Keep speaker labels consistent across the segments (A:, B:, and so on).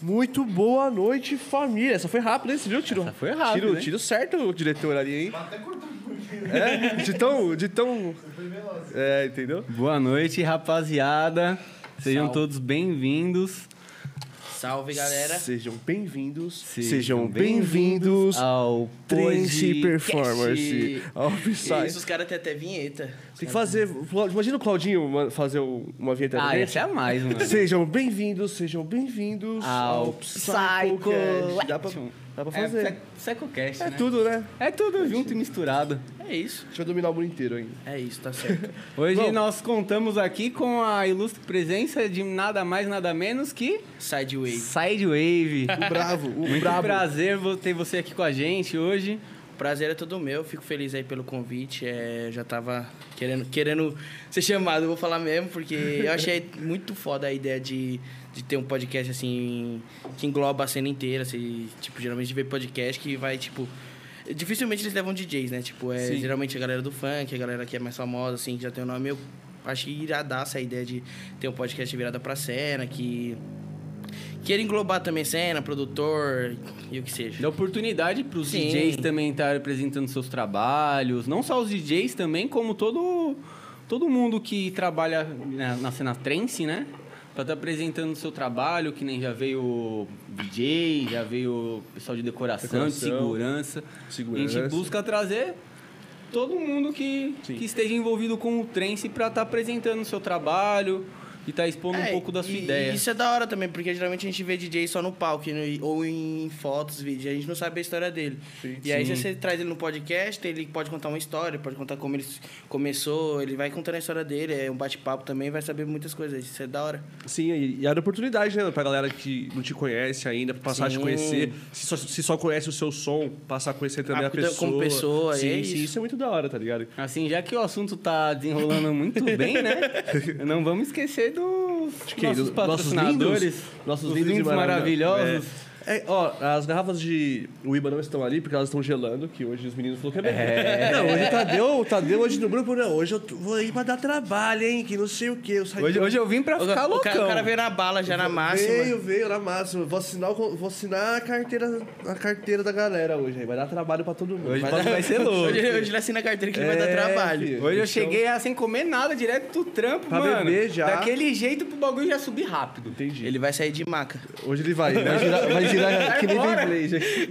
A: Muito boa noite, família. Essa foi rápida, hein? Você viu? Tiro,
B: Essa foi rápida,
A: Tiro,
B: hein?
A: tiro certo o diretor ali, hein? Até cortou É, de tão. De tão... É, entendeu?
B: Boa noite, rapaziada. Sejam
C: Salve.
B: todos bem-vindos.
C: Salve, galera.
A: Sejam bem-vindos.
B: Sejam
A: Sejam bem-vindos
B: ao
A: Trance
B: Podcast.
A: Performance. Ao Psy.
C: Isso, os caras têm até vinheta.
A: Tem que fazer. Imagina o Claudinho ma- fazer o- uma vinheta pra
B: Ah,
A: gente.
B: essa é a mais, mano.
A: Sejam bem-vindos, sejam bem-vindos
B: Ao
A: Psychocast. Dá pra, dá pra
B: É
A: fazer.
B: Psy- Psychocast,
A: É
B: né?
A: tudo, né?
B: É tudo junto e misturado.
C: É isso.
A: Deixa eu dominar o mundo inteiro ainda.
C: É isso, tá certo.
B: Hoje
A: Bom.
B: nós contamos aqui com a ilustre presença de nada mais, nada menos que
C: Sideway.
B: Sidewave.
A: O bravo, o
B: Muito
A: bravo.
B: prazer vou ter você aqui com a gente hoje.
C: Prazer é todo meu. Fico feliz aí pelo convite. É, já tava querendo, querendo ser chamado, eu vou falar mesmo, porque eu achei muito foda a ideia de, de ter um podcast assim que engloba a cena inteira. Assim, tipo, geralmente a gente vê podcast que vai, tipo. Dificilmente eles levam DJs, né? Tipo, é,
B: Sim.
C: geralmente a galera do funk, a galera que é mais famosa, assim, que já tem o nome. Eu acho iradaça a ideia de ter um podcast virado pra cena, que. Queira englobar também cena, produtor e o que seja.
B: Dá oportunidade para os
C: Sim.
B: DJs também estar apresentando seus trabalhos. Não só os DJs também, como todo, todo mundo que trabalha na, na cena trance, né? Pra estar apresentando seu trabalho, que nem já veio o DJ, já veio o pessoal de decoração, de
A: Decoração,
B: segurança. A
A: segurança.
B: gente busca trazer todo mundo que, que esteja envolvido com o trance pra estar apresentando seu trabalho e estar expondo
C: É,
B: um pouco da sua
C: e-
B: ideia.
C: e Isso é da hora também, porque geralmente a gente vê DJ só no palco e no- ou em fotos, vídeos, e a gente não sabe a história dele. E aí se você traz ele no podcast, ele pode contar uma história, pode contar como ele s- começou, ele vai contando a história dele, é um bate-papo também, vai saber muitas coisas. Isso é da hora.
A: Sim, e e era oportunidade, né? Pra galera que não te conhece ainda, pra passar a te
C: Sim.
A: conhecer. Se só, se só conhece o seu som, passar a conhecer também
C: Ah,
A: a
C: como
A: pessoa.
C: pessoa, é
A: sim, sim,
C: isso.
A: isso é muito da hora, tá ligado?
B: Assim, já que o assunto tá desenrolando muito bem, né? Não vamos esquecer dos
A: quem?
B: nossos
A: Do- nossos
B: patrocinadores.
A: lindos?
B: nossos
A: Os
B: lindos,
A: e
B: maravilhosos.
A: É. É, ó, as garrafas de Uíba não estão ali porque elas estão gelando, que hoje os meninos falaram que é bem. Não, hoje o Tadeu, o Tadeu hoje no grupo, não, hoje eu t- vou ir pra dar trabalho, hein, que não sei o quê. Eu saí
B: É. Hoje, hoje eu vim pra
C: O,
B: ficar
C: ca- o
B: loucão.
C: cara, o cara veio na bala já na máxima.
A: Veio, veio, na máxima. Vou assinar, o con- vou assinar a, carteira, a carteira da galera hoje aí. Vai dar trabalho pra todo mundo.
B: Hoje
A: Vai
B: vai,
A: dar-
B: vai ser louco.
C: Hoje,
B: Hoje,
C: hoje ele assina a carteira que ele vai
A: É,
C: dar trabalho.
A: filho.
B: eu
A: Então-
B: cheguei a, sem comer nada, direto do trampo,
A: Pra
B: mano.
A: beber já.
B: Daquele jeito pro bagulho já subir rápido.
A: Entendi.
C: Ele vai sair de maca.
A: Hoje ele vai, vai girar, vai girar que nem
B: embora.
A: Beyblade aqui.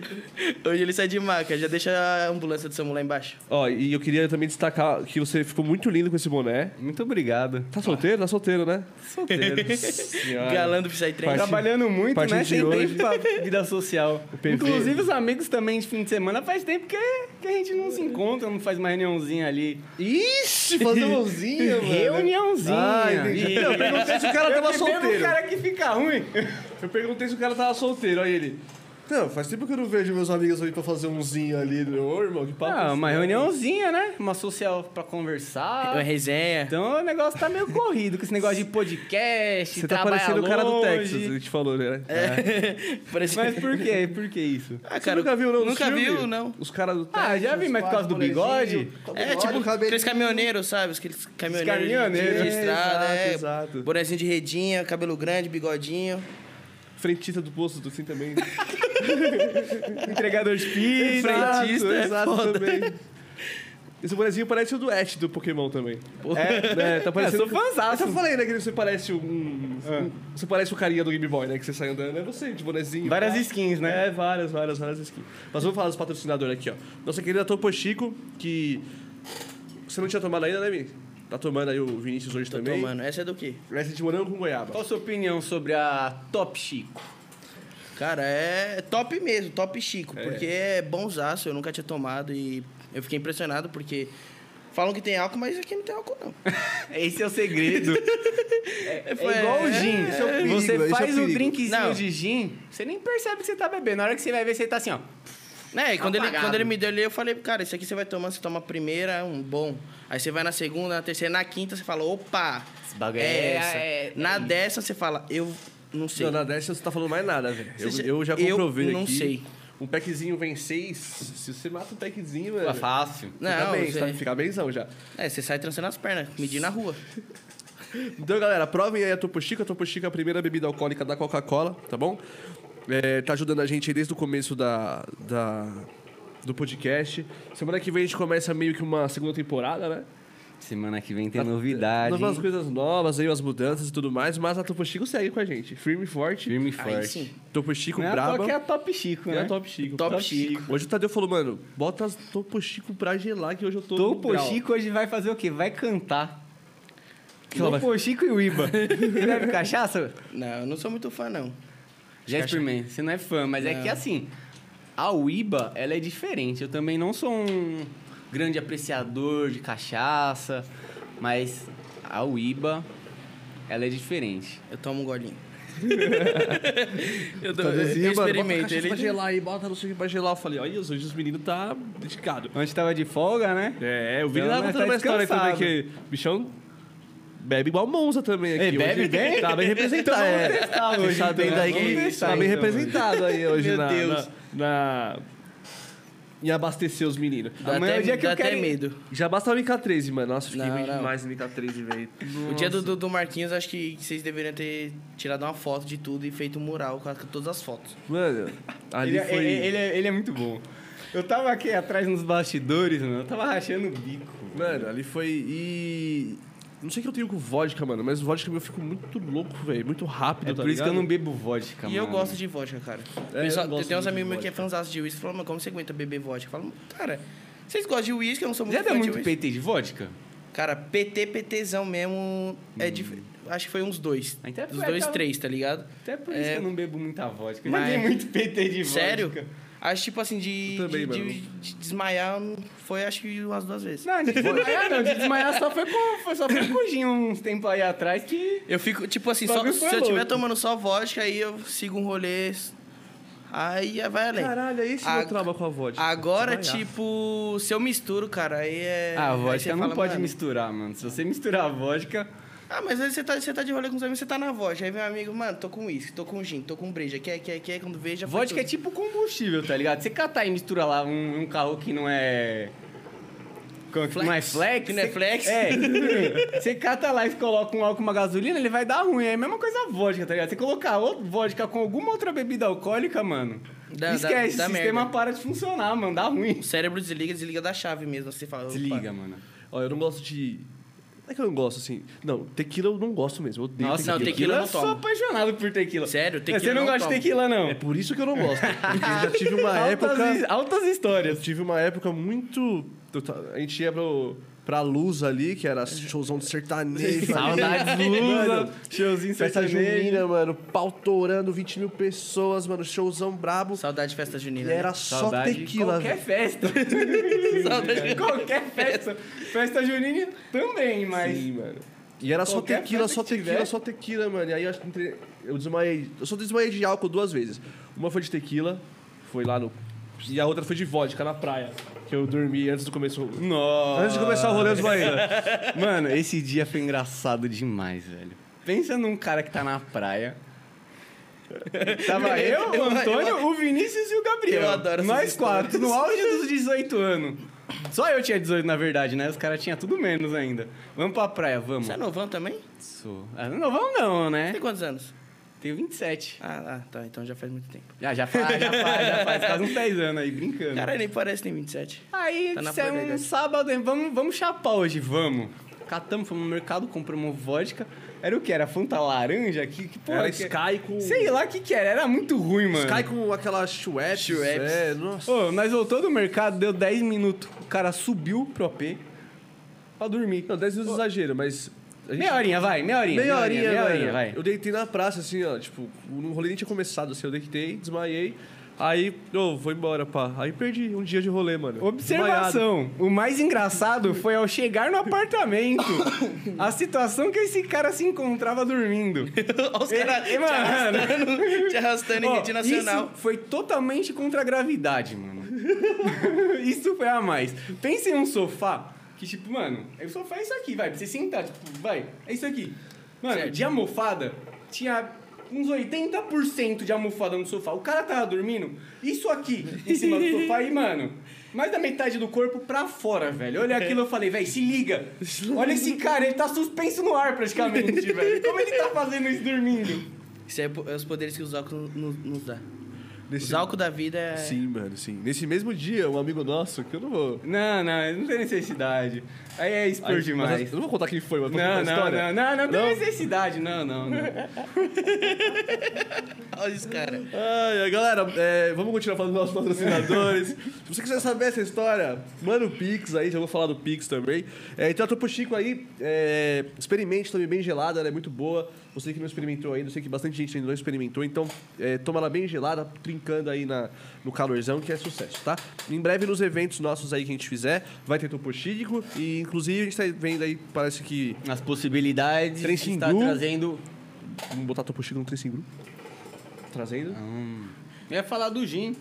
C: Hoje ele sai de maca, já deixa a ambulância do Samu lá embaixo.
A: Ó, e eu queria também destacar que você ficou muito lindo com esse boné.
B: Muito obrigado.
A: Tá solteiro? Tá solteiro, né?
B: Solteiro.
C: Galã do Psytrance.
A: Parti-
B: Tá Trabalhando muito,
A: Partir
B: né?
A: de
B: Sem
A: hoje.
B: tempo pra vida social.
A: PV.
B: Inclusive, os amigos também de fim de semana faz tempo que, que a gente não se encontra, não faz uma reuniãozinha ali.
A: Ixi, fazer mãozinha, mano.
B: Reuniãozinha.
A: Ah, entendi.
B: Ih.
A: Não, eu perguntei se o cara
B: Eu
A: tava
B: que bebo,
A: solteiro.
B: cara que fica ruim.
A: Eu perguntei se o cara tava solteiro, aí ele... Não, faz tempo que eu não vejo meus amigos aí pra fazer umzinho ali. né?" Ô, irmão, que papo.
B: Ah,
A: é
B: uma
A: esse?
B: reuniãozinha, né? Uma social pra
C: Uma
B: conversar.
C: resenha.
B: Então o negócio tá meio corrido com esse negócio de podcast.
A: Você tá parecendo o cara do Texas, a
B: né?
A: gente falou, né?
C: Parece-
B: Mas por quê? Por que isso?
C: Ah,
A: Você
C: cara,
A: nunca viu, não? nos
C: Nunca
A: filmes?
C: viu, não.
A: Os caras do Texas.
B: Ah, já vi, mas por causa do bigode.
C: É, tipo, aqueles caminhoneiros, sabe? Aqueles caminhoneiros de-
B: caminhoneiros.
C: de estrada,
A: Exato,
C: é.
A: exato.
C: Bonezinho de redinha, cabelo grande, bigodinho.
A: Frentista do posto, assim também.
B: Entregador de pizza.
A: Frentista,
C: é
A: exato,
C: foda.
A: também. Esse bonezinho parece o do Ash do Pokémon também.
B: É,
A: É, tá parecendo...
B: eu sou fãzaço.
A: Eu só falei, né, que você parece um...
B: Ah.
A: um- Você parece o carinha do Game Boy, né, que você sai andando. É você, de bonezinho.
B: Várias
A: tá?
B: skins, né?
A: É, várias, várias, várias skins. Mas vamos falar dos patrocinadores aqui, ó. Nossa querida Topo Chico, que... Você não tinha tomado ainda, né, Mi? Tá tomando aí o Vinícius hoje
C: Tô
A: também.
C: tomando. Essa é do quê?
A: Essa de morango com goiaba.
B: Qual a sua opinião sobre a Top Chico?
C: Cara, é top mesmo, top chico. Porque é bonzaço, eu nunca tinha tomado e eu fiquei impressionado porque... Falam que tem álcool, mas aqui não tem álcool, não.
B: Esse é o segredo. é, é igual o
C: é,
B: gin.
A: esse é o perigo, esse é
B: você
A: o
B: faz um
A: perigo.
B: drinkzinho
C: Não.
B: de gin, você nem percebe que você tá bebendo. Na hora que você vai ver, você tá assim, ó.
C: Né, e quando ele,
B: Apagado.
C: quando ele me deu ali, eu falei, cara, isso aqui você vai tomando, você toma a primeira, um bom. Aí você vai na segunda, na terceira, na quinta, você fala, opa,
B: Esse bagulho é-
C: é essa.
B: é-
C: na décima, você fala, eu não sei.
A: Não, na décima você tá falando mais nada, velho. Eu,
C: Você já-
A: eu já
C: eu
A: comprovei
C: não
A: aqui.
C: sei.
A: Um packzinho vem seis. Se você mata um packzinho, velho.
B: Tá fácil.
A: Fica
C: Não,
A: bem,
C: você-
A: sabe? Fica bemzão já.
C: É, você sai trançando as pernas, medindo na rua.
A: Então, galera, provem aí a Topo Chico. A Topo Chico é a primeira bebida alcoólica da Coca-Cola, tá bom? é, tá ajudando a gente aí desde o começo da, da- do podcast. Semana que vem a gente começa meio que uma segunda temporada, né?
B: Semana que vem tem
A: Tá-
B: novidade.
A: Novas
B: hein?
A: coisas novas, aí as mudanças e tudo mais, mas a Topo Chico segue com a gente. Firme e forte.
B: Firme e
C: Aí
B: forte.
C: sim.
A: Topo Chico
B: Não é à toa
A: braba.
B: que é a Top Chico,
A: É
B: né?
A: a Top Chico.
C: Top Chico.
A: Hoje o Tadeu falou, mano, bota as Topo Chico pra gelar, que hoje eu tô. no
B: Topo
A: grau.
B: Chico hoje vai fazer o quê? Vai cantar.
A: Que ela vai-
B: Topo Chico e o Iba. Você bebe cachaça?
C: Não, eu não sou muito fã, não.
B: Já experimentei. Você não é fã, mas é
C: Não.
B: que assim, a Uiba, ela é diferente. Eu também não sou um grande apreciador de cachaça, mas a Uiba, ela é diferente.
C: Eu tomo um golinho. eu, dou-
A: Tadeuzinho,
C: eu
A: assim, mano,
C: experimento.
A: Bota a cachaça
C: Ele...
A: pra gelar aí, bota não sei o que pra gelar. Eu falei, olha, hoje os meninos tá dedicado.
B: Antes tava de folga, né?
A: É, o Vini
B: Então,
A: tava
B: mas
A: contando
B: tá
A: uma história também
B: descansado.
A: que o bichão bebe igual Monza também aqui.
B: Ei, bebe
A: hoje.
B: bem?
A: Tá bem representado. é.
B: testar hoje,
A: Tá bem,
B: então.
A: daí
B: Vamos
A: que-
B: testar,
A: tá bem
B: então,
A: representado aí hoje
C: Meu
A: na,
C: Deus.
A: na- na- Em abastecer os meninos.
C: Dá
B: Amanhã é
C: até,
B: o dia que
C: dá
B: eu
C: até
B: quero ir.
C: medo.
A: Já basta o MK13, mano. Nossa, fiquei
C: Não,
A: bem
C: não.
A: demais no MK13, velho.
C: O dia do, do- do Marquinhos, acho que vocês deveriam ter tirado uma foto de tudo e feito um mural com a- com todas as fotos.
A: Mano, ali
B: Ele,
A: foi...
B: ele- ele é, ele é muito bom. Eu tava aqui atrás nos bastidores, mano. Eu tava rachando o bico.
A: Mano, ali foi. E. Não sei o que eu tenho com vodka, mano, mas vodka eu fico muito louco, velho. Muito rápido,
B: É
A: tá
B: por isso que eu
A: ligado?
B: não bebo vodka,
C: E eu
B: mano.
C: gosto de vodka, cara.
A: É, eu
C: Pessoal,
A: gosto
C: tem uns
A: de
C: amigos meus que é
A: vodka.
C: fãzaço de uísque e falam, mas como você aguenta beber vodka? Eu falo, cara, vocês gostam de uísque, eu não sou muito
B: Já
C: fã
B: deu
C: de
B: muito
C: uísque.
B: PT de vodka?
C: Cara, PT, PTzão mesmo, é dif- acho que foi uns dois.
B: Até
C: uns
B: foi
C: dois,
B: aquela-
C: três, tá ligado?
B: Até por isso
C: É.
B: que eu não bebo muita vodka. Eu
C: Mas- é.
B: Já dei muito PT de vodka.
C: Sério? Acho tipo assim, de,
A: Eu também,
C: de,
A: mano.
C: de- de desmaiar não- foi acho que umas duas vezes.
B: Não, de desmaiar não. De desmaiar só foi com, foi só foi com o Gin uns tempos aí atrás que...
C: Eu fico, tipo assim,
B: O
C: só,
B: bagulho
C: se
B: foi
C: eu estiver
B: louco.
C: tomando só vodka, aí eu sigo um rolê. Aí vai além.
A: Caralho, é esse
C: Ag-
A: meu trauma com a vodka.
C: Agora,
A: Desmaiar.
C: tipo, se eu misturo, cara, aí é.
B: Ah,
C: aí você
B: vodka não
C: fala,
B: pode
C: "Mano,
B: misturar, mano. Se você misturar vodka...
C: Ah, mas aí você tá, você tá de rolê com os amigos, você tá na vodka. Aí vem um amigo, mano, tô com uísque, tô com gin, tô com breja, quer, quer, quer, quando veja. foi
B: Vodka é
C: tudo.
B: tipo combustível, tá ligado? Você catar e mistura lá um, um carro que não é... como que-
C: Flex.
B: Não é flex?
C: Que não é
B: você-
C: flex.
B: É. Você cata lá e coloca um álcool, uma gasolina, ele vai dar ruim. É a mesma coisa a vodka, tá ligado? Você colocar outro vodka com alguma outra bebida alcoólica, mano...
C: Dá- dá-
B: esquece,
C: dá
B: o sistema
C: merda.
B: para de funcionar, mano. Dá ruim.
C: O cérebro desliga, desliga da chave mesmo. Você fala, opa.
B: Desliga, mano.
A: Ó, eu não gosto de. Não é que eu não gosto, assim. Não, tequila eu não gosto mesmo. Eu odeio
C: Nossa, não,
A: tequila.
C: tequila eu não
B: Eu sou
C: tomo.
B: apaixonado por tequila. É,
C: Sério, tequila
B: Você
C: eu
B: não,
C: não
B: gosta
C: tomo.
B: de tequila, não.
A: É por isso que eu não gosto. Porque eu já tive uma
B: altas,
A: época.
B: altas
A: Eu
B: histórias.
A: tive uma época muito. eu ta- A gente ia pro, pra luz ali, que era showzão de sertanejo.
B: Saudades,
A: Mano,
B: Lusa. Showzinho
A: Festa
B: sertanejo.
A: junina, mano, pau torando, 20 mil pessoas, mano, showzão brabo.
C: Saudade de festa junina. né?"
A: E era só
B: Saudade de
A: tequila,
B: Qualquer
A: velho.
B: festa.
C: Saudade de
B: qualquer festa. Festa junina também, mas...
A: Sim, mano. E era só
B: Qualquer
A: tequila,
B: festa
A: só
B: que
A: tequila,
B: tiver.
A: só tequila, mano. E aí eu, acho que entre- eu desmaiei. Eu só desmaiei de álcool duas vezes. Uma foi de tequila, foi lá no. E a outra foi de vodka na praia. Que eu dormi antes do começo.
B: Nossa.
A: Antes de começar o rolê, eu desmaiei.
B: Mano, esse dia foi engraçado demais, velho. Pensa num cara que tá na praia. Tava eu, o
C: Eu-
B: Antônio,
C: eu-
B: o Vinícius e o Gabriel.
C: Eu adoro essas
B: Nós
C: histórias.
B: quatro, no auge dos 18 anos. Só eu tinha 18, na verdade, né? Os caras tinham tudo menos ainda. Vamos pra praia, vamos.
C: Você é novão também?
B: Sou. Ah, não vamos não, né?
C: Tem quantos anos?
B: Tenho 27.
C: Ah, ah, tá. Então já faz muito tempo.
B: Ah, Já, já faz, já faz, já faz quase uns 10 anos aí, brincando.
C: Caralho, nem parece tem 27.
B: Aí,
C: Tá na
B: isso é
C: flor da
B: um
C: idade.
B: sábado, hein? vamos, vamos chapar hoje, vamos. Catamos, fomos no mercado, compramos vodka. Era o que? Era Fanta laranja? Que, que porra
A: Era
B: que é?
A: Sky com.
B: Sei lá o que que era, era muito ruim, mano.
A: Sky com aquela Schweppes.
C: Schweppes.
A: É, nossa.
B: Ô, nós voltou do mercado, deu 10 minutos, o cara subiu pro AP pra dormir.
A: Não, 10 minutos é exagero, mas. a gente- né?
B: Meia horinha, vai, meia horinha.
A: Meia horinha,
B: meia
A: mano.
B: horinha, vai.
A: Eu deitei na praça, assim, ó. Tipo, o rolê nem tinha começado, assim. Eu deitei, desmaiei. Aí, ô, vou embora, pá. Aí perdi um dia de rolê, mano. Desmaiado.
B: Observação: o mais engraçado foi ao chegar no apartamento a situação que esse cara se encontrava dormindo.
C: Olha os
B: Ele-
C: caras
B: ele-
C: te
B: mano.
C: arrastando, te arrastando em
B: Ó,
C: rede nacional.
B: Isso foi totalmente contra a gravidade, mano. isso foi a mais. Pensa em um sofá que, tipo, mano, o sofá é isso aqui, vai. Pra você sentar, tipo, vai. É isso aqui. Mano, de almofada, tinha uns 80% de almofada no sofá. O cara tava dormindo, isso aqui em cima do sofá e, mano. Mais da metade do corpo pra fora, velho. Olha aquilo, eu falei, velho, se liga. Olha esse cara, ele tá suspenso no ar praticamente, velho. Como ele tá fazendo isso dormindo?
C: Isso é, po- é os poderes que os óculos nos, nos dá.
A: Nesse-
C: Os álcool da vida é.
A: Sim, mano, sim. Nesse mesmo dia, um amigo nosso, que eu não vou.
B: Não, não, não tem necessidade. Aí é expor
A: Aí,
B: demais.
A: mas eu não vou contar quem foi, mas vou contar
B: Não,
A: a
B: não,
A: história.
B: não, não, não tem
A: Não?
B: necessidade, não, não, não.
C: Olha esse cara.
A: Ai, ai, galera, é, vamos continuar falando dos nossos patrocinadores. Se você quiser saber essa história, manda o Pix aí, já vou falar do Pix também. É, então a Topo Chico aí, é, experimente também bem gelada, ela é muito boa. Você que não experimentou ainda, eu sei que bastante gente ainda não experimentou, então é, toma ela bem gelada, trincando aí na, no calorzão, que é sucesso, tá? Em breve nos eventos nossos aí que a gente fizer, vai ter Topo Chico e inclusive a gente tá vendo aí, parece que
B: As possibilidades
A: Trem
B: que está
A: Xingu.
B: trazendo.
A: Vamos botar Topo Chico no Tracing Group. Trazendo.
B: Eu ia falar do gin.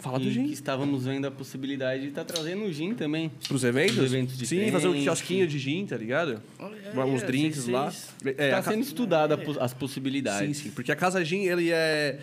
A: Fala do
B: que-
A: gente.
B: Que estávamos vendo a possibilidade de estar tá trazendo o gin também.
A: Pros eventos?
B: Pros eventos de
A: Sim,
B: drink.
A: fazer um quiosquinho de gin, tá ligado?
C: Olha aí,
A: Uns
C: ó,
A: drinks
C: vocês-
A: lá. É,
B: Está
A: a ca-
B: Tá sendo estudada a pos- as
A: Sim,
B: possibilidades.
A: sim. Porque a Casa Gin, ele é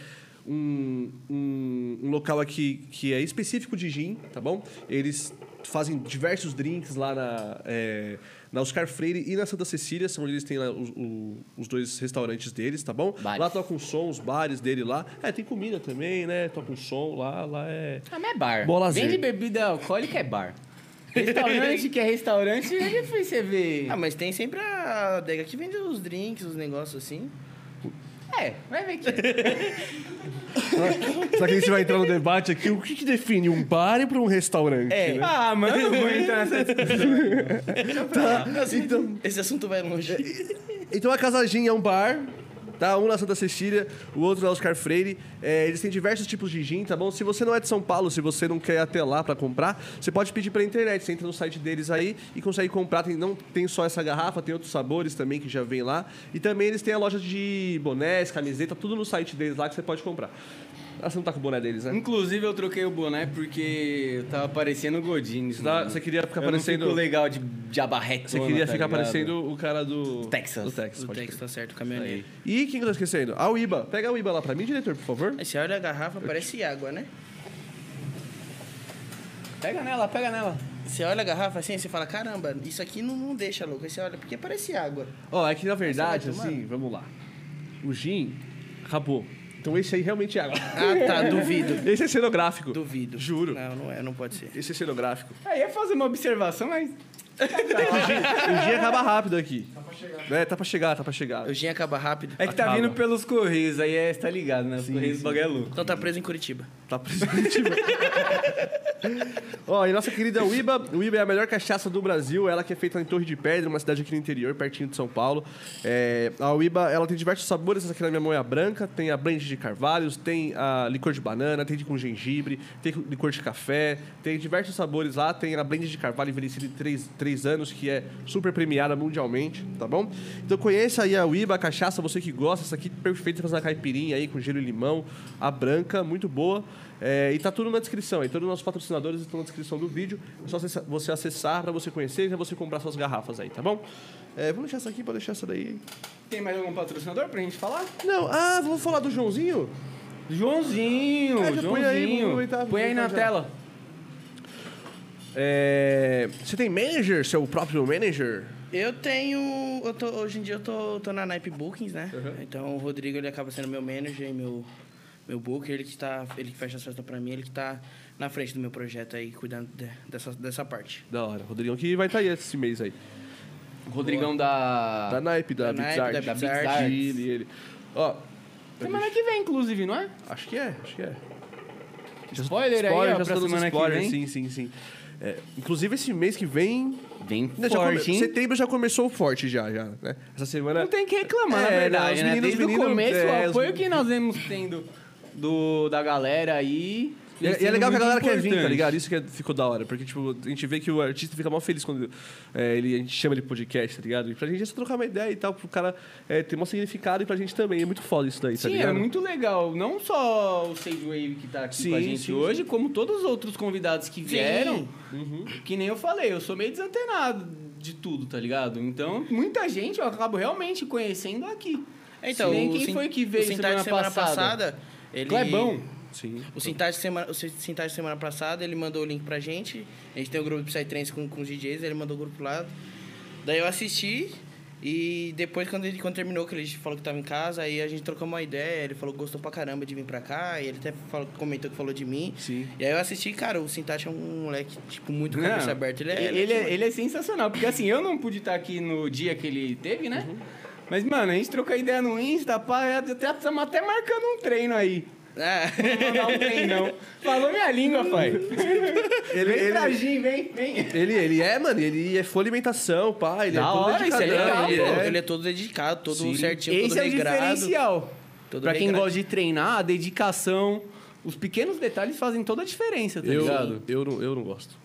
A: um, um, um local aqui que é específico de gin, tá bom? Eles fazem diversos drinks lá na, é, na Oscar Freire e na Santa Cecília, são onde eles têm lá os, o- os dois restaurantes deles, tá bom?
B: Bares.
A: Lá tocam som, os bares dele lá. É, tem comida também, né? Tocam som lá, lá é...
B: Ah, mas é bar.
A: Bom lazer.
B: Vende bebida alcoólica é bar. Restaurante que é restaurante, é difícil você ver.
C: Ah, mas tem sempre a adega que vende os drinks, os negócios assim.
B: É, vai ver que.
A: Só que a gente vai entrar no debate aqui, o que, que define um bar para um restaurante, né?
B: Ah, mano, eu não vou entrar nessa discussão.
A: Tá, então,
C: Esse assunto vai longe.
A: então a Casagem é um bar, tá? Um na Santa Cecília, o outro na Oscar Freire. É, eles têm diversos tipos de gin, tá bom? Se você não é de São Paulo, se você não quer ir até lá pra comprar, você pode pedir pela internet. Você entra no site deles aí e consegue comprar. Tem, não tem só essa garrafa, tem outros sabores também que já vem lá. E também eles têm a loja de bonés, camiseta, tudo no site deles lá que você pode comprar. Ah, você não tá com o boné deles,
B: Hum.
A: né?
B: Inclusive, eu troquei o boné porque eu tava parecendo o Godinho.
A: Você tá- você queria ficar
B: eu não
A: parecendo-
B: fico legal de, de abarretona,
A: Você queria
B: tá
A: ficar
B: ligado?
A: parecendo o cara do...
B: Texas.
A: Do Texas,
C: O
A: pode
C: texto tá certo, caminhoneiro.
A: crer. E quem que eu tô esquecendo? A Uiba. Pega a Uiba lá pra mim, diretor, por favor.
C: Aí você olha a garrafa, parece água, né?
B: Pega nela, pega nela.
C: Você olha a garrafa assim, você fala, caramba, isso aqui não, não deixa louco. Aí você olha, porque parece água.
A: Ó, é que na verdade,
C: Você vai tomar?
A: assim, vamos lá. O gin acabou. Então esse aí realmente é água.
C: Ah, tá, duvido.
A: Esse é cenográfico.
C: Duvido.
A: Juro.
C: Não, não é, não pode ser.
A: Esse é cenográfico.
B: Aí ia fazer uma observação, mas.
A: O gin acaba rápido aqui. Tá pra chegar. É, tá pra chegar, tá pra chegar.
C: O gin acaba rápido.
B: É que tá
A: Acaba.
B: vindo pelos correios, aí é, você tá ligado, né? Os correios o bagulho é louco.
C: Então tá preso em Curitiba.
A: Tá preso em Curitiba. Ó, e nossa querida Uiba. Uiba é a melhor cachaça do Brasil. Ela que é feita em Torre de Pedra, uma cidade aqui no interior, pertinho de São Paulo. É, a Uiba, ela tem diversos sabores. Essa aqui na minha mão é a branca. Tem a blend de carvalhos, tem a licor de banana, tem de com gengibre, tem com licor de café. Tem diversos sabores lá. Tem a blend de carvalho envelhecida em 3, anos, que é super premiada mundialmente, tá bom? Então conheça aí a Uiba, a cachaça, você que gosta. Essa aqui é perfeita pra fazer uma caipirinha aí com gelo e limão. A branca, muito boa. É, e tá tudo na descrição aí. Todos os nossos patrocinadores estão na descrição do vídeo. É só acessa- você acessar pra você conhecer e pra você comprar suas garrafas aí, tá bom? É, vamos deixar essa aqui pra deixar essa daí.
B: Tem mais algum patrocinador pra gente falar?
A: Não, ah, vamos falar do Joãozinho?
B: Joãozinho,
A: Ah, já
B: Joãozinho.
A: põe aí, vamos aproveitar,
B: Põe aí na
A: aproveitar já.
B: tela.
A: É, você tem manager, seu próprio manager?
C: Eu tenho. Eu tô, hoje em dia eu tô, tô na Naipe Bookings, né? Então o Rodrigo ele acaba sendo meu manager e meu, meu booker, ele que tá. Ele que fecha as festas pra mim, ele que tá na frente do meu projeto aí, cuidando de- dessa, dessa parte.
A: Da hora, Rodrigão que vai estar aí esse mês aí.
B: Rodrigão da.
A: Da Naipe, da,
C: Da
A: Beats
C: Naipe,
A: Art.
C: da
A: Da
C: Beats
A: Beats
B: Art.
A: Art, Ele, ele. Ó,
B: Semana que vem, inclusive, não é?
A: acho que é, acho que é.
B: Spoiler,
A: Spoiler,
B: aí, ó,
A: já
B: pra
A: sou dos
B: semana que
A: spoilers, sim,
B: vem.
A: sim, sim. É, inclusive esse mês que vem.
B: Vem
A: Né, já come-
B: forte, hein?
A: Setembro já começou forte, já, já. Né? Essa semana.
B: Não tem que reclamar,
A: É,
B: na
A: né,
B: verdade,
A: os
B: né?
A: meninos-
B: Desde
A: meninos-
B: o começo,
A: é,
B: o
A: os-
B: apoio que nós vemos tendo do, da galera aí...
A: E é, e é legal que a
B: muito
A: galera quer vir, tá
B: importante.
A: ligado? Isso que é- ficou da hora. Porque, tipo, a gente vê que o artista fica mal feliz quando é, ele, a gente chama ele de podcast, tá ligado? E pra gente é só trocar uma ideia e tal, pro cara é, ter um significado e pra gente também. É muito foda isso daí, tá
B: Sim,
A: ligado?
B: é muito legal. Não só o Sage Wave que tá aqui
A: Sim,
B: com a gente
A: sim, Uhum.
B: hoje, como todos os outros convidados que vieram. Que nem eu falei, eu sou meio desantenado de tudo, tá ligado? Então, muita gente eu acabo realmente conhecendo aqui.
C: Então,
B: Se bem
C: o
B: quem
C: Sin-
B: foi que
C: o
B: veio
C: Sintage
B: semana, passada?
C: ele.
B: Clebão.
A: Sim.
C: O Sintage semana, o Sintage semana passada, ele mandou o link pra um gente. A gente tem o grupo do Psytrance com, com os DJs, ele mandou o grupo lá. Daí eu assisti E depois, quando, ele, quando terminou, que ele falou que tava em casa, aí a gente trocou uma ideia, ele falou que gostou pra caramba de vir pra cá, e ele até falou, comentou que falou de mim.
A: Sim.
C: E aí eu assisti, cara, o Sintacha é um moleque, tipo, muito
B: Não,
C: cabeça aberta. Ele é...
B: ele, é, ele é sensacional, porque assim, eu não pude estar aqui no dia que ele teve, né?
C: Uhum.
B: Mas, mano, a gente trocou ideia no Insta, pá, até, estamos até marcando um treino aí.
C: Ah.
B: Vamos mandar um treinão. Falou minha língua, pai.
A: Ele-
B: vem pra
A: ele-
B: Gim, vem, vem.
A: Ele, ele é, mano, ele é full alimentação, pá, ele é
B: Da
A: todo
B: hora, isso é
A: dedicadão,
B: legal,
A: ele
C: ele,
A: é-
C: é, ele é todo dedicado, todo
A: Sim.
C: certinho,
B: Esse
C: todo
B: é o
C: regrado.
B: diferencial.
C: Todo
B: pra quem
C: regrado.
B: gosta de treinar, a dedicação, os pequenos detalhes fazem toda a diferença, tá
A: eu,
B: ligado?
A: eu, não, eu não gosto.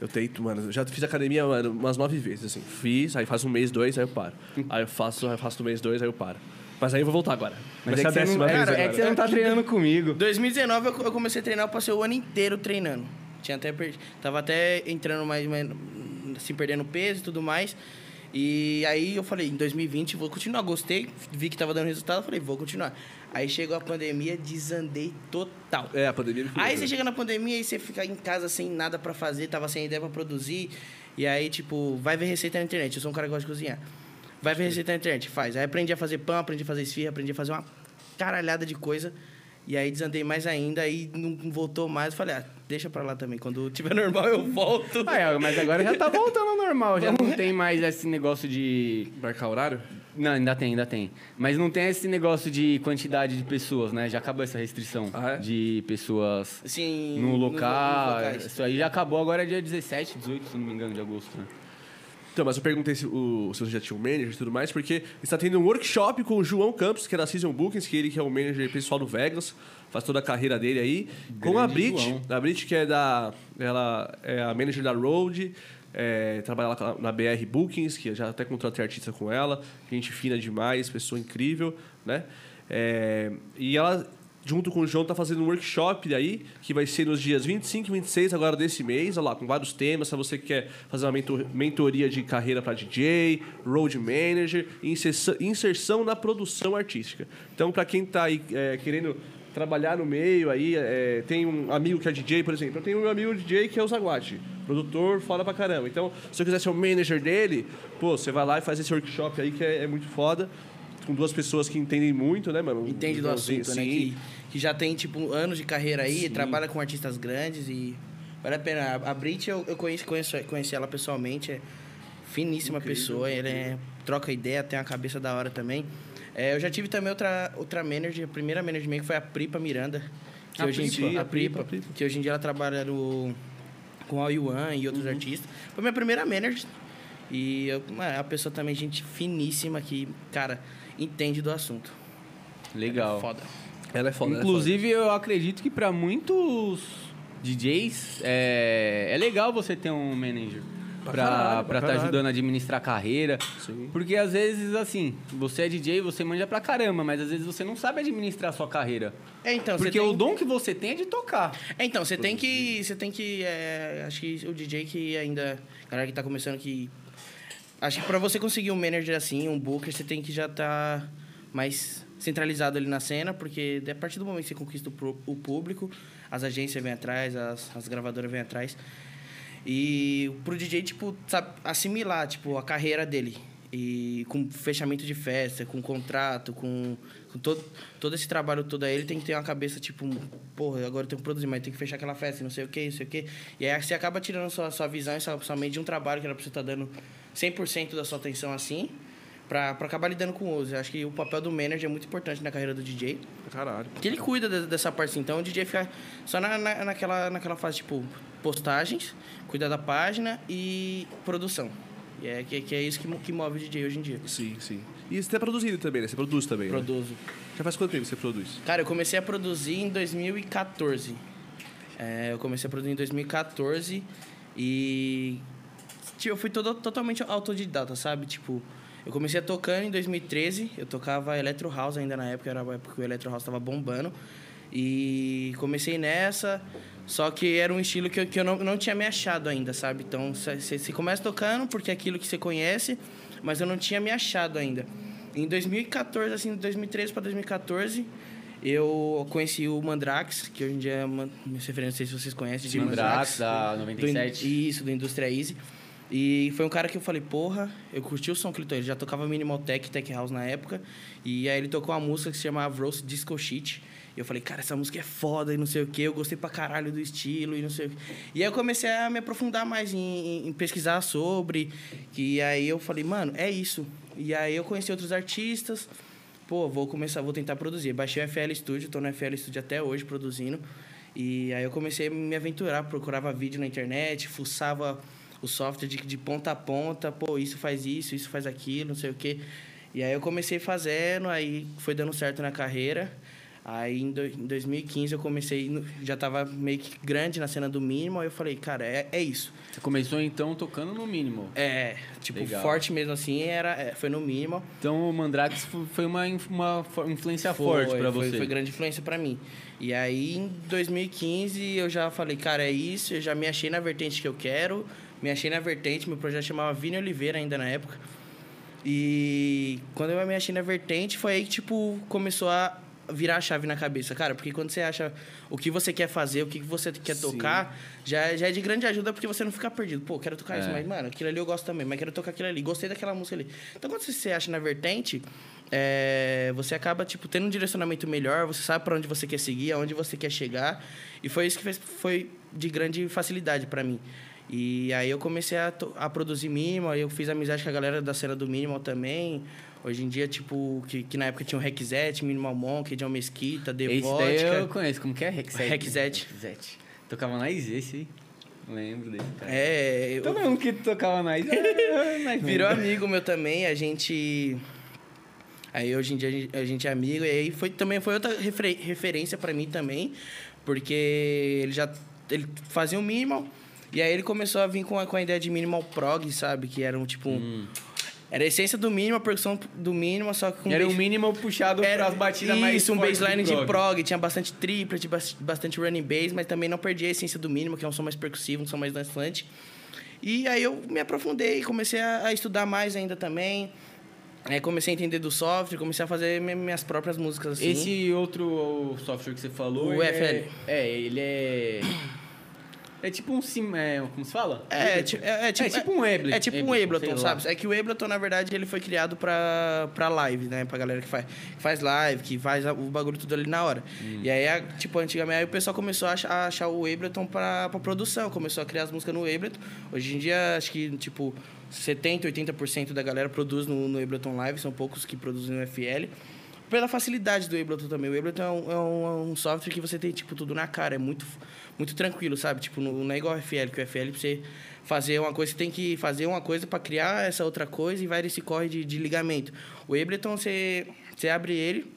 A: Eu tento, mano. eu Já fiz academia, mano, umas nove vezes, assim. Fiz, aí faço um mês, dois, aí eu paro. Aí eu faço, aí eu faço um mês, dois, aí eu paro. Mas aí eu vou voltar agora. Vai
B: Mas
A: ser
B: é
A: a
B: que, você não,
A: décima
B: é-
A: vez
B: é que
A: agora.
B: você não tá treinando comigo.
C: 2019 eu eu comecei a treinar, eu passei o ano inteiro treinando. Tinha até per- tava até entrando mais, mais assim, perdendo peso e tudo mais. E aí eu falei, em 2020 vou continuar, gostei, vi que tava dando resultado, eu falei, vou continuar. Aí chegou a pandemia, desandei total.
A: É, a pandemia me
C: Aí
A: fudeu.
C: você chega na pandemia e você fica em casa sem nada pra fazer, tava sem ideia pra produzir. E aí, tipo, vai ver receita na internet. Eu sou um cara que gosta de cozinhar. Vai ver receita na internet, faz. Aí aprendi a fazer pão, aprendi a fazer esfirra, aprendi a fazer uma caralhada de coisa. E aí desandei mais ainda, aí não voltou mais. Eu Falei, ah, deixa pra lá também. Quando tiver normal eu volto.
B: Ah, é, mas agora já tá voltando ao normal, já não tem mais esse negócio de.
A: Marcar horário?
B: Não, ainda tem, ainda tem. Mas não tem esse negócio de quantidade de pessoas, né? Já acabou essa restrição
A: Ah, é?
B: de pessoas
C: Assim,
B: no
C: nos-
B: local. é,
C: nos locais.
B: Isso aí já acabou, agora é dia 17, 18, se não me engano, de agosto. Né?
A: Então, mas eu perguntei se, o, se você já tinha um manager e tudo mais, porque está tendo um workshop com o João Campos, que é da Season Bookings, que ele que é o manager pessoal do Vegas, faz toda a carreira dele aí, com a
B: Grande
A: Brit,
B: João.
A: a Brit que é da ela é a manager da Road, é, trabalha lá na BR Bookings, que eu já até contratei artista com ela, gente fina demais, pessoa incrível, né? É, e ela junto com o João tá fazendo um workshop aí, que vai ser nos dias 25 e 26 agora desse mês, olha lá, com vários temas, se você quer fazer uma mentor- mentoria de carreira para DJ, road manager, inserção, inserção na produção artística. Então, para quem tá aí é, querendo trabalhar no meio aí, é, tem um amigo que é DJ, por exemplo, eu tenho um amigo DJ que é o Zaguate, produtor, fala pra caramba. Então, se eu quiser ser o manager dele, pô, você vai lá e faz esse workshop aí que é, é muito foda, com duas pessoas que entendem muito, né, mano?
C: Entende do
A: Sim,
C: assunto, né?
A: sim.
C: Que, que já tem, tipo, anos de carreira aí, trabalha com artistas grandes e vale a pena. A- A Brit, eu, eu conheço, conheço, conheci ela pessoalmente, é finíssima pessoa, ela é, troca ideia, tem uma cabeça da hora também. É, eu já tive também outra, outra manager, a primeira manager minha que foi a Pripa Miranda. Que
A: A
C: hoje em
A: Pripa,
C: dia,
A: a Pripa, a Pripa.
C: Que hoje em dia ela trabalha no, com a Yuan e
A: Uhum.
C: outros artistas. Foi minha primeira manager. E eu, mano, é uma pessoa também, gente finíssima que, cara, entende do assunto.
B: Legal.
C: Foda.
A: Ela é foda. ela é
B: Inclusive, eu acredito que pra muitos DJs é, é legal você ter um manager
A: Pra
B: pra
A: caralho, pra
B: estar tá
A: caralho.
B: ajudando a administrar a carreira.
A: Sim.
B: Porque às vezes, assim, você é DJ, você manja pra caramba, mas às vezes você não sabe administrar a sua carreira.
C: É, então, você
B: Porque
C: tem...
B: o dom que você tem é de tocar.
C: É, então, você tem que. Você tem que. é, acho que o DJ que ainda. Galera que tá começando que. Acho que pra você conseguir um manager assim, um booker, você tem que já tá mais centralizado ali na cena, porque é a partir do momento que você conquista o, pro- o público, as agências vêm atrás, as, as gravadoras vêm atrás. E pro DJ, tipo, sabe, assimilar, tipo, a carreira dele. E com fechamento de festa, com contrato, com, com todo, todo esse trabalho todo aí, ele tem que ter uma cabeça, tipo, porra, agora eu tenho que produzir, mas tem que fechar aquela festa, não sei o que, não sei o que. E aí você acaba tirando sua, sua visão e sua, sua mente de um trabalho que era pra você estar dando 100% da sua atenção assim, pra, pra acabar lidando com o uso. Eu acho que o papel do manager é muito importante na carreira do DJ.
A: foda. Caralho.
C: Que ele cuida de- dessa parte, assim. Então o DJ fica só na, na- naquela, naquela fase, tipo, postagens, cuidar da página e produção. E é que, que é isso que, mo- que move o DJ hoje em dia.
A: Sim, sim. E você é produzido também, né? Você produz também. né?
C: Produzo.
A: Já faz quanto tempo você produz?
C: Cara, eu comecei a produzir em 2014. É, eu comecei a produzir em 2014 e. Tipo, eu fui todo, totalmente autodidata, sabe? Tipo, eu comecei tocando em 2013, eu tocava Electro House ainda na época, era a época que o Electro House tava bombando. E comecei nessa, só que era um estilo que eu, que eu não, não tinha me achado ainda, sabe? Então, você começa tocando porque é aquilo que você conhece, mas eu não tinha me achado ainda. Em 2014, assim, de 2013 para 2014, eu conheci o Mandrax, que hoje em dia é uma uma referência, não sei se vocês conhecem, de
B: Mandrax,
C: Mandrax.
B: da
C: do in-
B: 97.
C: isso, do Indústria Easy. E foi um cara que eu falei, porra, eu curti o som que ele tocou. Ele já tocava Minimal Tech, Tech House na época. E aí ele tocou uma música que se chamava Roast Disco Sheet. E eu falei, cara, essa música é foda e não sei o quê. Eu gostei pra caralho do estilo e não sei o quê. E aí eu comecei a me aprofundar mais em, em- em pesquisar sobre. E aí eu falei, mano, é isso. E aí eu conheci outros artistas. Pô, vou começar, vou tentar produzir. Baixei o FL Studio, tô no FL Studio até hoje produzindo. E aí eu comecei a me aventurar, procurava vídeo na internet, fuçava o software de, de ponta a ponta, pô, isso faz isso, isso faz aquilo, não sei o quê. E aí eu comecei fazendo, aí foi dando certo na carreira. Aí em, do- em 2015 eu comecei, no- já tava meio que grande na cena do mínimo, aí eu falei, cara, é, é isso.
B: Você começou então tocando no mínimo.
C: É, tipo,
B: Legal.
C: forte mesmo assim, era, é, foi no mínimo.
B: Então o Mandrax fo- foi uma, inf- uma fo- influência forte pra
C: foi,
B: você.
C: Foi grande influência pra mim. E aí, em 2015, eu já falei, cara, é isso, eu já me achei na vertente que eu quero, me achei na vertente, meu projeto chamava Vini Oliveira ainda na época. E quando eu me achei na vertente, foi aí que, tipo, começou a virar a chave na cabeça, cara, porque quando você acha o que você quer fazer, o que você quer tocar, já, já é de grande ajuda porque você não fica perdido. Pô, quero tocar isso,
B: É.
C: mas, mano, aquilo ali eu gosto também, mas quero tocar aquilo ali, gostei daquela música ali. Então, quando você se acha na vertente, é, você acaba, tipo, tendo um direcionamento melhor, você sabe pra onde você quer seguir, aonde você quer chegar, e foi isso que fez, foi de grande facilidade pra mim. E aí eu comecei a, to- a produzir minimal, aí eu fiz amizade com a galera da cena do minimal também. Hoje em dia, tipo, que, que na época tinha o Rexet, Minimal Monk, John Mesquita,
B: Esse
C: Devodka.
B: daí eu conheço, como que é? Rexet.
C: Rexet.
B: Rexet. Tocava na Iz, esse aí. Lembro desse cara.
C: É, eu-
B: Todo mundo que tocava na Iz. é, nós
C: Virou
B: lembra.
C: amigo meu também, a gente. Aí hoje em dia a gente- a gente é amigo, e aí foi, também foi outra refer- referência pra mim também, porque ele já ele fazia o minimal, e aí ele começou a vir com a, com a ideia de minimal prog, sabe? Que era um tipo. um- Era a essência do minimal, a percussão do minimal, só que com
B: Era um o
C: bass-
B: mínimo puxado
C: era
B: pras batidas mais
C: Isso, um
B: fortes do
C: baseline de
B: prog.
C: prog, tinha bastante triplet, bas- bastante running bass, mas também não perdi a essência do mínimo, que é um som mais percussivo, um som mais dançante. E aí eu me aprofundei, comecei a, a estudar mais ainda também. Aí comecei a entender do software, comecei a fazer mi- minhas próprias músicas assim.
B: Esse outro software que você falou.
C: O
B: ele
C: FL.
B: É, é, ele é. É tipo um sim. É, como se fala?
C: É, ti- é, é tipo,
B: tipo um Ableton.
C: É tipo um
B: Ableton,
C: Ableton,
B: sei lá.
C: sabe? É que o Ableton, na verdade, ele foi criado pra, pra live, né? Pra galera que faz, que faz live, que faz a- o bagulho tudo ali na hora.
B: Hum.
C: E aí, a- tipo, antigamente, aí o pessoal começou a ach- a achar, o Ableton pra, pra produção, começou a criar as músicas no Ableton. Hoje em dia, acho que, tipo, 70%, 80% da galera produz no, no Ableton Live, são poucos que produzem no FL. Pela facilidade do Ableton também. O Ableton é um, é um- é um software que você tem, tipo, tudo na cara. É muito, muito tranquilo, sabe? Tipo, não, não é igual ao FL, que o FL pra você fazer uma coisa, você tem que fazer uma coisa pra criar essa outra coisa e vai nesse corre de, de ligamento. O Ableton, você, você abre ele,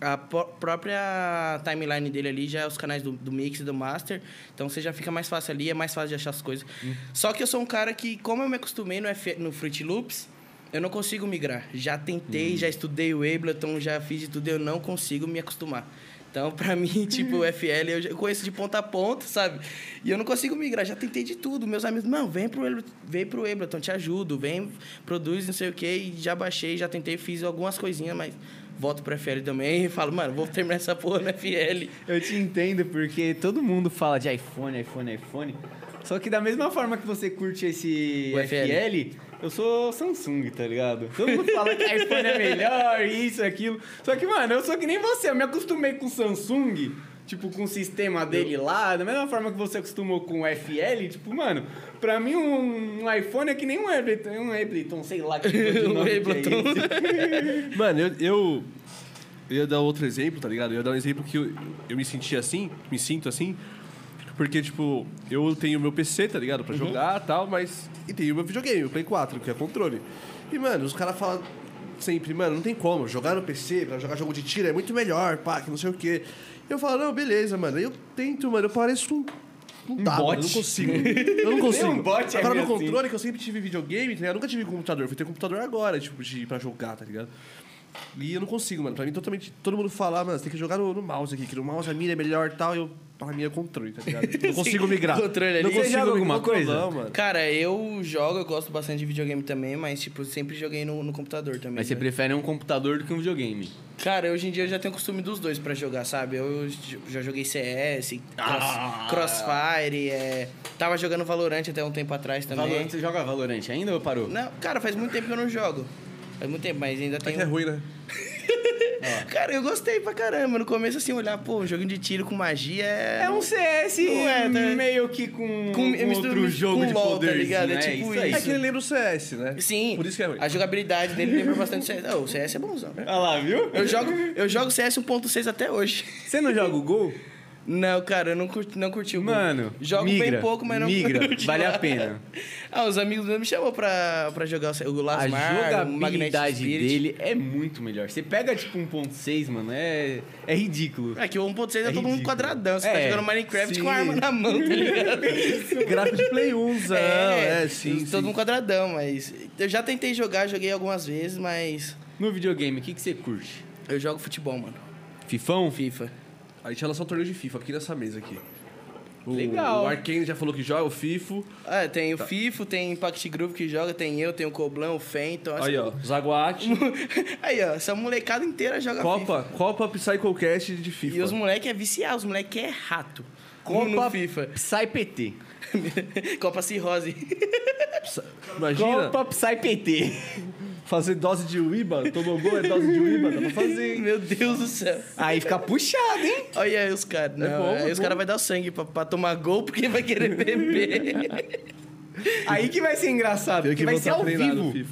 C: a po- própria timeline dele ali já é os canais do, do mix e do master. Então você já fica mais fácil ali, é mais fácil de achar as coisas. Só que eu sou um cara que, como eu me acostumei no, F, no Fruit Loops, eu não consigo migrar. Já tentei, já estudei o Ableton, já fiz de tudo, eu não consigo me acostumar. Então, pra mim, tipo, o FL, eu, já- eu conheço de ponta a ponta, sabe? E eu não consigo migrar, já tentei de tudo. Meus amigos, não, vem pro, Ableton- vem pro Ableton, te ajudo, vem, produz, não sei o quê. E já baixei, já tentei, fiz algumas coisinhas, mas volto pro FL também e falo, mano, vou terminar essa porra no FL.
B: Eu te entendo, porque todo mundo fala de iPhone, iPhone, iPhone. Só que da mesma forma que você curte esse
C: O
B: FL,
C: FL.
B: eu sou Samsung, tá ligado? Todo mundo fala que iPhone é melhor, isso, aquilo. Só que, mano, eu sou que nem você, eu me acostumei com o Samsung. Tipo, com o sistema dele lá, da mesma forma que você acostumou com o FL, tipo, mano, pra mim um, um iPhone é que nem um Ableton, um Ableton, sei lá que tipo de
C: Um
B: nome que é
C: Ableton.
B: esse.
A: Mano, eu, eu. eu ia dar outro exemplo, tá ligado? Eu ia dar um exemplo que eu, eu me senti assim, me sinto assim. Porque, tipo, eu tenho meu PC, tá ligado?
B: Uhum.
A: Pra jogar e tal, mas. E tenho meu videogame, o Play 4, que é controle. E, mano, os caras falam sempre, mano, não tem como. Jogar no PC, pra jogar jogo de tiro é muito melhor, pá, que não sei o quê. Eu falo, não, beleza, mano. Eu tento, mano, eu pareço um. Um dá, mano, eu não
B: bot.
A: consigo. Eu não consigo.
B: um bot é
A: Agora no
B: meio assim.
A: controle, que eu sempre tive videogame, tá ligado? Eu nunca tive computador. Fui ter computador agora, tipo, de, pra jogar, tá ligado? E eu não consigo, mano. Pra mim, totalmente. Todo mundo fala, "Ah, mano, você tem que jogar no, no mouse aqui, que no mouse a mira é melhor e tal. E eu. A minha é controle, tá ligado? Não consigo migrar.
C: Controle ali.
A: Não
C: Você
A: consigo
B: joga
A: migrar
B: alguma
A: pro
B: coisa?
A: Não, mano.
C: Cara, eu jogo, eu gosto bastante de videogame também, mas, tipo, sempre joguei no, no computador também.
B: Mas você
C: né?
B: prefere um computador do que um videogame.
C: Cara, hoje em dia eu já tenho o costume dos dois pra jogar, sabe? Eu j- já joguei CS, cross-
B: Ah!
C: Crossfire, é... tava jogando Valorant até um tempo atrás também.
B: Valorant, você joga Valorant ainda ou parou?
C: Não, cara, faz muito tempo que eu não jogo. Faz muito tempo, mas ainda
A: É
C: tem.
A: que é ruim, né?
C: Cara, eu gostei pra caramba. No começo, assim, olhar, pô, joguinho de tiro com magia é.
B: É um CS
C: Ué, tá-
A: hum,
B: meio que com,
C: Com-
B: com
C: eu misturo
B: outro
C: com
B: jogo de
C: LOL, tá
B: poder,
C: ligado? É
B: né?
C: tipo
B: aí.
A: É que ele lembra o CS, né?
C: Sim.
A: Por isso que é ruim.
C: A jogabilidade dele lembra bastante CS. Ah, o CS é bonzão.
B: Olha lá, viu?
C: Eu jogo, eu jogo CS 1.6 até hoje.
B: Você não joga o gol?
C: Não, cara, eu não curti, não curti o gol.
B: Mano,
C: Jogo
B: migra,
C: bem pouco, mas não
B: migra,
C: curti
B: vale
C: lá.
B: a pena.
C: Ah, os amigos meus me chamam pra, pra jogar o o
B: A
C: Lasmar, o Magnetic
B: jogabilidade
C: Spirit.
B: dele é muito melhor. Você pega tipo 1.6, mano, é, é ridículo.
C: É que o 1.6 é,
B: É
C: todo mundo
B: ridículo.
C: quadradão. Você tá
B: É,
C: jogando Minecraft
A: sim.
C: com a arma na mão, tá ligado?
A: Gráfico de Play 1, é, é, sim.
C: Todo
A: sim.
C: um quadradão, mas... Eu já tentei jogar, joguei algumas vezes, mas...
B: No videogame, o que, que você curte?
C: Eu jogo futebol, mano.
B: Fifão?
C: FIFA.
A: A gente ia lançar um torneio de FIFA aqui nessa mesa aqui. O,
B: Legal.
A: O Arkane já falou que joga, o FIFO.
C: Ah, tem o
B: Tá.
C: FIFA, tem Impact Group que joga, tem eu, tem o Coblão, o Fenton.
A: Aí, ó. Zaguate.
C: Aí, ó, essa molecada inteira joga FIFA.
A: Copa, Copa Psychocast de FIFA.
C: E os moleques é viciado, os moleques é rato. Como
B: Copa
C: no FIFA.
B: Psy PT.
C: Copa Cirrose.
A: Psa- Imagina
B: Copa Psy PT.
A: fazer dose de Uiba, tomou gol, é dose de Uiba, dá pra fazer, hein?
C: Meu Deus do céu.
B: Aí fica puxado, hein?
C: Olha aí os caras. Não,
A: bom,
C: aí
A: é
C: os
A: bom.
C: caras vão dar o sangue pra, pra tomar gol porque vai querer beber.
B: Aí que vai ser engraçado,
A: Tem
B: porque vai ser
C: tá
A: voltar a
B: ao
A: treinar no
B: vivo.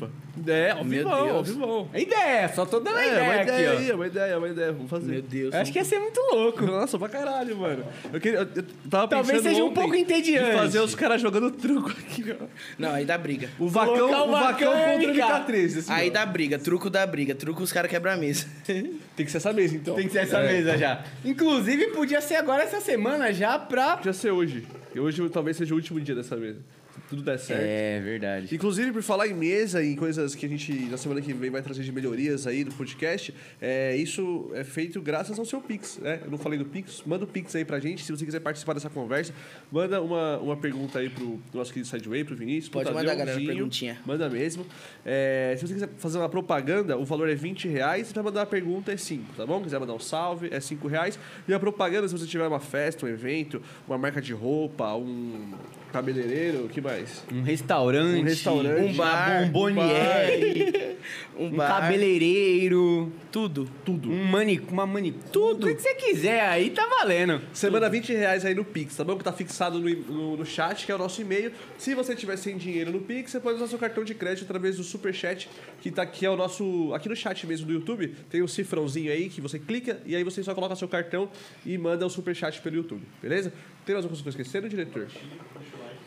A: FIFA. É, ao
C: Meu
A: vivo, ao
C: Deus.
A: vivo.
B: É ideia, só tô dando a
A: É,
B: ideia,
A: uma ideia
B: aqui,
A: aí, uma ideia, uma ideia, vamos fazer.
C: Meu Deus.
B: ó. Eu acho que ia ser muito louco.
A: Nossa, pra caralho, mano. Eu, queria, eu, eu tava
B: Talvez
A: pensando
B: seja um
A: ontem
B: pouco entediante.
A: de fazer os caras jogando truco aqui, ó.
C: Não, aí dá briga.
A: O vacão,
B: Colocar
A: o
B: o
A: vacão
B: Vacão e
A: contra o
B: MK.
A: MK13. assim,
C: Aí
A: ó.
C: dá briga, truco dá briga, truco os caras quebram a mesa.
A: Tem que ser essa mesa, então.
B: Tem que ser essa
A: É.
B: mesa já. Inclusive, podia ser agora essa semana já pra.
A: Podia ser hoje. E hoje talvez seja o último dia dessa mesa. Se tudo der certo.
B: É verdade.
A: Inclusive, por falar em mesa e em coisas que a gente, na semana que vem, vai trazer de melhorias aí do podcast, é, isso é feito graças ao seu Pix, né? Eu não falei do Pix, manda o Pix aí pra gente. Se você quiser participar dessa conversa, manda uma, uma pergunta aí pro nosso querido Sideway, pro Vinícius. pro
C: Pode
A: Tadeu,
C: mandar, galera,
A: Dinho.
C: perguntinha.
A: Manda mesmo. É, se você quiser fazer uma propaganda, o valor é 20 reais. E pra mandar uma pergunta é 5, tá bom? Quiser mandar um salve, é 5 reais. E a propaganda, se você tiver uma festa, um evento, uma marca de roupa, um cabeleireiro, o que mais?
B: Um restaurante.
A: Um restaurante,
C: um bar,
B: Um bomboniere.
C: Um
B: Um,
C: bar.
B: cabeleireiro. Tudo.
A: Tudo.
B: Um mani, uma manicure. Tudo. O que você quiser aí tá valendo.
A: Semana 20 reais aí no Pix, tá bom? Que tá fixado no, no, no chat, que é o nosso e-mail. Se você tiver sem dinheiro no Pix, você pode usar seu cartão de crédito através do Superchat, que tá aqui, é o nosso. Aqui no chat mesmo do YouTube, tem um cifrãozinho aí que você clica e aí você só coloca seu cartão e manda o Superchat pelo YouTube, beleza? Tem mais alguma coisa que eu tô esquecendo, diretor?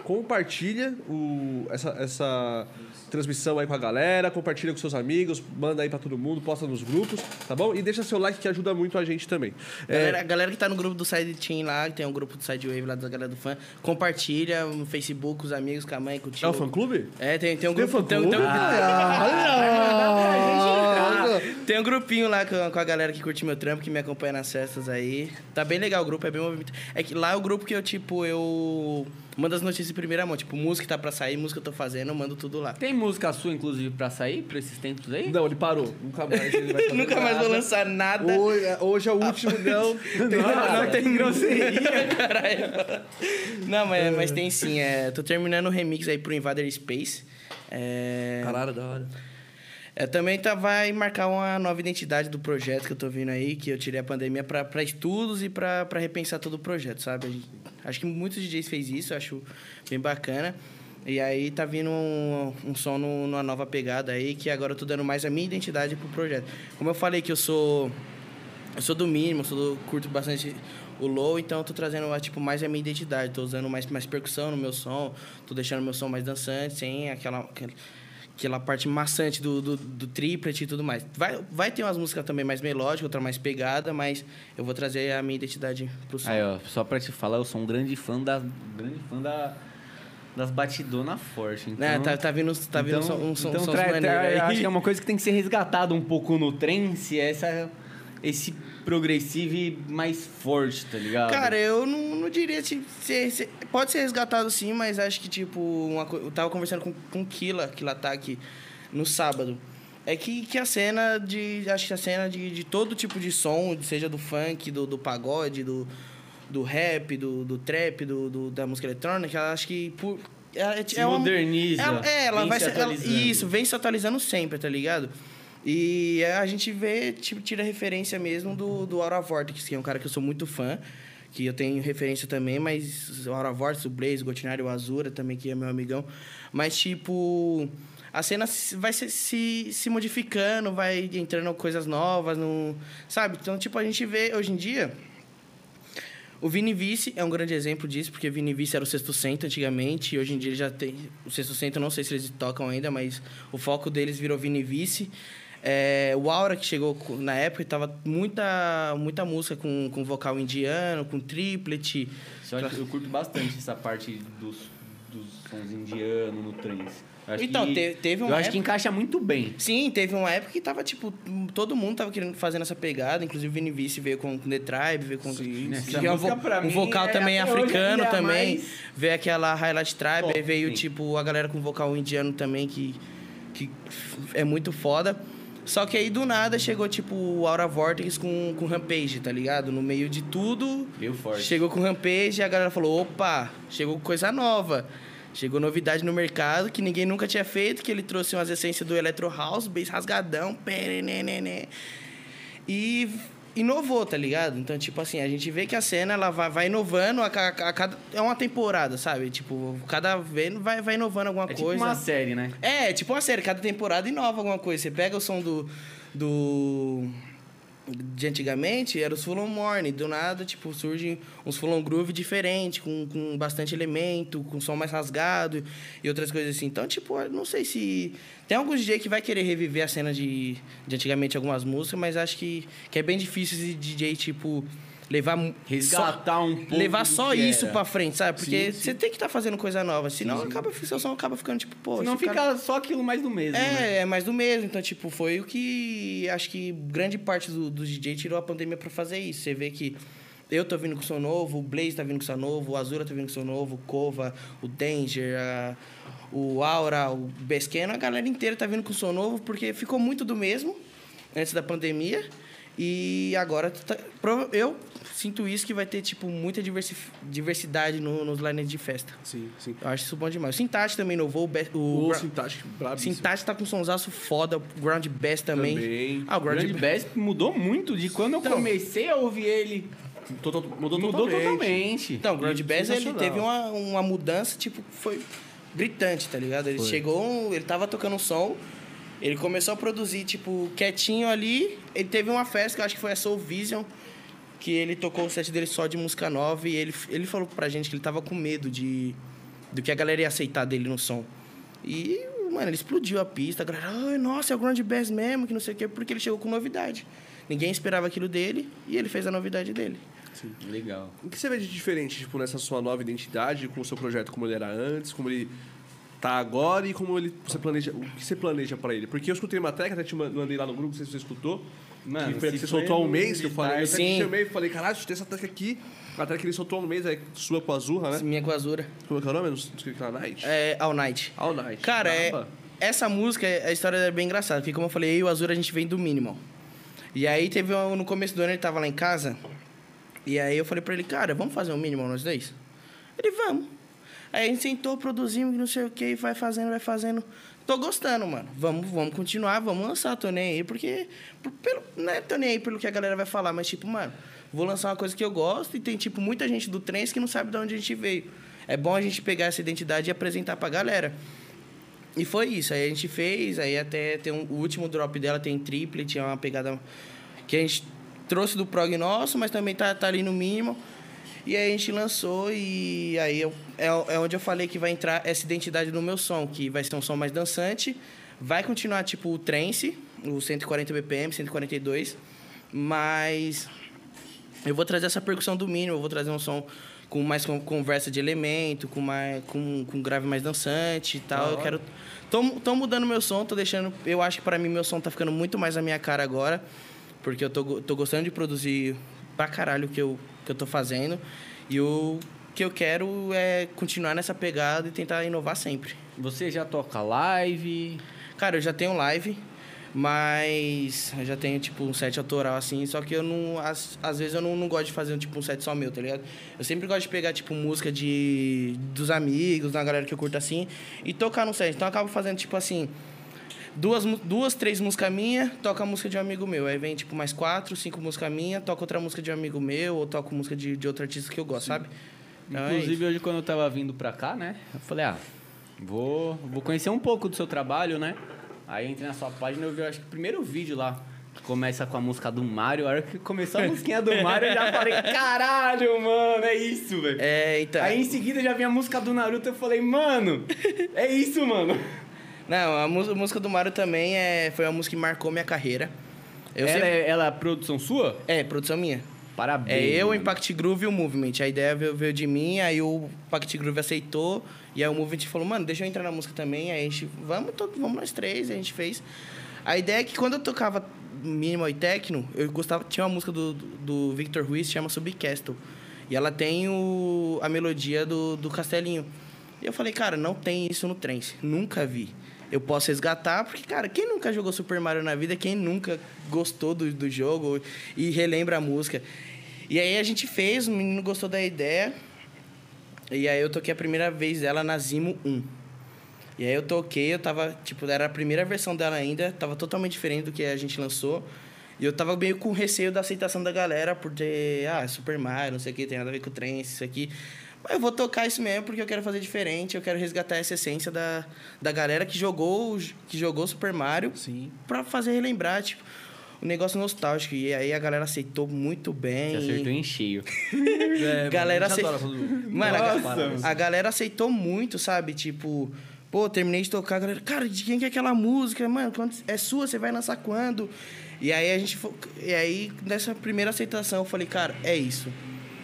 A: Compartilha o- essa, essa transmissão aí com a galera, compartilha com seus amigos, manda aí pra todo mundo, posta nos grupos, tá bom? E deixa seu like que ajuda muito a gente também. É,
C: Galera, a galera que tá no grupo do Side Team lá, que tem um grupo do Side Wave lá da galera do fã, compartilha no Facebook com os amigos, com a mãe, com o tio.
A: é o fã clube?
C: É, tem, tem um
A: Tem
C: grupo.
A: fã
C: Tem, um-
A: clube?
C: tem um-
A: Ah, olha!
C: Tem um grupinho lá com, com a galera que curte meu trampo, que me acompanha nas festas aí. Tá bem legal o grupo, é bem movimentado. É que lá é o grupo que eu, tipo, eu mando as notícias em primeira mão. Tipo, música que tá pra sair, música que eu tô fazendo, eu mando tudo lá.
B: Tem música sua, inclusive, pra sair pra esses tempos aí?
A: Não, ele parou. Nunca mais ele vai fazer
C: Nunca mais vou
A: nada.
C: lançar nada.
A: Hoje, hoje é o último, não.
B: Ah, Não, não tem grosseria.
C: Caralho. Não, mas, mas tem sim. É, tô terminando o remix aí pro Invader Space. É,
A: Caralho, da hora.
C: É, também tá, vai marcar uma nova identidade do projeto que eu tô vindo aí, que eu tirei a pandemia pra pra estudos e pra pra repensar todo o projeto, sabe? A gente- Acho que muitos DJs fez isso, eu acho bem bacana. E aí tá vindo um, um som no- numa nova pegada aí, que agora eu tô dando mais a minha identidade pro projeto. Como eu falei que eu sou eu sou do mínimo, eu sou do, curto bastante o low, então eu tô trazendo ah, tipo, mais a minha identidade. Tô usando mais, mais percussão no meu som, tô deixando meu som mais dançante, sem aquela, aquela, aquela parte maçante do, do, do triplet e tudo mais. Vai, vai ter umas músicas também mais melódicas, outra mais pegada, mas eu vou trazer
A: Ah,
C: a minha identidade pro som.
B: Aí, ó, só pra te falar, eu sou um grande fã da. Grande fã da.
A: Das batidonas forte, então...
C: Né, tá, tá vindo, uns- tá vindo
A: então,
C: um som, um
A: então
C: som
A: tra- tra- eu acho que é
C: aí.
A: uma coisa que tem que ser resgatada um pouco no trance, é essa, esse progressivo mais forte, tá ligado?
C: Cara, eu não, não diria tipo, ser, ser- Pode ser resgatado sim, mas acho que, tipo, uma co- eu tava conversando com, com o Kila, Kila Taki, tá no sábado. É que, que a cena de. Acho que a cena de, de todo tipo de som, seja do funk, do, do pagode, do, do rap, do, do trap, do, do- da música eletrônica, ela acho que. Por, é, é-
A: Se
C: é uma-
A: moderniza,
C: ela- É, ela
A: vem
C: vai
A: se
C: se ela-
A: atualizando.
C: Isso, vem se atualizando sempre, tá ligado? E é, a gente vê, tipo, tira referência mesmo do, do Aura Vortex, que é um cara que eu sou muito fã, que eu tenho referência também, mas o Aura Vortex, o Blaze, o Gotinari, o Azura também, que é meu amigão. Mas, tipo, a cena se- vai se, se, se modificando, vai entrando coisas novas, no, sabe? Então, tipo, a gente vê hoje em dia. O Vini Vice é um grande exemplo disso, porque o Vini Vice era o sexto centro antigamente, e hoje em dia ele já tem. O sexto centro, eu não sei se eles tocam ainda, mas o foco deles virou Vini Vice. É, o Aura, que chegou co- na época, tava muita, muita música com, com vocal indiano, com triplet.
A: Isso Eu, acho- eu curto bastante essa parte dos, dos sons indianos no trance. Eu acho
C: Então,
A: que-
C: te- teve
A: Eu
C: uma
A: acho que encaixa muito bem.
C: Sim, teve uma época que tava, tipo, todo mundo tava querendo fazer essa pegada, inclusive o Vini Vice veio com com The Tribe, veio com.
A: Sim, sim.
C: Que
A: Essa
C: é um
A: música,
C: vo-
A: pra
C: um
A: mim,
C: vocal
A: é
C: também
A: até hoje
C: africano
A: ainda
C: também.
A: mais-
C: Veio aquela Highlight Tribe,
A: Top,
C: aí veio,
A: sim.
C: tipo, a galera com vocal indiano também, que, que f- é muito foda. Só que aí do nada chegou, tipo, o Aura Vortex com, com Rampage, tá ligado? No meio de tudo.
A: Veio forte.
C: Chegou com Rampage e a galera falou: opa, chegou coisa nova. Chegou novidade no mercado que ninguém nunca tinha feito, que ele trouxe umas essências do Electro House, bass rasgadão, né, perenenené. E inovou, tá ligado? Então, tipo assim, a gente vê que a cena ela vai, vai inovando a, ca- a cada. É uma temporada, sabe? Tipo, cada vez vai, vai inovando alguma
A: É tipo
C: coisa.
A: uma série, né?
C: É, é tipo uma série, cada temporada inova alguma coisa. Você pega o som do. do. De antigamente era os Full On Morning, do nada, tipo, surge uns Full On Groove diferente, com, com bastante elemento, com som mais rasgado e outras coisas assim. Então, tipo, eu não sei se. Tem alguns DJ que vai querer reviver a cena de, de antigamente algumas músicas, mas acho que, que é bem difícil esse DJ, tipo, levar. mu-
A: Resgatar
C: só-
A: um pouco
C: Levar
A: do
C: só
A: que
C: isso
A: era.
C: pra frente, sabe? Porque
A: Sim, sim.
C: você tem que estar fazendo coisa nova, senão acaba, seu som acaba ficando, tipo, pô,
A: Senão
C: esse
A: fica
C: cara-
A: só aquilo mais do mesmo, né?
C: é, é mais do mesmo. Então, tipo, foi o que acho que grande parte do, do DJ tirou a pandemia pra fazer isso. Você vê que eu tô vindo com som novo, o Blaze tá vindo com som novo, o Azura tá vindo com som novo, o Kova, o Danger, a- o Aura, o Besqueno, a galera inteira tá vindo com som novo porque ficou muito do mesmo antes da pandemia. E agora tá- prova- eu sinto isso que vai ter, tipo, muita diversi- diversidade no- nos liners de festa.
D: Sim, sim.
C: Eu acho isso bom demais. O Sintaxe também inovou, o, Be- o
D: O
C: Bra-
D: Sintático, brabíssimo.
C: Sintaxe tá com um sonsaço foda, o Ground Bass também.
D: Também.
C: Ah, o Então.
A: O
C: Ground,
A: Grand
C: Bass.
A: Bass mudou muito de quando eu comecei a ouvir ele.
D: Total- mudou,
A: Mudou
D: totalmente.
A: totalmente.
C: Então, o Ground Bass ele
D: Sensacional.
C: teve uma, uma mudança, tipo, foi gritante, tá ligado? Ele chegou, ele tava tocando um som, ele começou a produzir, tipo, quietinho ali. Ele teve uma festa que eu acho que foi a Soul Vision, que ele tocou o set dele só de música nova e ele, ele falou pra gente que ele tava com medo de do que a galera ia aceitar dele no som. E, mano, ele explodiu a pista, a galera, "Ai, nossa, é o Grand Bass mesmo, que não sei o quê, porque ele chegou com novidade. Ninguém esperava aquilo dele e ele fez a novidade dele.
A: Legal.
D: O que você vê de diferente, tipo, nessa sua nova identidade, com o seu projeto como ele era antes, como ele tá agora e como ele você planeja, o que você planeja pra ele? Porque eu escutei uma técnica, até te man- mandei lá no grupo, não sei se você escutou.
A: Mano,
D: que foi a que
A: se
D: você
A: foi
D: soltou há um
A: no
D: mês, que eu falei, eu até te
C: Sim.
D: chamei e falei, caralho, tem essa técnica aqui, a técnica que ele soltou há um mês, é sua com a Azurra, né?
C: Minha Guazura.
D: Como é que é o nome? Eu Não sei o que é, Night?
C: É, All Night.
D: All Night.
C: Cara, é-
D: Braba.
C: essa música, a história é bem engraçada, porque como eu falei, eu e o Azura a gente vem do Minimal. E aí teve um, no começo do ano ele tava lá em casa, e aí eu falei pra ele, cara, vamos fazer um Minimal nós dois? Ele, vamos. Aí a gente sentou, produzimos, não sei o que, vai fazendo, vai fazendo. Tô gostando, mano. Vamos, vamos continuar, vamos lançar, tô nem aí, porque. por- Pelo, não é tô nem aí pelo que a galera vai falar, mas tipo, mano, vou lançar uma coisa que eu gosto e tem, tipo, muita gente do trens que não sabe de onde a gente veio. É bom a gente pegar essa identidade e apresentar pra galera. E foi isso, aí a gente fez, aí até tem um- o último drop dela tem triplet, é uma pegada que a gente trouxe do prog nosso, mas também tá, tá ali no mínimo. E aí a gente lançou e aí eu- é, é onde eu falei que vai entrar essa identidade no meu som, que vai ser um som mais dançante, vai continuar tipo o trance, o 140 BPM, 142, mas Eu vou trazer essa percussão do mínimo, eu vou trazer um som com mais con- conversa de elemento, com mais com, com grave mais dançante e tal. Eu quero tô, tô mudando meu som, tô deixando, eu acho que pra mim meu som tá ficando muito mais a minha cara agora, porque eu tô, go- tô gostando de produzir pra caralho o que eu que eu tô fazendo e o que eu quero é continuar nessa pegada e tentar inovar sempre.
A: Você já toca live?
C: Cara, eu já tenho live, mas eu já tenho, tipo, um set autoral, assim, só que eu não. Às, às vezes eu não, não gosto de fazer, tipo, um set só meu, tá ligado? Eu sempre gosto de pegar, tipo, música de, dos amigos, da galera que eu curto assim, e tocar no set. Então eu acabo fazendo, tipo assim. Duas, mu- duas, três músicas minha, toca a música de um amigo meu. Aí vem, tipo, mais quatro, cinco músicas minha, toca outra música de um amigo meu, ou toco música de, de outro artista que eu gosto, sabe? Então, é
A: Inclusive, hoje, quando eu tava vindo pra cá, né? Eu falei, ah, vou, vou conhecer um pouco do seu trabalho, né? Aí eu entrei na sua página e eu vi, eu acho que o primeiro vídeo lá. que Começa com a música do Mario. A hora que começou a musiquinha do Mario, eu já falei, caralho, mano, é isso, velho.
C: É, então.
A: Aí em seguida já vi a música do Naruto, eu falei, mano, é isso, mano.
C: Não, a mu- a música do Mario também é, foi uma música que marcou minha carreira. Eu
A: ela,
C: sempre-
A: é, ela é produção sua?
C: é, produção minha.
A: Parabéns.
C: É eu, o
A: mano.
C: Impact Groove e o Movement. A ideia veio, veio de mim, aí o Impact Groove aceitou. E aí o Movement falou, mano, deixa eu entrar na música também. Aí a gente, vamos, to- vamos nós três. E a gente fez. A ideia é que quando eu tocava minimal e techno, eu gostava... Tinha uma música do, do Victor Ruiz, chama Subcastle. E ela tem o, a melodia do, do Castelinho. E eu falei, cara, não tem isso no trance. Nunca vi. Eu posso resgatar, porque, cara, quem nunca jogou Super Mario na vida, quem nunca gostou do, do jogo e relembra a música. E aí a gente fez, o menino gostou da ideia. E aí eu toquei a primeira vez dela na Zimo 1. E aí eu toquei, eu tava, tipo, era a primeira versão dela ainda, tava totalmente diferente do que a gente lançou. E eu tava meio com receio da aceitação da galera por ter, ah, Super Mario, não sei o que, tem nada a ver com o trance, isso aqui. Mas eu vou tocar isso mesmo porque eu quero fazer diferente, eu quero resgatar essa essência da, da galera que jogou, o j- que jogou Super Mario
D: Sim.
C: pra fazer relembrar, tipo, um negócio nostálgico. E aí a galera aceitou muito bem.
A: Você acertou em cheio.
D: É,
C: Galera
D: mano, a
C: acei-
D: gente adora quando-
C: Mano, a,
D: Nossa,
C: ga- a galera aceitou muito, sabe? Tipo, pô, terminei de tocar, a galera, cara, de quem que é aquela música? Mano, quando- é sua, você vai lançar quando? E aí a gente fo- e aí nessa primeira aceitação eu falei, cara, é isso.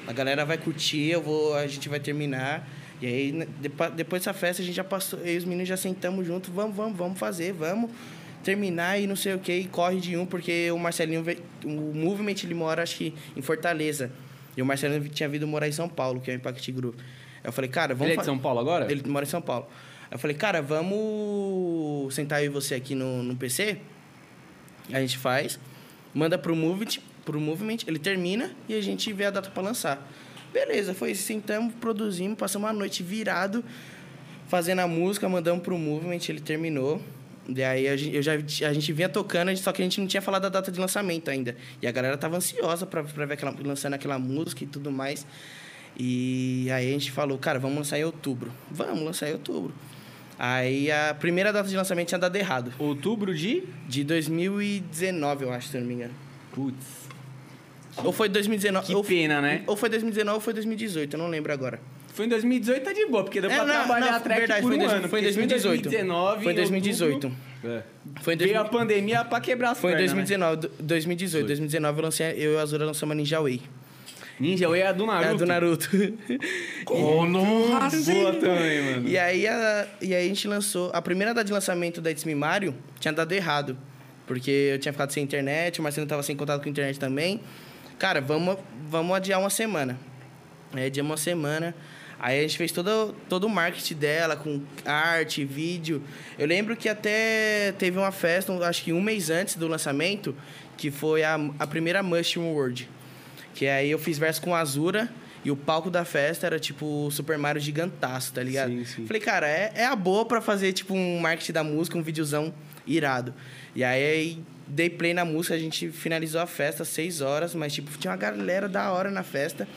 C: A galera vai curtir, eu vou, a gente vai terminar. E aí né, depa- depois dessa festa a gente já passou, eu e os meninos já sentamos junto, vamos, vamos, vamos fazer, vamos terminar e não sei o que, e corre de um, porque o Marcelinho, ve- o Movement, ele mora, acho que, em Fortaleza. E o Marcelinho tinha vindo morar em São Paulo, que é o Impact Group. Aí eu falei, cara, vamos...
A: Ele é de
C: fa-
A: São Paulo agora?
C: Ele mora em São Paulo. Aí eu falei, cara, vamos sentar eu e você aqui no, no PC? A gente faz, manda pro Movement, pro Movement, ele termina e a gente vê a data pra lançar. Beleza, foi isso. Sentamos, produzimos, passamos a noite virado, fazendo a música, mandamos pro Movement, ele terminou. E aí a gente, eu já, a gente vinha tocando, a gente- só que a gente não tinha falado a data de lançamento ainda. E a galera tava ansiosa pra, pra ver aquela, lançando aquela música e tudo mais. E aí a gente falou, cara, vamos lançar em outubro. Vamos lançar em outubro. Aí a primeira data de lançamento tinha dado errado.
A: Outubro de.
C: De 2019, eu acho, se eu não me engano.
A: Putz.
C: Ou foi 2019.
A: Que
C: ou,
A: pena, né?
C: ou foi 2019 ou foi 2018, eu não lembro agora.
A: Foi em 2018, tá de boa, porque deu
C: É,
A: pra
C: não,
A: trabalhar
C: não,
A: a track
C: verdade,
A: por
C: foi
A: um
C: em dois-
A: ano.
C: foi em
A: porque
C: 2018.
A: 2019,
C: Foi em 2018.
A: outubro, é.
C: Foi em
A: Veio
C: 2000
A: a pandemia pra quebrar as
C: Foi em
A: pernas, né?
C: 2019, do- 2018. 2019 eu lancei, eu e o Azura lançamos a Ninja Way.
A: Né? Ninja Way é a do Naruto. um
C: É, do Naruto.
A: Boa também, mano.
C: E aí, a, e aí a gente lançou. A primeira data de lançamento da It's Me Mario tinha dado errado. Porque eu tinha ficado sem internet, o Marcelo tava sem contato com a internet também. Cara, vamos, vamos adiar uma semana. Aí adiamos uma semana. Aí a gente fez todo, todo o marketing dela, com arte, vídeo. Eu lembro que até teve uma festa, um- acho que um mês antes do lançamento, que foi a, a primeira Mushroom World. Que aí eu fiz verso com a Azura e o palco da festa era tipo o Super Mario gigantaço, tá ligado?
A: Sim, sim.
C: Falei, cara, é, é a boa pra fazer tipo um marketing da música, um videozão irado. E aí dei play na música, a gente finalizou a festa às 6 horas, mas tipo, tinha uma galera da hora na festa.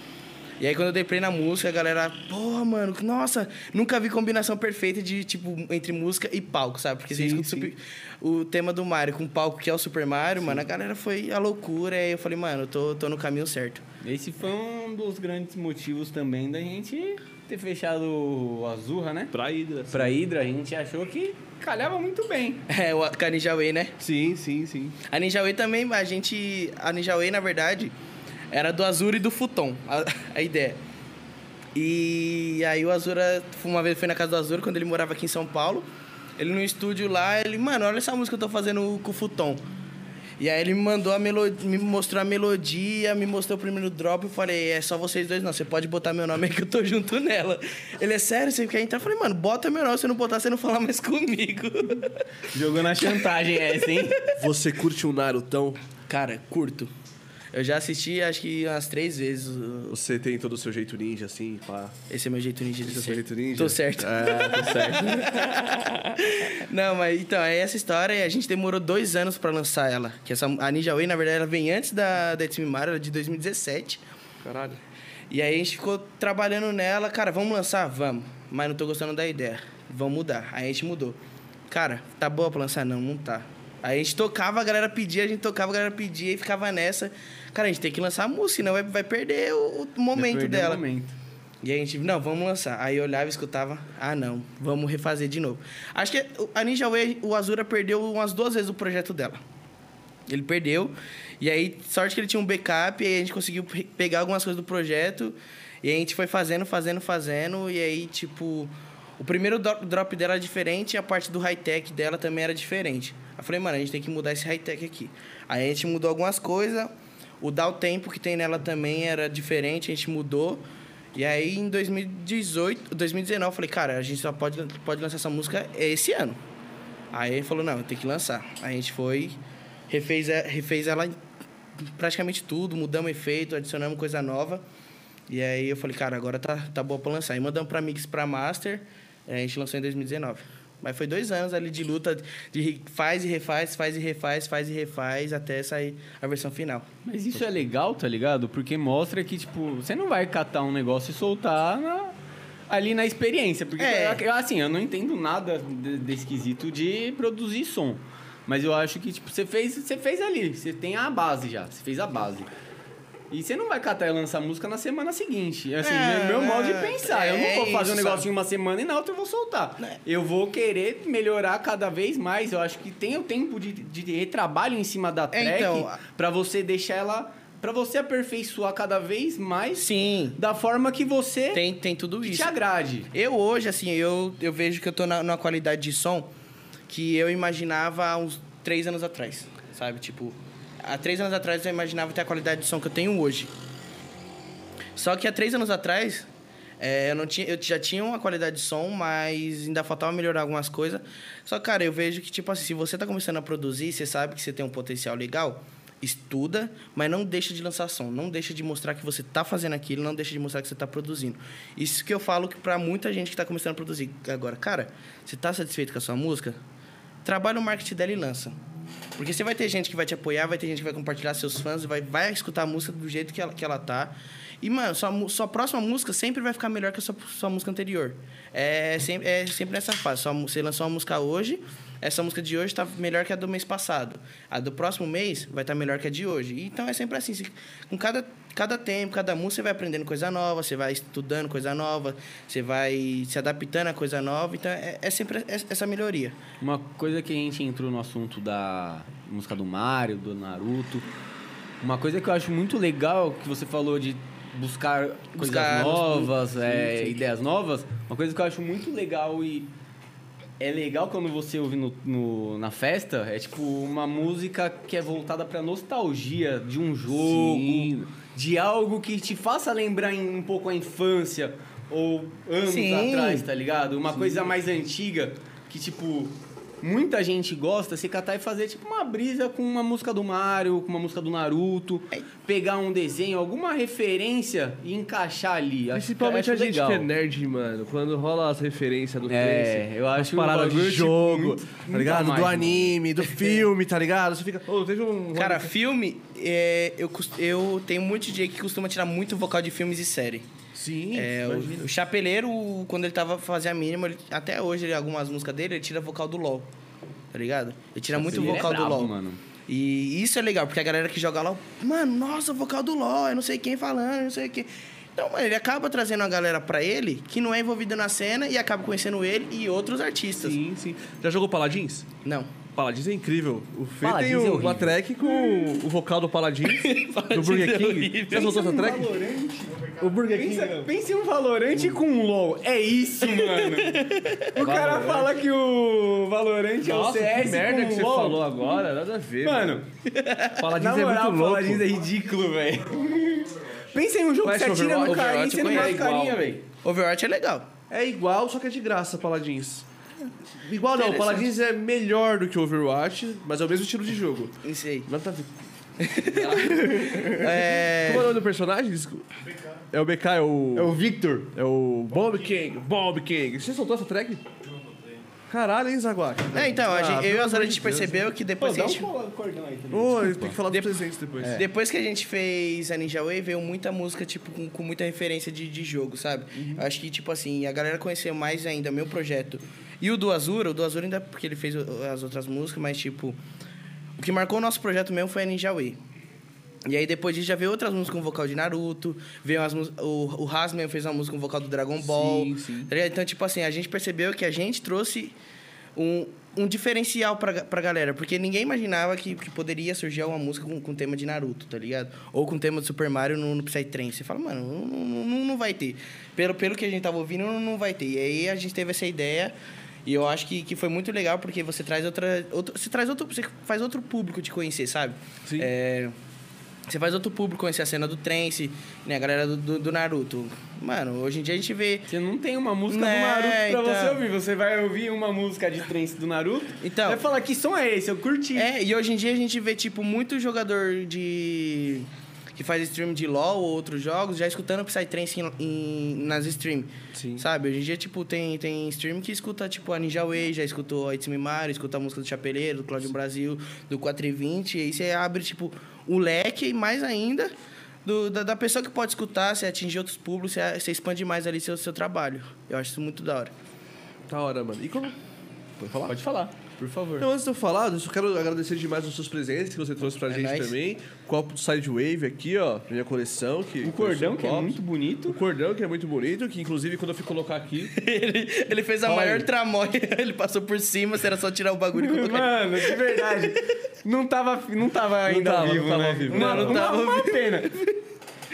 C: E aí quando eu dei play na música, a galera, porra, mano, nossa, nunca vi combinação perfeita de, tipo, entre música e palco, sabe? Porque você
A: Sim,
C: escuta o
A: sim.
C: Super- o tema do Mario com o palco que é o Super Mario, mano, a galera foi a loucura. E aí eu falei, mano, eu tô, tô no caminho certo.
A: Esse foi um dos grandes motivos também da gente ter fechado a Azurra, né?
D: Pra Hydra.
A: Pra Hydra, a gente achou que calhava muito bem.
C: É, o, com a Ninja Way, né?
D: Sim, sim, sim.
C: A Ninja Way também, a gente. A Ninja Way, na verdade, Era do Azura e do Futon, a, a ideia. E aí o Azura, uma vez foi na casa do Azura, quando ele morava aqui em São Paulo. Ele no estúdio lá, ele, mano, olha essa música que eu tô fazendo com o Futon. E aí ele me mandou a melodia, me mostrou a melodia, me mostrou o primeiro drop. Eu falei, é só vocês dois, não. Você pode botar meu nome aí que eu tô junto nela. Ele é sério, você quer entrar? Eu falei, mano, bota meu nome, se não botar, você não fala mais comigo.
B: Jogou na chantagem essa, hein?
A: Você curte um Narutão?
C: Cara, curto. Eu já assisti acho que umas três vezes. o-
A: Você tem todo o seu jeito ninja, assim, pá.
C: Esse é meu jeito ninja de
A: Esse é o
C: ser.
A: seu jeito ninja?
C: Tô certo.
A: É, tô certo.
C: Não, mas então, é essa história e a gente demorou dois anos pra lançar ela. Que essa, a Ninja Way, na verdade, ela vem antes da, da It's Me Mario, ela é de 2017.
A: Caralho.
C: E aí a gente ficou trabalhando nela, cara, vamos lançar? Vamos. Mas não tô gostando da ideia. Vamos mudar. Aí a gente mudou. Cara, tá boa pra lançar? Não, não tá. Aí a gente tocava, a galera pedia, a gente tocava, a galera pedia e ficava nessa. Cara, a gente tem que lançar a música, senão vai, vai perder o, o momento
B: Perdeu o
C: dela.
B: momento.
C: E aí a gente, não, vamos lançar. Aí eu olhava e escutava, ah não, vamos refazer de novo. Acho que a Ninja Way, o Azura perdeu umas duas vezes o projeto dela. Ele perdeu. E aí, sorte que ele tinha um backup, e aí a gente conseguiu pe- pegar algumas coisas do projeto. E aí a gente foi fazendo, fazendo, fazendo. E aí, tipo, o primeiro dro- drop dela era diferente, e a parte do high-tech dela também era diferente. Aí eu falei, mano, a gente tem que mudar esse high-tech aqui. Aí a gente mudou algumas coisas. O dar o tempo que tem nela também era diferente, a gente mudou. E aí em 2018, 2019, eu falei, cara, a gente só pode, lan- pode lançar essa música esse ano. Aí ele falou, não, tem que lançar. Aí a gente foi, refez, e- refez ela em praticamente tudo, mudamos efeito, adicionamos coisa nova. E aí eu falei, cara, agora tá, tá boa pra lançar. E mandamos pra Mix pra Master, aí a gente lançou em 2019. Mas foi dois anos ali de luta, de re- faz e refaz, faz e refaz, faz e refaz, até sair a versão final.
B: Mas isso é legal, tá ligado? Porque mostra que, tipo, você não vai catar um negócio e soltar na- ali na experiência. Porque,
C: É.
B: eu- assim, eu não entendo nada de, de esquisito de produzir som. Mas eu acho que, tipo, você fez, você fez ali. Você tem a base já. Você fez a base. E você não vai catar e lançar música na semana seguinte. Assim,
C: É,
B: é meu modo de
C: é,
B: pensar. eu
C: é
B: não vou fazer um
C: isso. É.
B: negócio em uma semana e na outra eu vou soltar. Eu vou querer melhorar cada vez mais. Eu acho que tem o tempo de, de retrabalho em cima da
C: É,
B: track
C: então, a-
B: Pra você deixar ela, Pra você aperfeiçoar cada vez mais
C: Sim,
B: da forma que você
C: tem, tem tudo
B: que
C: isso.
B: te agrade.
C: Eu hoje, assim, eu, eu vejo que eu tô na, numa qualidade de som que eu imaginava há uns três anos atrás, sabe? Tipo, há três anos atrás eu imaginava ter a qualidade de som que eu tenho hoje. Só que há três anos atrás, é, eu, não tinha, eu já tinha uma qualidade de som, mas ainda faltava melhorar algumas coisas. Só que, cara, eu vejo que, tipo assim, se você tá começando a produzir, você sabe que você tem um potencial legal, estuda, mas não deixa de lançar som. Não deixa de mostrar que você tá fazendo aquilo, não deixa de mostrar que você tá produzindo. Isso que eu falo que pra muita gente que tá começando a produzir agora. Cara, você tá satisfeito com a sua música? Trabalha o marketing dela e lança. Porque você vai ter gente que vai te apoiar, vai ter gente que vai compartilhar seus fãs, vai, vai escutar a música do jeito que ela, que ela tá. E, mano, sua, mu- sua próxima música sempre vai ficar melhor que a sua, sua música anterior. É sempre, é sempre nessa fase. Sua mu- você lançou uma música hoje, essa música de hoje tá melhor que a do mês passado. A do próximo mês vai estar melhor que a de hoje. E Então é sempre assim. você- com cada, cada tempo, cada música, você vai aprendendo coisa nova, você vai estudando coisa nova, você vai se adaptando a coisa nova. Então é, é sempre es- essa melhoria.
B: Uma coisa que a gente entrou no assunto da música do Mario, do Naruto. Uma coisa que eu acho muito legal que você falou de buscar coisas
C: Buscar nos-
B: novas, é,
C: sim, sim.
B: ideias novas. Uma coisa que eu acho muito legal e é legal quando você ouve no, no- na festa é tipo uma música que é voltada pra nostalgia de um jogo,
A: Sim.
B: de algo que te faça lembrar em- um pouco a infância ou anos
C: Sim.
B: atrás, tá ligado? Uma coisa mais antiga que tipo muita gente gosta, se catar e fazer tipo uma brisa com uma música do Mario, com uma música do Naruto,
A: É.
B: pegar um desenho, alguma referência e encaixar ali. Acho-
A: Principalmente
B: acho
A: a gente
B: legal.
A: que é nerd, mano. Quando rola as referências do
B: É,
A: trance,
B: eu acho
A: as paradas
B: um
A: de
B: bagulho, tipo,
A: jogo,
B: muito-
A: tá
B: muito
A: ligado?
B: a mais,
A: do
B: mano.
A: anime, do filme, tá ligado? Você fica. Ô, teve um.
C: Cara, filme, é, eu, cus- eu tenho muito DJ que costuma tirar muito vocal de filmes e série.
A: Sim,
C: É,
A: imagina.
C: o, o Chapeleiro, o- quando ele tava fazendo a mínima, ele- até hoje, ele- algumas músicas dele, ele tira vocal do LOL. Tá ligado? Ele tira muito
B: Ele é
C: vocal do
B: brabo,
C: LOL.
B: mano.
C: E isso é legal, porque a galera que joga LOL, mano, nossa, vocal do LOL, eu não sei quem falando, eu não sei quem. Então, mano, ele acaba trazendo a galera pra ele que não é envolvida na cena e acaba conhecendo ele e outros artistas.
A: Sim, sim. Já jogou Paladins?
C: Não.
A: Paladins é incrível. O Fê
E: Paladins
A: tem
E: é
A: um-
E: horrível.
A: uma track com o vocal do Paladins, do
C: Paladins
A: Burger
C: é
A: King.
C: horrível.
A: Você é soltou essa track? O Burger King.
B: um
A: Hum.
B: Pensa, pense um Valorante com um LoL. É isso, mano. o cara fala que o Valorante é o
A: Nossa,
B: CS
A: que merda
B: com
A: que
B: o
A: você
B: LoL.
A: falou agora, nada a ver.
B: Mano,
A: Paladins
B: na
A: é
B: moral,
A: muito louco.
B: Paladins é ridículo, velho. Pensa em um jogo
A: Mas
B: que você atira no
A: Overwatch-
B: cara e você não
C: Overwatch
B: mata o carinha,
C: é
B: velho.
C: Overwatch é legal.
A: É igual, só que é de graça, Paladins. Igual não, Paladins é melhor do que Overwatch, mas é o mesmo estilo de jogo. tá
C: Não sei.
A: Nada a ver.
C: É.
A: Como é o nome do personagem? Desculpa. É o BK, é o. É o Victor. É o Bob King. Bob King. Você soltou essa track? Caralho, hein, Zaguac?
C: É, então, a
A: Ah,
C: gente, eu
A: pelo
C: e o Azar,
A: amor
C: a
A: de
C: gente
A: Deus,
C: percebeu que depois
A: um
C: que a gente. É.
A: Ô, eu tenho que falar dos presentes depois. É.
C: Depois que a gente fez a Ninja Way, veio muita música, tipo, com, com muita referência de, de jogo, sabe?
A: Uhum.
C: Eu Acho que, tipo assim, a galera conheceu mais ainda meu projeto. E o do Azura, o do Azura ainda porque ele fez o- as outras músicas, mas, tipo, o que marcou o nosso projeto mesmo foi a Ninja Way. E aí depois disso já veio outras músicas com vocal de Naruto, veio as mus- o, o Has mesmo fez uma música com vocal do Dragon Ball.
B: Sim, sim.
C: tá ligado? Então, tipo assim, a gente percebeu que a gente trouxe um, um diferencial pra, ga- pra galera, porque ninguém imaginava que, que poderia surgir uma música com, com tema de Naruto, tá ligado? Ou com tema de Super Mario no, no Psytrance. Você fala, mano, não, não, não- não vai ter. Pelo, pelo que a gente tava ouvindo, não, não vai ter. E aí a gente teve essa ideia. E eu acho que, que foi muito legal, porque você traz outra. Outro, você traz outro. Você faz outro público te conhecer, sabe?
A: Sim.
C: É, você faz outro público conhecer a cena do Trance, né? A galera do, do, do Naruto. Mano, hoje em dia a gente vê.
B: Você não tem uma música
C: Né,
A: É,
B: do Naruto pra
C: então.
B: você ouvir. Você vai ouvir uma música de trance do Naruto.
C: Então.
B: Vai falar que som é esse, eu curti.
C: É, e hoje em dia a gente vê, tipo, muito jogador de. que faz stream de LOL ou outros jogos já escutando Psytrance em, em, nas stream.
A: Sim.
C: Sabe? Hoje em dia, tipo, tem, tem stream que escuta, tipo, a Ninja Way, já escutou a Itzmi Mario, escuta a música do Chapeleiro, do Claudio Brasil, do 420. E aí você abre, tipo, o leque e mais ainda. do- da, da pessoa que pode escutar, você atingir outros públicos, você, você expande mais ali seu, seu trabalho. Eu acho isso muito da hora.
A: Da hora, mano. E como. Pode falar?
B: Pode falar, por favor.
A: Então, antes de eu falar, eu só quero agradecer demais os seus presentes que você trouxe pra
C: É
A: gente
C: nóis.
A: também. Copo do Sidewave aqui, ó, minha coleção. Que
B: O cordão, que é
A: copos.
B: muito bonito.
A: O cordão, que é muito bonito, que inclusive quando eu fui colocar aqui.
C: Ele, ele fez a
A: Olha.
C: maior tramóia, ele passou por cima, se era só tirar o bagulho e colocar.
B: Mano, de verdade. Não tava, não tava ainda
A: tava,
B: ao
A: não
B: vivo,
A: tava
B: né?
A: ao vivo.
B: Uma,
A: Não, não
B: uma-
C: tava
B: uma pena.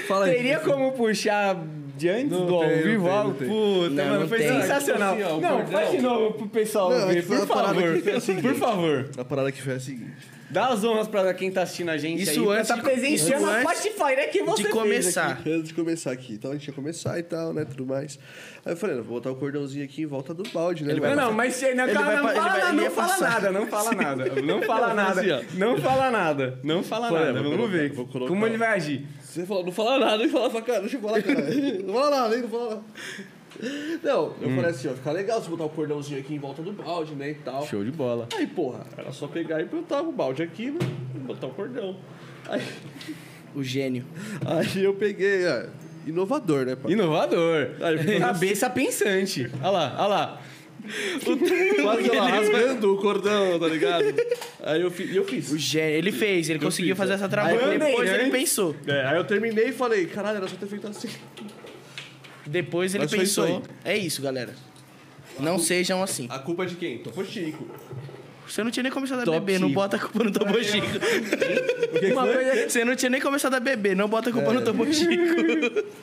A: Fala aí.
B: Teria como puxar de antes
A: Não
B: do ao
A: tem, não
B: vivo?
A: tem, não
B: algo?
A: tem.
B: Puta,
C: Não,
B: mano,
C: não
B: foi
C: tem.
B: sensacional.
A: Assim, ó, o
B: não,
A: cordão.
B: faz de novo pro pessoal
A: Não, é
B: ver,
A: que
B: por
A: a parada
B: favor.
A: aqui é a seguinte.
B: por favor.
A: A parada que foi a seguinte.
B: Dá as honras pra quem tá assistindo a gente
C: Isso
B: aí. pra
C: antes
B: tá
C: de-
B: presenciando
C: isso
B: a
C: antes
B: patifaria que você
C: de começar.
A: Antes de começar aqui, então a gente ia começar e tal, né? Tudo mais. Aí eu falei, não, vou botar o cordãozinho aqui em volta do balde, né?
B: Fez
A: mano?
B: aqui. Não, não, mas não,
C: Ele
B: calma,
C: vai
B: não,
C: pa- ele
B: fala,
C: vai-
B: nada,
C: ele
B: não
C: ia
B: fala
C: passar.
B: nada, não fala nada, não fala nada,
A: assim, ó.
B: não fala nada, não fala
A: Falei, vou
B: nada. Vamos
A: colocar,
B: ver
A: vou colocar.
B: como ele vai agir.
A: Você falou, não fala nada, não fala pra cara, deixa eu falar, cara. Não fala nada, hein? Não fala nada. Não, eu falei assim, ó, fica legal você botar o cordãozinho aqui em volta do balde, né? E tal.
B: Show de bola.
A: Aí, porra, era só pegar e botar o balde aqui, né? E botar o cordão. Aí,
C: O gênio.
A: aí eu peguei, ó, inovador, né, pai?
B: Inovador.
A: Aí,
B: Cabeça pensante. Olha lá, olha lá.
A: Quase lá, rasgando o cordão, tá ligado? Aí eu, fi- e eu fiz.
C: O gênio. Ele fez, ele conseguiu
A: fiz,
C: fazer
A: ó.
C: essa tramóia.
B: Aí,
C: Depois ele
B: antes-
C: pensou.
A: É, aí eu terminei e falei, caralho, era só ter feito assim.
C: Depois ele
A: Mas foi isso
C: pensou. é isso, galera. Não sejam assim.
A: A culpa é de quem? Tô foi Chico.
C: Você não tinha nem começado a
A: Top
C: beber, não
A: Chico.
C: bota a culpa no Topo Chico. Uma coisa- é- Você não tinha nem começado a beber, não bota a culpa no É. Topo Chico.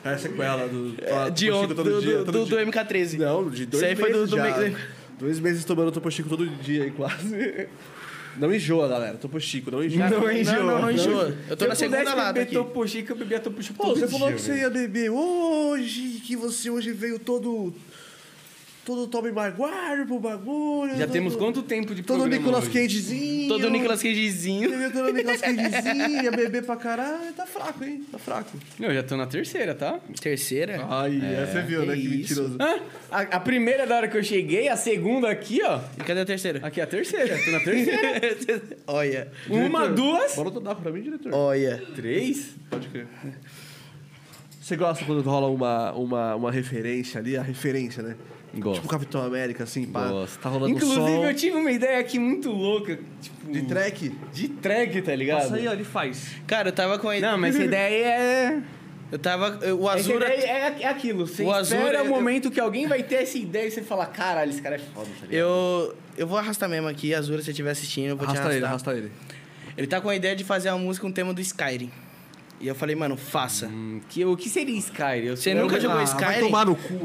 A: É a sequela do. fala
C: É, De
A: Topo Chico
C: ontem,
A: todo
C: do,
A: dia,
C: do,
A: todo
C: do-
A: dia.
C: do MK13.
A: Não, de dois
C: Isso aí
A: meses
C: foi do- do
A: já.
C: me-
A: Dois meses tomando Topo Chico todo dia aí, quase. Não enjoa, galera. Topo Chico, não enjoa.
C: Não, enjoa. não, não enjoa. Eu tô
B: Se
C: na segunda
B: pudesse
C: lata
B: beber
C: aqui.
B: Topo Chico, eu bebia Topo Chico
A: Pô,
B: todo
A: você
B: dia,
A: falou que você
B: velho.
A: ia beber hoje, que você hoje veio todo. Todo Tommy Maguire pro bagulho.
B: Já
A: todo-
B: temos quanto tempo de
A: Todo
B: programa
A: Nicolas
B: hoje?
A: Cagezinho.
C: Todo Nicolas Cagezinho.
A: Bebeu todo Nicolas Cagezinho, ia beber pra caralho. Tá fraco, hein? Tá fraco.
B: Não, eu já tô na terceira, tá?
C: Terceira?
A: Ai, é, você viu, né?
C: que
A: Que mentiroso.
B: Hã? A, a primeira da hora que eu cheguei, a segunda aqui, ó.
C: E cadê a terceira?
B: Aqui é a terceira, tô na terceira.
C: Olha,
B: Uma, duas,
A: Bora dar pra mim, diretor.
C: olha.
B: três.
A: Pode crer. Você gosta quando rola uma, uma, uma referência ali, a referência, né?
B: Gosto.
A: Tipo Capitão América, assim, pá.
B: Gosto.
A: Tá rolando
B: Inclusive,
A: um som
B: eu tive uma ideia aqui muito louca. Tipo,
A: de track.
B: de track, tá ligado?
A: Passa aí, ó, ele faz.
C: Cara, eu tava com a ideia.
B: Não, mas essa ideia aí é.
C: Eu tava. eu- o
B: É,
C: Azura.
B: que é, é- é aquilo. Você
C: O Azura, é-
B: espera o
C: eu-
B: momento que alguém vai ter essa ideia e você fala, caralho, esse cara é foda, tá ligado?
C: Eu, eu vou arrastar mesmo aqui, Azura, se você estiver assistindo, eu vou te
A: Arrasta
C: arrastar.
A: ele, arrasta ele.
C: Ele tá com a ideia de fazer uma música com o tema do Skyrim. E eu falei, mano, faça.
B: Hum, que, o que seria Skyrim? Eu
C: Você
B: sou-
C: nunca
B: eu-
C: jogou
B: Ah,
C: Skyrim?
A: Vai tomar no cu.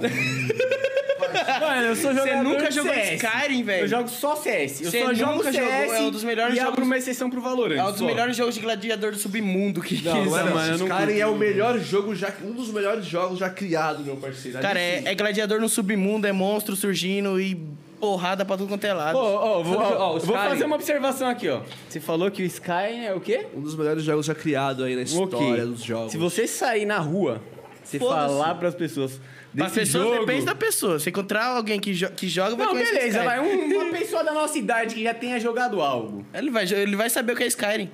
B: Mano, eu sou
C: Você
B: jogador
C: nunca
B: de
C: jogou
B: CS.
C: Skyrim, velho?
B: Eu jogo só CS. Eu
C: Você
B: só jogo
C: nunca
B: CS.
C: jogou, é um dos melhores
B: e
C: jogos-
B: abro uma exceção pro Valorant.
C: É um dos
B: só.
C: melhores jogos de gladiador do submundo que
A: Não, não
C: existe.
F: Não,
A: é,
F: mano, eu
A: mano.
F: não
A: Skyrim
F: curto.
A: é o melhor jogo já. Um dos melhores jogos já criado, meu parceiro.
C: Cara, é, é gladiador no submundo, é monstro surgindo e porrada pra tudo quanto é lado.
B: Ô, ô, vou,
A: Sabe,
B: ó,
A: o
B: eu vou
A: Skyrim-
B: fazer uma observação aqui, ó. Você falou que o Skyrim é o quê?
A: Um dos melhores jogos já criado aí na história dos jogos.
B: Se você sair na rua, você
C: Foda-se.
B: falar pras pessoas.
C: As
B: Desse
C: pessoas
B: jogo...
C: depende da pessoa. Se encontrar alguém que, jo- que joga, vai
B: Não,
C: conhecer
B: beleza,
C: Skyrim.
B: vai. um- uma pessoa da nossa idade que já tenha jogado algo.
C: Ele vai, jo- ele vai saber o que é Skyrim.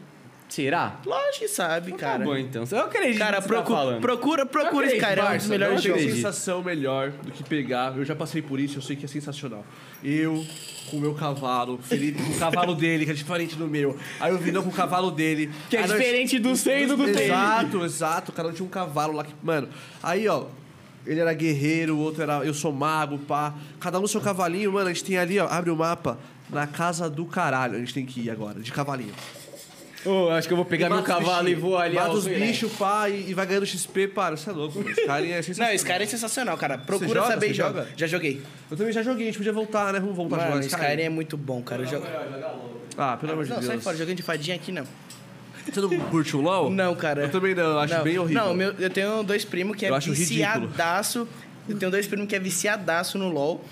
B: Será?
C: Lógico que sabe, cara.
B: Tá bom, então. Eu acredito
C: Cara,
B: no que você
C: procu-
B: tá falando.
C: procura, procura
B: acredito,
C: Skyrim, é um dos
B: Barça,
C: melhores
A: não
B: eu
A: tem
B: acredito.
C: jogos.
A: sensação melhor do que pegar. Eu já passei por isso, eu sei que é sensacional. Eu com o meu cavalo, Felipe com o cavalo dele, que é diferente do meu. Aí o Vinão com o cavalo dele.
B: Que é
A: Aí nós-
B: diferente do seio do dele.
A: Exato, exato. O cara tinha um cavalo lá que. Mano, aí ó. Ele era guerreiro, o outro era eu sou mago, pá. Cada um no seu cavalinho, mano. A gente tem ali, ó, abre o mapa. Na casa do caralho, a gente tem que ir agora, de cavalinho.
B: Ô, acho que eu vou pegar meu
A: Mata os
B: cavalo e
A: bichinhos,
B: vou ali.
A: Mata
B: ao-
A: os bichos, pá, e, e vai ganhando XP, para. Você é louco, mano. Esse cara é
C: Não,
A: sensacional.
C: Skyrim é sensacional, cara. Procura
A: joga?
C: saber
A: Você
C: e joga.
A: joga?
C: Já joguei.
A: Eu também já joguei, a gente podia voltar, né? Vamos voltar a
C: Mano,
A: jogar
C: Skyrim.
A: Skyrim.
C: é muito bom, cara. Eu jogo-
A: Ah, pelo amor de
C: Não,
A: Deus.
C: sai fora. Jogando de fadinha aqui, não.
A: Você não curte o LOL?
C: Não, cara.
A: Eu também não, eu acho
C: Não,
A: bem horrível.
C: Não, meu- eu tenho dois primos que é
A: Eu acho ridículo.
C: viciadaço. Eu tenho dois primos que é viciadaço no LOL.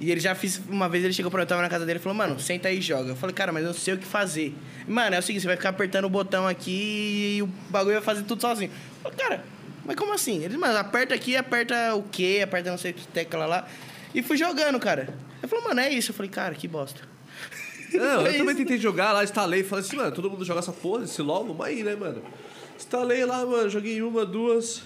C: E ele já fez. Uma vez ele chegou pra mim, eu tava na casa dele e falou, mano, senta aí e joga. Eu falei, cara, mas eu não sei o que fazer. Mano, é o seguinte, você vai ficar apertando o botão aqui e o bagulho vai fazer tudo sozinho. Eu falei, cara, mas como assim? Ele, mano, aperta aqui, aperta o quê? Aperta não sei o que tecla lá. E fui jogando, cara. Ele falou, mano, é isso. Eu falei, cara, que bosta.
A: Não, eu
C: É
A: também
C: isso.
A: tentei jogar lá, instalei e falei assim, mano, todo mundo joga essa porra, esse LOL, vamos aí, né, mano? Instalei lá, mano, joguei uma, duas.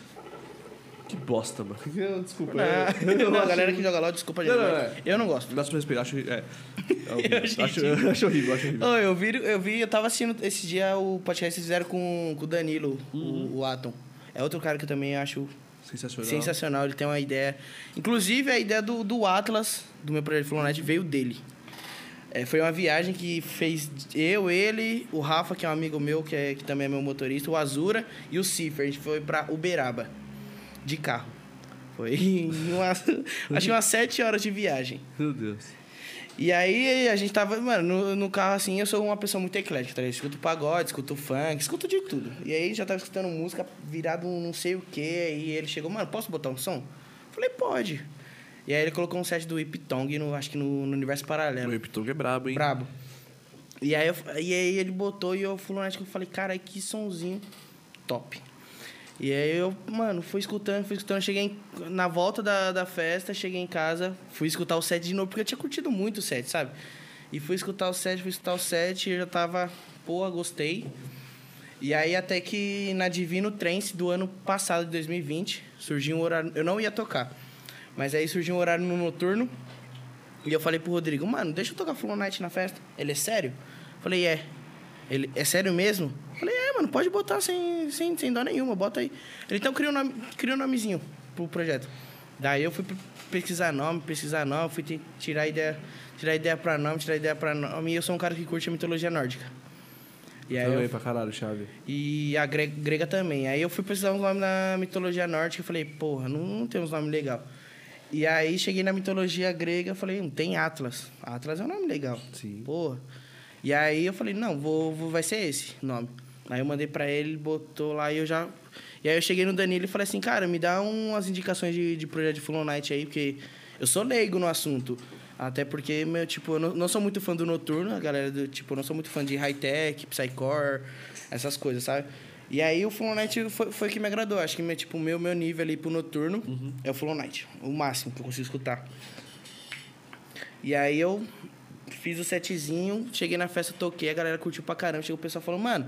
A: Que bosta, mano. Eu- Desculpa.
C: Ah.
A: eu- eu
C: Não, a
A: acho-
C: galera que joga LOL, desculpa,
A: É. Não,
C: gente.
A: não,
C: mas
A: é.
C: Eu não gosto.
A: Nossa, respeito, acho. É. é horrível.
C: achei
A: acho, eu acho horrível, acho horrível.
C: Ô, eu vi, eu vi, eu tava assistindo esse dia o podcast que vocês fizeram com, com o Danilo, o, o Atom. É outro cara que eu também acho
A: Uhum. Sensacional.
C: sensacional, ele tem uma ideia. Inclusive, a ideia do, do Atlas, do meu projeto Flonet, veio dele. É, foi uma viagem que fez eu, ele, o Rafa, que é um amigo meu, que, é, que também é meu motorista, o Azura e o Cifra. A gente foi pra Uberaba, de carro. Foi em umas, acho que umas sete horas de viagem.
A: Meu Deus.
C: E aí a gente tava, mano, no, no carro assim, eu sou uma pessoa muito eclética, tá ligado? Escuto pagode, escuto funk, escuto de tudo. E aí já tava escutando música virado um não sei o quê, e ele chegou, mano, posso botar um som? Falei, pode. E aí ele colocou um set do Ip Tong, no, acho que no, no Universo Paralelo.
A: O Epitong é brabo, hein?
C: Brabo. E aí, eu, e aí ele botou e eu fui no Atlético e falei, cara, que sonzinho top. E aí eu, mano, fui escutando, fui escutando. Cheguei em- na volta da, da festa, cheguei em casa, fui escutar o set de novo, porque eu tinha curtido muito o set, sabe? E fui escutar o set, fui escutar o set, e eu já tava, porra, gostei. E aí até que na Divino Trance do ano passado, de 2020, surgiu um horário. Eu não ia tocar. Mas aí surgiu um horário no noturno. E eu falei pro Rodrigo, mano, deixa eu tocar Flow Night na festa. Ele é sério? Falei, é. Ele, é sério mesmo? Falei, é, mano, pode botar sem, sem, sem dó nenhuma, bota aí. Ele então criou um, nome, criou um nomezinho pro projeto. Daí eu fui pe- pesquisar nome, pesquisar nome, fui te- tirar ideia, tirar ideia pra nome, tirar ideia pra nome. E eu sou um cara que curte a mitologia nórdica. E aí eu
A: Também pra caralho, chave.
C: e a gre- grega também. Aí eu fui pesquisar uns nomes na mitologia norte, que eu falei, porra, não, não tem uns nomes legal. E aí cheguei na mitologia grega, eu falei, não tem Atlas. Atlas é um nome legal.
A: Sim.
C: Porra. E aí eu falei, não, vou, vou- vai ser esse nome. Aí eu mandei pra ele, ele botou lá e eu já. E aí eu cheguei no Danilo e falei assim, cara, me dá umas indicações de, de projeto de Full On Night aí, porque eu sou leigo no assunto. Até porque, meu, tipo, eu não, não sou muito fã do noturno, a galera do, tipo, eu não sou muito fã de high-tech, psycore, essas coisas, sabe? E aí o Full On Night foi, foi o que me agradou. Acho que, meu, tipo, o meu, meu nível ali pro noturno é o Full On Night. O máximo que eu consigo escutar. E aí eu fiz o setzinho, cheguei na festa, toquei, a galera curtiu pra caramba. Chegou o pessoal falou, mano,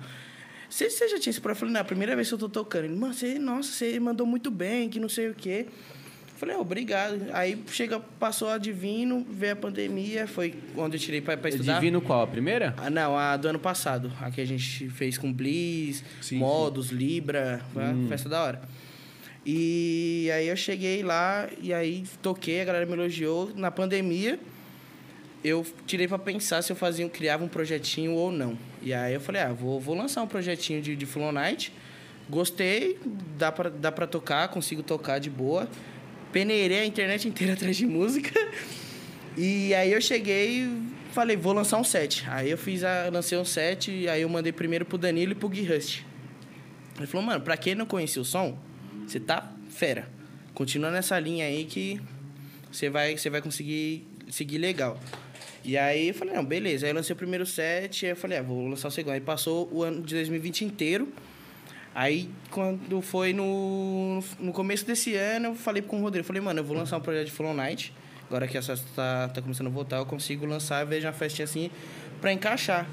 C: você você já tinha esse problema? Eu falei, não, é a primeira vez que eu tô tocando. Ele, mano, você, nossa, você mandou muito bem, que não sei o quê. Falei, "Ah, obrigado. Aí chega, passou a Divino, veio a pandemia, foi onde eu tirei pra,
D: É
C: pra estudar.
A: Divino qual? A primeira?
C: Ah, não, a do ano passado. A que a gente fez com Bliss,
D: Sim, Hum.
C: Modos, Libra. Foi uma festa da hora. E aí eu cheguei lá e aí toquei, a galera me elogiou. Na pandemia, eu tirei pra pensar se eu fazia, criava um projetinho ou não. E aí eu falei, ah, vou, vou lançar um projetinho de, de Flow Night. Gostei, dá pra, dá pra tocar, consigo tocar de boa. Peneirei a internet inteira atrás de música. E aí eu cheguei e falei, vou lançar um set. Aí eu fiz a, lancei um set, e aí eu mandei primeiro pro Danilo e pro Gui Rust. Ele falou, mano, pra quem não conhecia o som, você tá fera. Continua nessa linha aí que você vai, você vai conseguir seguir legal. E aí eu falei, não, beleza. Aí eu lancei o primeiro set, aí eu falei, ah, vou lançar o segundo. Aí passou o ano de 2020 inteiro. Aí, quando foi no, no começo desse ano, eu falei com o Rodrigo, eu falei, mano, eu vou lançar um projeto de Flow Night. Agora que essa tá, tá começando a voltar, eu consigo lançar, vejo uma festinha assim pra encaixar.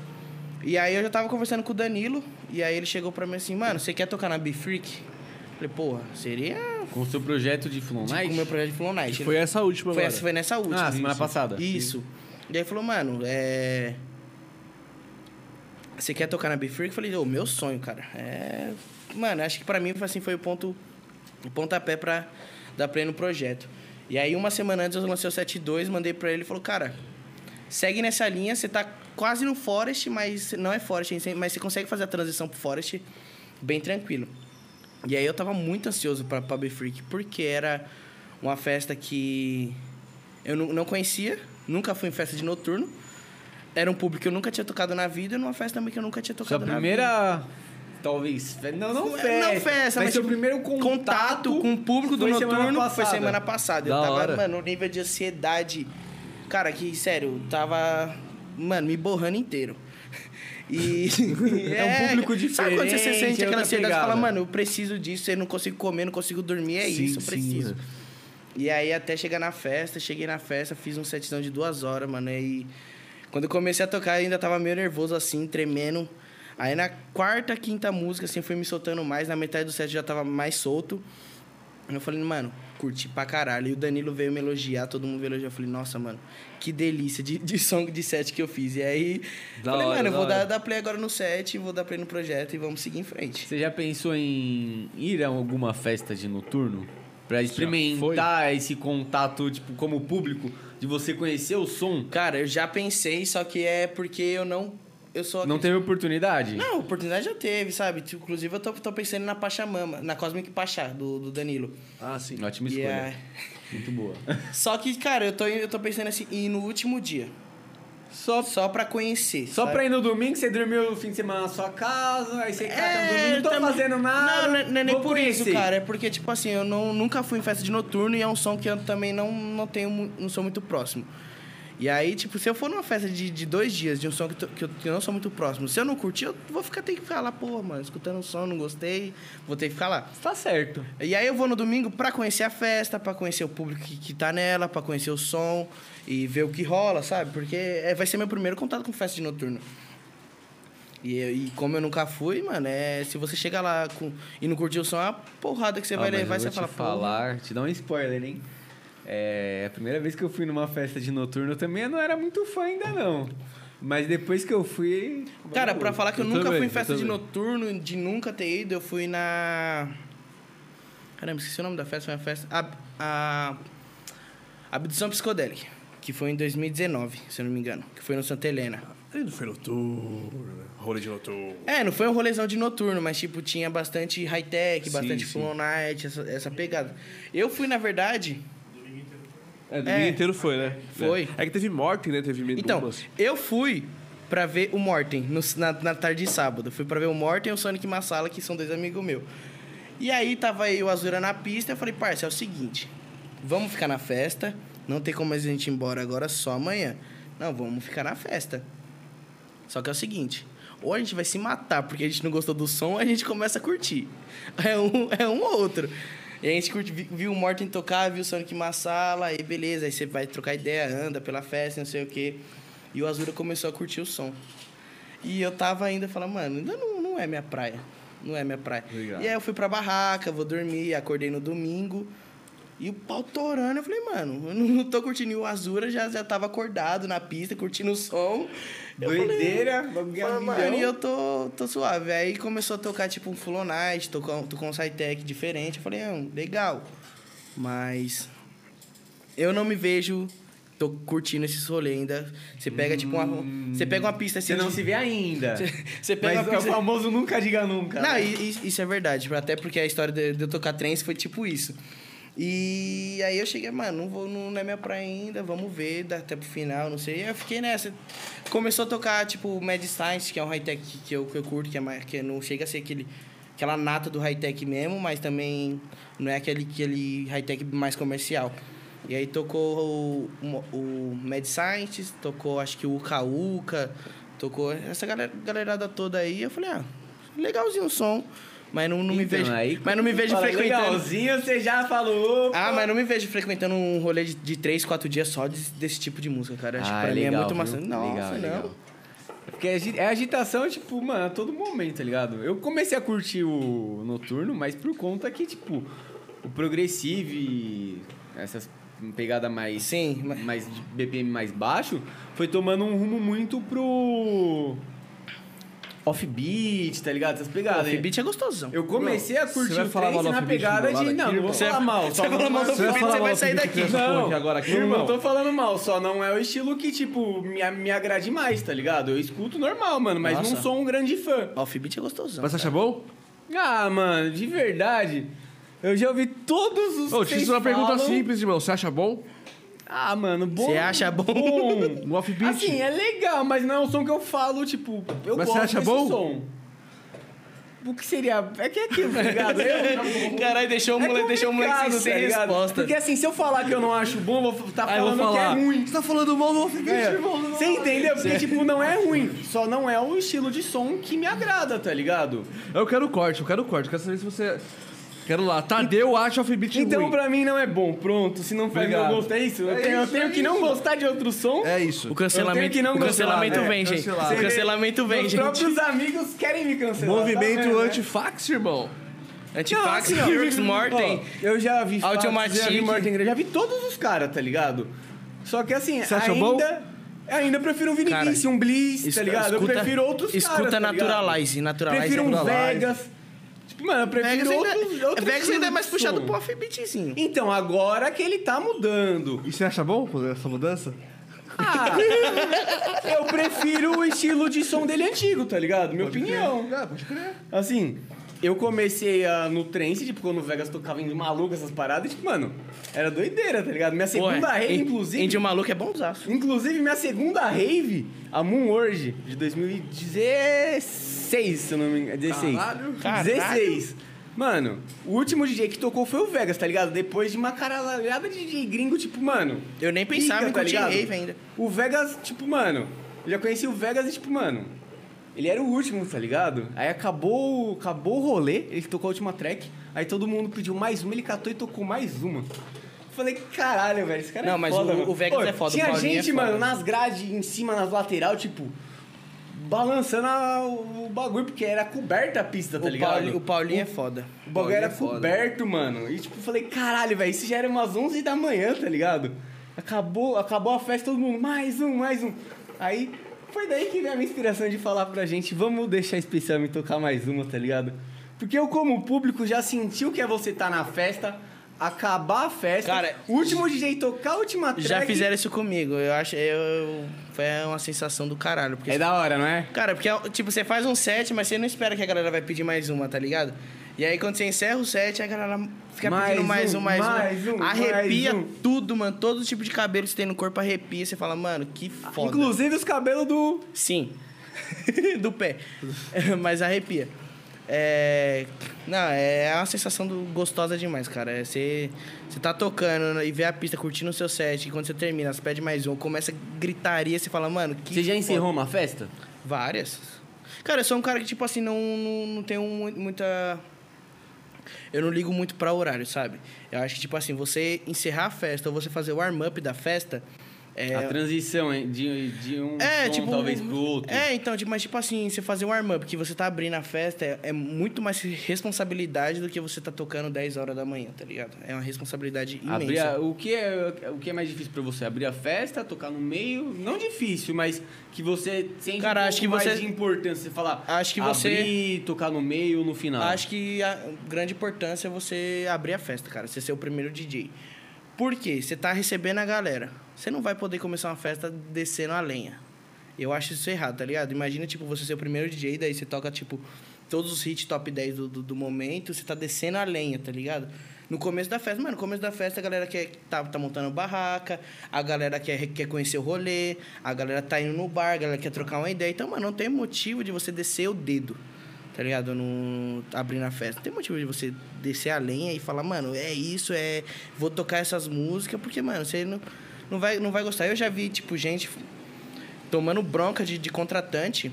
C: E aí eu já tava conversando com o Danilo, e aí ele chegou pra mim assim, mano, você quer tocar na B-Freak? Falei, porra, seria tipo,
A: Com o seu projeto de Flow
C: o meu
A: Night?
C: projeto de Flow Night. né?"
D: Foi essa última
C: Foi,
D: agora.
C: essa, foi nessa última.
A: Ah, semana
C: Isso.
A: passada.
C: Isso. E aí falou, mano, é. Você quer tocar na B-Freak? Eu falei, ô, meu sonho, cara. É. Mano, acho que pra mim foi assim, foi o ponto. O pontapé pra dar play no projeto. E aí, uma semana antes, eu lancei o 7.2, mandei pra ele e falou, cara, segue nessa linha, você tá quase no Forest, mas não é Forest, hein, mas você consegue fazer a transição pro Forest bem tranquilo. E aí eu tava muito ansioso pra, pra Be Freak, porque era uma festa que eu nu- não conhecia, nunca fui em festa de noturno. Era um público que eu nunca tinha tocado na vida, numa festa também que eu nunca tinha
A: Sua
C: tocado na vida.
A: primeira. Talvez. fe- Não, não
C: Não é-
A: festa.
C: não festa,
A: mas
C: mas
A: seu
C: tipo,
A: primeiro contato,
C: com o público do
A: foi semana
C: noturno foi
A: passada.
C: semana passada.
A: Da
C: eu tava,
A: hora.
C: mano, o nível de ansiedade. Cara, que sério, eu tava. Mano, me borrando inteiro. E.
A: É um público
C: Sabe quando
A: diferente,
C: você se sente
A: é outra
C: aquela ansiedade e
A: pegada.
C: fala, mano, eu preciso disso, eu não consigo comer, não consigo dormir, é
D: Sim,
C: isso, eu
D: sim,
C: preciso.
D: né?
C: E aí até chegar na festa, cheguei na festa, fiz um setzão de duas horas, mano. E quando eu comecei a tocar, eu ainda tava meio nervoso assim, tremendo. Aí na quarta, quinta música, assim, eu fui me soltando mais. Na metade do set eu já tava mais solto. Eu falei, mano, curti pra caralho. E o Danilo veio me elogiar, todo mundo veio elogiar. Eu falei, nossa, mano, que delícia de, de som de set que eu fiz. E aí,
A: Da
C: falei,
A: hora,
C: mano, eu
A: da
C: vou dar,
A: hora.
C: dar play agora no set, vou dar play no projeto e vamos seguir em frente.
A: Você já pensou em ir a alguma festa de noturno? Pra experimentar esse contato, tipo, como público, de você conhecer o som?
C: Cara, eu já pensei, só que é porque eu não. Eu sou
A: Não teve oportunidade?
C: Não, oportunidade já teve, sabe? Tipo, Inclusive, eu tô, tô pensando na Pachamama, na Cosmic Pachá, do, do Danilo.
D: Ah, sim.
A: Ótima
C: E
A: escolha.
C: é-
A: Muito boa.
C: Só que, cara, eu tô, eu tô pensando assim, ir no último dia.
A: Só,
C: Só pra conhecer.
A: só
C: sabe? É,
A: pra ir no domingo, você dormiu o fim de semana na sua casa, aí você cata no
C: eu
A: domingo, não tô
C: também-
A: fazendo nada.
C: Não, não, é- não é nem
A: vou
C: por isso,
A: conhecer.
C: cara. É porque, tipo assim, eu não, nunca fui em festa de noturno e é um som que eu também não, não tenho, mu- não sou muito próximo. E aí, tipo, se eu for numa festa de, de dois dias de um som que, to- que eu, que eu não sou muito próximo, se eu não curtir, eu vou ficar, tem que ficar lá, pô, mano, escutando o som, não gostei, vou ter que ficar lá.
A: Tá certo.
C: E aí eu vou no domingo pra conhecer a festa, pra conhecer o público que, que tá nela, pra conhecer o som e ver o que rola, sabe? Porque é, vai ser meu primeiro contato com festa de noturno. E, eu- e como eu nunca fui, mano, é, se você chegar lá com, e não curtir o som, é uma porrada que você
A: Ah,
C: vai
A: mas
C: levar e
A: eu
C: você
A: vou
C: fala,
A: te
C: pô.
A: falar, te dar um spoiler, hein? É, a primeira vez que eu fui numa festa de noturno eu também não era muito fã ainda não. Mas depois que eu fui,
C: Cara, pra falar que eu,
D: Eu
C: nunca
D: também,
C: fui em
D: eu
C: festa de
D: também.
C: noturno, de nunca ter ido, eu fui na. Caramba, esqueci o nome da festa, foi uma festa. A, a... Abdução Psicodélica, que foi em 2019, se eu não me engano, que foi no Santa Helena.
D: Ele não foi noturno, né? Rolê de noturno.
C: É, não foi um rolezão de noturno, mas, tipo, tinha bastante high-tech,
D: Sim,
C: bastante
D: sim.
C: flow night, essa, essa pegada. Eu fui, na verdade...
D: É, do
C: É.
D: dia inteiro foi, né?
C: Foi.
D: É, É que teve morte, né? Teve
C: Então,
D: Medubas.
C: eu fui pra ver o Morten no- na, na tarde de sábado. Fui pra ver o Morten e o Sonic Massala, que são dois amigos meus. E aí, tava eu e o Azura na pista, eu falei, parça, é o seguinte, vamos ficar na festa, não tem como a gente ir embora agora, só amanhã. Não, vamos ficar na festa. Só que é o seguinte, ou a gente vai se matar porque a gente não gostou do som, ou a gente começa a curtir. É um, é um ou outro. E a gente curte, vi- viu o Morten tocar, viu o Sonic Massala, e beleza, aí você vai trocar ideia, anda pela festa, não sei o quê. E o Azura começou a curtir o som. E eu tava ainda falando, mano, ainda não, não é minha praia. Não é minha praia.
A: Obrigado.
C: E aí eu fui pra barraca, vou dormir, acordei no domingo. E o pau torando, eu falei, mano, eu não tô curtindo. E o Azura já, já tava acordado na pista, curtindo o som. Eu falei,
B: Doideira, vamos ganhar
C: Falei,
B: milhão.
C: mano, e eu tô, tô suave. Aí começou a tocar, tipo, um Full On Night, tocou, tocou um Sci-Tech diferente. Eu falei, ah, legal. Mas eu não me vejo tô curtindo esse rolê ainda. Você pega, tipo, uma, você pega uma pista assim...
B: Você não
C: de-
B: se vê ainda.
C: Você pega
B: Mas
C: uma
B: é o
C: pista...
B: famoso nunca diga nunca.
A: né?
C: Não, i- i- isso é verdade. Até porque a história de de eu tocar trance foi tipo isso. E aí eu cheguei, mano, não, vou, não é minha praia ainda, vamos ver, dá até pro final, não sei. E eu fiquei nessa. Começou a tocar, tipo, Mad Science, que é um high-tech que, que eu, que eu curto, que, é mais, que não chega a ser aquele, aquela nata do high-tech mesmo, mas também não é aquele, aquele high-tech mais comercial. E aí tocou o, o Mad Scientist, tocou acho que o Uka Uka, tocou essa galera, galerada toda aí. Eu falei, ah, legalzinho o som, mas não, não me
B: Então,
C: vejo.
B: aí
C: mas não me vejo
B: fala, é
C: frequentando.
B: Legalzinho, você já falou.
C: Ah, mas não me vejo frequentando um rolê de, de três, quatro dias só des- desse tipo de música, cara. Acho que
B: Ah,
C: pra mim é
B: legal,
C: muito
B: viu?
C: maçante. Nossa,
B: Legal,
C: não.
B: legal. Porque é agi- é agitação, tipo, mano, a todo momento, tá ligado? Eu comecei a curtir o noturno, mas por conta que, tipo, o progressivo e essas pegada mais.
C: Sim, mas-
B: mais de BPM mais baixo, foi tomando um rumo muito pro. Offbeat, tá ligado? Essas pegadas.
C: O
B: né?
C: beat é gostosão.
B: Eu comecei a é curtir
A: você vai
B: o
A: falar mal
B: trance
A: do
B: na
A: Offbeat
B: pegada
A: do
B: de.
A: lado
B: Não,
A: aqui,
B: não vou
A: irmão?
B: falar mal. tá
C: Você
B: só
C: vai
B: não
C: falar mal do
B: faço-
A: Você vai
C: Offbeat,
A: falar
C: você vai
A: mal do
C: sair
A: Offbeat
C: daqui.
A: aqui nessa porra
B: não,
A: aqui agora aqui,
B: eu
A: irmão?
B: não tô falando mal, só não é o estilo que, tipo, me, me agrade mais, tá ligado? Eu escuto normal, mano, mas
C: Nossa.
B: não sou um grande fã.
C: Offbeat é gostosão.
A: Mas você
C: cara.
A: acha bom?
B: Ah, mano, de verdade, eu já ouvi todos os
A: Ô, te
B: que
A: fiz
B: vocês
A: uma pergunta
B: falam.
A: simples, irmão. Você acha bom?
B: Ah, mano, bom.
C: Você acha bom?
A: No offbeat?
B: Assim, é legal, mas não é um som que eu falo, tipo, eu
A: Mas você
B: gosto
A: acha
B: desse
A: bom?
B: som. O que seria? É que é aquilo, tá ligado? Eu,
C: Caralho, deixou o
B: É
C: moleque, deixou o moleque
B: complicado,
C: sem
B: tá ligado?
C: resposta.
B: Porque assim, se eu falar que eu não acho bom, eu vou estar
A: Aí eu
B: falando
A: vou falar.
B: que é ruim.
A: Você tá falando mal do offbeat,
B: É.
A: irmão. Não.
B: Você entendeu? Porque, tipo, não é ruim. Só não é o estilo de som que me agrada, tá ligado?
A: Eu quero corte, eu quero corte. Eu quero saber se você... Quero lá. Tadeu acha offbeat
B: Então,
A: ruim.
B: pra mim, não é bom. Pronto, se não faz
A: Obrigado.
B: meu gosto, é isso? Eu
A: É
B: tenho, eu
A: isso,
B: tenho
A: é
B: que não
A: isso.
B: gostar de outro som.
A: É isso.
C: O cancelamento,
B: Eu tenho que não
C: o cancelamento
B: cancelar, né?
C: vem, gente.
A: Cancelar.
C: O cancelamento vem,
B: Meus
C: gente.
B: próprios amigos querem me cancelar.
A: Movimento
B: tá vendo, né?
A: antifax, irmão.
C: Antifax,
B: Não, assim, ó,
C: Rick Morten.
B: ó, eu já vi Fax,
C: Automatic.
B: já vi Morten Grey, já vi todos os caras, tá ligado? Só que assim,
A: Você acha
B: ainda...
A: bom?
B: Ainda prefiro um
C: Cara,
B: Vinicius, um Bliss,
C: escuta-
B: tá ligado?
C: escuta-
B: eu prefiro outros
C: escuta
B: caras, tá
C: Naturalize,
B: ligado?
C: Naturalize
B: Prefiro
C: é
B: um
C: Naturalize.
B: Vegas. Tipo, mano, eu prefiro
C: Vegas
B: outros,
C: ainda,
B: outros
C: Vegas ainda é mais
B: estilos de
C: puxado pro
B: som.
C: offbeatzinho.
B: Então, agora que ele tá mudando.
A: E você acha bom essa mudança?
B: Ah, eu prefiro o estilo de som dele antigo, tá ligado? Minha opinião.
A: Ah, pode crer.
B: Assim, eu comecei a, no trance, tipo, quando o Vegas tocava em maluco essas paradas, tipo, mano, era doideira, tá ligado? Minha segunda
C: Porra,
B: rave,
C: In-
B: inclusive.
C: Índio Maluco é bonzaço.
B: Inclusive, minha segunda rave, a Moon World, de 2016, se eu não me engano. 16.
A: Caralho.
B: 16. Mano, o último DJ que tocou foi o Vegas, tá ligado? Depois de uma caralhada de DJ gringo, tipo, mano. tá
C: Eu nem pensava em curtir rave ainda.
B: O Vegas, tipo, mano. Eu já conheci o Vegas e, tipo, mano. Ele era o último, tá ligado? Aí acabou, o- acabou o rolê, ele tocou a última track. Aí todo mundo pediu mais uma, ele catou e tocou mais uma. Falei, caralho, velho, esse cara
C: Não,
B: é
C: mas
B: foda.
C: o-
B: mano.
C: o Vegas é foda, o
B: Tinha
C: Paulinho é
B: gente,
C: foda.
B: mano, nas grades, em cima, nas lateral, tipo, balançando a- o bagulho, porque era coberta a pista, tá
C: o,
B: ligado?
C: Pauli- o Paulinho é foda.
B: O bagulho era
A: Paulinho é foda.
B: coberto, mano. E tipo, falei, caralho, velho, isso já era umas 11 da manhã, tá ligado? Acabou, acabou a festa, todo mundo, mais um, mais um. Aí, foi daí que veio a minha inspiração de falar pra gente, vamos deixar esse Speciame tocar mais uma, tá ligado? Porque eu, como público, já sentiu que é você tá na festa, acabar a festa,
C: Cara,
B: o último DJ tocar a última track.
C: Já fizeram isso comigo. Eu acho. Eu, foi uma sensação do caralho. Porque
B: É da hora, não é?
C: Cara, porque, tipo, você faz um set, mas você não espera que a galera vai pedir mais uma, tá ligado? E aí, quando você encerra o set, a galera fica
B: Mais
C: pedindo mais
B: um,
C: um, mais,
B: mais um,
C: Arrepia
B: mais um.
C: tudo, mano. Todo tipo de cabelo que você tem no corpo arrepia. Você fala, mano, que foda.
B: Inclusive os cabelos do.
C: Sim. do pé. Mas arrepia. É. Não, é uma sensação do- gostosa demais, cara. É Você você tá tocando e vê a pista curtindo o seu set, e quando você termina, você pede mais um, começa a gritaria, você fala, mano, que. foda.
B: uma festa?
C: Várias. Cara, eu sou um cara que, tipo assim, não, não, não tenho mu- muita. Eu não ligo muito pra horário, sabe? Eu acho que, tipo assim, você encerrar a festa ou você fazer o warm-up da festa É,
B: A transição hein, de, de um
C: é,
B: som,
C: tipo.
B: talvez pro outro.
C: É, então, tipo, mas tipo assim, você fazer um warm-up que você tá abrindo a festa é, é muito mais responsabilidade do que você tá tocando 10 horas da manhã, tá ligado? É uma responsabilidade imensa.
B: Abrir a- o, que é, o que é mais difícil pra você? Abrir a festa, tocar no meio? Não difícil, mas que você sente
C: Cara,
B: um pouco
C: acho que você-
B: mais de importância. Você falar,
C: Acho que você-
B: abrir, tocar no meio, no final.
C: Acho que a grande importância é você abrir a festa, cara. Você ser o primeiro DJ. Por quê? Você tá recebendo a galera. Você não vai poder começar uma festa descendo a lenha. Eu acho isso errado, tá ligado? Imagina, tipo, você ser o primeiro DJ, daí você toca, tipo, todos os hits top 10 do, do, do momento, você tá descendo a lenha, tá ligado? No começo da festa, mano, no começo da festa a galera quer tá, tá montando barraca, a galera quer, quer conhecer o rolê, a galera tá indo no bar, a galera quer trocar uma ideia. Então, mano, não tem motivo de você descer o dedo tá ligado? No, abrindo a festa. Tem motivo de você descer a lenha e falar, mano, é isso, é. Vou tocar essas músicas, porque, mano, você não, não, vai, não vai gostar. Eu já vi, tipo, gente tomando bronca de, de contratante,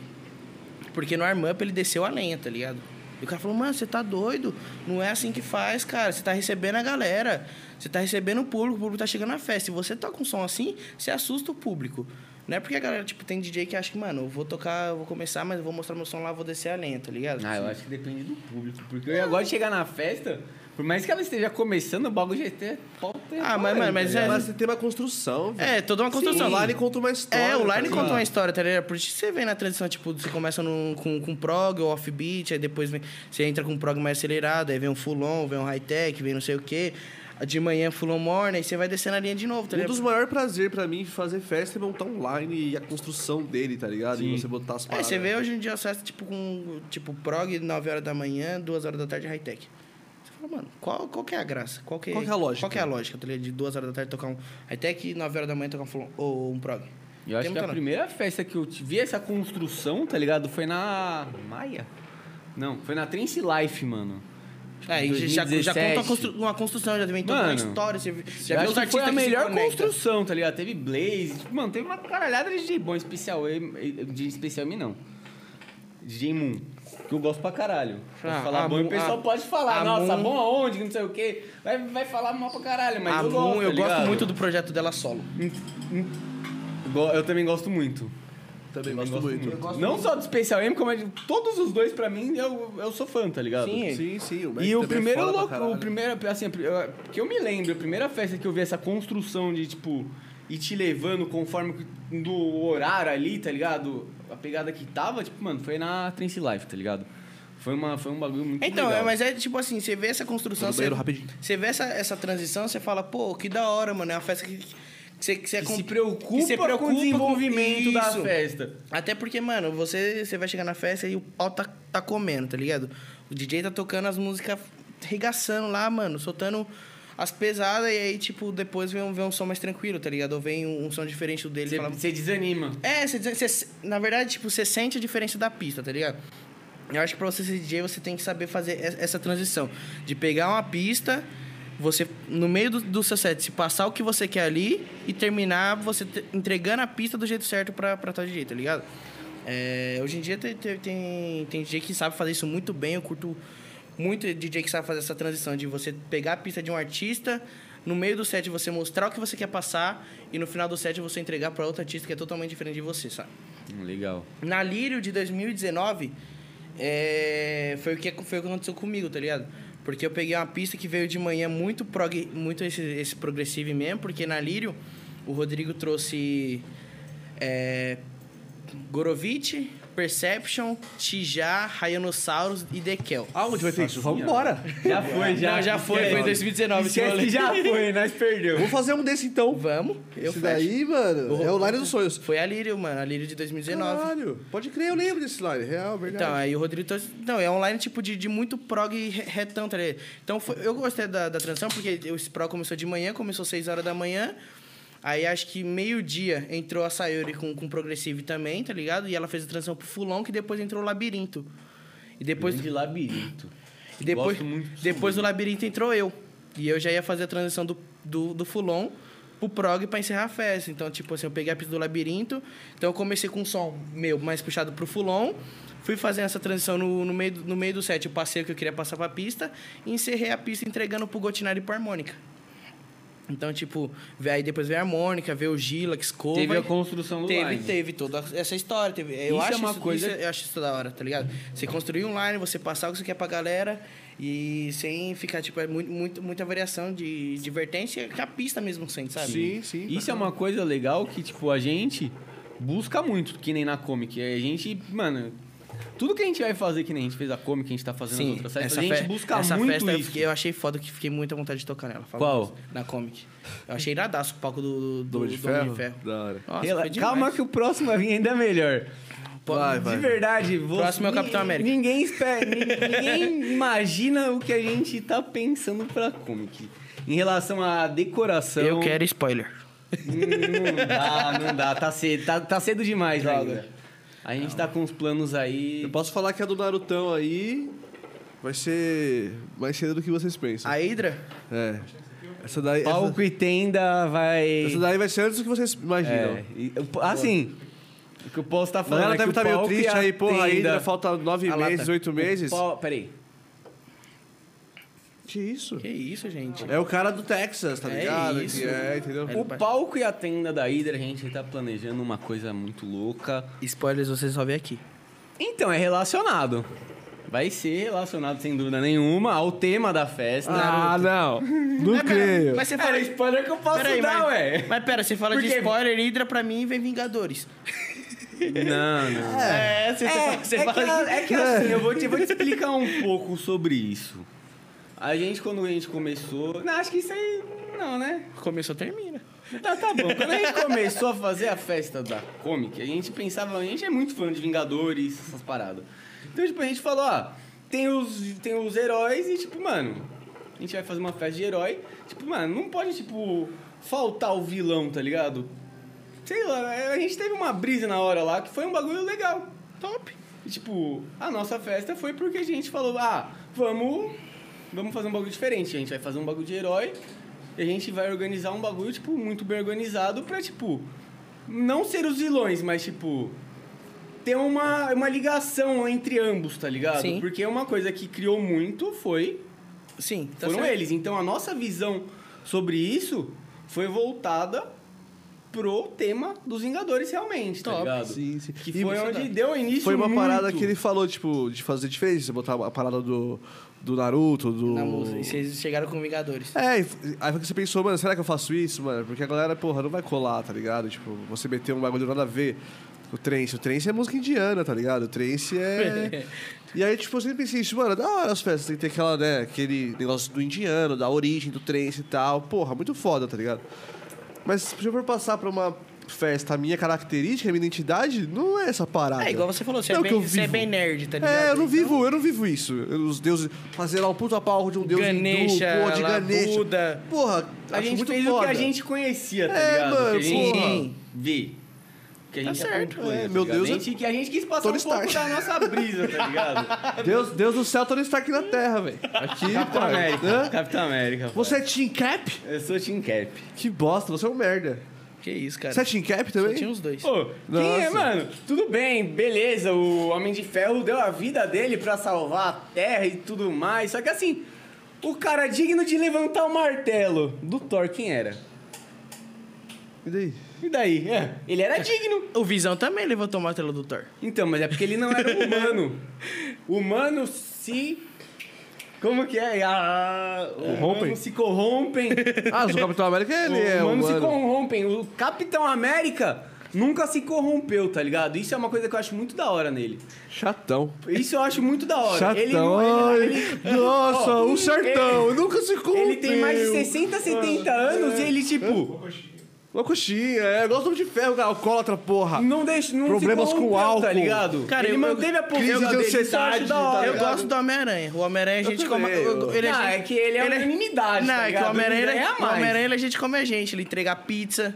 C: porque no arm-up ele desceu a lenha, tá ligado? E o cara falou, mano, você tá doido? Não é assim que faz, cara. Você tá recebendo a galera. Você tá recebendo o público, o público tá chegando na festa. Se você toca um som assim, você assusta o público. Não é porque a galera, tipo, tem DJ que acha que, mano, eu vou tocar, eu vou começar, mas eu vou mostrar meu som lá, eu vou descer a lenha, tá ligado?
B: Ah, eu acho que depende do público. Porque eu gosto de chegar na festa, por mais que ela esteja começando, o bagulho já é esteja...
C: Ah, mas, mano, mas
B: né?
C: é,
D: Mas você tem uma construção, velho.
C: é toda uma construção.
D: O Line conta uma história.
C: É, o Line
D: tá
C: conta uma
D: ligado?
C: história, tá ligado? Por isso que você vem na transição, tipo, você começa no- com, com prog ou offbeat, aí depois vem- você entra com um prog mais acelerado, aí vem um full-on, vem um high-tech, vem não sei o quê. De manhã full-on morning, aí você vai descendo a linha de novo, tá
D: Um
C: ligado?
D: dos maiores prazeres pra mim de fazer festa é montar um line e a construção dele, tá ligado? E você botar as
C: Aí
D: paradas.
C: É, você vê hoje em dia acesso tipo com tipo prog 9 horas da manhã, 2 horas da tarde high-tech. Você fala, mano, qual, qual que é a graça? Qual que,
D: Qual que é a lógica?
C: Qual que é a lógica, tá ligado? De 2 horas da tarde tocar um high-tech e 9 horas da manhã tocar um full-on ou um prog.
B: Eu acho
C: Tem
B: que a
C: muita não.
B: primeira festa que eu te- vi essa construção, tá ligado? Foi na Maia? Não, foi na Trance Life, mano. Tipo,
C: Aí É, já, já
B: 2017.
C: conta uma, constru- uma construção, já vem toda uma
B: Mano,
C: história. Você vê- já
B: Eu
C: viu
B: acho
C: os
B: que foi a
C: artistas que se
B: melhor
C: conectam.
B: construção, tá ligado? Teve Blaze, tipo, mano, teve uma caralhada de DJ bom, especial M, eh, DJ especial M não. DJ Moon, que eu gosto pra caralho. Posso
C: Ah,
B: falar
C: a
B: bom, e
C: Moon-
B: o pessoal
C: a-
B: pode falar,
C: a
B: nossa,
C: Moon-
B: bom aonde, que não sei o quê. Vai, vai falar mal pra caralho, mas
C: A
B: eu
C: Moon,
B: gosto, tá
C: eu gosto
B: ligado?
C: Ah, muito do projeto dela solo.
B: Go- Eu também gosto muito.
D: Também gosto muito.
B: Não só do Special M, como é de todos os dois, pra mim, eu, eu sou fã, tá ligado?
C: Sim.
D: Sim, sim. Mac
B: E o
D: também é
B: primeiro,
D: foda pra
B: louco,
D: caralho.
B: o primeiro, assim, eu- que eu me lembro, a primeira festa que eu vi essa construção de, tipo, ir te levando conforme que- do horário ali, tá ligado? A pegada que tava, tipo, mano, foi na Trance Life, tá ligado? Foi, uma, foi um bagulho muito
C: Então,
B: legal.
C: é, mas é tipo assim, você vê essa construção.
D: Vou no
C: Você,
D: banheiro rapidinho.
C: você vê essa, essa transição, você fala, pô, que da hora, mano. É uma festa que, que você, é que você
B: Que
C: acom-
B: se preocupa,
C: que se preocupa
B: com o desenvolvimento da
C: isso.
B: festa.
C: Até porque, mano, você, você vai chegar na festa e o pau tá, tá comendo, tá ligado? O DJ tá tocando as músicas regaçando lá, mano, soltando as pesadas e aí, tipo, depois vem um, vem um som mais tranquilo, tá ligado? Ou vem um, um som diferente do dele.
B: Você
C: fala,
B: você desanima.
C: é, você, você- você- na verdade, tipo, você sente a diferença da pista, tá ligado? Eu acho que pra você ser DJ, você tem que saber fazer es- essa transição. De pegar uma pista, você, no meio do, do seu set, se passar o que você quer ali e terminar você te- entregando a pista do jeito certo pra, pra tua DJ, tá ligado? É, hoje em dia tem, tem, tem, tem DJ que sabe fazer isso muito bem, eu curto muito DJ que sabe fazer essa transição de você pegar a pista de um artista, no meio do set você mostrar o que você quer passar e no final do set você entregar para outro artista que é totalmente diferente de você, sabe?
B: Hum, Legal.
C: Na Lírio de 2019, é, foi, o que, foi o que aconteceu comigo, tá ligado? Porque eu peguei uma pista que veio de manhã muito prog, muito esse, esse progressivo mesmo, porque na Lírio o Rodrigo trouxe é, Gorovitch, Perception, Tijá, Rayanossauros e Dekel.
D: Aonde vai ter isso? Vamos embora.
B: Já foi, já.
C: Não, já foi,
B: Esquece.
C: foi em 2019,
B: Esquece
C: esse
B: que já
C: rolê.
B: foi, nós perdeu.
D: Vou fazer um desse então.
C: Vamos, eu fecho.
D: Esse daí, mano, é o Line dos Sonhos.
C: Foi a Lírio, mano, a Lírio de 2019.
D: Caralho, pode crer, eu lembro desse Line. Real, verdade.
C: Então, aí o Rodrigo... Torres- Não, é online, tipo, de, de muito prog re- retão, tá ligado? Então, foi- eu gostei da, da transição, porque eu- esse prog começou de manhã, começou 6 horas da manhã. Aí, acho que meio-dia, entrou a Sayori com, com Progressive também, tá ligado? E ela fez a transição pro Fulon, que depois entrou o Labirinto. E depois...
B: de labirinto.
C: E depois,
B: Gosto muito disso
C: depois do
B: mesmo.
C: labirinto entrou eu. E eu já ia fazer a transição do, do, do Fulon pro prog pra encerrar a festa. Então, tipo assim, eu peguei a pista do labirinto. Então, eu comecei com um som meu mais puxado pro Fulon. Fui fazendo essa transição no, no, meio, do- no meio do set. Eu passei o que eu queria passar pra pista. E encerrei a pista entregando pro Gotinari e pro Harmônica. Então, tipo, vê- aí depois veio a harmônica, veio o Gilax, Cover.
B: Teve a construção do
C: Teve,
B: line.
C: teve toda essa história. Teve, eu
B: Isso
C: acho
B: é uma
C: isso,
B: coisa-
C: isso- eu acho isso da hora, tá ligado? Você construir um line, você passar o que você quer pra galera e sem ficar, tipo, é muito, muito, muita variação de, de vertência que a pista mesmo sente, sabe?
D: Sim, sim.
B: Isso é uma coisa legal que, tipo, a gente busca muito, que nem na Comic. A gente, mano, tudo que a gente vai fazer, que nem a gente fez a Comic, que a gente tá fazendo as
C: Sim,
B: outras festas,
C: essa
B: a gente
C: fe-
B: busca
C: essa
B: muito
C: festa eu
B: isso.
C: fiquei- eu achei foda que fiquei muito à vontade de tocar nela. falo
B: Qual?
C: mesmo, Na Comic. Eu achei iradaço o palco do, do, do,
D: Dom de
C: do
D: ferro?
C: Homem de Ferro.
D: Da hora.
C: Nossa,
B: Rela-
C: foi demais.
B: Calma que o próximo vai vir ainda melhor.
C: Pô,
D: Vai,
B: de
D: vai.
B: verdade, você,
C: Próximo é o Capitão América.
B: Ninguém espera, ni- ninguém imagina o que a gente tá pensando pra Comic. Em relação à decoração.
C: Eu quero spoiler.
B: Hum, Não dá, não dá. Tá cedo, tá, tá cedo demais, ainda. A gente tá com uns planos aí.
D: Eu posso falar que a do Narutão aí vai ser mais cedo do que vocês pensam.
C: A Hydra?
D: É. Essa daí, essa,
B: Palco e tenda vai.
D: essa daí vai ser antes do que vocês imaginam.
B: É, e- eu- assim, o que eu posso estar
D: A
B: falando
D: galera
B: é
D: deve
B: que
D: estar
B: o
D: meio
B: palco e
D: triste
B: a
D: aí, porra, ainda
B: tenda-
D: falta nove
C: A
D: meses,
C: lata.
D: oito meses.
B: O pau- peraí.
D: Que isso?
C: Que isso, gente.
D: É o cara do Texas, tá
C: É
D: ligado?
C: isso.
D: Que é, entendeu?
C: É.
B: O palco e a tenda da Hydra, a gente tá planejando uma coisa muito louca.
C: Spoilers você só vê aqui.
B: Então, é relacionado. Vai ser relacionado, sem dúvida nenhuma, ao tema da festa.
D: Ah, não.
B: É,
D: Não creio.
C: É, Mas você
B: Era
C: fala
B: spoiler que eu posso
C: Peraí,
B: dar,
C: mas,
B: ué.
C: mas pera, você fala
B: Por
C: de
B: quê?
C: spoiler, Hydra pra mim vem Vingadores.
B: Não, não.
C: É, você,
B: É,
C: você
B: é que,
C: fala
B: a- é que assim, eu vou te, vou te explicar um pouco sobre isso. A gente, quando a gente começou... Não, acho que isso aí... Não, né?
C: que... Começou, termina.
B: Tá, tá bom. Quando a gente começou a fazer a festa da Comic, a gente pensava... A gente é muito fã de Vingadores, essas paradas. Então, tipo, a gente falou, ó... Tem os, tem os heróis e, tipo, mano... A gente vai fazer uma festa de herói. Tipo, mano, não pode, tipo... Faltar o vilão, tá ligado? Sei lá, né? a gente teve uma brisa na hora lá que foi um bagulho legal. Top. E, tipo, a nossa festa foi porque a gente falou, ah, vamos, vamos fazer um bagulho diferente. A gente vai fazer um bagulho de herói e a gente vai organizar um bagulho, tipo, muito bem organizado pra, tipo, não ser os vilões, mas, tipo, ter uma, uma ligação entre ambos, tá ligado?
C: Sim.
B: Porque uma coisa que criou muito foi
C: Sim, tá
B: foram
C: certo.
B: eles. Então a nossa visão sobre isso foi voltada pro tema dos Vingadores realmente, tá
C: Top.
B: ligado?
D: Sim, sim.
B: Que
D: E
B: foi
D: você
B: onde
D: dá-
B: deu início
D: Foi uma
B: muito.
D: parada que ele falou, tipo, de fazer diferença, botar a parada do, do Naruto, do.
C: Na música,
B: é
C: e vocês chegaram com Vingadores.
D: É, e- aí você pensou, mano, será que eu faço isso, mano? Porque a galera, porra, não vai colar, tá ligado? Tipo, você meter um bagulho nada a ver. O trance, o trance é música indiana, tá ligado? O trance é. e aí, tipo, eu sempre pensei isso, mano, da hora as festas, tem que ter aquela, né, aquele negócio do indiano, da origem do trance e tal. Porra, muito foda, tá ligado? Mas se eu for passar pra uma festa, a minha característica, a minha identidade, não é essa parada.
C: É, igual você falou, você,
D: Não
C: é
D: o que
C: bem,
D: eu
C: você é
D: vivo.
C: bem nerd, tá ligado?
D: É, eu não
B: Então-
D: vivo, eu não vivo isso. Eu- Os deuses fazer lá um puta palco de um deus
C: Ganesha,
D: hindu, porra, de
C: lá,
D: Ganesha.
C: Buda.
D: Porra,
B: A
D: acho
B: gente
D: muito
B: fez
D: foda.
B: o que a gente conhecia, tá
D: É,
B: ligado?
D: mano,
B: que a gente
D: porra.
B: vê. Que a gente
C: Tá certo.
B: acompanha,
D: É,
B: tá
D: meu
B: ligado?
D: Deus,
B: A gente, que a gente quis passar
D: Tony
B: um pouco
D: Stark.
B: da nossa brisa, tá ligado?
D: Deus, Deus do céu, Tony Stark na Terra, velho. Aqui,
B: Capitão
D: pai.
B: América.
D: Hã?
B: Capitão América. pai.
D: Você é Team Cap?
B: Eu sou Team Cap.
D: Que bosta, você é um merda.
C: Então, Que isso, cara.
D: Você é Team Cap
C: Só
D: também?
C: tinha os dois.
B: Ô, quem é,
D: Nossa.
B: mano? Tudo bem, beleza, o Homem de Ferro deu a vida dele pra salvar a Terra e tudo mais. Só que assim, o cara digno de levantar o martelo do Thor, quem era?
D: E daí?
B: E daí? É, ele era digno.
C: O Visão também levantou o martelo do Thor.
B: Então, mas é porque ele não era humano. Humano se. Como que é? Ah,
D: Corrompem?
B: humanos se corrompem.
D: Ah, mas o Capitão América, ele é
B: humanos se
D: humano.
B: corrompem. O Capitão América nunca se corrompeu, tá ligado? Isso é uma coisa que eu acho muito da hora nele.
D: Chatão.
B: Isso eu acho muito da hora.
D: Chatão.
B: Ele, não- ele-
D: Ai, Nossa,
B: Ó,
D: o sertão. nunca se
B: ele-
D: corrompeu.
B: ele tem mais de 60, 70 anos e ele, tipo,
D: Uma coxinha, é. Gosto de ferro, cara. Alcoólatra, porra.
B: não deixa. Não se
D: É. Problemas com
B: corrompeu,
D: álcool.
B: Tá ligado?
C: Cara,
B: ele
C: eu-
B: manteve a
D: crise
B: postura
D: de
B: dele. Isso eu acho
D: ansiedade,
B: da hora.
D: tá
C: Eu
D: ligado?
C: gosto do Homem-Aranha. O Homem-Aranha a
D: Eu
C: gente
D: também,
C: come.
D: eu-
C: ele
B: Não, é que ele é unanimidade,
C: Não,
B: tá
C: é que
B: ligado?
C: o Homem-Aranha
B: Ele é a
C: ele- o
B: mais.
C: Homem-Aranha, a gente come a gente. Ele entrega pizza.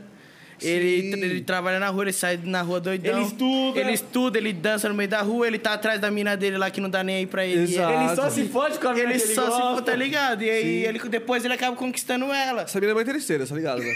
C: Ele,
D: Sim.
C: ele trabalha na rua, ele sai na rua doidão.
B: Ele estuda.
C: Ele estuda, ele dança no meio da rua, ele tá atrás da mina dele lá que não dá nem aí pra ele.
D: Exato.
B: Ele só se fode com a
C: Ele,
B: vida né, que
C: só se
B: gosta.
C: for, tá ligado? E aí ele, depois ele acaba conquistando ela.
D: Essa mina é uma interesseira, tá ligado? Né?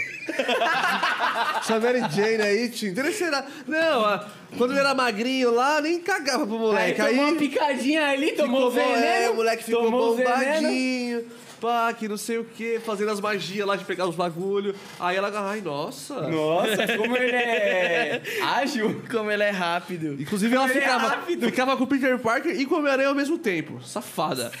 D: Essa Mary Jane aí, te interesseira. Não, a- quando ele era magrinho lá, nem cagava pro
B: Aí
D: moleque. Aí,
B: tomou uma picadinha ali, tomou
D: ficou,
B: veneno.
D: é, o moleque ficou
B: tomou um veneno.
D: bombadinho. pá, que não sei o quê, fazendo as magias lá de pegar os bagulho. Aí ela, ai, nossa.
B: Nossa, como ele é ágil.
C: Como ele é rápido.
D: Inclusive, ela
B: Ele é
D: ficava,
B: rápido.
D: ficava com o Peter Parker e com o Homem-Aranha ao mesmo tempo. Safada.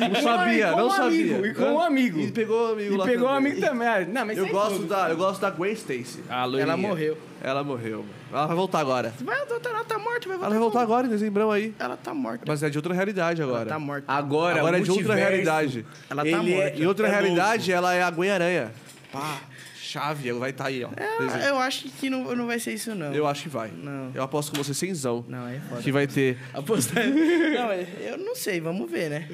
D: não
B: com- e
D: sabia,
B: com
D: não
B: um
D: sabia.
B: amigo, e com
D: né?
B: um amigo.
D: E pegou o amigo
B: E
D: lá
B: pegou o amigo
D: E-
B: também. Ah, Não, mas
D: Eu
B: sem
D: gosto,
B: dúvida.
D: da, eu gosto da Gwen Stacy. a loirinha.
C: Ela morreu.
D: Ela morreu. Ela vai voltar agora.
C: Vai, a doutora, ela tá morta, vai voltar.
D: Ela vai voltar
C: como?
D: agora, em dezembrão aí.
C: Ela tá morta.
D: Mas é de outra realidade agora.
C: Ela tá morta.
B: Agora,
D: Agora
B: o
D: é de outra
B: multiverso,
D: realidade.
C: Ela tá
B: ele é-
C: morta.
D: Em outra
B: é
D: realidade, ela é a Gwen Aranha. Pá, chave, ela vai estar aí, ó.
C: É, eu acho que não, não vai ser isso, não.
D: Eu acho que vai.
C: Não.
D: Eu aposto com você semzão.
C: Não, aí é foda.
D: Que vai ter.
C: Apostar. não, eu não sei, vamos ver, né?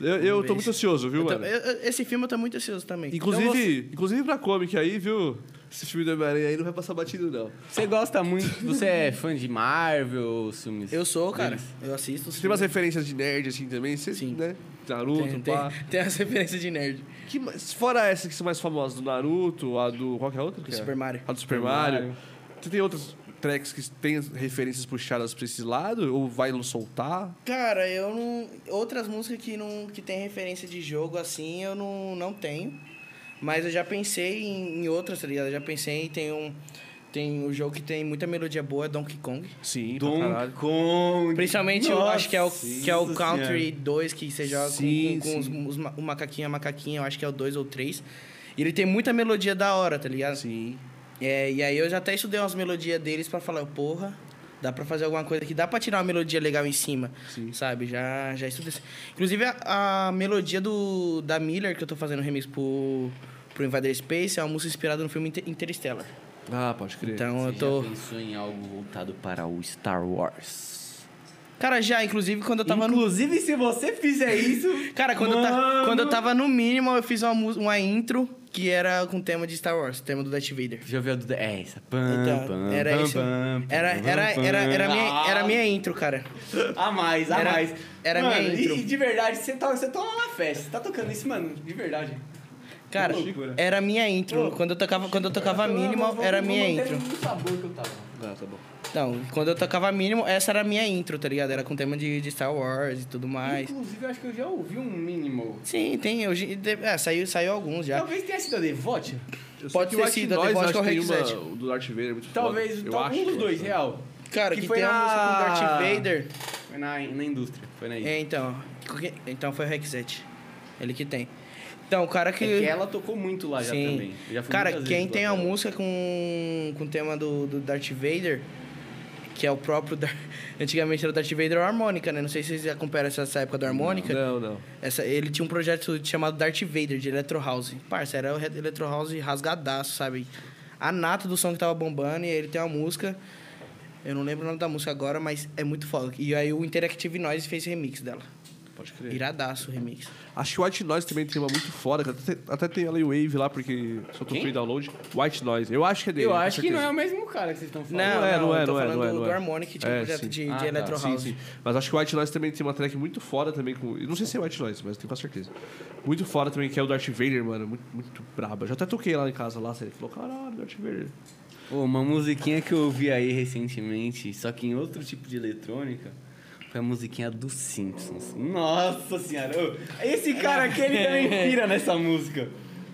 D: Eu, eu tô
C: ver.
D: muito ansioso, viu,
C: Eu tô-
D: mano?
C: Então, eu- eu- esse filme eu tô muito ansioso também.
D: Inclusive,
C: Então, você-
D: inclusive pra Comic aí, viu? Esse filme do Homem-Aranha aí não vai passar batido, não.
B: Você gosta muito, você é fã de Marvel, os filmes?
C: eu sou, cara.
B: deles?
C: Eu assisto. os
D: Você tem umas
C: filmes.
D: referências de nerd, assim, também? Você,
C: Sim.
D: Né? Naruto,
C: tem,
D: pá.
C: tem, tem as referências de nerd.
D: Que mais- fora essas que são mais famosas, do Naruto, a do... Qual que é a outra? que
C: Do
D: é?
C: Super Mario.
D: A do Super Mario. Você tem outras tracks que tem as referências puxadas pra esse lado? Ou vai soltar?
C: Cara, eu não. Outras músicas que, não, que tem referência de jogo assim, eu não, não tenho. Mas eu já pensei em, em outras, tá ligado? Eu já pensei em. Tem um, tem um jogo que tem muita melodia boa, é Donkey Kong.
D: Sim, pra
B: Donkey
D: caralho.
B: Kong.
C: Principalmente eu acho que é o,
B: Nossa
C: que é o
B: Senhora.
C: Country 2 que você joga com-
D: Sim,
C: com, com os- os ma- o macaquinho, a macaquinha, eu acho que é o 2 ou 3. E ele tem muita melodia da hora, tá ligado?
D: Sim.
C: É, e aí eu já até estudei umas melodias deles pra falar, porra, dá pra fazer alguma coisa que dá pra tirar uma melodia legal em cima, sabe? Já, já estudei. isso. Inclusive, a, a melodia do, da Miller, que eu tô fazendo remix pro, pro Invader Space, é uma música inspirada no filme Inter- Interstellar.
D: Ah, pode crer.
C: Então
B: Você
C: eu tô...
B: É, já pensou em algo voltado para o Star Wars?
C: Cara, já, inclusive, quando eu tava no...
B: Inclusive, se você fizer isso...
C: Cara, quando, eu ta-
B: Mano.
C: quando tá- eu tava no mínimo, eu fiz uma, mu- uma intro que era com o tema de Star Wars, tema do Darth Vader.
B: Já viu a do... É, essa. Pam,
C: Então,
B: pam,
C: era
B: pam,
C: isso.
B: pam,
C: Era,
B: pam,
C: era,
B: pam.
C: era, era, minha, era
B: Ah,
C: minha intro, cara.
B: A mais, a
C: Era-
B: mais.
C: era
B: mano,
C: minha
B: e-
C: intro.
B: E, de verdade, você tá, você tá lá na festa. Você tá tocando isso, mano. De verdade.
C: Cara,
B: Loucura.
C: era minha intro. Quando eu tocava, quando eu tocava Minimal, era minha intro.
B: O sabor que eu tava.
D: Ah, tá bom.
C: Então, quando eu tocava Minimal, essa era a minha intro, tá ligado? Era com tema de, de Star Wars e tudo mais.
B: Inclusive, eu acho que eu já ouvi um minimal.
C: Sim, tem. Hoje, de- é, saiu, saiu alguns já.
B: Talvez tenha sido a Devote.
D: Eu sei
C: Pode
D: que
C: ter
D: o Act
C: sido, até
D: Noise,
C: pode
D: acho
C: que é o
D: tem
C: Rex
D: uma- O do Darth Vader é muito
B: Talvez
D: foda. Eu
B: tal-
D: acho
B: um
D: que
B: dos
D: é,
B: dois,
D: né?
B: real.
C: Cara, que,
B: foi
C: tem a
B: na- Ah.
C: música com Darth Vader.
B: Foi na, na indústria. Foi na
C: É, então. que- Então foi o Rexet. Ele que tem. Então, o cara que.
B: É que ela tocou muito lá já
C: Sim.
B: também. Eu já fui
C: Cara,
B: muitas
C: quem
B: vezes
C: tem
B: lá
C: a
B: dela.
C: música com, com o tema do, do Darth Vader, que é o próprio. Dar- Antigamente era o Darth Vader ou a harmônica, né? Não sei se vocês acompanharam essa, essa época da harmônica.
D: Não, não.
C: Essa, ele tinha um projeto chamado Darth Vader, de Electro House. Parça, era o re- Electro House rasgadaço, sabe? A nata do som que tava bombando, e aí ele tem uma música. Eu não lembro o nome da música agora, mas é muito foda. E aí o Interactive Noise fez remix dela.
D: Pode crer.
C: Iradaço o remix.
D: Acho que o White Noise também tem uma muito foda. que Até, até tem a Wave lá, porque só tô
B: Quem?
D: free download. White Noise. Eu acho que é dele.
B: Eu
D: com
B: acho que não
D: certeza.
B: é o mesmo cara que vocês estão
C: Não,
B: falando.
C: não,
D: é, não é,
C: eu tô
D: não é,
C: falando
D: não é,
C: do,
D: não
C: do
D: é.
C: Harmonic, que tinha
D: É,
C: um projeto
D: sim.
C: de, de
B: Ah, tá.
C: Electro
D: Sim,
C: House.
D: sim. Mas acho que o White Noise também tem uma track muito foda também com. Eu não sei se é White Noise, mas tenho quase certeza. Muito foda também, que é o Darth Vader, mano. Muito, muito braba. Já até toquei lá em casa lá, você falou, caralho, Darth Vader.
B: Ô, uma musiquinha que eu ouvi aí recentemente, só que em outro tipo de eletrônica, foi a musiquinha dos Simpsons. Nossa senhora! ô, Esse cara aqui, ele também pira nessa música.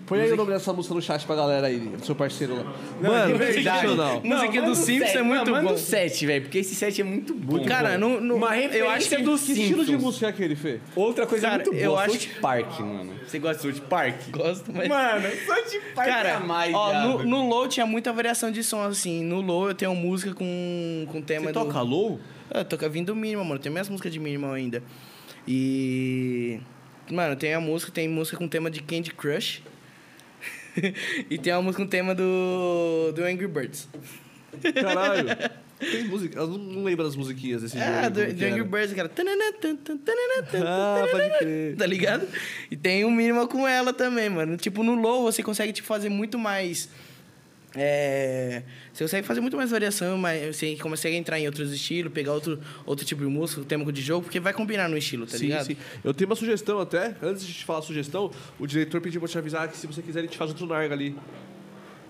D: Põe aí o nome dessa música no chat pra galera aí, do seu parceiro lá.
B: de
D: mano,
B: verdade.
D: sensacional.
C: Musiquinha
B: manda
C: do
B: o
C: Simpsons
B: set,
C: é muito
B: não, Manda
C: bom.
B: o set, velho, porque esse set é muito bom.
C: Cara,
B: Bom.
C: no- no-
B: uma
C: eu acho
B: referência
C: que é
B: dos
D: Que
B: Simpsons.
D: estilo de música é aquele, Fê?
B: Outra coisa
C: Cara,
B: muito boa,
C: eu acho-
B: South Park, mano. Você gosta de South Park?
C: Gosto, mas...
B: Mano, South Park é
C: Cara,
B: a mais,
C: ó,
B: viado.
C: no, no Low tinha muita variação de som, assim. No Low eu tenho música com, com tema
D: é
B: Você
C: do...
B: toca low?
C: Eu toco vindo do Minimal, mano. Eu tenho minhas músicas de Minimal ainda. E... Mano, tem a música, tem música com tema de Candy Crush. e tem uma música com tema do, do Angry Birds.
D: Caralho. Tem música. Eu não- não lembro das musiquinhas desse jogo.
C: É, do,
D: como que
C: do Angry
D: era.
C: Birds, cara. Tananã, tan, tan, tananã, tan,
D: Ah, pode crer.
C: tá ligado? E tem um mínimo com ela também, mano. Tipo, no low você consegue tipo, fazer muito mais. É, você consegue fazer muito mais variação, mas você consegue entrar em outros estilos, pegar outro, outro tipo de música, o tema de jogo, porque vai combinar no estilo, tá
D: sim,
C: ligado?
D: sim. Eu tenho uma sugestão até. Antes de te falar a sugestão, o diretor pediu pra te avisar que se você quiser ele te faz outro narga ali.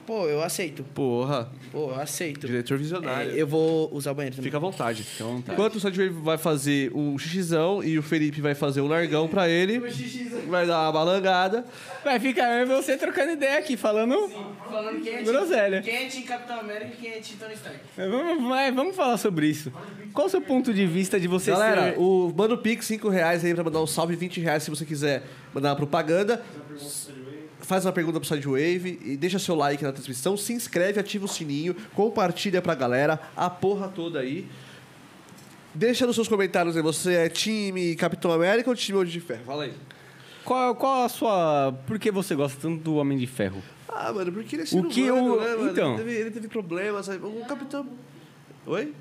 C: Pô, eu aceito.
D: Porra,
C: Pô, eu aceito.
D: diretor visionário.
C: Então, É, eu vou usar o banheiro também.
D: Fica à vontade.
B: Fica à vontade.
D: Enquanto o Sandway vai fazer um xixizão e o Felipe vai fazer um largão pra ele, vai dar uma balangada.
B: Vai ficar eu e você trocando ideia aqui, falando.
C: Falando quente.
B: Groselha.
C: Quente em Capitão América e quente em Tony Stark.
B: Vamos, vai, vamos falar sobre isso. Qual o seu ponto de vista de você
D: Galera,
B: ser...
D: o manda o Pix, 5 reais aí pra mandar um salve, 20 reais se você quiser mandar uma propaganda. Faz uma pergunta pro Sidewave e deixa seu like na transmissão, se inscreve, ativa o sininho, compartilha pra galera, a porra toda aí. Deixa nos seus comentários aí, você é time Capitão América ou time Homem de Ferro? Fala aí.
B: Qual, qual a sua... Por que você gosta tanto do Homem de Ferro?
D: Ah, mano, porque ele é
B: O que
D: humano,
B: o-
D: né, mano?
B: então.
D: Ele teve, ele teve problemas, sabe? O Capitão... Oi?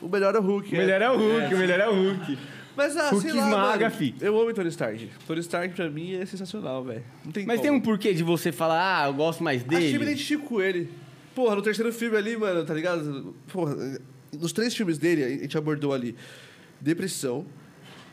D: O melhor é o Hulk.
B: O melhor é o Hulk, o melhor é o Hulk.
D: Mas, ah,
B: Hulk
D: sei lá,
B: esmaga,
D: mano,
B: fi.
D: Eu amo Tony Stark. Tony Stark, pra mim, é sensacional, velho. Não tem
B: Mas
D: como.
B: tem um porquê de você falar, ah, eu gosto mais
D: Achei que eu me
B: dele?
D: identifico com ele. Porra, no terceiro filme ali, mano, tá ligado? Porra, nos três filmes dele, a gente abordou ali depressão,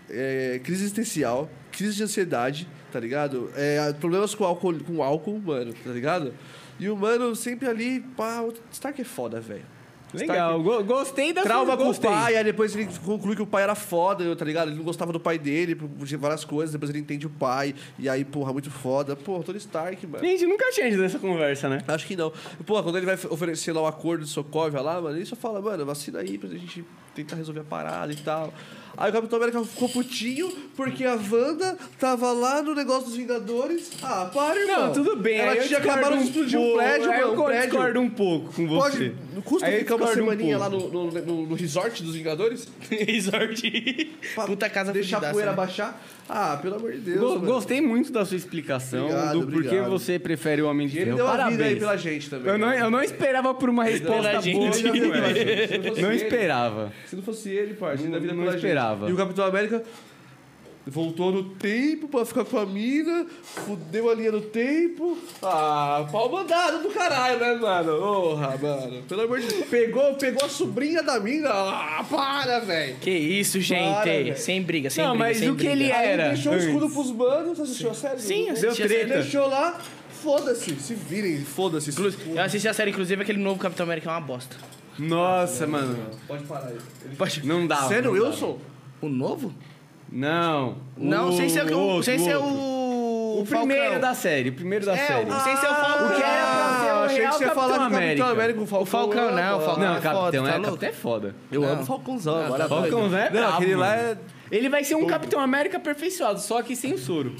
D: é, crise existencial, crise de ansiedade, tá ligado? É, problemas com álcool, com álcool, mano, tá ligado? E o mano sempre ali, pá, o Stark é foda, velho.
B: Legal, go- gostei da
D: Trauma com o
B: gostei.
D: pai, aí depois ele conclui que o pai era foda, tá ligado? Ele não gostava do pai dele, por por várias coisas, depois ele entende o pai, e aí, porra, muito foda. Porra, Tony Stark, mano.
B: Gente, nunca tinha tido essa conversa, né?
D: Acho que não. Porra, quando ele vai oferecer lá o acordo de Sokovia lá, mano, ele só fala, mano, vacina aí pra gente tentar resolver a parada e tal. Aí o Capitão América ficou putinho porque a Wanda tava lá no negócio dos Vingadores. Ah, para, irmão.
B: Não, tudo bem.
D: Ela
B: aí eu
D: tinha
B: discordo
D: acabado de
B: um
D: explodir um
B: pouco,
D: prédio,
B: aí
D: mano.
B: Eu
D: um prédio.
B: discordo um pouco com você.
D: Pode, não custa
B: Aí eu
D: ficar uma
B: discordo um
D: semaninha lá
B: pouco.
D: no, no, no- no resort dos Vingadores?
C: Resort.
D: Pra
C: Puta casa
D: Deixar a
C: fudidaça,
D: poeira
C: né?
D: baixar? Ah, pelo amor de Deus.
B: Go-
D: mano.
B: Gostei muito da sua explicação,
D: Obrigado,
B: do porquê
D: obrigado.
B: você prefere o Homem de
D: Ele
B: Ferro.
D: deu a
B: Parabéns.
D: vida aí pela gente também. né?
B: eu, não, eu não esperava por uma resposta
C: gente.
B: boa.
D: Ele deu a vida pela gente. Se fosse
B: Não
D: ele-
B: esperava.
D: Se não fosse ele, parceiro,
B: Não-
D: da vida
B: não
D: pela
B: esperava.
D: gente. E o Capitão América voltou no tempo pra ficar com a mina, fudeu a linha do tempo. Ah, pau mandado do caralho, né, mano? Porra, mano. Pelo amor de Deus. Pegou, pegou a sobrinha da mina. Ah, para, velho.
C: Que isso, gente.
D: velho.
C: sem briga, sem
B: Não,
C: briga.
B: mas
C: sem
B: o que
C: briga.
B: ele é
D: Aí ele
B: Era
D: deixou o escudo
B: antes.
D: pros manos. Você assistiu a série?
C: Sim,
D: Ele
C: deu
D: Ele
B: treta.
D: deixou lá. Foda-se. Se virem, foda-se.
C: Inclu- Eu assisti a série, inclusive, aquele novo Capitão América é uma bosta.
B: Nossa, mano.
D: Pode parar aí. Ele-
B: Não dá.
D: Sério,
B: não dá.
D: Wilson?
C: O novo?
B: Não.
C: Não, sem ser o.
B: outro,
C: Sem ser
B: outro.
C: o.
B: O primeiro
C: Falcão.
B: da série. O primeiro da
C: É,
B: série.
C: o- sem ser o Falcão.
B: o que era pra ser o
D: Ah, achei
B: real
D: que você ia
B: Capitão
D: falar que o Capitão
B: América. né?
D: América, o Falcão. tá.
C: O Falcão não, o
D: ah,
C: Falcão
B: Não,
C: é foda,
B: Capitão,
C: tá
B: é,
C: louco?
B: Capitão é foda.
D: Eu
C: Não.
D: amo Falcãozão agora.
B: Falcão, né?
D: Não, aquele lá é.
B: Ele vai ser um Capitão América aperfeiçoado, só que sem o soro.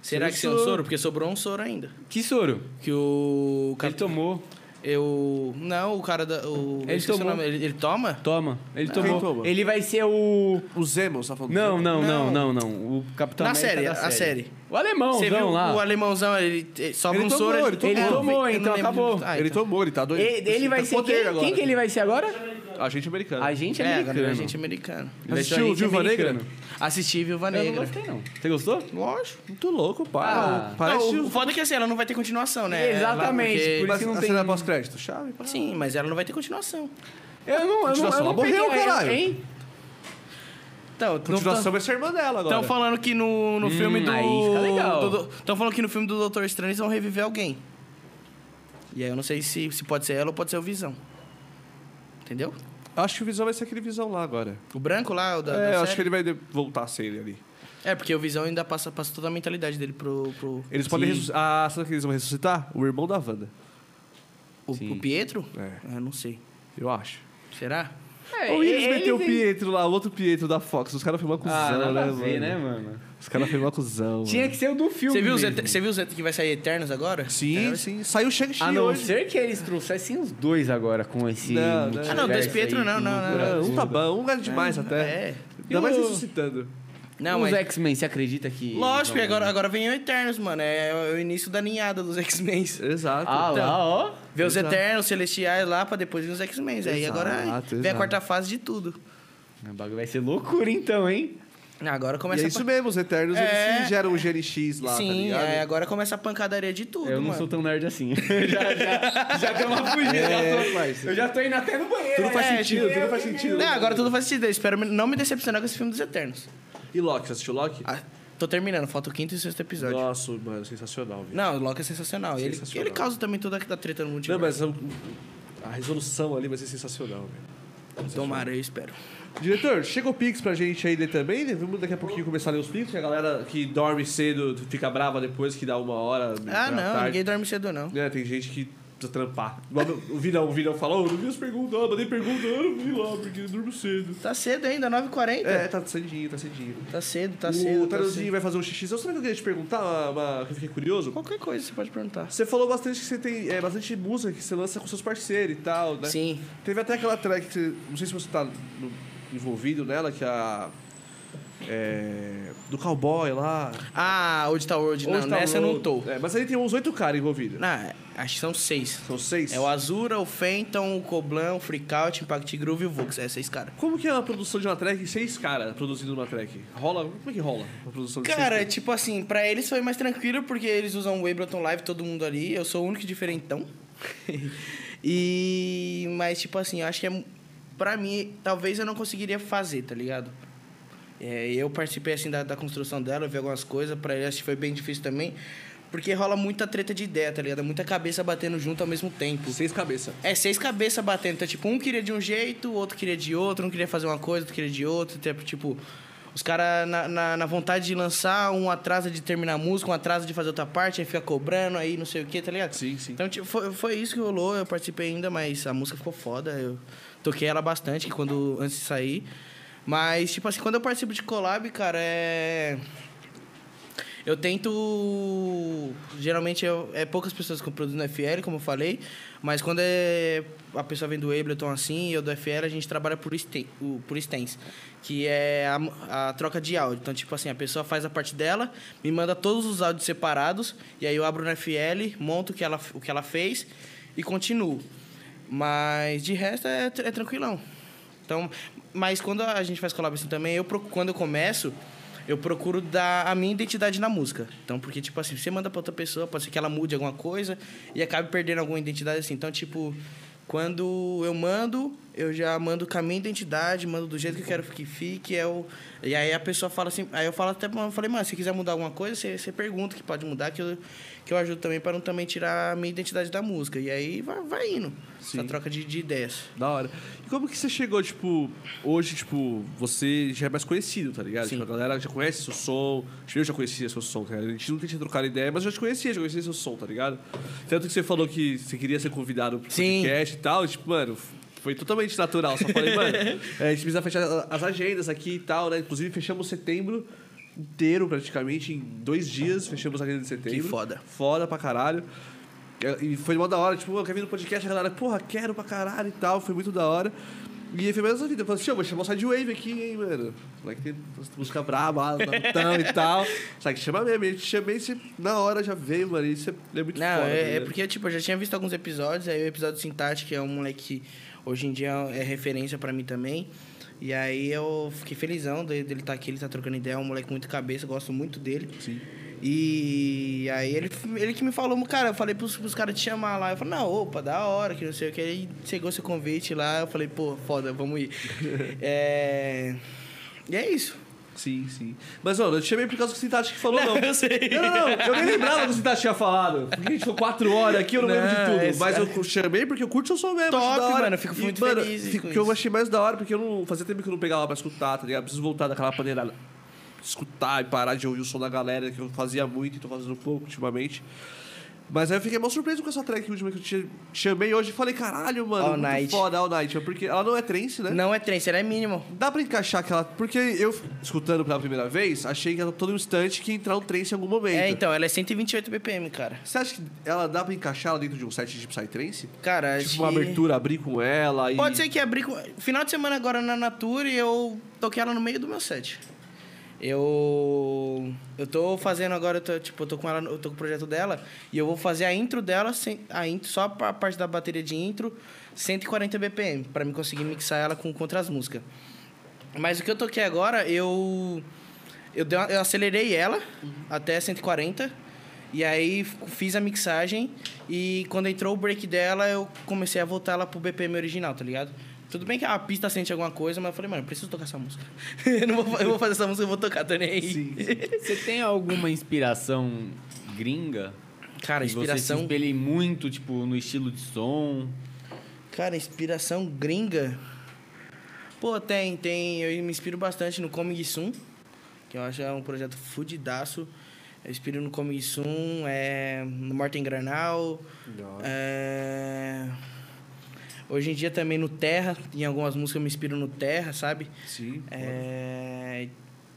C: Será que
D: Isso-
C: sem um soro? Porque sobrou um soro ainda.
B: Que soro?
C: Que o.
B: Ele
C: Capitão.
B: tomou.
C: Eu. Não, o cara da. O...
B: Ele
C: eu esqueci o
B: tomou.
C: nome. Ele, ele toma?
B: Toma. Ele
D: Quem
B: tomou.
D: toma?
B: Ele vai ser o.
D: O Zemo, você tá falando?
B: Não, não, não, não, não.
C: Não.
B: O Capitão
C: Na
B: América
C: série,
B: da
C: a série.
B: O alemãozão lá.
C: o alemãozão, ele eh, sobra
D: Ele
C: um
D: tomou,
C: soro.
D: ele tomou.
B: Ele
C: eu não
B: tomou,
C: vi- eu
B: então
C: não lembro
B: acabou.
C: de- Ah,
D: ele
C: então.
D: tomou, ele tá doido.
B: Ele, ele vai
D: tá com
B: ser
D: poder
B: quem?
D: agora.
B: Quem que ele vai ser agora?
D: Agente americano.
B: Agente
C: É,
B: americano.
C: galera, gente americana.
D: Assistiu
B: um
C: Gente
D: Viúva Negra?
C: americana. Assisti Viúva
B: Eu não
C: Negra.
B: gostei, não. Você gostou?
C: Lógico.
D: Muito louco, pai.
B: Ah.
D: Parece
C: Não,
D: o.
C: o foda é que assim, ela não vai ter continuação, né?
B: Exatamente,
C: Ela-
B: por
C: porque-
D: Mas
B: isso não
D: a
B: tem-
D: cena pós-crédito, chave. pá.
C: Sim, mas ela não vai ter continuação.
B: Eu não, eu não, eu
D: Continuação,
B: não
D: ela morreu,
B: peguei,
D: caralho.
B: Hein?
C: Então,
D: Continuação vai ser irmã dela agora.
C: Estão falando que no, no filme do.
B: Hum, aí fica legal.
C: Estão falando que no filme do Doutor Estranho eles vão reviver alguém. E aí eu não sei se, se pode ser ela ou pode ser o Visão. Entendeu?
D: Acho que o Visão vai ser aquele Visão lá agora.
C: O branco lá,
B: Tá,
C: o da. da
D: é, eu acho
C: série.
D: que ele vai de- voltar a ser ele ali.
C: É, porque o Visão ainda passa, passa toda a mentalidade dele pro. pro-
D: Eles podem
B: Sim.
D: ressuscitar. Ah, sabe o que eles vão ressuscitar? O irmão da Wanda.
C: o,
B: Sim.
C: o Pietro?
D: É,
C: Ah, não sei.
D: eu acho.
C: Será?
B: É,
D: Ou eles meteram o
B: em-
D: Pietro lá, o outro Pietro da Fox. Os caras foi uma
B: Ah,
D: cuzão,
B: nada
D: né,
B: a ver,
D: mano?
B: né, mano?
D: Os caras foi uma cuzão.
B: Tinha que ser o do filme.
C: Você viu, os
B: mesmo.
C: Eter- você viu os Eter- que vai sair Eternos agora?
D: Sim, sim. Saiu o Shang-Chi
B: A não
D: hoje.
B: ser que eles trouxessem os dois agora com esse.
D: Não, não.
B: multiverso
D: Ah,
C: não, dois
B: aí,
C: Pietro não,
B: que
C: não,
B: loucura.
D: Ah, um tá bom, um é demais até.
C: É.
D: Ainda mais
B: E o-
D: ressuscitando.
C: Não,
B: os
C: mas.
B: X-Men, você acredita que.
C: Lógico,
B: vão-
C: e agora, agora vem o Eternos, mano. É o o início da ninhada dos X-Men.
D: Exato.
B: Ah,
D: Então,
B: lá, ó.
C: Ver os
D: Exato.
C: Eternos, Celestiais lá, pra depois vir os X-Men. Aí
D: Exato,
C: agora vem a
D: exato.
C: quarta fase de tudo.
B: O bagulho vai ser loucura então, hein?
C: Ah, Agora
D: e
C: começa
D: é
C: a
D: isso
C: pan-
D: mesmo, os Eternos,
C: É.
D: eles sim geram o GNX lá, tá
C: Sim,
D: ligado?
C: é, agora começa a pancadaria de tudo,
B: eu não
C: mano.
B: sou tão nerd assim. já, já, já deu uma fugida. já tô-
D: parceiro.
B: eu já tô indo até no banheiro.
D: Tudo faz
B: é,
D: sentido, tudo faz sentido.
C: Não, agora tudo faz sentido. Eu espero me- não me decepcionar com esse filme dos Eternos.
D: E Loki, você assistiu Loki?
C: Ah, Tô terminando, falta o quinto e sexto episódio.
D: Nossa, mano, sensacional, viu?
C: Não, o Loki é sensacional. Ele-
D: Sensacional.
C: Ele, causa também toda a treta no
D: Não,
C: multiverso.
D: mas a, a resolução ali vai ser sensacional, velho.
C: Tomara, eu espero.
D: Diretor, chega o Pix pra gente aí ler também, né? Vamos daqui a pouquinho começar a ler os Pix, que a galera que dorme cedo fica brava depois que dá uma hora.
C: Ah,
D: da
C: não,
D: é tarde.
C: ninguém dorme cedo, não.
D: Né, tem gente que precisa trampar. Igual meu- O Vinão, o Vinão falou, eu não vi as perguntas, eu mandei pergunta, eu não vi lá, porque eu durmo cedo.
C: Tá cedo ainda, 9h40.
D: É, tá cedinho, tá cedinho.
C: Tá cedo, tá
D: o
C: cedo. tá
D: Tarãozinho
C: cedo.
D: vai fazer um xixi. Eu sabe o que eu queria te perguntar, uma- uma- que eu fiquei curioso?
C: Qualquer coisa você pode perguntar.
D: Você falou bastante que você tem é, bastante música que você lança com seus parceiros e tal, né?
C: Sim.
D: Teve até aquela track que você, não sei se você tá no- envolvido nela, que a. É, do cowboy lá.
C: Ah, Old Town World. Não,
D: Onde tá
C: nessa
D: o-
C: eu não tô.
D: É, mas aí tem uns oito caras envolvidos. né?
C: Não, acho que são seis.
D: São seis.
C: É o Azura, o Fenton, o Coblan, o Freakout, Impact Groove e o Vox. É, seis caras.
D: Como que é a produção de uma track, seis caras produzindo uma track? Rola? Como é que rola a produção de
C: Cara,
D: seis
C: tipo assim, pra eles foi mais tranquilo porque eles usam o Ableton Live, todo mundo ali. Eu sou o único diferentão. e. Mas, tipo assim, eu acho que é. Pra mim, talvez eu não conseguiria fazer, tá ligado? É, eu participei, assim, da, da construção dela, eu vi algumas coisas. Pra eles, acho que foi bem difícil também. Porque rola muita treta de ideia, tá ligado? Muita cabeça batendo junto ao mesmo tempo.
D: Seis cabeças.
C: É, seis cabeças batendo. Então, tipo, um queria de um jeito, o outro queria de outro, um queria fazer uma coisa, outro queria de outro. Tipo, tipo os caras na, na, na vontade de lançar, um atrasa de terminar a música, um atrasa de fazer outra parte, aí fica cobrando, aí não sei o que, tá ligado?
D: Sim, sim.
C: Então, tipo, foi, foi isso que rolou. Eu participei ainda, mas a música ficou foda. Eu toquei ela bastante que quando, antes de sair. Mas, tipo assim, quando eu participo de collab, cara, é. Eu tento. Geralmente eu- é poucas pessoas que eu produzo no FL, como eu falei, mas quando é, a pessoa vem do Ableton assim, eu do FL, a gente trabalha por, este, o- por stems, que é a, a troca de áudio. Então, tipo assim, a pessoa faz a parte dela, me manda todos os áudios separados, e aí eu abro no FL, monto o que ela, o que ela fez e continuo. Mas de resto é, tr- é tranquilão. Então, mas quando a gente faz collab assim também, eu procu- quando eu começo, eu procuro dar a minha identidade na música. Então, porque, tipo assim, você manda pra outra pessoa, pode ser que ela mude alguma coisa e acabe perdendo alguma identidade assim. Então, tipo, quando eu mando, eu já mando com a minha identidade, mando do jeito que eu quero que fique. É o... E aí a pessoa fala assim. Aí eu falo até pra- eu falei, mano, se quiser mudar alguma coisa, você, você pergunta que pode mudar, que eu, que eu ajudo também pra não também tirar a minha identidade da música. E aí vai, vai indo.
D: Sim.
C: Essa troca de, de ideias.
D: Da hora. E como que você chegou, tipo, hoje, tipo, você já é mais conhecido, tá ligado?
C: Sim.
D: Tipo, a galera já conhece seu som. Tipo, Eu já conhecia seu som, cara. A gente não tem que trocar ideia, mas eu já te conhecia, já conhecia seu som, tá ligado? Tanto que você falou que você queria ser convidado pro
C: Sim.
D: podcast e tal, e, tipo, mano. Foi totalmente natural, só falei, mano, é, a gente precisa fechar as agendas aqui e tal, né? Inclusive, fechamos setembro inteiro, praticamente, em dois dias, fechamos a agenda de setembro.
C: foda.
D: Foda pra caralho. É, E foi mó da hora, tipo, eu quero vir no podcast, a galera, porra, quero pra caralho e tal, foi muito da hora. E aí foi mais essa vida, eu falei assim, "Ô, vou chamar o Sidewave aqui, hein, mano. Vai que tem música braba, então e tal. Só que chama mesmo, eu te chamei, você na hora já veio, mano, e isso é, é muito
C: Não,
D: foda.
C: é, é
D: né?
C: porque, tipo, eu já tinha visto alguns episódios, aí o episódio Sintático, que é um moleque que hoje em dia é referência pra mim também. E aí eu fiquei felizão de- dele estar aqui, ele tá trocando ideia, é um moleque muito cabeça, eu gosto muito dele.
D: Sim.
C: E aí ele, ele que me falou, cara, eu falei pros, pros caras te chamar lá. Eu falei, não, opa, da hora, que não sei o que. Aí chegou seu convite lá, eu falei, pô, foda, vamos ir. é... E é isso.
D: Sim, sim. Mas, ó, eu te chamei por causa que o Sintati que falou, não.
C: eu sei.
D: Não, não, não. Eu nem lembrava que o Sintati tinha falado. Porque a gente ficou quatro horas aqui, eu não,
C: Não,
D: lembro de tudo.
C: esse-
D: Mas eu chamei porque eu curto o som mesmo. acho
C: Top,
D: da hora.
C: mano, eu fico
D: E,
C: muito feliz
D: fico-
C: com
D: que eu
C: isso.
D: achei mais da hora, porque eu não... Fazia tempo que eu não pegava pra escutar, tá ligado? Preciso voltar daquela paneirada. Escutar e parar de ouvir o som da galera, que eu fazia muito e tô fazendo pouco ultimamente. Mas aí eu fiquei mal surpreso com essa track última que eu te chamei hoje e falei, caralho, mano,
C: All
D: muito
C: Night.
D: foda, All Night. Porque ela não é trance, né?
C: Não é trem, será é mínimo.
D: Dá pra encaixar aquela. Porque eu, escutando pela primeira vez, achei que ela todo instante que ia entrar um trance em algum momento.
C: É, então, ela é 128 BPM, cara.
D: Você acha que ela dá pra encaixar ela dentro de um set de Psytrance?
C: Cara, acho
D: Tipo, uma
C: que-
D: abertura, abrir com ela e.
C: Pode ser que abri com. Final de semana agora na Nature eu toquei ela no meio do meu set. Eu. Eu tô fazendo agora, eu tô, tipo, eu tô com ela, eu tô com o projeto dela e eu vou fazer a intro dela, sem, a intro, só a parte da bateria de intro, 140 BPM, pra mim conseguir mixar ela com, contra as músicas. Mas o que eu toquei agora, eu. Eu, dei uma- eu acelerei ela
B: Uhum.
C: até 140. E aí f- fiz a mixagem. E quando entrou o break dela, eu comecei a voltar ela pro BPM original, tá ligado? Tudo bem que a pista sente alguma coisa, mas eu falei, mano, eu preciso tocar essa música. eu, não vou, eu vou fazer essa música, eu vou tocar, tô nem aí.
B: Você tem alguma inspiração gringa?
C: Cara,
B: E Você se
C: inspiração.
B: espelha muito, tipo, no estilo de som.
C: Cara, inspiração gringa. Pô, tem, tem. Eu me inspiro bastante no Coming Soon, que eu acho é um projeto fudidaço. Eu inspiro no Coming Soon, é, no Martin Granal. é, hoje em dia também no Terra, em algumas músicas eu me inspiro no Terra, sabe?
D: Sim.
C: É,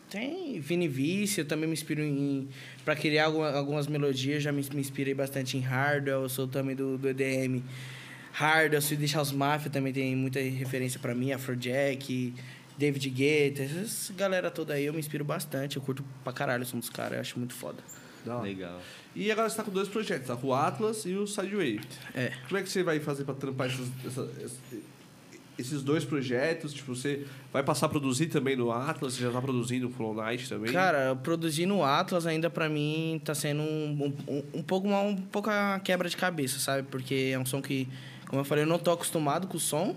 C: tem Vini Vice, eu também me inspiro em. Pra criar alguma- algumas melodias, já me, me inspirei bastante em Hardwell, eu sou também do, do EDM. Hardwell, Swedish House Mafia também tem muita referência pra mim, Afrojack, David Guetta, essa galera toda aí eu me inspiro bastante, eu curto pra caralho o som dos caras, eu acho muito foda.
B: Ah.
D: Da hora.
B: Legal.
D: E agora você tá com dois projetos, tá? Com o Atlas e o Sideway.
C: É.
D: Como é que você vai fazer pra trampar esses, essa- esse- esses dois projetos? Tipo, você vai passar a produzir também no Atlas? Você já tá produzindo o Flow Night também?
C: Cara, produzir no Atlas ainda pra mim tá sendo um, um, um pouco uma um pouco a quebra de cabeça, sabe? Porque é um som que, como eu falei, eu não tô acostumado com o som.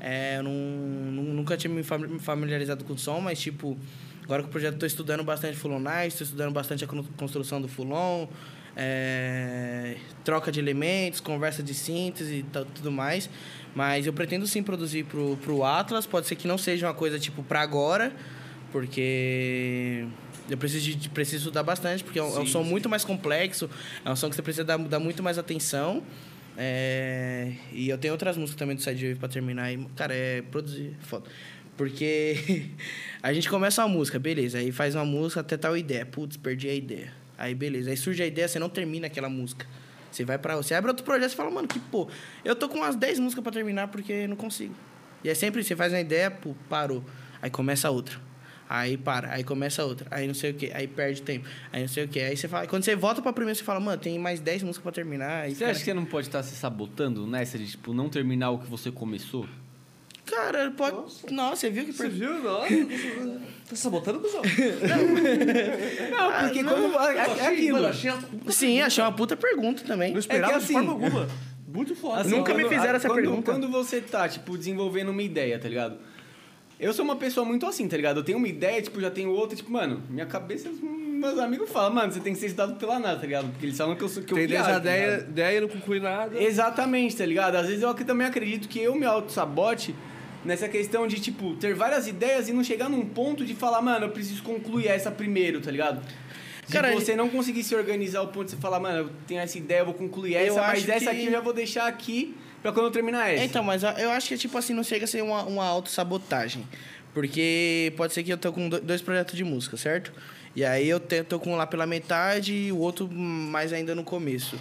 C: É, eu não, nu- nunca tinha me fami- me familiarizado com o som, mas tipo, agora que o projeto tô estudando bastante Fulonais, tô estudando bastante a conu- construção do Fulon, é, troca de elementos, conversa de síntese e tal, tudo mais. Mas eu pretendo sim produzir pro, pro Atlas, pode ser que não seja uma coisa tipo pra agora, porque eu preciso, de- de, preciso estudar bastante, porque é um, é um som muito mais complexo, é um som que você precisa dar, dar muito mais atenção. é, e eu tenho outras músicas também do Side Wave pra terminar. E, cara, é produzir, é foda. Porque a gente começa uma música, beleza, aí faz uma música até tal ideia. Putz, perdi a ideia. Aí beleza, aí surge a ideia, você não termina aquela música. Você vai para você abre outro projeto e fala, mano, que pô, eu tô com umas 10 músicas pra terminar porque não consigo. E é sempre você faz uma ideia, pô, parou. Aí começa outra. Aí para, aí começa outra, aí não sei o que, aí perde tempo, aí não sei o que. Aí você fala, quando você volta pra primeira, você fala, mano, tem mais 10 músicas pra terminar. Aí
B: Você
C: cara,
B: acha que você não pode estar se sabotando nessa de, tipo, não terminar o que você começou?
C: Cara, pode. Nossa, você viu que per-
D: Você viu? Nossa, tá sabotando, cuzão?
B: Não, porque como... É,
D: Eu achei, mano, achei a-
C: Sim, achei uma puta pergunta também.
D: Não esperava
B: assim-
D: de forma alguma. Muito foda.
B: Assim,
C: Nunca me
B: quando-
C: fizeram
B: a-
C: essa
B: quando-
C: pergunta.
B: Quando você tá, tipo, desenvolvendo uma ideia, tá ligado? Eu sou uma pessoa muito assim, tá ligado? Eu tenho uma ideia, tipo, já tenho outra, tipo, mano, minha cabeça, meus amigos falam, mano, você tem que ser estudado pela nada, tá ligado? Porque eles falam que eu sou que
D: Tem
B: eu
D: 10
B: viajo,
D: a
B: tá ligado?
D: 10, 10 e não conclui nada.
B: Exatamente, tá ligado? Às vezes eu ac- também acredito que eu me auto-sabote nessa questão de, tipo, ter várias ideias e não chegar num ponto de falar, mano, eu preciso concluir essa primeiro, tá ligado? Se
C: Cara,
B: você não conseguir se organizar ao ponto de você falar, mano, eu tenho essa ideia, eu vou concluir
C: Eu
B: essa, mas
C: acho
B: essa
C: que-
B: aqui eu já vou deixar aqui pra quando eu terminar essa.
C: É, então, mas eu acho que, tipo assim, não chega a ser uma, uma autossabotagem. Porque pode ser que eu tô com do- dois projetos de música, certo? E aí eu te- tô com um lá pela metade e o outro mais ainda no começo.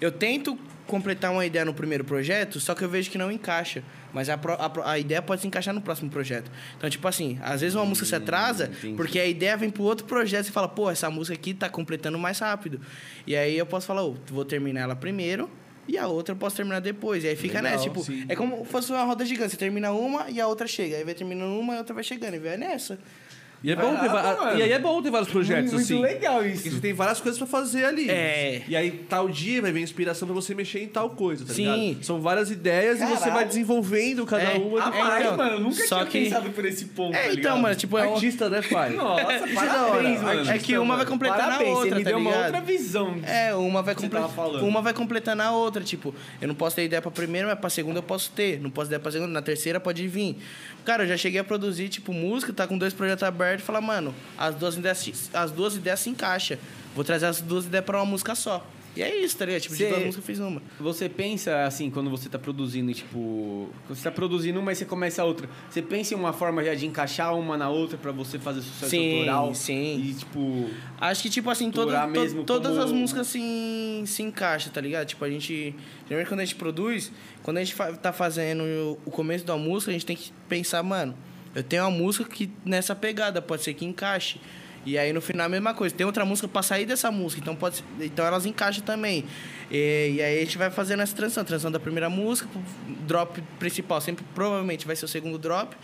C: Eu tento completar uma ideia no primeiro projeto, só que eu vejo que não encaixa. Mas a, pro- a pro- a ideia pode se encaixar no próximo projeto. Então, tipo assim, às vezes uma música se atrasa
B: entendi.
C: porque a ideia vem pro outro projeto e fala, pô, essa música aqui tá completando mais rápido. E aí eu posso falar, ô, vou terminar ela primeiro e a outra eu posso terminar depois. E aí fica
D: Legal,
C: nessa, tipo,
D: sim.
C: é como fosse uma roda gigante. Você termina uma e a outra chega. Aí vai terminando uma e a outra vai chegando. E vai nessa.
B: Tá
D: E, é bom ter, va-
B: Caraca, mano.
D: e aí é bom ter vários projetos,
B: Muito
D: assim.
B: legal
D: Porque
B: isso.
D: você tem várias coisas pra fazer ali.
C: É.
D: E aí, tal dia vai vir inspiração pra você mexer em tal coisa, tá
C: Sim.
D: ligado? São várias ideias e você vai desenvolvendo cada
C: É.
D: uma.
C: Ah,
D: do-
C: é,
B: Mas,
C: então,
B: mano, eu nunca
C: só
B: tinha
C: que-
B: pensado por esse ponto,
C: é,
B: tá
C: então,
B: ligado?
C: mano, tipo, é um...
D: Artista, né, pai?
B: Nossa,
C: Isso é da hora.
B: parabéns, mano.
C: É que uma vai completar na
B: Parabéns,
C: outra,
B: você me
C: tá
B: deu uma
C: ligado?
B: outra visão.
C: É, uma vai,
B: Você
C: comple...
B: tava falando.
C: uma vai completando a outra. Tipo, eu não posso ter ideia pra primeira, mas pra segunda eu posso ter. Não posso ter ideia pra segunda, na terceira pode vir. Cara, eu já cheguei a produzir, tipo, música, tá com dois projetos abertos e falar, mano, as duas ideias, se- as duas ideias se encaixam. Vou trazer as duas ideias pra uma música só. E é isso, tá ligado? Tipo,
B: Cê-
C: de duas músicas eu fiz uma.
B: Você pensa assim, quando você tá produzindo, tipo. quando Você tá produzindo uma e você começa a outra. Você pensa em uma forma já de encaixar uma na outra pra você fazer sucesso
C: Sim,
B: autoral?
C: sim.
B: E tipo.
C: Acho que, tipo assim,
B: Estourar
C: toda, to-
B: mesmo
C: todas
B: como-
C: as músicas se, se encaixam, tá ligado? Tipo, a gente. Geralmente quando a gente produz, quando a gente fa- tá fazendo o- o começo da música, a gente tem que pensar, mano, eu tenho uma música que nessa pegada, pode ser que encaixe. E aí no final a mesma coisa. Tem outra música pra sair dessa música, então pode ser- então elas encaixam também. E, e aí a gente vai fazendo essa transição, transição da primeira música, pro drop principal sempre provavelmente vai ser o segundo drop.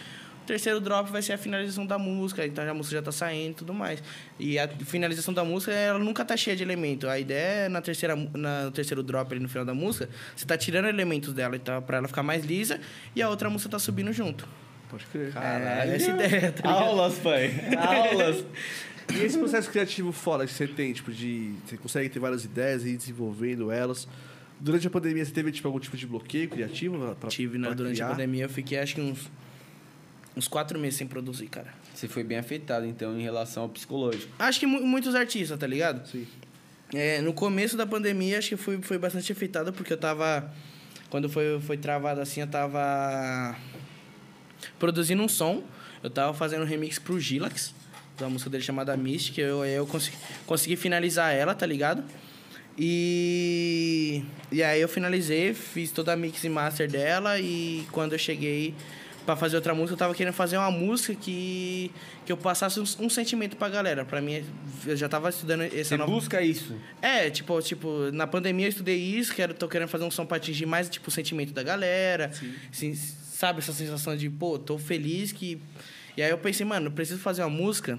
C: Terceiro drop vai ser a finalização da música, então a música já tá saindo e tudo mais. E a finalização da música, ela nunca tá cheia de elemento. A ideia é na terceira, mu- na, no terceiro drop ali no final da música, você tá tirando elementos dela, então pra ela ficar mais lisa e a outra música tá subindo junto.
D: Pode crer.
C: Caralho. É, essa ideia, tá ligado?
A: Aulas, pai. Aulas.
D: E esse processo criativo fora que você tem, tipo, de. Você consegue ter várias ideias e ir desenvolvendo elas. Durante a pandemia, você teve tipo, algum tipo de bloqueio criativo? pra- Pra,
C: Tive, né?
D: pra
C: Durante
D: criar?
C: a pandemia, eu fiquei acho que uns, uns quatro meses sem produzir, cara.
A: Você foi bem afetado, então, em relação ao psicológico.
C: Acho que mu- muitos artistas, tá ligado?
D: Sim.
C: É, no começo da pandemia, acho que fui, foi bastante afetado, porque eu tava. Quando foi, foi travado assim, eu tava. produzindo um som. Eu tava fazendo um remix pro Gilax, da música dele chamada Mystic. Eu, eu consegui, consegui finalizar ela, tá ligado? E. E aí eu finalizei, fiz toda a mix e master dela. E quando eu cheguei pra fazer outra música, eu tava querendo fazer uma música que. que eu passasse um, um sentimento pra galera. Pra mim, eu já tava estudando essa
A: Você
C: nova.
A: busca isso.
C: É, tipo, tipo, na pandemia eu estudei isso, quero, tô querendo fazer um som pra atingir mais, tipo, o sentimento da galera. Assim, sabe, essa sensação de, pô, tô feliz que. E aí eu pensei, mano, eu preciso fazer uma música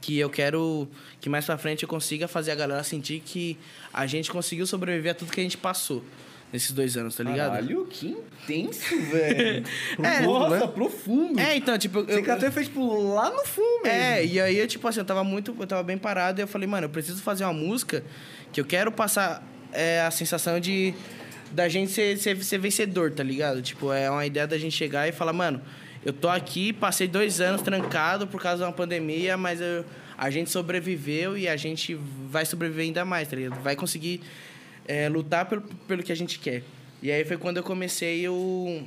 C: que eu quero que mais pra frente eu consiga fazer a galera sentir que a gente conseguiu sobreviver a tudo que a gente passou nesses dois anos, tá ligado?
A: Caralho, que intenso, velho.
C: É,
A: Nossa, profundo.
C: É, então, tipo, eu.
A: né? Você até fez, tipo, lá no fundo mesmo.
C: É, e aí eu, tipo assim, eu tava muito, eu tava bem parado e eu falei, mano, eu preciso fazer uma música que eu quero passar é, a sensação de da gente ser, ser, ser vencedor, tá ligado? Tipo, é uma ideia da gente chegar e falar, mano, eu tô aqui, passei dois anos trancado por causa de uma pandemia, mas eu- a gente sobreviveu e a gente vai sobreviver ainda mais, tá ligado? Vai conseguir é, lutar pelo, pelo que a gente quer. E aí foi quando eu comecei o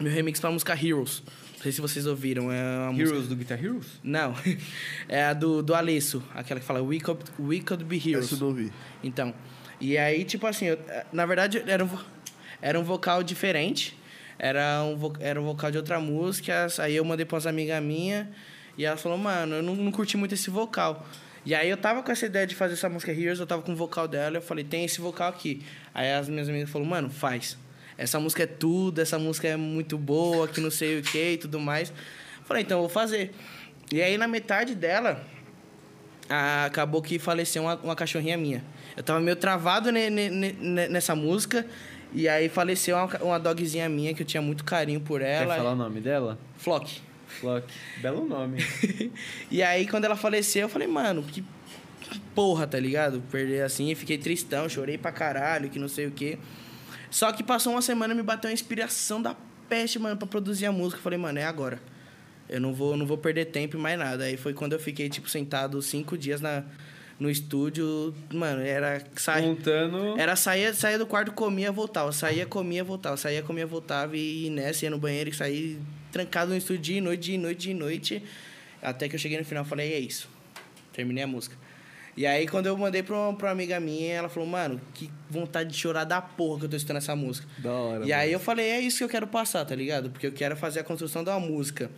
C: meu remix pra música Heroes. Não sei se vocês ouviram, é uma música...
A: Heroes do Guitar Heroes?
C: Não. É a do, do Alesso, aquela que fala We could, we could be heroes.
D: Isso eu não ouvi.
C: Então. E aí, tipo assim, eu- na verdade era um, vo- era um vocal diferente. Era um, vo- era um vocal de outra música. Aí eu mandei pra umas amigas minhas. E ela falou, mano, eu não, não curti muito esse vocal. E aí eu tava com essa ideia de fazer essa música Heroes, eu tava com o vocal dela, eu falei, tem esse vocal aqui. Aí as minhas amigas falaram, mano, faz. Essa música é tudo, essa música é muito boa, que não sei o que e tudo mais. Falei, então eu vou fazer. E aí na metade dela, ah, acabou que faleceu uma, uma cachorrinha minha. Eu tava meio travado ne- ne- ne- ne- nessa música. E aí faleceu uma, ca- uma dogzinha minha que eu tinha muito carinho por ela. é.
A: Quer falar o nome dela?
C: Flock.
A: Flock. Belo nome.
C: e aí quando ela faleceu, eu falei, mano, que que porra, tá ligado? Perder assim, fiquei tristão, chorei pra caralho, que não sei o quê. Só que passou uma semana e me bateu a inspiração da peste, mano, pra produzir a música. Eu falei, mano, é agora. Eu não vou, não vou perder tempo e mais nada. Aí foi quando eu fiquei, tipo, sentado cinco dias na, no estúdio. Mano, era. Sai,
D: Uhum.
A: Montando...
C: era saía, saía do quarto, comia, voltava. Saía, comia, voltava. Saía, comia, voltava. E nessa ia no banheiro e saía trancado no estúdio de noite, de noite, de noite. Até que eu cheguei no final e falei, é isso. Terminei a música. E aí, quando eu mandei pra uma, pra uma amiga minha, ela falou, mano, que vontade de chorar da porra que eu tô escutando essa música.
D: Da hora.
C: E aí eu falei, é isso que eu quero passar, tá ligado? Porque eu quero fazer a construção de uma música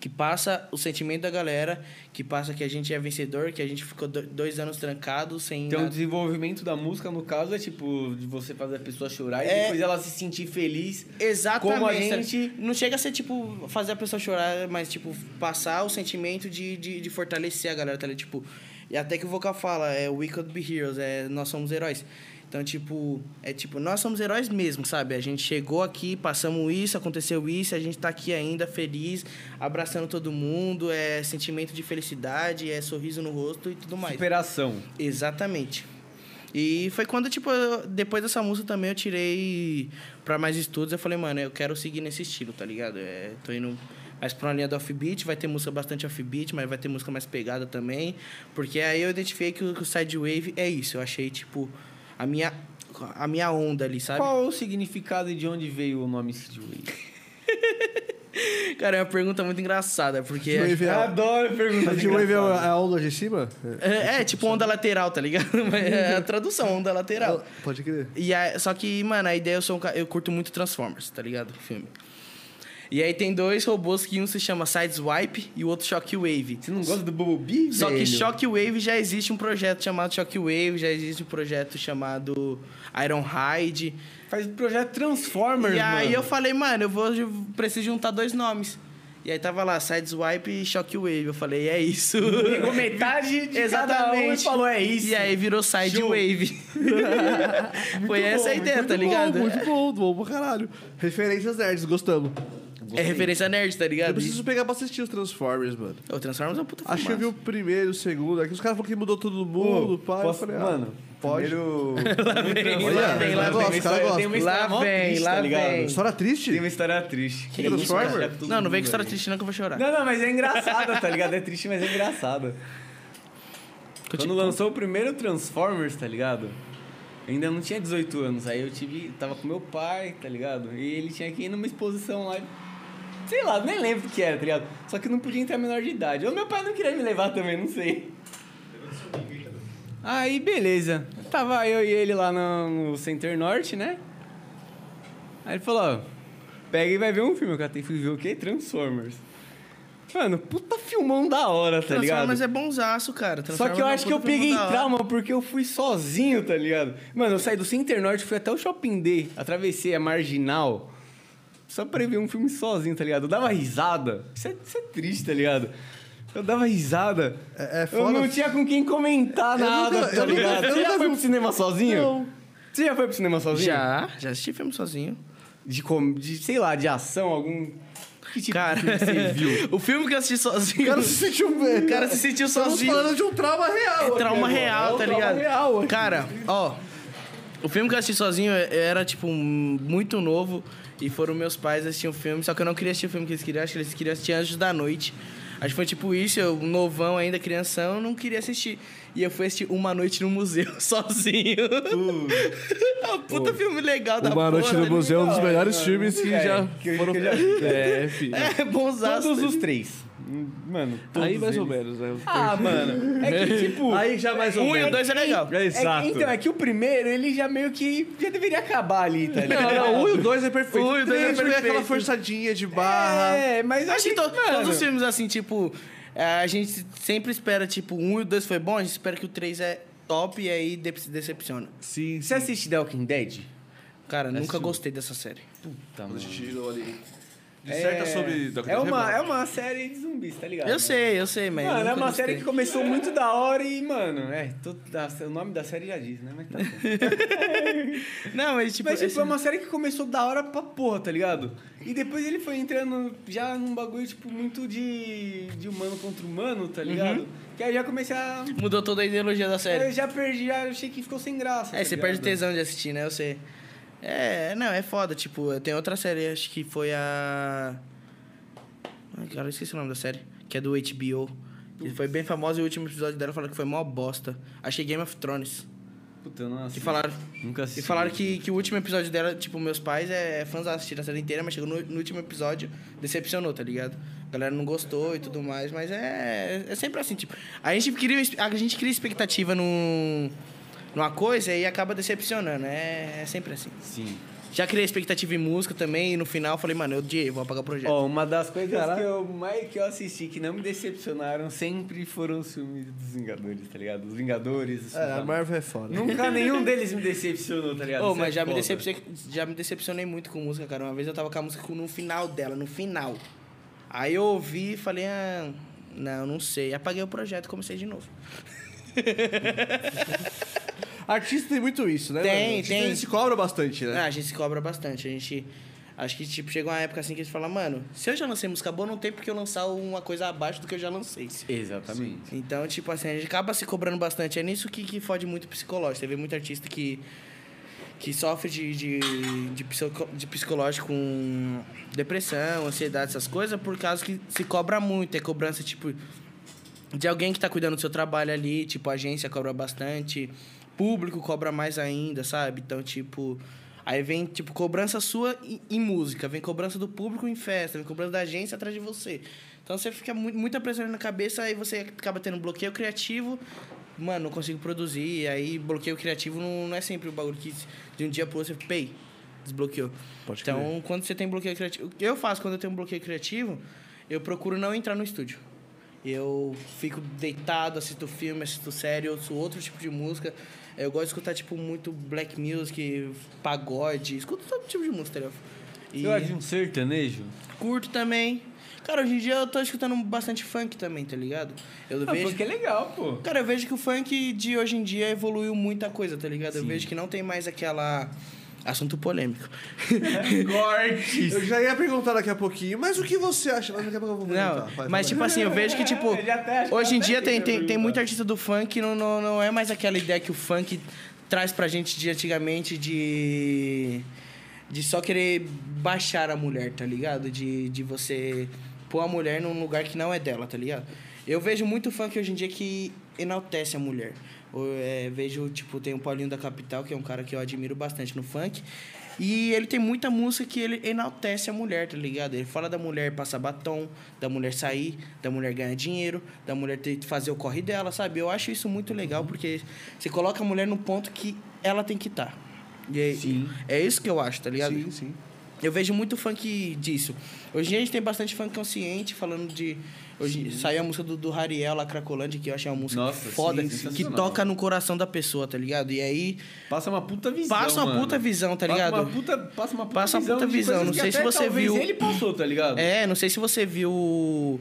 C: que passa o sentimento da galera, que passa que a gente é vencedor, que a gente ficou do- dois anos trancado sem
D: um
A: Então, o
C: nada.
A: desenvolvimento da música, no caso, é tipo, de você fazer a pessoa chorar
C: É.
A: e depois ela se sentir feliz.
C: Exatamente.
A: Como a gente-
C: Não chega a ser, tipo, fazer a pessoa chorar, mas, tipo, passar o sentimento de, de, de fortalecer a galera, tá ligado? Tipo, e até que o vocal fala, é we could be heroes, é nós somos heróis. Então, tipo, é tipo, nós somos heróis mesmo, sabe? A gente chegou aqui, passamos isso, aconteceu isso, a gente tá aqui ainda feliz, abraçando todo mundo, é sentimento de felicidade, é sorriso no rosto e tudo mais.
A: Superação.
C: Exatamente. E foi quando, tipo, eu- depois dessa música também eu tirei pra mais estudos. Eu falei, mano, eu quero seguir nesse estilo, tá ligado? É, tô indo mais pra uma linha do offbeat. Vai ter música bastante offbeat, mas vai ter música mais pegada também. Porque aí eu identifiquei que o, que o Sidewave é isso. Eu achei, tipo, a minha, a minha onda ali, sabe?
A: Qual é o significado e de onde veio o nome Sidway?
C: Cara, é uma pergunta muito engraçada, porque...
D: Sidewave é-
A: Adoro perguntas
D: Mas de Wave é a a onda de cima?
C: É, é, tipo onda lateral, tá ligado? Mas É a tradução, onda lateral.
D: É. Pode crer.
C: E aí- só que, mano, a ideia eu sou um ca- eu curto muito Transformers, tá ligado? O filme. E aí tem dois robôs que um se chama Sideswipe e o outro Shockwave.
A: Você não gosta do Bumblebee,
C: Só que
A: velho?
C: Shockwave já existe um projeto chamado Shockwave, já existe um projeto chamado Ironhide.
A: Faz o projeto Transformers,
C: e aí
A: mano.
C: eu falei, mano, eu vou ju- preciso juntar dois nomes. E aí tava lá, Sideswipe e Shockwave. Eu falei, é isso.
A: Pegou metade de cada um e
C: Exatamente.
A: falou, é isso.
C: E aí virou Sidewave. Foi essa a ideia, tá ligado?
D: Muito bom, muito bom pra caralho. Referências nerds, gostamos.
C: É referência nerd, tá
D: Eu
C: ligado?
D: preciso pegar pra assistir os Transformers, mano.
C: O Transformers é um puta
D: Acho que eu vi o
C: filmaço.
D: primeiro, o segundo. Aqui os caras falaram que mudou todo mundo,
B: Pô,
D: pai.
B: posso-
D: eu falei, ah,
B: mano,
D: pode.
B: primeiro...
D: Olha,
C: vem, lá
D: eu gosto,
C: vem,
D: os caras
B: eu
D: gostam.
B: tenho uma
C: Lá
B: história mó
C: vem,
B: triste,
C: lá
B: tá ligado?
C: vem.
D: História triste?
B: Tem uma história triste.
D: Que Transformer?
B: É todo
C: Não, não vem
B: mundo,
C: com história
B: velho.
C: triste não que eu vou chorar.
B: Não, não, mas é engraçada, tá ligado? É triste, mas é engraçada. Quando lançou o primeiro Transformers, tá ligado? Eu ainda não tinha 18 anos. Aí eu tive. Tava com meu pai, tá ligado? E ele tinha que ir numa exposição lá. Sei lá, nem lembro o que era, tá ligado? Só que eu não podia entrar menor de idade. Ou meu pai não queria me levar também, não sei. Aí, beleza. Tava eu e ele lá no, no Center Norte, né? Aí ele falou, ó, pega e vai ver um filme. Eu catei e fui ver o quê? Transformers. Mano, puta filmão da hora, tá ligado?
C: Transformers é bonzaço, cara.
B: Só que eu
C: Transformers é um
B: acho que eu
C: puta filme
B: peguei
C: da hora.
B: trauma porque eu fui sozinho, tá ligado? Mano, eu saí do Center Norte, fui até o Shopping D, atravessei a é Marginal, só pra ver um filme sozinho, tá ligado? Eu dava risada. Isso é, isso é triste, tá ligado? Eu dava risada.
D: É- é
B: eu
D: foda.
B: não tinha com quem comentar
D: Eu
B: nada,
D: nunca-
B: tá
D: eu nunca-
B: ligado?
D: eu
B: Você já
D: nunca
B: foi
D: vi-
B: pro cinema sozinho?
D: Não.
B: Você já foi pro cinema sozinho?
C: Já, já assisti filme sozinho.
B: De, com- de, sei lá, de ação, algum... Que tipo
C: Cara,
B: de filme você viu?
C: o filme que eu assisti
D: O
C: sozinho.
D: cara se sentiu bem.
C: O cara se sentiu
D: Estamos
C: sozinho.
D: falando de um trauma real.
C: É trauma
D: aqui agora.
C: real,
D: É um
C: tá
D: trauma
C: ligado?
D: real aqui.
C: Cara, ó. O filme que eu assisti sozinho eu era, tipo, um- muito novo. E foram meus pais assistir o filme. Só que eu não queria assistir o filme que eles queriam. Acho que eles queriam assistir Anjos da Noite. Acho que foi tipo isso, eu novão ainda, crianção, eu não queria assistir. E eu fui assistir Uma Noite no Museu, sozinho. É um puta filme legal da
D: Uma
C: porra.
D: Noite no
C: né?
D: Museu é um dos melhores
B: Mano,
D: filmes que
B: é,
D: já
B: que eu-
D: foram.
B: que eu já vi.
D: É, filho.
C: É, bonzaço.
B: Todos os três. Mano, todos
D: Aí mais ou
B: eles.
D: menos, né?
B: Ah, mano, é que tipo...
D: Aí já mais ou
C: Um e o
D: menos.
C: dois é legal.
D: É
B: É que- então, é que o primeiro, ele já meio que já deveria acabar ali, tá ligado?
D: Não, não, um e o dois é perfeito.
C: Um e o dois é
D: Três foi
C: perfeito.
D: aquela forçadinha de barra.
B: É, mas
C: Acho que to-
B: mano,
C: todos os filmes, assim, tipo, a gente sempre espera, tipo, um e o dois foi bom, a gente espera que o três é top e aí de- decepciona.
D: Sim,
B: Você assiste The Walking Dead?
C: Cara, nunca gostei dessa série.
B: É, Puta,
D: Quando a
B: mano.
D: gente girou ali. Disserta sobre Dr.
B: é uma,
D: Rebelde.
B: é uma série de zumbis, tá ligado?
C: Eu sei, eu sei, mas.
B: Mano,
C: nunca
B: é uma
C: gostei.
B: série que começou muito da hora e, mano, é, todo- da- o nome da série já diz, né? Mas, tá bom.
C: Não, mas tipo.
B: Mas, tipo,
C: esse-
B: é uma série que começou da hora pra porra, tá ligado? E depois ele foi entrando já num bagulho, tipo, muito de, de humano contra humano, tá ligado? Que aí já comecei a
C: Mudou toda a ideologia da
B: Eu
C: Uhum. série.
B: já perdi, já achei que ficou sem graça.
C: É,
B: tá
C: você
B: ligado?
C: perde tesão de assistir, né? Eu sei. É, não, é foda. Tipo, tem outra série, acho que foi a. Ai, cara, eu esqueci o nome da série. Que é do HBO. Que foi bem famosa e o último episódio dela falaram que foi mó bosta. Achei Game of Thrones.
B: Puta, eu não
C: E
B: assisti.
C: falaram,
B: Nunca
C: e falaram que, que o último episódio dela, tipo, meus pais é, é fãs da assistiram a série inteira, mas chegou no, no último episódio, decepcionou, tá ligado? A galera não gostou e tudo mais, mas é, é sempre assim, tipo. A gente cria, a gente cria expectativa num, numa coisa e acaba decepcionando, é, é sempre assim.
B: Sim.
C: Já criei expectativa em música também e no final eu falei, mano, eu odiei, vou apagar o projeto.
B: Ó, uma das coisas que eu mais que eu assisti que não me decepcionaram sempre foram os filmes dos Vingadores, tá ligado? Os Vingadores, os
D: É, a
B: filmes da-
D: Marvel é foda.
B: Nunca nenhum deles me decepcionou, tá ligado?
C: Ô,
B: Isso é
C: mas já me,
B: foda.
C: decepcionei, já me decepcionei muito com música, cara. Uma vez eu tava com a música no final dela, no final. Aí eu ouvi e falei, ah, não, não sei. Apaguei o projeto e comecei de novo.
D: Artista tem muito isso, né?
C: Tem,
D: mano? Artista,
C: tem.
D: Ele se cobra bastante,
C: Ah,
D: né?
C: a gente se cobra bastante. A gente. Acho que tipo, chega uma época assim que a gente fala, mano, se eu já lancei música boa, não tem porque eu lançar uma coisa abaixo do que eu já lancei.
B: Exatamente.
C: Então, tipo assim, a gente acaba se cobrando bastante. É nisso que, que fode muito o psicológico. Você vê muito artista que, que sofre de, de, de, psico- de psicológico com depressão, ansiedade, essas coisas, por causa que se cobra muito. É cobrança, tipo, de alguém que tá cuidando do seu trabalho ali. Tipo, a agência cobra bastante, público cobra mais ainda, sabe? Então, tipo... Aí vem, tipo, cobrança sua em, em música, vem cobrança do público em festa, vem cobrança da agência atrás de você. Então você fica mu- muita pressão na cabeça, aí você acaba tendo bloqueio criativo. Mano, não consigo produzir, aí bloqueio criativo não, não é sempre o bagulho que de um dia pro outro você, pei, desbloqueou.
D: Pode
C: então,
D: crer.
C: quando você tem bloqueio criativo... O que eu faço quando eu tenho um bloqueio criativo, eu procuro não entrar no estúdio. Eu fico deitado, assisto filme, assisto série, ouço outro tipo de música. Eu gosto de escutar, tipo, muito black music, pagode. Escuto todo tipo de música, tá ligado?
B: Eu acho de
C: E
B: um sertanejo?
C: curto também. Cara, hoje em dia eu tô escutando bastante funk também, tá ligado? Eu
B: Ah,
C: vejo.
B: porque é legal, pô.
C: Cara, eu vejo que o funk de hoje em dia evoluiu muita coisa, tá ligado? Eu vejo que não tem mais aquela. Assunto polêmico.
B: Cortes.
D: Eu já ia perguntar daqui a pouquinho, mas o que você acha? Mas daqui a pouco eu vou perguntar.
C: Não,
D: Vai, fala aí.
C: mas tipo assim, eu vejo que, tipo,
B: Ele até acha-
C: hoje em
B: até
C: dia
B: que é
C: tem, tem,
B: eu
C: tem
B: ia
C: muito
B: perguntar.
C: artista do funk que não, não, não é mais aquela ideia que o funk traz pra gente de antigamente de. De só querer baixar a mulher, tá ligado? De, de você pôr a mulher num lugar que não é dela, tá ligado? Eu vejo muito funk hoje em dia que enaltece a mulher. Eu, é, vejo, tipo, tem o Paulinho da Capital, que é um cara que eu admiro bastante no funk. E ele tem muita música que ele enaltece a mulher, tá ligado? Ele fala da mulher passar batom, da mulher sair, da mulher ganhar dinheiro, da mulher ter, fazer o corre dela, sabe? Eu acho isso muito legal, porque você coloca a mulher no ponto que ela tem que estar. Sim. É isso que eu acho, tá ligado?
D: Sim, sim.
C: Eu vejo muito funk disso. Hoje em dia a gente tem bastante funk consciente, falando de. Hoje saiu a música do, do Rariel, lá Cracolândia, que eu achei uma música
B: Nossa,
C: foda,
B: sim,
C: que
B: sensacional.
C: toca no coração da pessoa, tá ligado? E aí
B: Passa uma puta visão.
C: passa uma
B: mano.
C: puta visão, tá ligado?
B: Passa uma puta, passa uma puta
C: Passa uma
B: visão.
C: puta
B: de
C: visão,
B: coisas
C: não
B: que
C: sei se
B: até
C: você
B: talvez
C: viu.
B: ele passou, tá ligado?
C: É, não sei se você viu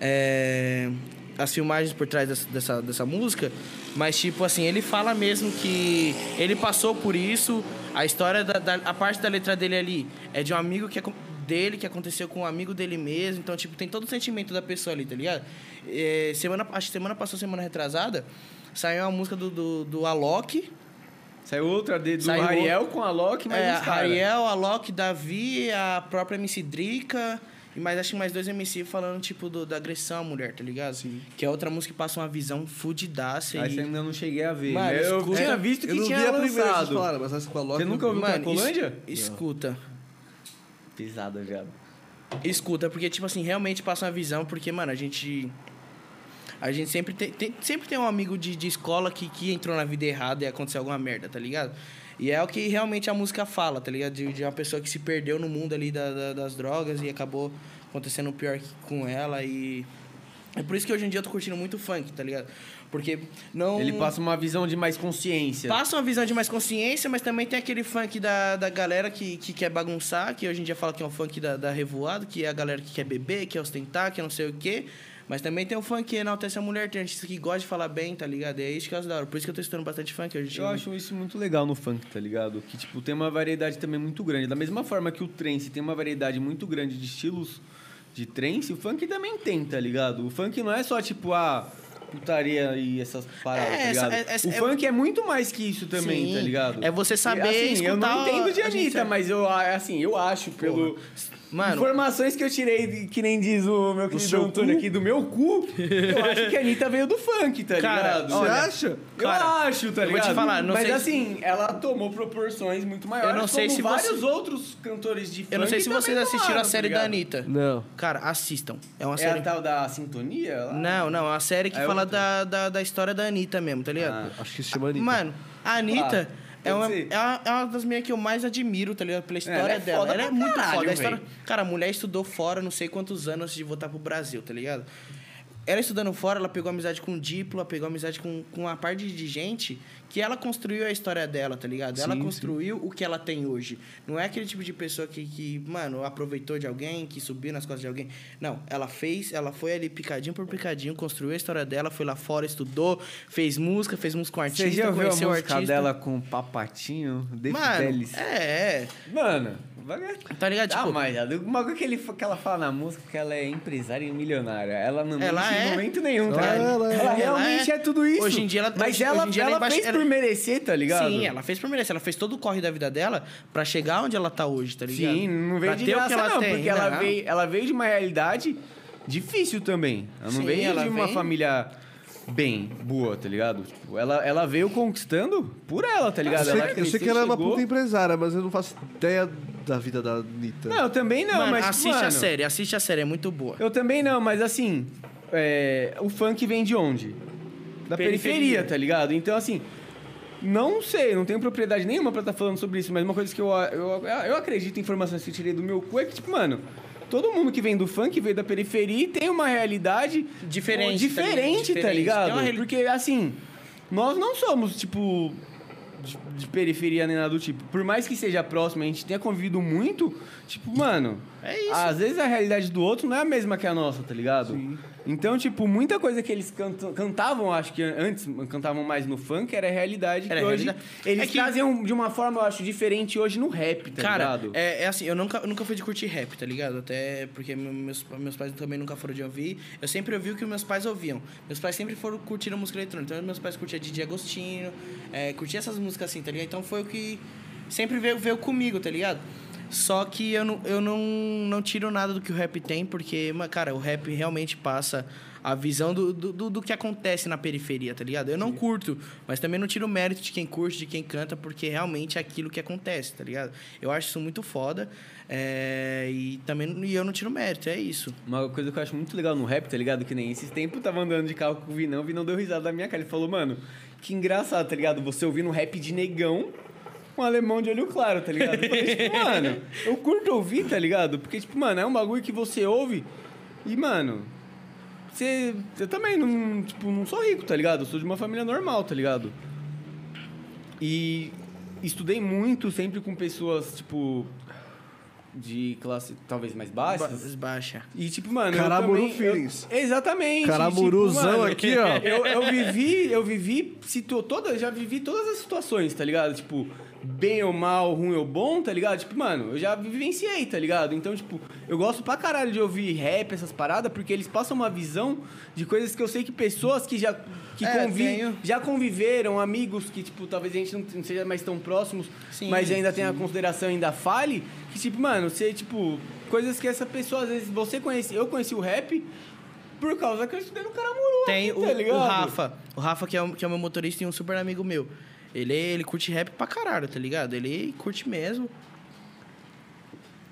C: é, as filmagens por trás dessa, dessa, dessa música, mas tipo assim, ele fala mesmo que ele passou por isso, a história da, da- a parte da letra dele ali é de um amigo que acon- dele, que aconteceu com um amigo dele mesmo, então tipo, tem todo o sentimento da pessoa ali, tá ligado? É, semana, acho que semana passou, semana retrasada, saiu uma música do, do, do Alok,
B: Saiu outra de, do
C: Saiu
B: Ariel com a Loki, mas
C: é,
B: uns cara.
C: Ariel, Alok, Davi, a própria MC Drica. E mais acho que mais dois MC falando, tipo, do- da agressão à mulher, tá ligado? Que é outra música que passa uma visão fudidaça.
B: Aí você
C: E...
B: ainda não cheguei a ver.
C: Mano,
B: né? eu
C: escuta-
B: tinha visto que
D: eu não
B: tinha
D: vi a primeira que vocês
B: lançado.
D: falaram, mas essa com a Loki
B: Você
D: eu
B: nunca
D: vi.
B: ouviu é Cracolândia?
C: es- escuta.
B: Pisada, viado.
C: Escuta, porque, tipo assim, realmente passa uma visão, porque, mano, a gente. A gente sempre tem, tem- sempre tem um amigo de, de escola que, que entrou na vida errada e aconteceu alguma merda, tá ligado? E é o que realmente a música fala, tá ligado? De, de uma pessoa que se perdeu no mundo ali da- da- das drogas e acabou acontecendo o pior que- com ela e. É por isso que hoje em dia eu tô curtindo muito funk, tá ligado? Porque não.
B: Ele passa uma visão de mais consciência.
C: Passa uma visão de mais consciência, mas também tem aquele funk da, da galera que, que quer bagunçar, que hoje em dia fala que é um funk da, da revoada, que é a galera que quer beber, que é ostentar, que é não sei o quê. Mas também tem o funk que enaltece a mulher, tem artista que gosta de falar bem, tá ligado? E é isso que eu acho da hora. Por isso que eu tô estudando bastante funk hoje em dia.
B: Eu acho isso muito legal no funk, tá ligado? Que, tipo, tem uma variedade também muito grande. Da mesma forma que o trance tem uma variedade muito grande de estilos de trance, o funk também tem, tá ligado? O funk não é só, tipo, a putaria e essas paradas,
C: É,
B: tá ligado?
C: essa- é- essa-
B: o
C: é-
B: funk é muito mais que isso também,
C: Sim,
B: tá ligado?
C: é você saber
B: E, assim, Eu não
C: escutar
B: entendo de
C: a gente
B: Anitta,
C: sabe.
B: mas eu, a- assim, eu acho, pelo...
C: Mano-
B: Informações que eu tirei, que nem diz o meu querido
D: seu
B: Antônio aqui, do meu cu, eu acho que a Anitta veio do funk, tá
C: Cara,
B: ligado?
D: Você
C: Olha,
D: acha?
B: eu
C: Cara,
B: acho, tá
C: eu vou te
B: ligado?
C: falar, não
B: Mas
C: sei se-
B: assim, ela tomou proporções muito maiores.
C: Eu não sei
B: como
C: se
B: vários outros cantores de funk
C: Eu não sei se
B: também
C: vocês assistiram
B: tomaram,
C: a série
B: tá
C: da
B: ligado?
C: Anitta.
D: Não.
C: Cara, assistam. É uma
B: É
C: série.
B: a tal da sintonia? Ela-
C: Não, não, é uma série que
B: né? É
C: fala
B: outra?
C: da, da, da história da Anitta mesmo, tá ligado?
D: Acho que se chama Anitta.
C: Mano, a Anitta
B: Ah,
C: é, uma,
B: pode ser.
C: é, uma, é uma das meninas que eu mais admiro, tá ligado? Pela história
B: ela é
C: dela.
B: foda
C: Ela é
B: pra
C: muito
B: caralho,
C: foda. A história-
B: velho.
C: Cara, a mulher estudou fora não sei quantos anos antes de voltar pro Brasil, tá ligado? Ela estudando fora, ela pegou amizade com o Diplo, ela pegou amizade com, com uma parte de gente que ela construiu a história dela, tá ligado? Ela
D: Sim,
C: construiu o que ela tem hoje. Não é aquele tipo de pessoa que, que, mano, aproveitou de alguém, que subiu nas costas de alguém. Não, ela fez, ela foi ali picadinho por picadinho, construiu a história dela, foi lá fora, estudou, fez música, fez música com artista,
B: Você já ouviu a
C: conheceu o
B: música
C: artista.
B: dela com o Papatinho? The
C: Mano,
B: Fidelis?
C: é, é.
B: Mano, vai...
C: Tá ligado?
B: ah,
C: Tipo,
B: mas o bagulho que, ele, que ela fala na música é que ela é empresária e milionária. Ela não
C: Ela
B: mente
C: é.
B: em momento nenhum, tá
D: Ela é,
B: ligado?
D: ela
B: Ela,
D: é.
B: realmente
C: Ela
B: é.
C: é.
B: tudo isso.
C: Hoje em dia ela-
B: Mas
C: hoje-
B: ela,
C: hoje em dia ela
B: ela,
C: é embaixo-
B: fez
C: ela-
B: por merecer, tá ligado?
C: Sim, ela fez por merecer. Ela fez todo o corre da vida dela pra chegar onde ela tá hoje, tá ligado?
B: Sim, não veio
C: Pra
B: de
C: ter o
B: graça
C: que ela
B: não,
C: tem, né?
B: porque ela
C: não.
B: veio, ela veio de uma realidade difícil também. Ela não
C: Sim,
B: veio
C: ela
B: de uma
C: vem-
B: família bem boa, tá ligado? Tipo, ela, ela veio conquistando por ela, tá
D: Eu
B: ligado?
D: sei,
B: Ela
D: que- eu sei que ela é uma puta empresária, mas eu não faço ideia da vida da Anitta.
B: Não, eu também não,
C: Mano,
B: mas
C: assiste
B: mano,
C: a série, assiste a série, é muito boa.
B: Eu também não, mas assim, é, o funk vem de onde? Da periferia.
C: Periferia,
B: tá ligado? Então, assim, não sei, não tenho propriedade nenhuma pra estar falando sobre isso, mas uma coisa que eu, eu, eu acredito em informações que eu tirei do meu cu é que, tipo, mano, todo mundo que vem do funk veio da periferia e tem uma realidade
C: Diferente,
B: diferente,
C: tá ligado?
B: tá
C: Tem
B: ligado?
C: uma reali-
B: Porque, assim, nós não somos, tipo.
A: de, de periferia nem nada do tipo. Por mais que seja próximo, a gente tenha convivido muito, tipo, mano,
C: É isso.
A: às vezes a realidade do outro não é a mesma que a nossa, tá ligado? Então, tipo, muita coisa que eles cantam- cantavam, acho que antes cantavam mais no funk, era a realidade
C: Era
A: que
C: a
A: hoje
C: realidade.
A: eles
C: É que-
A: trazem um- de uma forma, eu acho, diferente hoje no rap, tá
C: Cara,
A: ligado?
C: é, é assim, eu nunca, eu nunca fui de curtir rap, tá ligado? Até porque me- meus, meus pais também nunca foram de ouvir. Eu sempre ouvi o que meus pais ouviam. Meus pais sempre foram curtindo música eletrônica. Então, meus pais curtiam Didi Agostinho, é, curtiam essas músicas assim, tá ligado? Então, foi o que sempre veio, veio comigo, tá ligado? Só que eu, não, eu não, não tiro nada do que o rap tem, porque, ma- cara, o rap realmente passa a visão do, do, do- do que acontece na periferia, tá ligado? Eu não curto, mas também não tiro o mérito de quem curte, de quem canta, porque realmente é aquilo que acontece, tá ligado? Eu acho isso muito foda é, e também e eu não tiro mérito, é isso.
B: Uma coisa que eu acho muito legal no rap, tá ligado? Que nem esses tempos eu tava andando de carro com o Vinão, o Vinão deu risada da minha cara. Ele falou, mano, que engraçado, tá ligado? Você ouvindo um rap de negão, um alemão de olho claro, tá ligado? Eu falei, tipo, mano, eu curto ouvir, tá ligado? Porque, tipo, mano, é um bagulho que você ouve e, mano, você. Eu também não, tipo, não sou rico, tá ligado? Eu sou de uma família normal, tá ligado? E estudei muito sempre com pessoas, tipo. De classe talvez mais
C: Ba-
B: baixas.
C: Baixa.
B: E tipo, mano,
D: Caramuru
B: eu também, eu-
D: feelings.
B: exatamente. tipo,
D: Caramuruzão
B: mano,
D: aqui, ó.
B: Eu, eu vivi, eu vivi situ, toda, já vivi todas as situações, tá ligado? Tipo, bem ou mal, ruim ou bom, tá ligado? Tipo, mano, eu já vivenciei, tá ligado? Então, tipo, eu gosto pra caralho de ouvir rap, essas paradas, porque eles passam uma visão de coisas que eu sei que pessoas que já que
C: É,
B: convi-
C: tenho.
B: já conviveram, amigos que, tipo, talvez a gente não, não seja mais tão próximos,
C: Sim,
B: mas ainda tenha consideração, ainda fale, que, tipo, mano, você, tipo, coisas que essa pessoa, às vezes, você conhece, eu conheci o rap por causa que eu estudei no Caramuru,
C: Tem
B: tá
C: o, o
B: ligado?
C: Rafa. O Rafa, que é, o, que é o meu motorista e um super amigo meu. Ele, ele curte rap pra caralho, tá ligado? Ele curte mesmo.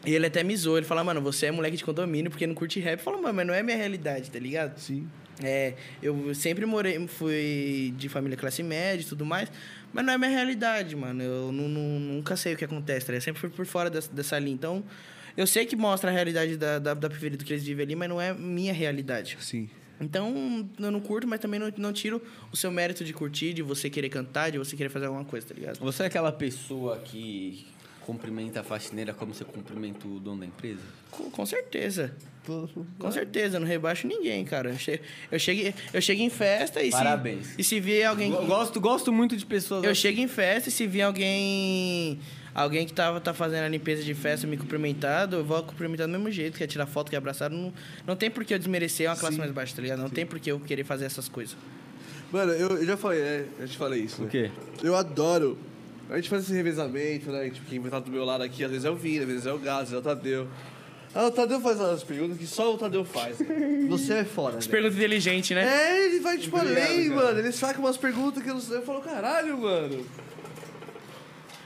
C: E ele até me zoou. Ele fala, mano, você é moleque de condomínio porque não curte rap. Eu falo, mano, mas não é minha realidade, tá ligado?
D: Sim.
C: É, eu sempre morei, fui de família classe média e tudo mais, mas não é minha realidade, mano. Eu nu- nu- nunca sei o que acontece, tá? ligado? Eu sempre fui por fora dessa, dessa linha. Então, eu sei que mostra a realidade da, da, da periferia do que eles vivem ali, mas não é minha realidade.
D: Sim.
C: Então, eu não curto, mas também não, não tiro o seu mérito de curtir, de você querer cantar, de você querer fazer alguma coisa, tá ligado?
A: Você é aquela pessoa que cumprimenta a faxineira como você cumprimenta o dono da empresa?
C: Com, com certeza. Com certeza, não rebaixo ninguém, cara. Eu che- eu cheguei, eu chego em festa e
A: Parabéns.
C: se. E se vê alguém.
B: Eu gosto, gosto muito de pessoas
C: Eu
B: assim.
C: chego em festa e se vir alguém. Alguém que tava, tá fazendo a limpeza de festa me cumprimentado, eu vou cumprimentar do mesmo jeito, quer tirar foto, quer abraçar. Não, não tem por que eu desmerecer uma classe mais baixa, tá ligado? Não tem por que eu querer fazer essas coisas.
D: Mano, eu, eu já falei, é, eu te falei isso, né?
B: O quê?
D: Eu adoro. A gente faz esse revezamento, né? Tipo, quem tá do meu lado aqui, às vezes é o Vini, às vezes é o Gás, às vezes é o Tadeu. Ah, o Tadeu faz as perguntas que só o Tadeu faz. né? Você é foda, né?
C: Pergunta inteligente, né?
D: É, ele vai tipo além, mano. Ele saca umas perguntas que eu não sei. Eu falo, caralho, mano.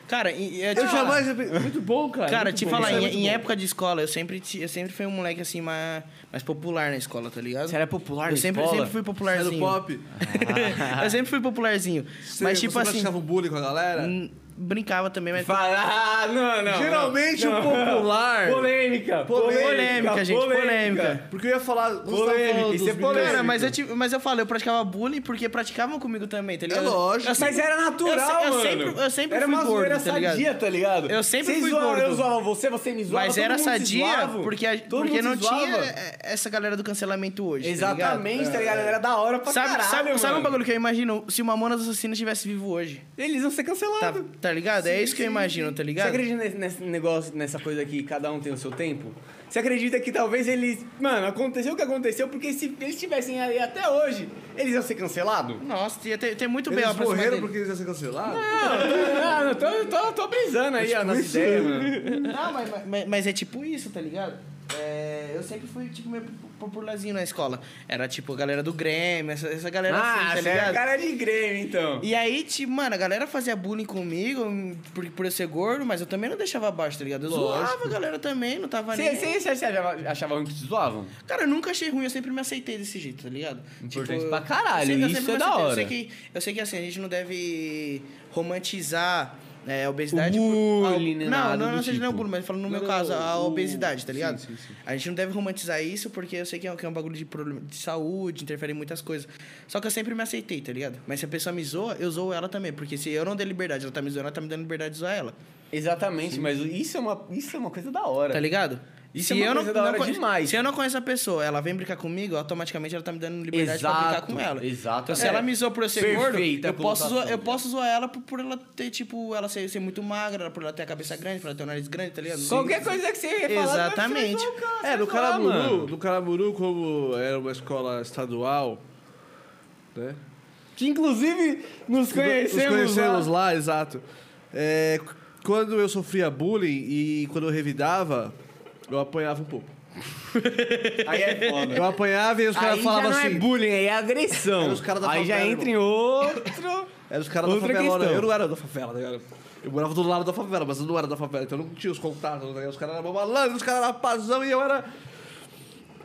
C: Cara, e- e é
D: Eu
C: tipo-
B: Ah,
D: jamais. Muito bom, cara.
C: Cara,
D: muito
C: te
D: bom.
C: falar,
D: Isso é
C: em,
D: muito
C: em
D: bom.
C: época de escola, eu sempre, ti- eu sempre fui um moleque assim mais, mais popular na escola, tá ligado?
B: Você era popular
C: eu
B: na
C: sempre,
B: escola?
C: sempre fui
D: Era do
C: popularzinho.
D: pop.
C: eu sempre fui popularzinho.
D: Você-
C: mas tipo
D: você
C: assim,
D: praticava o bullying com a galera?
C: hum, brincava também, mas
B: Fala, ah, não, não.
D: Geralmente o popular.
B: não. Polêmica,
D: Polêmica,
C: polêmica, gente, polêmica.
D: Porque eu ia falar. você
B: Polêmica,
D: tava falando
B: isso
D: dos
B: é polêmica.
D: meninos.
C: Cara, mas eu, tive, mas eu falo, eu praticava bullying porque praticavam comigo também, tá ligado?
B: É
D: lógico.
C: Eu sempre-
B: Mas era natural,
C: eu, se- eu
B: mano.
C: Sempre, eu sempre
B: era
C: fui
B: uma
C: gordo,
B: zoeira
C: tá ligado?
B: sadia, tá ligado?
C: Eu sempre
B: Vocês
C: fui
B: zoavam-
C: gordo.
B: Eu zoava você, você me zoava,
C: Mas
B: todo
C: era
B: mundo se
C: sadia
B: zoava,
C: porque, a-
B: todo
C: porque
B: mundo
C: não
B: se zoava.
C: tinha é, essa galera do cancelamento hoje. tá ligado? É.
B: Exatamente, tá ligado? Era da hora pra
C: Sabe,
B: caralho,
C: sabe, sabe um
B: mano.
C: bagulho que eu imagino? Se o Mamonas Assassinas estivesse vivo hoje,
B: Eles iam ser
C: tá,
B: cancelados.
C: tá ligado? é isso que eu imagino, tá
B: Você
C: ligado?
B: acredita nesse, nesse negócio, nessa coisa que cada um tem o seu tempo? Você acredita que talvez eles... Mano, aconteceu o que aconteceu, porque se eles tivessem aí até hoje, eles iam ser cancelados?
C: Nossa, ia ter, ter muito bem
D: Eles
C: pra cima
D: morreram
C: dele.
D: porque eles iam ser cancelados?
B: Ah, Não, não, tô, tô, tô brisando aí a nossa ideia, mano.
C: Não, mas, mas- mas é tipo isso, tá ligado? É, eu sempre fui, tipo, meio popularzinho na escola. Era, tipo, a galera do Grêmio, essa, essa galera
B: Ah,
C: assim,
B: você
C: tá
B: é
C: ligado?
B: cara de Grêmio, então.
C: E aí, tipo, mano, a galera fazia bullying comigo por, por eu ser gordo, mas eu também não deixava abaixo, tá ligado? Eu zoava a galera também, não tava
B: Você
C: nem...
B: você- você achava, achava
C: um
B: ruim que te zoavam?
C: Cara, eu nunca achei ruim, eu sempre me aceitei desse jeito, tá ligado?
A: Importante
C: eu-
A: pra caralho,
C: eu
A: isso
C: sempre
A: é
C: me
A: da
C: aceitei. Eu
A: hora.
C: sei, que, eu sei que, assim, a gente não deve romantizar É, a obesidade.
A: O
C: por- a-
A: bullying, né,
C: não,
A: nada
C: não,
A: do
C: não seja
A: tipo.
C: nem o bullying, mas falando no meu
D: não,
C: caso,
D: não,
C: a
A: uh,
D: o-
C: obesidade, tá
D: sim,
C: ligado?
D: sim, sim.
C: A gente não deve romantizar isso porque eu sei que é, um- que é um bagulho de problema de saúde, interfere em muitas coisas. Só que eu sempre me aceitei, tá ligado? Mas se a pessoa me zoa, eu zoo ela também. Porque se eu não der liberdade, ela tá me zoando, ela tá me dando liberdade de zoar ela.
B: Exatamente, mas isso é, uma, isso é uma coisa da hora.
C: Tá ligado?
B: Isso é uma coisa da hora
C: conhe-
B: demais.
C: Se eu não conheço a pessoa, ela vem brincar comigo, automaticamente ela tá me dando liberdade pra
B: Exato,
C: brincar com ela.
B: exato.
C: Então, se
B: É.
C: ela me zoou por eu ser
B: Perfeita
C: gordo, eu posso,
B: colocação,
C: zoar,
B: cara.
C: eu posso zoar ela por, por ela ter, tipo, ela ser, ser muito magra, por ela ter a cabeça grande, por ela ter o nariz grande, tá ligado?
B: Qualquer coisa que você ia falar,
C: Exatamente.
B: você vai falar, cara, você tá
D: É,
B: vai
D: no
B: falar,
D: Caramuru,
B: mano.
D: no Caramuru, como era uma escola estadual, né?
B: Que inclusive nos conhecemos,
D: Nos conhecemos
B: lá.
D: lá, exato. É, c- quando eu sofria bullying e quando eu revidava, eu apanhava um pouco.
B: Aí é foda.
D: Eu apanhava e os caras
B: Aí já
D: falavam
B: não
D: assim.
B: é bullying, aí é agressão.
D: Era os caras
C: tá
D: da
B: aí já
D: favela,
B: entra em outro...
D: Era os caras da
B: Outra
D: favela,
B: questão.
D: eu não era da favela, né? cara? Eu morava do lado da favela, mas eu não era da favela, então eu não tinha os contatos, né? Os caras eram malandros, os caras eram pazão e eu era.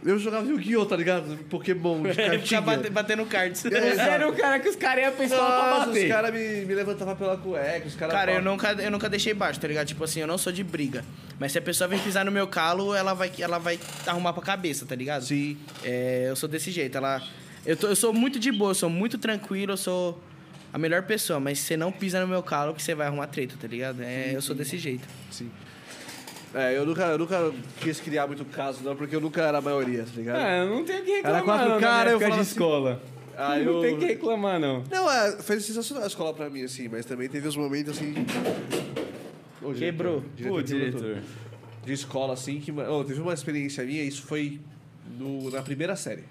D: Eu jogava Yu-Gi-Oh, tá ligado? Pokémon de
C: Ele fica
D: cartinha.
C: bate- batendo cards.
D: É.
B: Você era o cara que os caras iam pensar pra
D: Nossa, os
B: bater.
D: caras me, me levantavam pela cueca, os caras.
C: Cara, eu nunca, eu nunca deixei baixo, tá ligado? Tipo assim, eu não sou de briga. Mas se a pessoa vem pisar no meu calo, ela vai, ela vai arrumar pra cabeça, tá ligado?
D: Sim.
C: É, eu sou desse jeito. Ela, eu, tô- eu sou muito de boa, eu sou muito tranquilo, eu sou a melhor pessoa. Mas você não pisa no meu calo que você vai arrumar treta, tá ligado? É, eu sou desse jeito.
D: Sim. É, eu nunca, eu nunca quis criar muito caso, não, porque eu nunca era a maioria, tá ligado?
B: Ah, eu não tenho o que reclamar,
D: Era quatro
B: não, na
D: cara,
B: minha
D: eu
B: época de
D: falava assim-
B: escola.
D: Ah,
B: não
D: eu-
B: tem que reclamar, não.
D: Não, é, foi sensacional a escola pra mim, assim, mas também teve os momentos assim.
C: Quebrou.
D: Ô, diretor, diretor, quebrou tudo. De escola, assim, que. ma- Ô, teve uma experiência minha, isso foi no- na primeira série.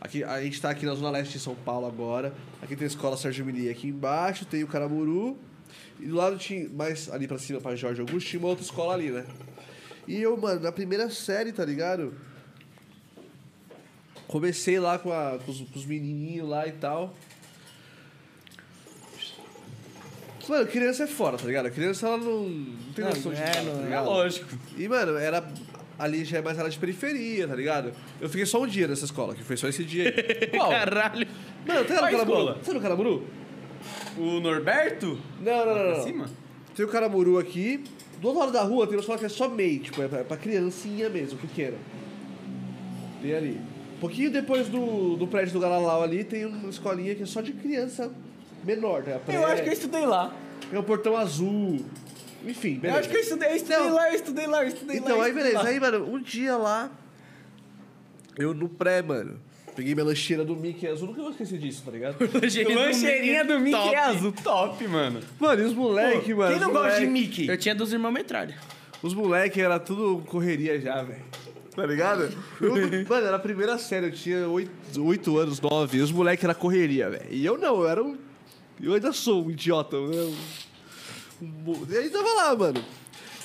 D: Aqui, a gente tá aqui na Zona Leste de São Paulo agora. Aqui tem a escola Sérgio Mili aqui embaixo, tem o Caramuru. E do lado tinha, mais ali pra cima, pra Jorge Augusto, tinha uma outra escola ali, né? E eu, mano, na primeira série, tá ligado? Comecei lá com, a- com os, com os menininhos lá e tal. Mano, criança é fora, tá ligado? Criança, ela não, não tem
C: Não,
D: noção de
C: é,
D: nada,
C: não-
D: tá
C: é
B: Ah.
D: ligado?
B: lógico.
D: E, mano, era. Ali já é mais área de periferia, tá ligado? Eu fiquei só um dia nessa escola, que foi só esse dia aí. Qual?
C: Caralho.
D: Mano, tá no
B: Qual
D: Caramuru?
B: escola?
D: Tá no Caramuru?
B: O Norberto?
D: Não, não, não.
B: Pra
D: não.
B: cima?
D: Tem o Caramuru aqui. Do outro lado da rua tem uma escola que é só MEI, tipo, é pra, pra criancinha mesmo, pequena. Tem ali. Um pouquinho depois do, do prédio do Galalau ali, tem uma escolinha que é só de criança menor, tá? Pré-
B: Eu acho que eu estudei lá.
D: É um portão azul. Enfim, beleza.
B: Eu acho que eu estudei, eu estudei
D: Não.
B: lá, eu estudei lá, eu estudei
D: Então,
B: lá.
D: aí
B: eu estudei
D: beleza.
B: lá.
D: Aí, mano, um dia lá, eu no pré, mano, peguei minha lancheira do Mickey azul, nunca vou esquecer disso, tá ligado?
B: Lancheirinha do Mickey
C: é
B: é
C: Top.
B: azul, top, mano.
D: Mano, e os moleque, mano?
B: Quem não
D: os
B: gosta de
D: moleque-
B: Mickey?
C: Eu tinha dos irmãos metralha.
D: Os moleque era tudo correria já, velho. Tá ligado? Eu- mano, era a primeira série, eu tinha 8 anos, 9, e os moleque era correria, velho. E eu não, eu era um. Eu ainda sou um idiota, né? Um mo- E aí tava lá, mano.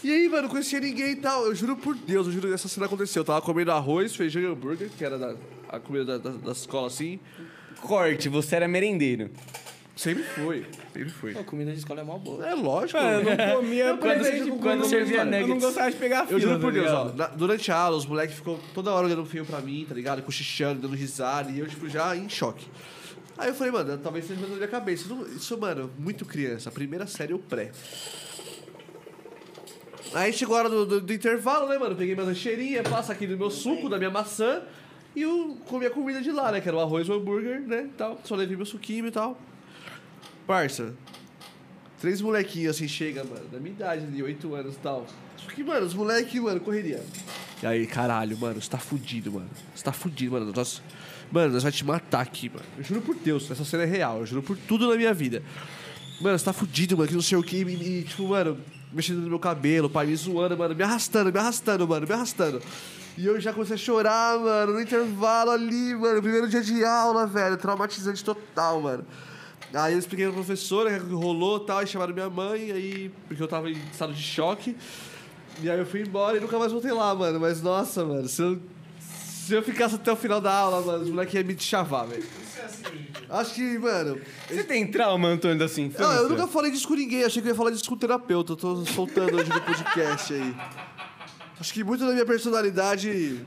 D: E aí, mano, conhecia ninguém e tal. Eu juro por Deus, eu juro que essa cena aconteceu. Eu tava comendo arroz, feijão e hambúrguer, que era da, a comida da, da, da escola assim.
B: Corte, você era merendeiro.
D: Sempre foi, sempre foi.
C: Pô, comida de escola é mó boa.
D: É lógico,
B: Mano, eu não comia
D: Eu aprendi
B: presente
D: com
B: quando
D: quando
B: eu não
D: servia
B: gostava- Eu não
D: nuggets.
B: gostava de pegar a fila,
D: Eu juro por
B: tá
D: Deus, ó.
B: ligado?
D: na- durante a aula, os moleques ficam toda hora olhando feio pra mim, tá ligado? Cochichando, dando risada, e eu, tipo, já em choque. Aí eu falei, mano, talvez seja na minha cabeça. Isso, não- isso, mano, muito criança. A primeira série, o pré. Aí chegou a hora do, do- do intervalo, né, mano? Peguei minha lancheirinha, passa aqui do meu suco, da minha maçã. E eu comi a comida de lá, né? Que era o arroz, o hambúrguer, né? e Tal. Só levei meu suquinho e tal. Parça, Três molequinhos assim, chega, mano, da minha idade, de 8 anos e tal. Só que, mano, os moleques, mano, correria. E aí, caralho, mano, você tá fudido, mano. Você tá fudido, mano. Nós, mano, nós vai te matar aqui, mano. Eu juro por Deus, essa cena é real. Eu juro por tudo na minha vida. Mano, você tá fudido, mano, que não sei o que. E, e, tipo, mano, mexendo no meu cabelo, o pai me zoando, mano, me arrastando, me arrastando, mano, me arrastando. E eu já comecei a chorar, mano, no intervalo ali, mano, primeiro dia de aula, velho, traumatizante total, mano. Aí eu expliquei pra professora o que rolou e tal, e chamaram minha mãe, aí. Porque eu tava em estado de choque. E aí eu fui embora e nunca mais voltei lá, mano. Mas nossa, mano, se eu. Se eu ficasse até o final da aula, mano, os moleques iam me chavar, velho. Acho que, mano.
B: Você tem trauma, Antônio, da sua
D: Não,
B: infância?
D: eu nunca falei disso com ninguém, achei que eu ia falar disso com o terapeuta. Eu tô soltando hoje no podcast aí. Acho que muito da minha personalidade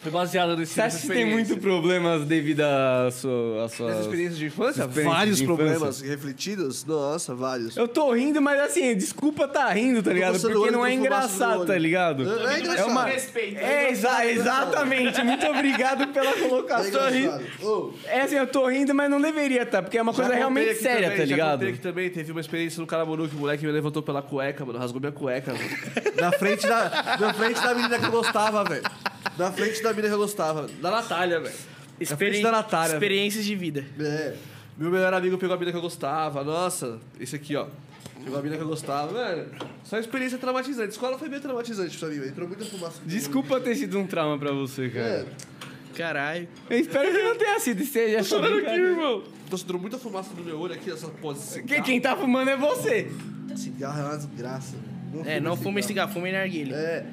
G: Foi baseado nesse
B: Você acha que tem muito problemas devido à sua. À
D: Nessas
B: sua...
D: experiências de infância?
B: Experiências
D: Vários
B: de
D: problemas
B: infância.
D: refletidos? Nossa, vários.
B: Eu tô rindo, mas assim, desculpa tá rindo, tá ligado?
D: coçando o
B: Porque
D: olho,
B: não é
D: tô fumaçando o
B: engraçado,
D: olho.
B: tá ligado?
D: Não é
B: É
D: engraçado.
B: uma.
C: Respeito.
B: É, exa exatamente. Muito obrigado pela colocação.
D: É
B: aí.
D: engraçado. Ô,
B: É assim, eu tô rindo, mas não deveria, tá? Porque é uma
D: já
B: coisa
D: contei
B: realmente
D: aqui
B: séria,
D: também,
B: tá
D: Já
B: ligado?
D: contei aqui também, teve uma experiência no Caramuru que o moleque me levantou pela cueca, mano. Rasgou minha cueca, mano. Na frente da, na frente da menina que eu gostava, velho. Na frente da menina que eu gostava. Da Natália, velho.
C: Experi...
D: frente da Natália,
C: Experiências de vida.
D: É. Meu melhor amigo pegou a mina que eu gostava. Nossa, esse aqui, ó. Pegou a mina que eu gostava. Mano, só experiência traumatizante. Escola foi meio traumatizante pra mim, velho. Entrou muita fumaça.
B: Desculpa ter sido um trauma pra você, cara.
D: É,
C: Caralho.
B: Eu espero que não tenha sido. Esteja chorando aqui, irmão.
D: tô sentindo muita fumaça no meu olho aqui, essa pose. de
B: Quem,
D: cigarro.
B: quem tá fumando é você.
D: Cigarro é uma desgraça.
C: É, não fuma cigarro, fuma narguilha.
D: É.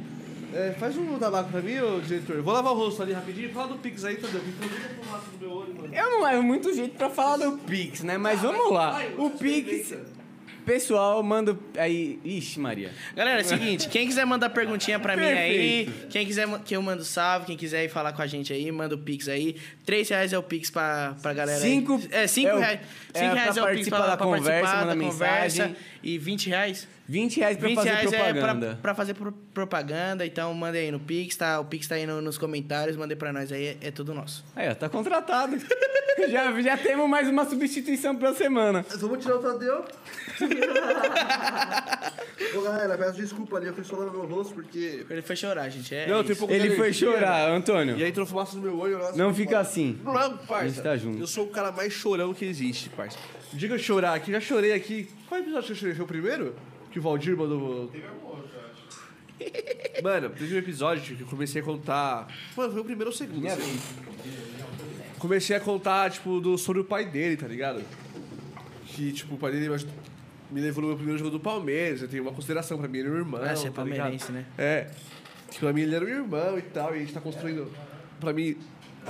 D: É, faz um tabaco pra mim, ô diretor. Vou lavar o rosto ali rapidinho. Fala do Pix aí, Tadeu. que Entrou muita fumaça no meu olho, mano.
B: Eu não levo muito jeito pra falar do Pix, né? Mas vamos lá.
D: Ai,
B: O
D: você
B: Pix.
D: inventa.
B: Pessoal, manda aí. Ixi, Maria.
C: Galera, é o seguinte, quem quiser mandar perguntinha pra mim aí,
B: Perfeito.
C: quem quiser ma- que eu mando salve, quem quiser ir falar com a gente aí, manda o Pix aí. Três reais é o Pix pra, pra galera
B: Cinco
C: aí. É, cinco
B: é o-
C: reais.
B: é
C: Cinco
B: pra
C: reais é o Pix
B: participar
C: pra,
B: da
C: pra
B: conversa,
C: participar da
B: manda
C: conversa.
B: mensagem.
C: E 20 reais?
B: 20 reais pra
C: 20
B: fazer
C: reais
B: propaganda.
C: é pra, pra fazer pro- propaganda, então manda aí no Pix, tá? O Pix tá aí no- nos comentários, manda aí pra nós aí, é, é tudo nosso.
B: Aí, ó, tá contratado. já, já temos mais uma substituição pra semana.
D: Vamos tirar o Tadeu. Ô, galera, peço desculpa ali. Eu fui só lavar meu rosto porque...
C: Ele foi chorar, gente. É
D: Não,
C: isso.
D: tem um pouco de
B: Ele foi
D: alergia.
B: chorar,
D: E
B: Antônio.
D: aí entrou fumaça no meu olho. nossa,
B: Não
D: que
B: fica
D: foda.
B: assim.
D: Não, é, parça.
B: A gente tá junto.
D: Eu sou o cara mais chorão que existe, parça. Diga eu chorar aqui, já chorei aqui. Qual episódio que eu chorei? Foi o primeiro? Que o Valdir mandou. Teve algum outro, acho. Mano, teve um episódio que eu comecei a contar. Mano, foi o primeiro ou o segundo? não sei. Comecei a contar, tipo, do, sobre o pai dele, tá ligado? Que, tipo, o pai dele me ajudou- me levou no meu primeiro jogo do Palmeiras. Eu tenho uma consideração pra mim, ele é meu irmão.
C: Ah, você é
D: tá
C: palmeirense,
D: ligado?
C: né?
D: É. Tipo, pra mim ele era um irmão e tal, e a gente tá construindo. Pra mim,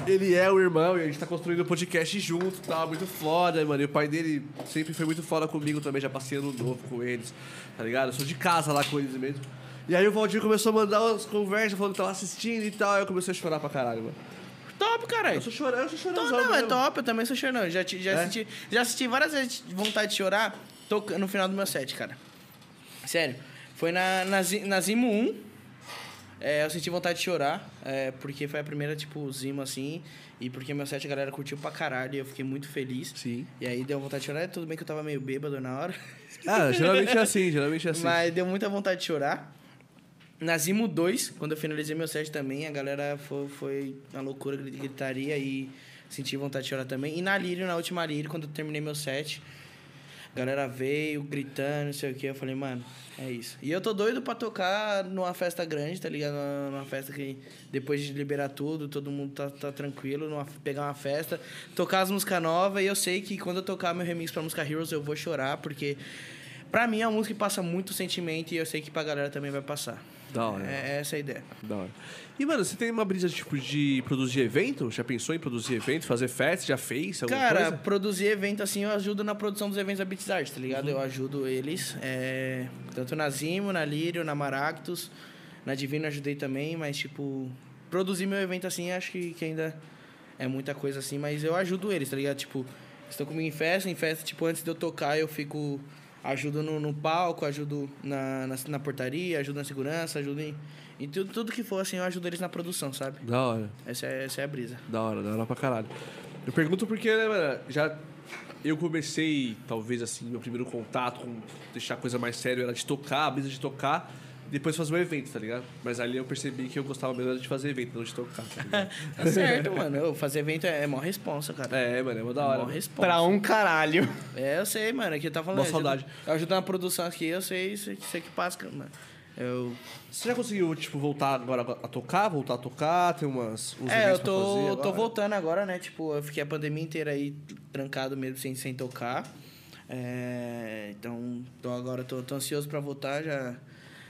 D: ele é o irmão e a gente tá construindo o podcast junto e tal, muito foda, mano. E o pai dele sempre foi muito foda comigo também, já passei ano novo com eles, tá ligado? Eu sou de casa lá com eles mesmo. E aí o Valdir começou a mandar umas conversas falando que tava assistindo e tal, aí eu comecei a chorar pra caralho, mano.
C: Top, caralho.
D: Eu sou chorando, eu sou chorando. É?
C: Então, não, é top, eu também sou chorando. Já, ti- já, assisti, já assisti várias vezes vontade de chorar tô, no final do meu set, cara. Sério. Foi na, na, Zi- na Zimo 1. é, eu senti vontade de chorar, é, porque foi a primeira, tipo, Zima, assim, e porque meu set a galera curtiu pra caralho, e eu fiquei muito feliz.
D: Sim.
C: E aí deu vontade de chorar, e tudo bem que eu tava meio bêbado na hora.
D: Ah, geralmente é assim, geralmente é assim.
C: Mas deu muita vontade de chorar. Na Zimo 2, quando eu finalizei meu set também, a galera foi, foi uma loucura, gri- gritaria e senti vontade de chorar também. E na Lírio, na última Lírio, quando eu terminei meu set, a galera veio gritando, não sei o que. Eu falei, mano, é isso. E eu tô doido pra tocar numa festa grande, tá ligado? Numa numa festa que depois de liberar tudo, todo mundo tá, tá tranquilo, numa- pegar uma festa, tocar as músicas novas. E eu sei que quando eu tocar meu remix pra música Heroes, eu vou chorar, porque pra mim é uma música que passa muito sentimento e eu sei que pra galera também vai passar.
D: Da hora.
C: É, é essa a ideia.
D: Da hora. E, mano, você tem uma brisa, tipo, de produzir evento? Já pensou em produzir evento, fazer festa? Já fez alguma
C: Cara,
D: coisa?
C: produzir evento assim, eu ajudo na produção dos eventos da Beats Art, tá ligado? Eu ajudo eles, é, tanto na Zimo, na Lírio, na Maractus, na Divino eu ajudei também, mas tipo, produzir meu evento assim, acho que, que ainda é muita coisa assim, mas eu ajudo eles, tá ligado? Tipo, eles estão comigo em festa, em festa, tipo, antes de eu tocar eu fico. Ajudo no, no palco, ajudo na, na, na portaria, ajudo na segurança, ajudo em, em tudo, tudo que for, assim, eu ajudo eles na produção, sabe?
D: Da hora.
C: Essa é, essa é a brisa.
D: Da hora, da hora pra caralho. Eu pergunto porque, né, mano, já eu comecei, talvez assim, meu primeiro contato com deixar a coisa mais séria era de tocar, a brisa de tocar, e depois fazer um evento, tá ligado? Mas ali eu percebi que eu gostava melhor de fazer evento, não de tocar, tá ligado?
C: Tá certo, mano. Eu Fazer evento é, é mó responsa, cara.
D: é, mano, é uma da
C: É mó
D: hora.
C: responsa.
B: Pra um caralho.
C: É, eu sei, mano. Aqui eu tava falando.
D: Mó
C: eu ajudo-
D: saudade.
C: Eu ajudo na produção aqui, eu sei isso, isso aqui passa, cara, mano. Eu.
D: Você já conseguiu, tipo, voltar agora a tocar, voltar a tocar, tem umas uns
C: É, eu
D: eventos pra fazer
C: tô,
D: agora?
C: tô voltando agora, né? Tipo, eu fiquei a pandemia inteira aí trancado mesmo, sem, sem tocar. É, então, tô agora tô, tô ansioso pra voltar já.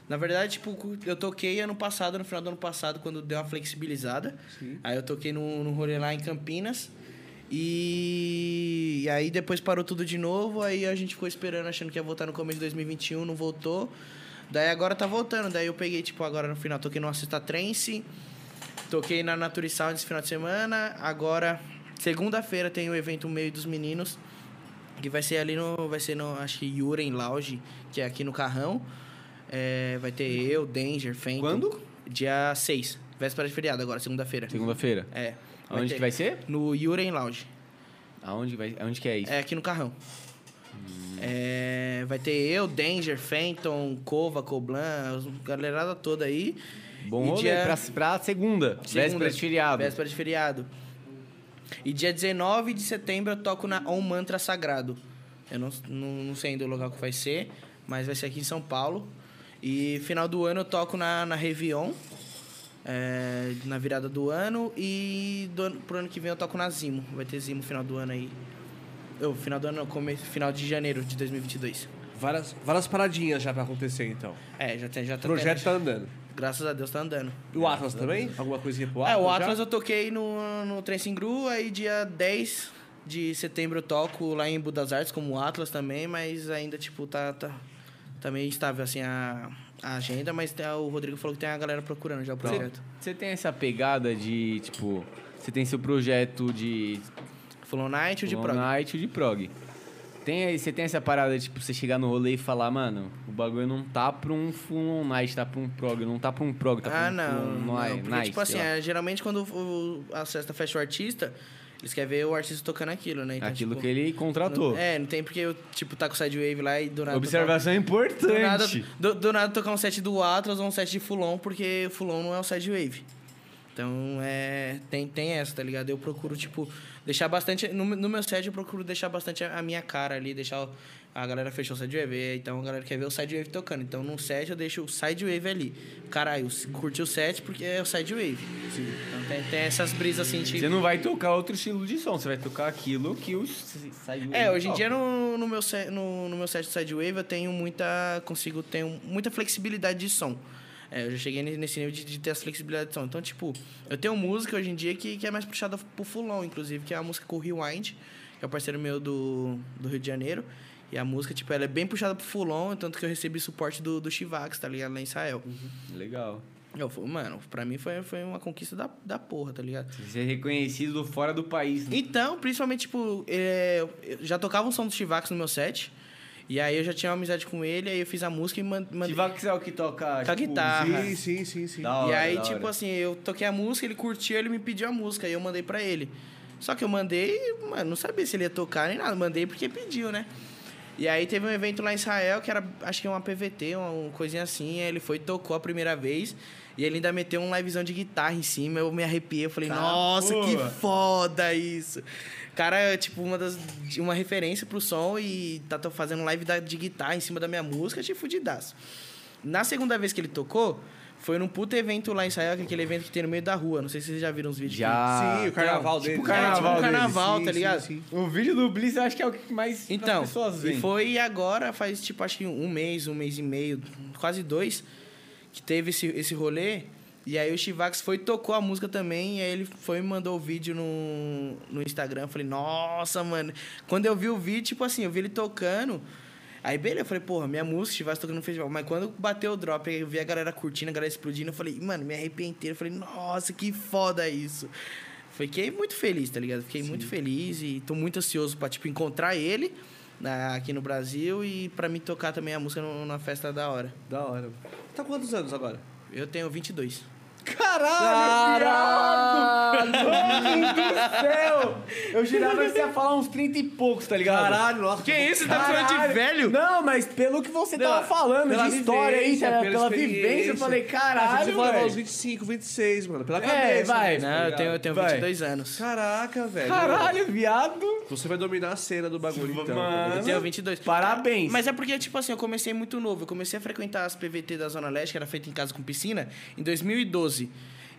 C: Na verdade, tipo, eu toquei ano passado, no final do ano passado, quando deu uma flexibilizada. Aí eu toquei num num rolê lá em Campinas. E, e aí depois parou tudo de novo, aí a gente ficou esperando, achando que ia voltar no começo de 2021, não voltou. Daí agora tá voltando, daí eu peguei, tipo, agora no final, toquei no Assista Trance, Toquei na Nature Sound esse final de semana. Agora, segunda-feira, tem o evento Meio dos Meninos. Que vai ser ali no. Vai ser no. Acho que Yuren Lounge, que é aqui no Carrão. É, vai ter eu, Danger, Fenton.
A: Quando?
C: Dia 6. Véspera de feriado agora, segunda-feira.
A: Segunda-feira.
C: É.
A: Aonde
C: ter.
A: que vai ser?
C: No Yuren Lounge.
A: Aonde, vai, aonde que é isso?
C: É aqui no carrão.
A: Hum.
C: É, vai ter eu, Danger, Fenton, Cova, Coblan, os- galerada toda aí.
A: Bom
C: E
A: rolê
C: dia-
A: pra, pra segunda, véspera de feriado.
C: Véspera de feriado. E dia 19 de setembro eu toco na On Mantra Sagrado. Eu não, não, não sei ainda o local que vai ser, mas vai ser aqui em São Paulo. E final do ano eu toco na, na Revion, é, na virada do ano. E do, ano- pro ano que vem eu toco na Zimo. Vai ter Zimo final do ano aí. Eu, final do ano, não, começo, final de janeiro de 2022.
D: Várias, várias paradinhas já pra acontecer, então.
C: É, já, tem, já
D: O
C: tá
D: projeto tá
C: tendo-
D: andando.
C: Graças a Deus tá andando.
D: E o Atlas também? Alguma coisinha pro
C: é,
D: Atlas?
C: o
D: já?
C: Atlas eu toquei no, no Trensing Gru, aí dia 10 de setembro eu toco lá em Budas Artes, como o Atlas também, mas ainda, tipo, tá, tá, tá meio instável, assim, a, a agenda, mas tem- o Rodrigo falou que tem a galera procurando já o projeto.
A: Você tem essa pegada de, tipo, você tem seu projeto de
C: Falou Night ou Tipo de
A: Long
C: Prog?
A: Night ou de prog. Tem, aí- você tem essa parada, tipo, você chegar no rolê e falar, mano, o bagulho não tá pra um full on night, tá pra um prog, não tá pra um prog, tá pra
C: Ah,
A: um
C: não.
A: full on
C: não,
A: night,
C: porque,
A: night,
C: tipo assim,
A: sei lá.
C: é, geralmente quando o, o- a festa fecha o artista, eles querem ver o artista tocando aquilo, né? Então,
A: Aquilo
C: tipo,
A: que ele contratou.
C: não- É, não tem porque eu, tipo, tá com o Sidewave lá e do nada...
B: Observação importante.
C: Do nada, do, do nada tocar um set do Atlas ou um set de Fulon, porque Fulon não é um side wave. Então, é, tem, tem essa, tá ligado? Eu procuro, tipo, deixar bastante. No, no meu set, eu procuro deixar bastante a, a minha cara ali, deixar. o- a galera fechou o side wave, então a galera quer ver o side wave tocando. Então, num set, eu deixo o side wave ali. Caralho, curti o set porque é o side wave. Então, tem, tem essas brisas assim, tipo.
A: Você não vai tocar outro estilo de som, você vai tocar aquilo que os saiu.
C: É, hoje em dia no, no meu, set, no, no meu set de Sidewave eu tenho muita. consigo tenho muita flexibilidade de som. É, eu já cheguei ne- nesse nível de, de ter as flexibilidades de som. Então, tipo, eu tenho música hoje em dia que, que é mais puxada pro fulão, inclusive, que é a música com o Rewind, que é o parceiro meu do, do Rio de Janeiro. E a música, tipo, ela é bem puxada pro fulão, tanto que eu recebi suporte do, do Chivax, tá ligado? Lá em Israel.
A: Legal.
C: Eu, fui- mano, pra mim foi, foi uma conquista da, da porra, tá ligado?
A: Você é reconhecido fora do país, né?
C: Então, principalmente, tipo, é, eu já tocava um som do Chivax no meu set. E aí eu já tinha uma amizade com ele, aí eu fiz a música e man- mandei.
A: Tivax é o que toca,
C: Com a guitarra.
D: Sim, sim, sim, sim.
A: Da hora,
C: e aí,
A: da
C: tipo
A: hora.
C: assim, eu toquei a música, ele curtiu, ele me pediu a música, aí eu mandei pra ele. Só que eu mandei, mano, não sabia se ele ia tocar nem nada, mandei porque pediu, né? E aí teve um evento lá em Israel que era, acho que um uma PVT, uma, uma coisinha assim, aí ele foi e tocou a primeira vez. E ele ainda meteu um livezão de guitarra em cima, eu me arrepiei, eu falei, nossa, que foda isso. Cara, é, tipo, uma das. de Uma referência pro som e tá tô fazendo live da- de guitarra em cima da minha música, achei fudidaço. Na segunda vez que ele tocou, foi num puta evento lá em Israel, que é aquele evento que tem no meio da rua. Não sei se vocês já viram os vídeos.
A: Já.
D: Sim, o carnaval
C: Tipo
D: dele.
C: o carnaval
D: É, tipo o
C: dele.
D: carnaval,
C: Sim,
D: tá
C: sim,
D: ligado?
C: sim.
A: O vídeo do Blizz eu acho que é o que mais
C: Então,
A: as pessoas
C: e
A: veem.
C: foi agora, faz tipo, acho que um mês, um mês e meio, quase dois, que teve esse, esse rolê. E aí o Chivax foi e tocou a música também, e aí ele foi e me mandou o vídeo no, no Instagram. Eu Falei, nossa, mano. Quando eu vi o vídeo, tipo assim, eu vi ele tocando. Aí beleza, eu falei, porra, minha música, Chivax tocando no festival. Mas quando bateu o drop, eu vi a galera curtindo, a galera explodindo, eu falei, mano, me arrepiei inteiro. Eu falei, nossa, que foda isso. Fiquei muito feliz, tá ligado? Fiquei muito feliz e tô muito ansioso pra, tipo, encontrar ele na- aqui no Brasil e pra mim tocar também a música no- na festa da hora.
D: Da hora. Tá quantos anos agora?
C: Eu tenho 22.
B: Caralho, mano do céu! Eu girava que você ia falar uns 30 e poucos, tá ligado?
D: Caralho, nossa.
C: Que isso? Tá falando de velho?
B: Não, mas pelo que você
D: Pela-
B: tava falando,
D: pela
B: de história aí, né?
D: vivência,
B: pela,
D: pela
B: pela
D: experiência.
B: vivência, eu falei,
D: Ah, você
B: caralho,
D: falava
B: velho.
D: aos 25, 26, mano. Pela
B: É,
D: cabeça.
B: vai.
D: né?
C: Não, eu tenho, eu tenho
B: Vai.
C: 22 anos.
D: Caraca, velho.
B: Caralho, viado.
D: Você vai dominar a cena do bagulho, então.
B: Mano.
C: Eu tenho 22.
B: Parabéns.
C: Mas é porque, tipo assim, eu comecei muito novo. Eu comecei a frequentar as PVT da Zona Leste, que era feita em casa com piscina, em 2012.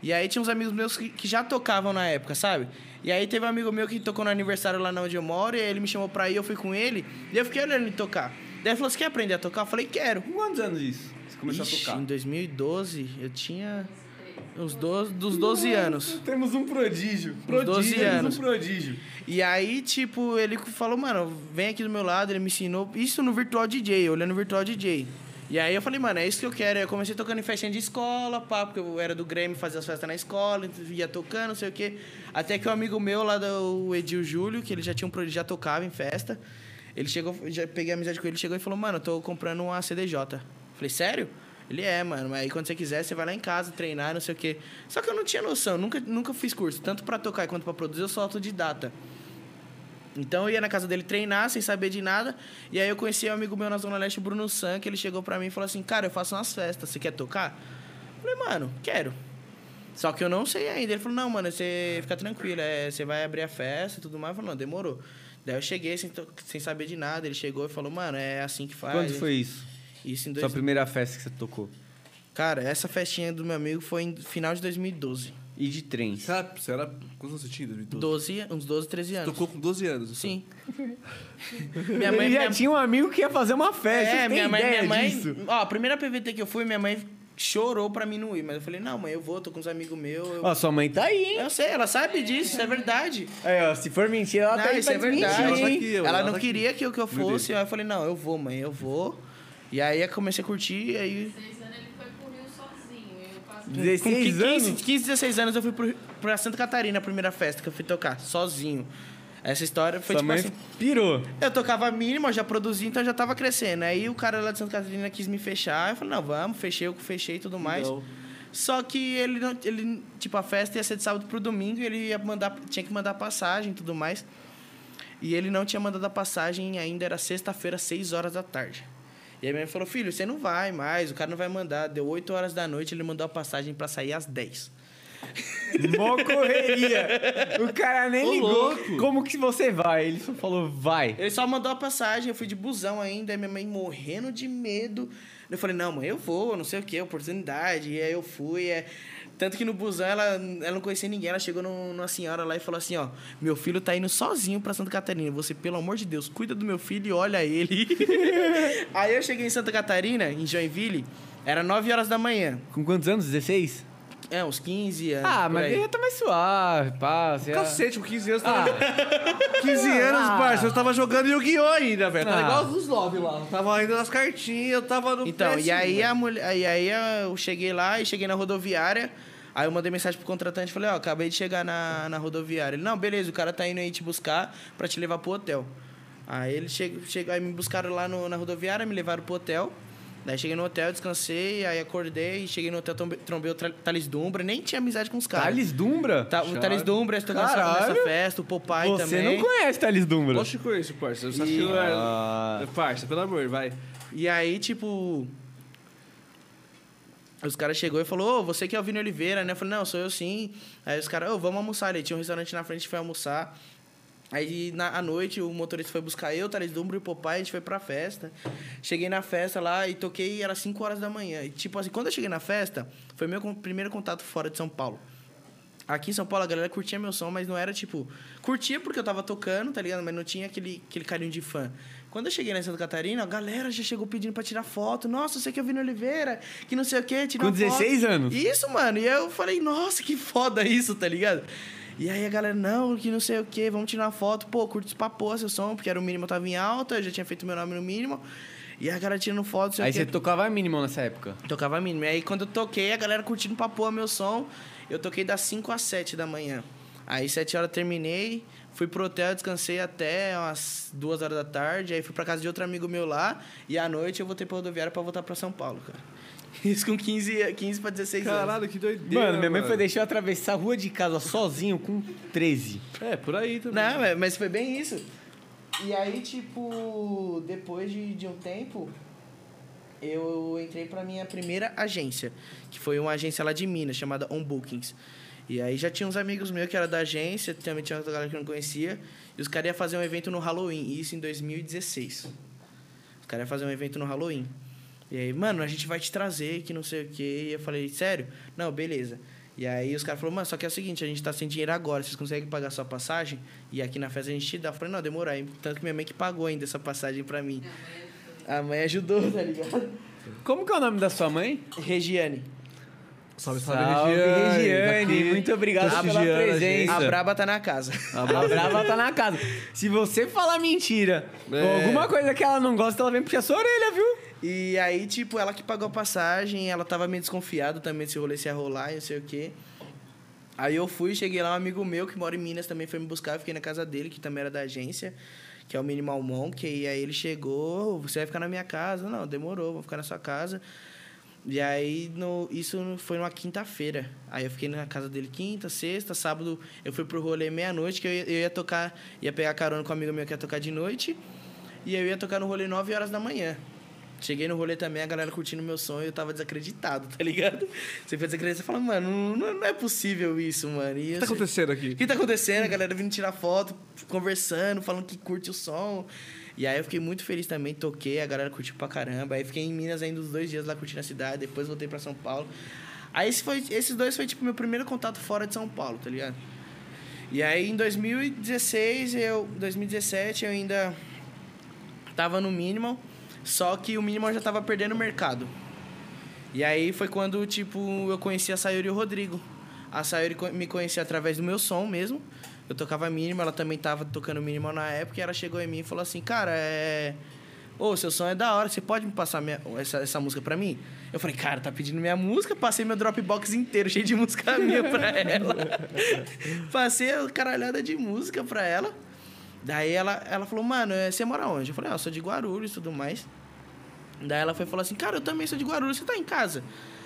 C: E aí tinha uns amigos meus que, que já tocavam na época, sabe? E aí teve um amigo meu que tocou no aniversário lá na onde eu moro, e aí ele me chamou pra ir, eu fui com ele, e eu fiquei olhando ele tocar. Daí ele falou, você quer aprender a tocar? Eu falei, quero.
A: Com quantos anos isso? Você começou
C: Ixi,
A: a
C: Em
A: tocar?
C: 2012, eu tinha uns 12, dos 12 anos.
B: Temos um prodígio.
C: Uns 12
B: Prodígio, temos
C: anos.
B: um prodígio.
C: E aí, tipo, ele falou, mano, vem aqui do meu lado, ele me ensinou. Isso no Virtual DJ, eu olhei no Virtual DJ. E aí eu falei, mano, é isso que eu quero. Eu comecei tocando em festinha de escola, pá, porque eu era do Grêmio, fazia as festas na escola, então ia tocando, não sei o quê. Até que um amigo meu lá, do o Edil Júlio, que ele já tinha um pro- ele já tocava em festa. Ele chegou, eu já peguei amizade com ele, chegou e falou, mano, eu tô comprando uma CDJ. Falei, sério? Ele é, mano, mas aí quando você quiser, você vai lá em casa treinar, não sei o quê. Só que eu não tinha noção, nunca, nunca fiz curso, tanto pra tocar quanto pra produzir, eu sou autodidata. Então eu ia na casa dele treinar, sem saber de nada. E aí eu conheci um amigo meu na Zona Leste, o Bruno San, que ele chegou pra mim e falou assim: Cara, eu faço umas festas, você quer tocar? Eu falei, mano, quero. Só que eu não sei ainda. Ele falou: Não, mano, você fica tranquilo, é, você vai abrir a festa e tudo mais. Eu falei: Não, demorou. Daí eu cheguei sem, to- sem saber de nada. Ele chegou e falou: Mano, é assim que faz.
B: Quando foi isso?
C: Isso em
B: Sua
C: dois...
B: primeira festa que você tocou?
C: Cara, essa festinha do meu amigo foi em final de 2012.
B: E de trem?
D: Você era, você era- quantos anos você tinha em 2012?
C: 12, uns 12, 13 anos.
D: Tocou com 12 anos. assim.
C: Sim. minha mãe, minha,
B: tinha um amigo que ia fazer uma festa.
C: É,
B: você tem
C: minha mãe,
B: ideia
C: minha mãe.
B: disso?
C: Ó, a primeira PVT que eu fui, minha mãe chorou pra mim não ir. Mas eu falei, não, mãe, eu vou, tô com uns amigos meus. Eu,
B: Ó, sua mãe tá aí, hein?
C: eu sei, ela sabe disso, isso é verdade.
B: Aí, ó, se for mentira, ela tá
C: não,
B: aí
C: isso
B: pra
C: é verdade.
B: desmentir,
D: ela tá
B: hein?
D: aqui,
C: ela,
D: ela
C: não
D: tá aqui.
C: queria que eu, que eu
D: Meu
C: fosse. Aí eu falei, não, eu vou, mãe, eu vou. E aí eu comecei a curtir, e aí.
G: 16 anos ele foi pro Rio sozinho. Eu quase
C: Com tipo
B: 16
C: 15,
B: anos?
C: 15, 16 anos eu fui pro, pra Santa Catarina, a primeira festa que eu fui tocar, sozinho. Essa história foi
B: Sua
C: tipo
B: mãe
C: assim.
B: pirou.
C: Eu tocava mínimo, eu já produzia, então eu já tava crescendo. Aí o cara lá de Santa Catarina quis me fechar. Eu falei, não, vamos, fechei o que fechei e tudo mais. Só que ele, não- ele, tipo, a festa ia ser de sábado pro domingo e ele ia mandar, tinha que mandar passagem e tudo mais. E ele não tinha mandado a passagem ainda, era sexta-feira, seis horas da tarde. E aí minha mãe falou, filho, você não vai mais, o cara não vai mandar. Deu oito horas da noite, ele mandou a passagem pra sair às 10.
B: Mó correria. O cara nem
D: Ô,
B: ligou.
D: louco.
B: Como que você vai? Ele só falou, vai.
C: Ele só mandou a passagem, eu fui de busão ainda, aí minha mãe morrendo de medo. Eu falei, não, mãe, eu vou, não sei o que, oportunidade. E aí eu fui. é. Tanto que no busão ela, ela não conhecia ninguém, ela chegou num- numa senhora lá e falou assim: ó, meu filho tá indo sozinho pra Santa Catarina, você, pelo amor de Deus, cuida do meu filho e olha ele. aí eu cheguei em Santa Catarina, em Joinville, era 9 horas da manhã,
B: Com quantos anos? 16?
C: é, uns 15 anos.
B: Ah,
C: por
B: mas
C: aí.
B: ele tá mais suave, pá. sei lá.
D: Cacete, com 15 anos.
B: Ah,
C: né?
D: Tava... 15 anos,
B: Ah.
D: parça. Eu tava jogando Yu-Gi-Oh! ainda, velho. Tava
B: Ah.
D: igual os lobby lá. Eu Tava ainda nas cartinhas, eu tava no
C: Então, e
D: péssimo,
C: aí
D: velho.
C: a mulher, aí, aí a- eu cheguei lá e cheguei na rodoviária. Aí eu mandei mensagem pro contratante e falei, ó, acabei de chegar na, na rodoviária. Ele, não, beleza, o cara tá indo aí te buscar pra te levar pro hotel. Aí ele chegou, chegou aí me buscaram lá no- na rodoviária, me levaram pro hotel. Daí cheguei no hotel, descansei, aí acordei, cheguei no hotel, trombe- trombei o Tra- Thales Dumbra, nem tinha amizade com os caras.
B: Thales Dumbra?
C: Tá- o Thales Dumbra estou nessa
B: Caralho.
C: festa, o Popeye
B: Você
C: também.
B: não conhece Thales Dumbra.
D: Lógico que eu conheço, parça. Eu só que eu
C: é,
B: Ah.
D: era... Parça, pelo amor, vai.
C: E aí, tipo. Os caras chegou e falou, ô, você que é o Vini Oliveira, né? Eu falei, não, sou eu sim. Aí os caras, ô, vamos almoçar ali. Tinha um restaurante na frente, a gente foi almoçar. Aí, na, à noite, o motorista foi buscar eu, Thales Dumbro e o Popeye, a gente foi pra festa. Cheguei na festa lá e toquei, era 5 horas da manhã. E, tipo assim, quando eu cheguei na festa, foi meu con- primeiro contato fora de São Paulo. Aqui em São Paulo a galera curtia meu som, mas não era tipo. Curtia porque eu tava tocando, tá ligado? Mas não tinha aquele, aquele carinho de fã. Quando eu cheguei lá em Santa Catarina, a galera já chegou pedindo pra tirar foto. Nossa, você que é o Vini Oliveira, que não sei o quê, tirar
B: Com
C: foto.
B: 16 anos?
C: Isso, mano. E aí eu falei, nossa, que foda isso, tá ligado? E aí a galera, não, que não sei o quê, vamos tirar uma foto. Pô, curto pra porra seu som, porque era o mínimo, eu tava em alta, eu já tinha feito meu nome no mínimo. E a galera tirando foto, não sei
B: Aí
C: o quê.
B: você tocava mínimo nessa época.
C: Tocava mínimo. E aí quando eu toquei, a galera curtindo pra pôr meu som. Eu toquei das 5 às 7 da manhã. Aí 7 horas eu terminei, fui pro hotel, descansei até umas 2 horas da tarde. Aí fui pra casa de outro amigo meu lá. E à noite eu voltei pra rodoviária pra voltar pra São Paulo, cara. Isso com 15, 15 pra 16 anos.
D: Caralho, que doideira,
B: mano, minha mãe foi deixar eu atravessar a rua de casa sozinho com 13.
D: É, por aí também.
C: Não, é, mas foi bem isso. E aí, tipo, depois de, de um tempo, eu entrei pra minha primeira agência, que foi uma agência lá de Minas, chamada On Bookings. E aí já tinha uns amigos meus que era da agência, também tinha outra galera que eu não conhecia, e os caras iam fazer um evento no Halloween, e isso em 2016. Os caras iam fazer um evento no Halloween. E aí, mano, a gente vai te trazer, que não sei o quê. E eu falei, sério? Não, beleza. E aí os caras falaram, mano, só que é o seguinte, a gente tá sem dinheiro agora, vocês conseguem pagar sua passagem? E aqui na festa a gente te dá. Eu falei, não, demorou. Aí, tanto que minha mãe que pagou ainda essa passagem pra mim. A mãe ajudou, tá ligado?
B: Como que é o nome da sua mãe?
C: Regiane.
D: Salve, salve,
B: Salve,
D: Regiane.
B: Regiane.
D: Tá aqui.
B: Muito obrigado pela
D: prestigiando a gente.
B: presença.
C: A braba tá na casa.
B: A Brava tá na casa. Se você falar mentira
D: É.
B: ou alguma coisa que ela não gosta, ela vem puxar sua orelha, viu?
C: E aí, tipo, ela que pagou a passagem, ela tava meio desconfiada também se o rolê se ia rolar e não sei o quê. Aí eu fui, cheguei lá, um amigo meu que mora em Minas também foi me buscar, eu fiquei na casa dele, que também era da agência, que é o Minimal Monk, e aí ele chegou, você vai ficar na minha casa? Não, demorou, vou ficar na sua casa. E aí, no, isso foi numa quinta-feira. Aí eu fiquei na casa dele quinta, sexta, sábado. Eu fui pro rolê meia-noite, que eu ia, eu ia tocar, ia pegar carona com um amigo meu que ia tocar de noite. E aí eu ia tocar no rolê 9 horas da manhã. Cheguei no rolê também, a galera curtindo meu som e eu tava desacreditado, tá ligado? Você fica desacreditado, você fala, mano, não, não é possível isso, mano. E
D: O que
C: eu
D: tá
C: sei-
D: acontecendo
C: o
D: aqui?
C: que tá acontecendo? A galera vindo tirar foto, conversando, falando que curte o som. E aí eu fiquei muito feliz também, toquei, a galera curtiu pra caramba. Aí fiquei em Minas ainda uns dois dias lá curtindo a cidade, depois voltei pra São Paulo. Aí esse foi- esses dois foi tipo meu primeiro contato fora de São Paulo, tá ligado? E aí em 2016, eu. 2017 eu ainda tava no Minimal, só que o Minimal já tava perdendo o mercado. E aí foi quando, tipo, eu conheci a Sayuri e o Rodrigo. A Sayuri co- me conhecia através do meu som mesmo. Eu tocava mínimo, ela também tava tocando mínimo na época. E ela chegou em mim e falou assim, cara, é... Ô, seu som é da hora, você pode me passar minha- essa, essa música pra mim? Eu falei, cara, tá pedindo minha música? Passei meu Dropbox inteiro, cheio de música minha pra ela. Passei a caralhada de música pra ela. Daí ela, ela falou, mano, é, você mora onde? Eu falei, ah, eu sou de Guarulhos e tudo mais. Daí ela foi e falou assim, cara, eu também sou de Guarulhos, você tá em casa?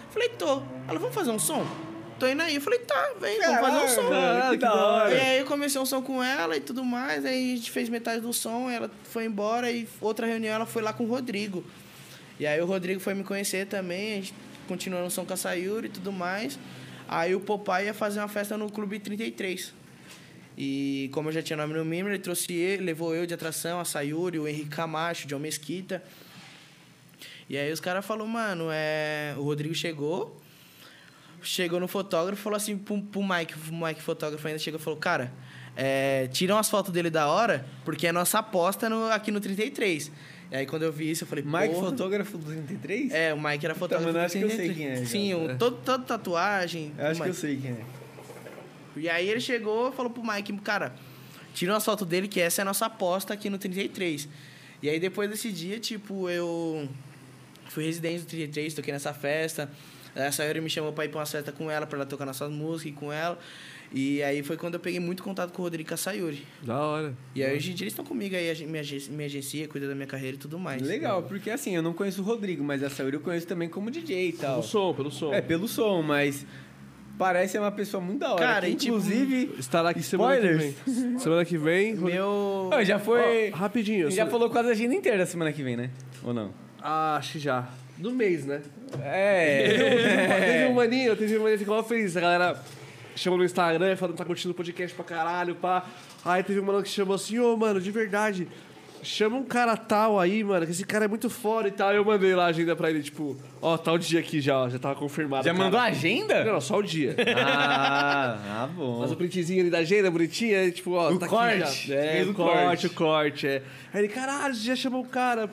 C: Eu falei, tô. Ela, vamos fazer um som? Tô indo aí. Eu falei, tá, vem, vamos fazer um som.
D: Caralho, que da hora.
C: E aí eu comecei um som com ela e tudo mais, aí a gente fez metade do som, ela foi embora e outra reunião ela foi lá com o Rodrigo. E aí o Rodrigo foi me conhecer também, a gente continuou no som com a Sayuri e tudo mais. Aí o Popeye ia fazer uma festa no Clube 33. E como eu já tinha nome no mimo, ele trouxe ele, levou eu de atração, a Sayuri, o Henrique Camacho, o John Mesquita. E aí os caras falaram, mano, é... o Rodrigo chegou, chegou no fotógrafo e falou assim pro, pro Mike, o Mike fotógrafo ainda chegou e falou, cara, é, tiram as fotos dele da hora, porque é nossa aposta no- aqui no 33. E aí quando eu vi isso, eu falei,
B: Mike,
C: porra.
B: fotógrafo do 33?
C: É, o Mike era fotógrafo.
B: mano,
C: do
B: acho que eu sei
C: 33.
B: quem é, já.
C: Sim, o,
B: É.
C: todo, todo tatuagem.
B: Eu Acho que
C: o
B: eu
C: Mike.
B: sei quem é.
C: E aí ele chegou e falou pro Mike, cara, tira uma foto dele que essa é a nossa aposta aqui no 33. E aí depois desse dia, tipo, eu fui residente do 33, toquei nessa festa. A Sayori me chamou pra ir pra uma festa com ela, pra ela tocar nossas músicas e com ela. E aí foi quando eu peguei muito contato com o Rodrigo e com a Sayuri.
D: Da hora.
C: E aí hoje em dia eles estão comigo aí, a gen- me agen- me agencia, cuida da minha carreira e tudo mais.
B: Legal, porque assim, eu não conheço o Rodrigo, mas a Saúde eu conheço também como DJ e tal.
D: Pelo som, pelo som.
B: É, pelo som, mas parece uma pessoa muito da hora.
C: Cara,
B: que,
C: e tipo-
B: inclusive.
D: É, Estará aqui
B: Spoilers.
D: semana que vem. Semana que vem.
C: Meu.
B: Ah, já foi.
D: Ó, rapidinho.
B: já
D: se-
B: falou quase a agenda inteira semana que vem, né? Ou não?
D: Ah, acho que já. Do mês, né? Teve
B: É.
D: um maninho, teve um maninho, ficou mó feliz. A galera chamou no Instagram falando que tá curtindo o podcast pra caralho, pá. Aí teve um mano que chamou assim, ô mano, de verdade, chama um cara tal aí, mano, que esse cara é muito foda e tal. Aí eu mandei lá a agenda pra ele, tipo, ó, tal dia aqui já, ó, já tava confirmado.
B: já
D: cara.
B: mandou a agenda?
D: Não, não, só o dia.
B: Ah, ah,
D: Mas o
B: bom.
D: printzinho um ali da agenda, bonitinha, aí, tipo, ó,
B: O
D: tá aqui
B: corte.
D: já. É,
B: Fez
D: o
B: o
D: corte,
B: corte.
D: o corte, é. Aí ele, caralho, você já chamou o cara.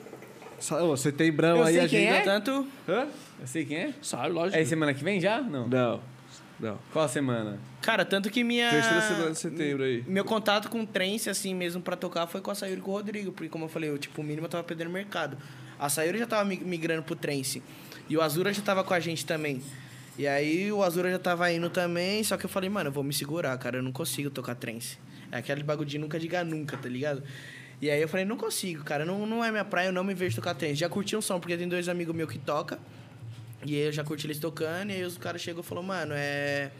D: Sa- Ô, você tem brão
B: Eu
D: aí,
B: sei
D: a
B: quem
D: agenda...
B: é?
C: Tanto.
D: Hã?
B: Eu sei quem é.
D: Sabe, lógico.
B: É semana que vem já? Não.
D: Não, não.
B: Qual a semana?
C: Cara, tanto que minha.
D: Terceira semana de setembro aí.
C: Meu contato com o trance, assim mesmo, pra tocar foi com a Sayuri e com o Rodrigo, porque, como eu falei, eu, tipo, o mínimo eu tava perdendo mercado. A Sayuri já tava mi- migrando pro trance. E o Azura já tava com a gente também. E aí o Azura já tava indo também, só que eu falei, mano, eu vou me segurar, cara, eu não consigo tocar trance. É aquele bagulho de nunca diga nunca, tá ligado? E aí eu falei, não consigo, cara, não, não é minha praia, eu não me vejo tocar trance. Já curti um som, porque tem dois amigos meus que toca. E aí eu já curti eles tocando, e aí os caras chegou e falou, mano, é.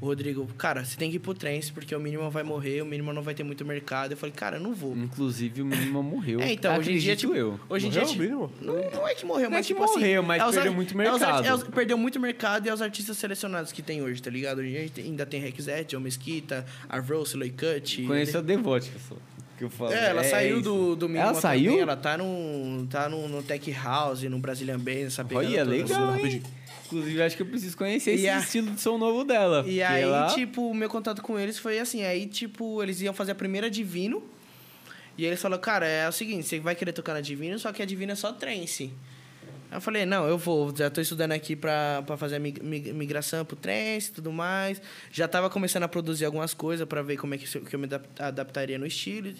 C: O Rodrigo, cara, você tem que ir pro trance, porque o mínimo vai morrer, o mínimo não vai ter muito mercado. Eu falei, cara, eu não vou.
B: Inclusive, o Minimal morreu.
C: É, então, hoje em dia, tipo,
B: eu.
C: hoje em
D: Morreu
C: dia,
D: o Minimal?
C: Não, não é que
B: tipo,
C: morreu,
B: Não
C: mas
B: é que
C: tipo assim,
B: morreu, mas
C: os
B: perdeu
C: ar-
B: muito
C: é os ar-
B: mercado.
C: é os- perdeu muito mercado e é os artistas selecionados que tem hoje, tá ligado? Hoje em dia a gente ainda tem Rexet, John Mesquita, Arvroce, Loicut.
B: Conheço a Devotica só. Que eu falo.
C: É, ela saiu
B: isso.
C: do, do Minimal
B: Ela saiu?
C: também, ela tá no, tá no, no Tech House, no Brazilian Bass, essa pegada
B: Olha,
C: toda.
B: legal, hein? Inclusive, acho que eu preciso conhecer esse
C: E a-
B: estilo de som novo dela.
C: E
B: porque
C: aí,
B: ela-
C: tipo, o meu contato com eles foi assim. Aí, tipo, eles iam fazer a primeira Divino. E eles falaram, cara, é o seguinte, você vai querer tocar na Divino, só que a Divino é só trance. Aí Aí eu falei, não, eu vou, já tô estudando aqui pra, pra fazer a mig- mig- migração pro trance e tudo mais. Já tava começando a produzir algumas coisas pra ver como é que, se- que eu me adap- adaptaria no estilo.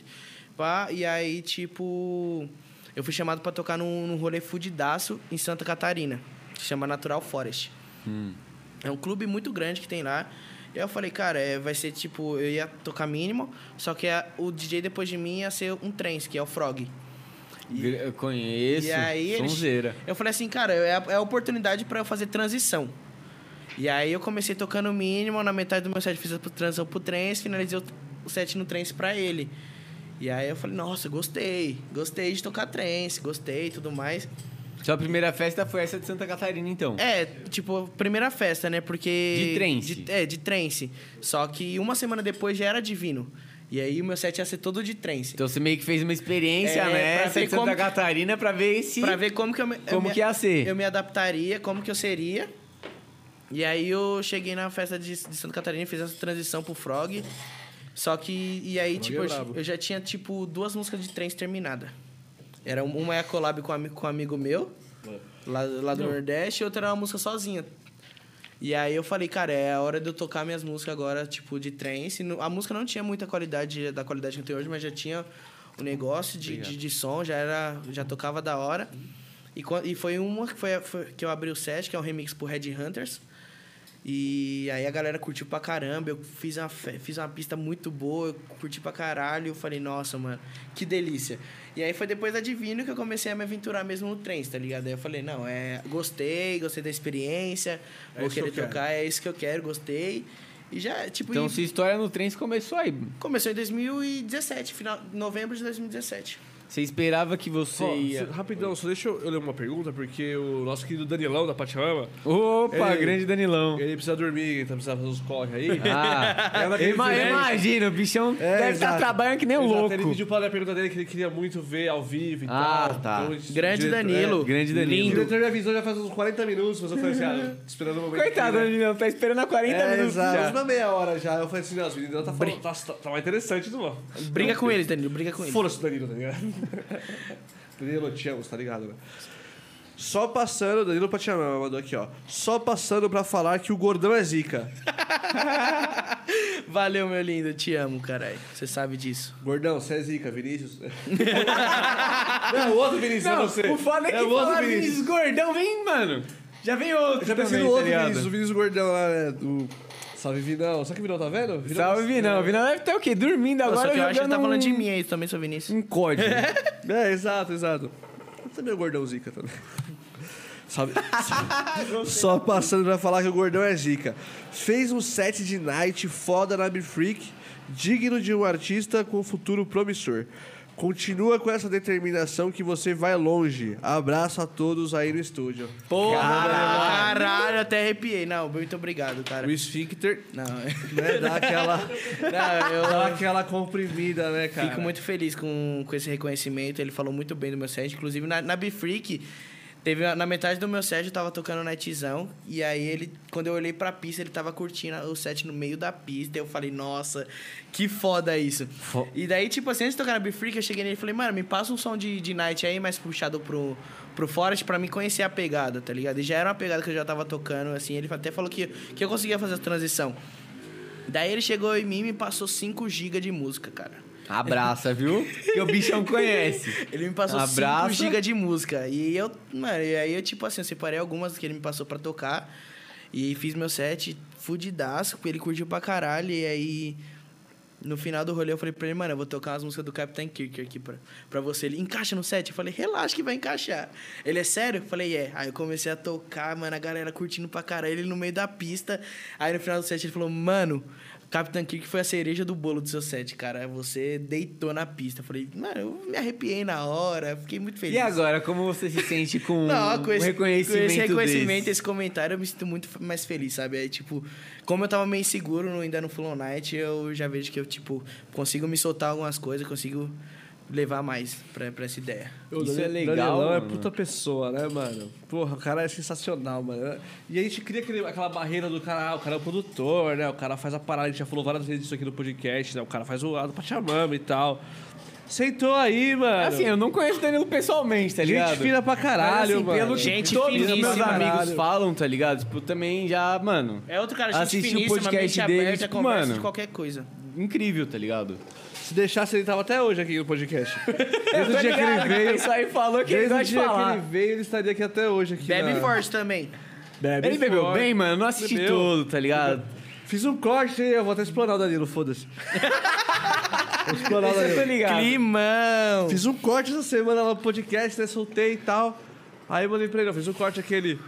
C: Pá. E aí, tipo, eu fui chamado pra tocar num, num rolê fudidaço em Santa Catarina, que chama Natural Forest. É um clube muito grande que tem lá. E aí eu falei, cara, é, vai ser tipo, eu ia tocar mínimo, só que a- o DJ depois de mim ia ser um trance, que é o Frog.
B: Gra- Eu conheço.
C: E aí eles-
B: Sonzeira.
C: Eu falei assim, cara, é a, é a oportunidade pra eu fazer transição. E aí eu comecei tocando o mínimo, na metade do meu set fiz a transição pro trance, finalizei o, o set no trance pra ele. E aí eu falei, nossa, gostei, gostei de tocar trance, gostei e tudo mais.
B: Sua primeira festa foi essa de Santa Catarina, então.
C: É, tipo, primeira festa, né? Porque.
B: De trance.
C: de- é, de trance. Só que uma semana depois já era divino. E aí o meu set ia ser todo de trance.
B: Então você meio que fez uma experiência,
C: É,
B: né?
C: pra
B: Essa
C: ver
B: de Santa
C: como-
B: Catarina pra ver se.
C: Pra ver como que eu me, eu
B: Como
C: me-
B: que ia ser.
C: Eu me adaptaria, como que eu seria. E aí eu cheguei na festa de, de Santa Catarina e fiz essa transição pro Frog. Só que. E
B: é
C: aí, tipo, eu, eu já tinha, tipo, duas músicas de trens terminada. Era um- uma é a collab com, um ami- com um amigo meu, lá, lá do Nordeste, e outra era uma música sozinha. E aí eu falei, cara, é a hora de eu tocar minhas músicas agora, tipo, de trance. No- A música não tinha muita qualidade da qualidade que tem hoje, mas já tinha o negócio de, de, de som, já era. Já tocava da hora. E, quan- e foi uma que, foi, foi- que eu abri o set, que é um remix pro Red Hunters. E aí a galera curtiu pra caramba, eu fiz uma, fe- fiz uma pista muito boa, eu curti pra caralho, eu falei, nossa, mano, que delícia. E aí foi depois da Divino que eu comecei a me aventurar mesmo no trem, tá ligado? Aí eu falei, não, é, gostei, gostei da experiência, vou
D: isso que
C: querer
D: eu quero.
C: tocar, é isso que eu quero, gostei. E já, tipo,
B: Então
C: e-
B: sua história no trem começou aí.
C: começou em 2017, final, novembro de 2017.
B: Você esperava que você
D: Ó,
B: ia.
D: só- rapidão, só deixa eu, eu ler uma pergunta, porque o nosso querido Danilão da Pachamama,
B: Opa,
D: Ei.
B: grande Danilão.
D: ele precisa dormir, então precisa fazer uns corre aí.
B: Ah,
D: Hum. É daquele
B: ima-
D: filé.
B: imagina, o bichão deve estar
D: exato.
B: trabalhando que nem um
D: Exato,
B: louco.
D: Ele pediu pra ler a pergunta dele que ele queria muito ver ao vivo e
B: Ah,
D: tal.
B: tá.
D: Então,
C: Grande
D: diretor-
C: Danilo.
D: é,
B: Grande
D: O
B: Danilo.
D: diretor me avisou já faz uns 40 minutos, mas eu falei assim, ah, tô esperando o momento.
B: Coitado,
D: que, né?
B: Danilão, tá esperando há 40
D: É,
B: minutos
D: exato.
B: já.
D: Mas na meia hora já. Eu falei assim, não, os meninos tá falando, tá, tá, tá mais interessante do mal.
C: Briga com eles, Danilo, briga com eles.
D: Foda-se o Danilo, tá ligado? Danilo, te amo, tá ligado, né? Só passando, Danilo Patiamama mandou aqui, ó. Só passando pra falar que o gordão é zica.
C: Valeu, meu lindo, te amo, caralho, você sabe disso.
D: Gordão, você é zica, Vinícius. não, o outro Vinícius, não, é você.
B: o foda é que
D: o outro
B: falar
D: Vinícius.
B: Vinícius Gordão vem, mano. Já vem outro
D: Eu já pensei
B: também,
D: no
B: tá
D: outro
B: ligado?
D: Vinícius, o Vinícius Gordão lá, né? Do... Salve Vinão. Só que Vinão tá vendo? Vinão-
B: Salve, Vinão. Vinão deve ter o quê? Dormindo agora
C: Só que eu acho que ele tá
B: jogando
C: falando de
B: um-
C: mim aí também, seu Vinícius.
B: Um código.
D: É, exato, exato. Eu também o gordão zica também. Sabe? só, só passando pra falar que o gordão é zica. Fez um set de night foda na Be Freak, digno de um artista com futuro promissor. Continua com essa determinação que você vai longe. Abraço a todos aí no estúdio.
C: Porra, caralho, caralho, até arrepiei. Não, muito obrigado, cara.
D: O esfíncter,
C: Não,
D: né, dá aquela,
C: não eu
D: dá aquela comprimida, né, cara?
C: fico muito feliz com, com esse reconhecimento. Ele falou muito bem do meu set. Inclusive, na, na Bifreak, teve, uma- na metade do meu set, eu tava tocando Nightzão. E aí, ele, quando eu olhei pra pista, ele tava curtindo o set no meio da pista. Eu falei, nossa, que foda isso. E daí, tipo assim, antes de tocar na Bifreak, eu cheguei nele e falei, mano, me passa um som de, de Night aí, mais puxado pro, pro Forest, pra mim conhecer a pegada, tá ligado? E já era uma pegada que eu já tava tocando, assim. Ele até falou que, que eu conseguia fazer a transição. Daí ele chegou em mim e me passou 5 GB de música, cara.
B: Abraça, viu? Que o bichão conhece.
C: Ele me passou
B: Abraça.
C: 5 GB de música. E eu, mano, e aí eu, tipo assim, eu separei algumas que ele me passou pra tocar. E fiz meu set fudidaço, ele curtiu pra caralho. E aí, no final do rolê, eu falei pra ele, mano, eu vou tocar umas músicas do Captain Kirk aqui pra, pra você. Ele, encaixa no set? Eu falei, relaxa que vai encaixar. Ele, é sério? Eu falei, é. Aí eu comecei a tocar, mano, a galera curtindo pra caralho. Ele no meio da pista. Aí no final do set, ele falou, mano... Capitão Kirk foi a cereja do bolo do seu set, cara. Você deitou na pista. Eu falei, mano, eu me arrepiei na hora, fiquei muito feliz.
B: E agora, como você se sente com
C: Não, com esse,
B: um reconhecimento,
C: com esse reconhecimento,
B: desse?
C: esse comentário, eu me sinto muito f- mais feliz, sabe? É tipo, como eu tava meio inseguro no- ainda no Flow Night, eu já vejo que eu, tipo, consigo me soltar algumas coisas, consigo levar mais pra, pra essa ideia.
D: O
B: Isso
D: Dani-
B: é legal,
D: Danilão é
B: mano.
D: puta pessoa, né, mano? Porra, o cara é sensacional, mano. E a gente cria aquele- aquela barreira do cara, ah, o cara é o produtor, né? O cara faz a parada, a gente já falou várias vezes isso aqui no podcast, né? O cara faz o lado pra chamama e tal. Sentou aí, mano.
B: Assim, eu não conheço o Danilo pessoalmente, tá ligado?
D: Gente fina pra caralho,
B: Mas, assim,
D: mano.
B: Pelo que
C: Gente
B: todos os
C: finíssima.
B: meus amigos
D: Caralho.
B: falam, tá ligado? Tipo, também já, mano,
C: É outro cara, gente
B: Assistir o
C: finíssima,
B: podcast
C: mente
B: dele,
C: aberta,
B: tipo,
C: conversa
B: mano.
C: de qualquer coisa.
B: incrível, tá ligado?
D: Se deixasse, ele tava até hoje aqui no podcast.
B: Eu
D: Desde o dia que ele veio.
B: Isso aí falou que ele
D: Desde o
B: gosta de
D: dia que ele
B: falar.
D: veio, ele estaria aqui até hoje. Aqui
C: Bebe
D: na-
C: forte também.
D: Bebe
B: Ele bebeu
D: forte.
B: bem, mano? Eu não assisti
D: Bebeu.
B: tudo, tá ligado?
D: Fiz um corte, eu vou até explanar o Danilo, foda-se. vou explanar o
B: Eu tô
D: Danilo.
B: ligado.
C: Climão.
D: Fiz um corte essa semana lá no podcast, né? Soltei e tal. Aí eu mandei pra ele, eu fiz um corte aquele.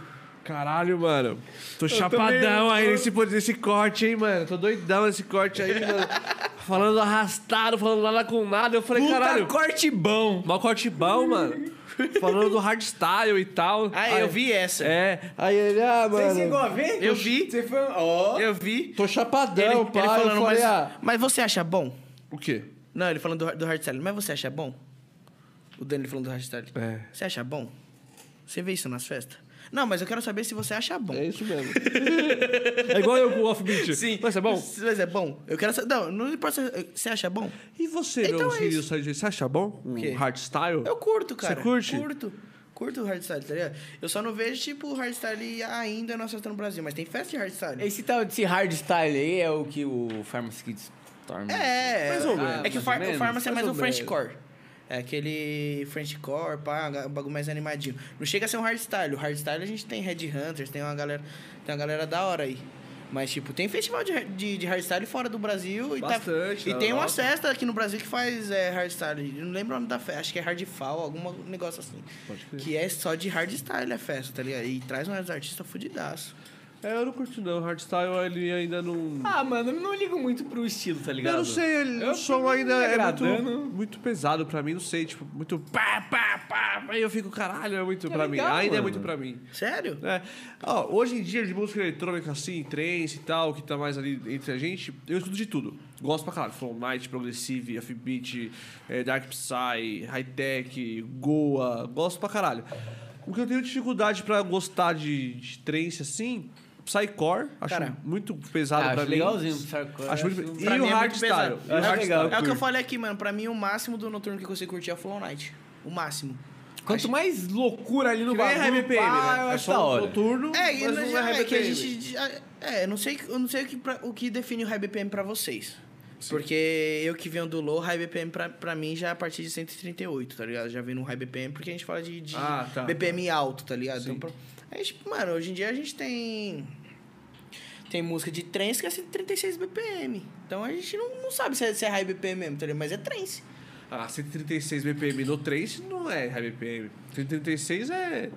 D: Caralho, mano. Tô chapadão aí nesse, pod- nesse corte, hein, mano. Tô doidão nesse corte aí, mano. Falando arrastado, falando nada com nada. Eu falei, caralho.
B: corte bom.
D: Mal corte bom, mano. Falando do hardstyle e tal.
C: Ah, eu vi essa.
D: É. Aí ele, ah,
B: Você
D: mano.
B: chegou a ver?
C: Eu vi.
B: Você foi... um- Ó.
C: Eu vi.
D: Tô
C: Ele,
B: um
D: chapadão,
C: ele
D: pai.
C: falando,
D: eu falei,
C: mas,
D: ah.
C: mas você acha bom?
D: O quê?
C: Não, ele falando do, do hardstyle. Mas você acha bom? O Danilo falando do hardstyle.
D: É.
C: Você acha bom? Você vê isso nas festas? Não, mas eu quero saber se você acha bom.
D: É isso mesmo. é igual eu com o offbeat. Mas é bom?
C: Mas é bom. Eu quero saber. Não, não importa. se- Você acha bom?
D: E você,
C: Então
D: meu
C: é
D: querido
C: isso.
D: Sargento, você acha bom? Um
C: quê?
D: hardstyle?
C: Eu curto, cara.
D: Você curte?
C: Curto. Curto o hardstyle, tá ligado? Eu só não vejo, tipo, hardstyle ainda na festa no Brasil, mas tem festa de hardstyle.
B: Esse tal desse hardstyle aí é o que o Pharmacy Kids torna.
C: É,
D: Mais ou
C: ah,
D: menos.
C: É que o,
B: Mais
C: far,
B: ou
C: o
B: menos,
C: Pharmacy é
B: mais
C: mais
B: ou
C: um French
B: menos.
C: Core. É aquele French Core, pá, um bagulho mais animadinho. Não chega a ser um hardstyle. O hardstyle a gente tem Red Hunters, tem uma galera, tem uma galera da hora aí. Mas, tipo, tem festival de, de, de hardstyle fora do Brasil. E tá-
D: Bastante,
C: e
D: na
C: tem uma
D: Europa.
C: festa aqui no Brasil que faz é, hardstyle. Eu Não lembro o nome da festa. Acho que é Hardfall, algum negócio assim. Que é só de hardstyle a festa, tá ligado? E traz uns artistas fudidaço.
D: É, eu não curto não. Hardstyle ele ainda não. tá
B: Ah, mano, eu não ligo muito pro estilo, tá ligado?
D: Eu não sei, ele,
B: Eu
D: o som
B: tô me
D: ainda é muito,
B: agradando.
D: muito pesado pra mim, não sei, tipo, muito pá, pá, pá, aí eu fico, caralho, é muito pra mim,
B: legal,
D: ainda é
B: mano.
D: muito pra mim.
C: Sério?
D: É. Ó, hoje em dia, de música eletrônica assim, trance e tal, que tá mais ali entre a gente, eu escuto de tudo. Gosto pra caralho. Flow Night, Progressive, Afrobeat, eh, Dark Psy, High Tech, Goa. Gosto pra caralho. O que eu tenho dificuldade pra gostar de, de trance assim, Psycore. Acho
C: Cara,
D: muito pesado
B: Ah, acho
D: pra mim.
B: legalzinho pro Psycore,
D: Acho muito...
B: acho-
D: E
C: pra
D: o
C: mim é muito
D: Hardstyle.
C: pesado.
D: E o
B: Acho
D: hardstyle.
B: legal.
C: É o que eu
B: curto.
C: falei aqui, mano. Pra mim, o máximo do noturno que eu consigo curtir é o Flow Night. O máximo.
B: Quanto mais loucura ali no
D: Que nem
B: bagulho,
D: RBPM,
B: pá,
D: né?
B: eu
D: É
B: acho
D: só
B: da
D: um
B: hora.
D: noturno,
C: É, e não,
D: mas não é
C: é que a
D: RBPM.
C: gente. É, não sei, eu não sei o que, pra- o que define o High BPM pra vocês. Porque eu que venho do low, High BPM pra, pra mim já é a partir de 138, tá ligado? Já vem no High BPM, porque a gente fala de, de
D: Ah, tá,
C: BPM alto, tá ligado? Então, pra- a gente, mano, hoje em dia a gente tem. Tem música de trance que é 136 BPM. Então a gente não, não sabe se é, se é High BPM mesmo, tá ligado? Mas é trance.
D: Ah, 136 BPM no 3 não é high BPM. 136 é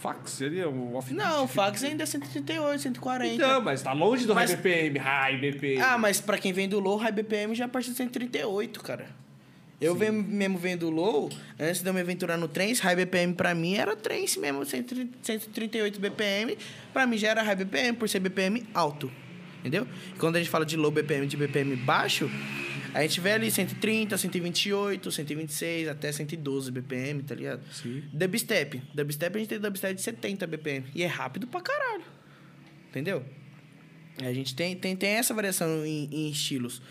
D: fax, seria um off
C: Não, o fax ainda é 138, 140.
D: Então, mas tá longe do
C: Mas-
D: high BPM, high BPM.
C: Ah, mas pra quem vem do low, high BPM já é a partir de 138, cara. Eu venho- mesmo venho do low, antes de eu me aventurar no trance, high BPM pra mim era trance mesmo, 130 138 BPM. Pra mim já era high BPM, por ser BPM alto. Entendeu? E quando a gente fala de low BPM de BPM baixo, a gente vê ali 130, 128, 126, até 112 BPM, tá ligado? Sim. Dubstep. Dubstep a gente tem dubstep de 70 BPM. E é rápido pra caralho. Entendeu? A gente tem, tem, tem essa variação em, em estilos.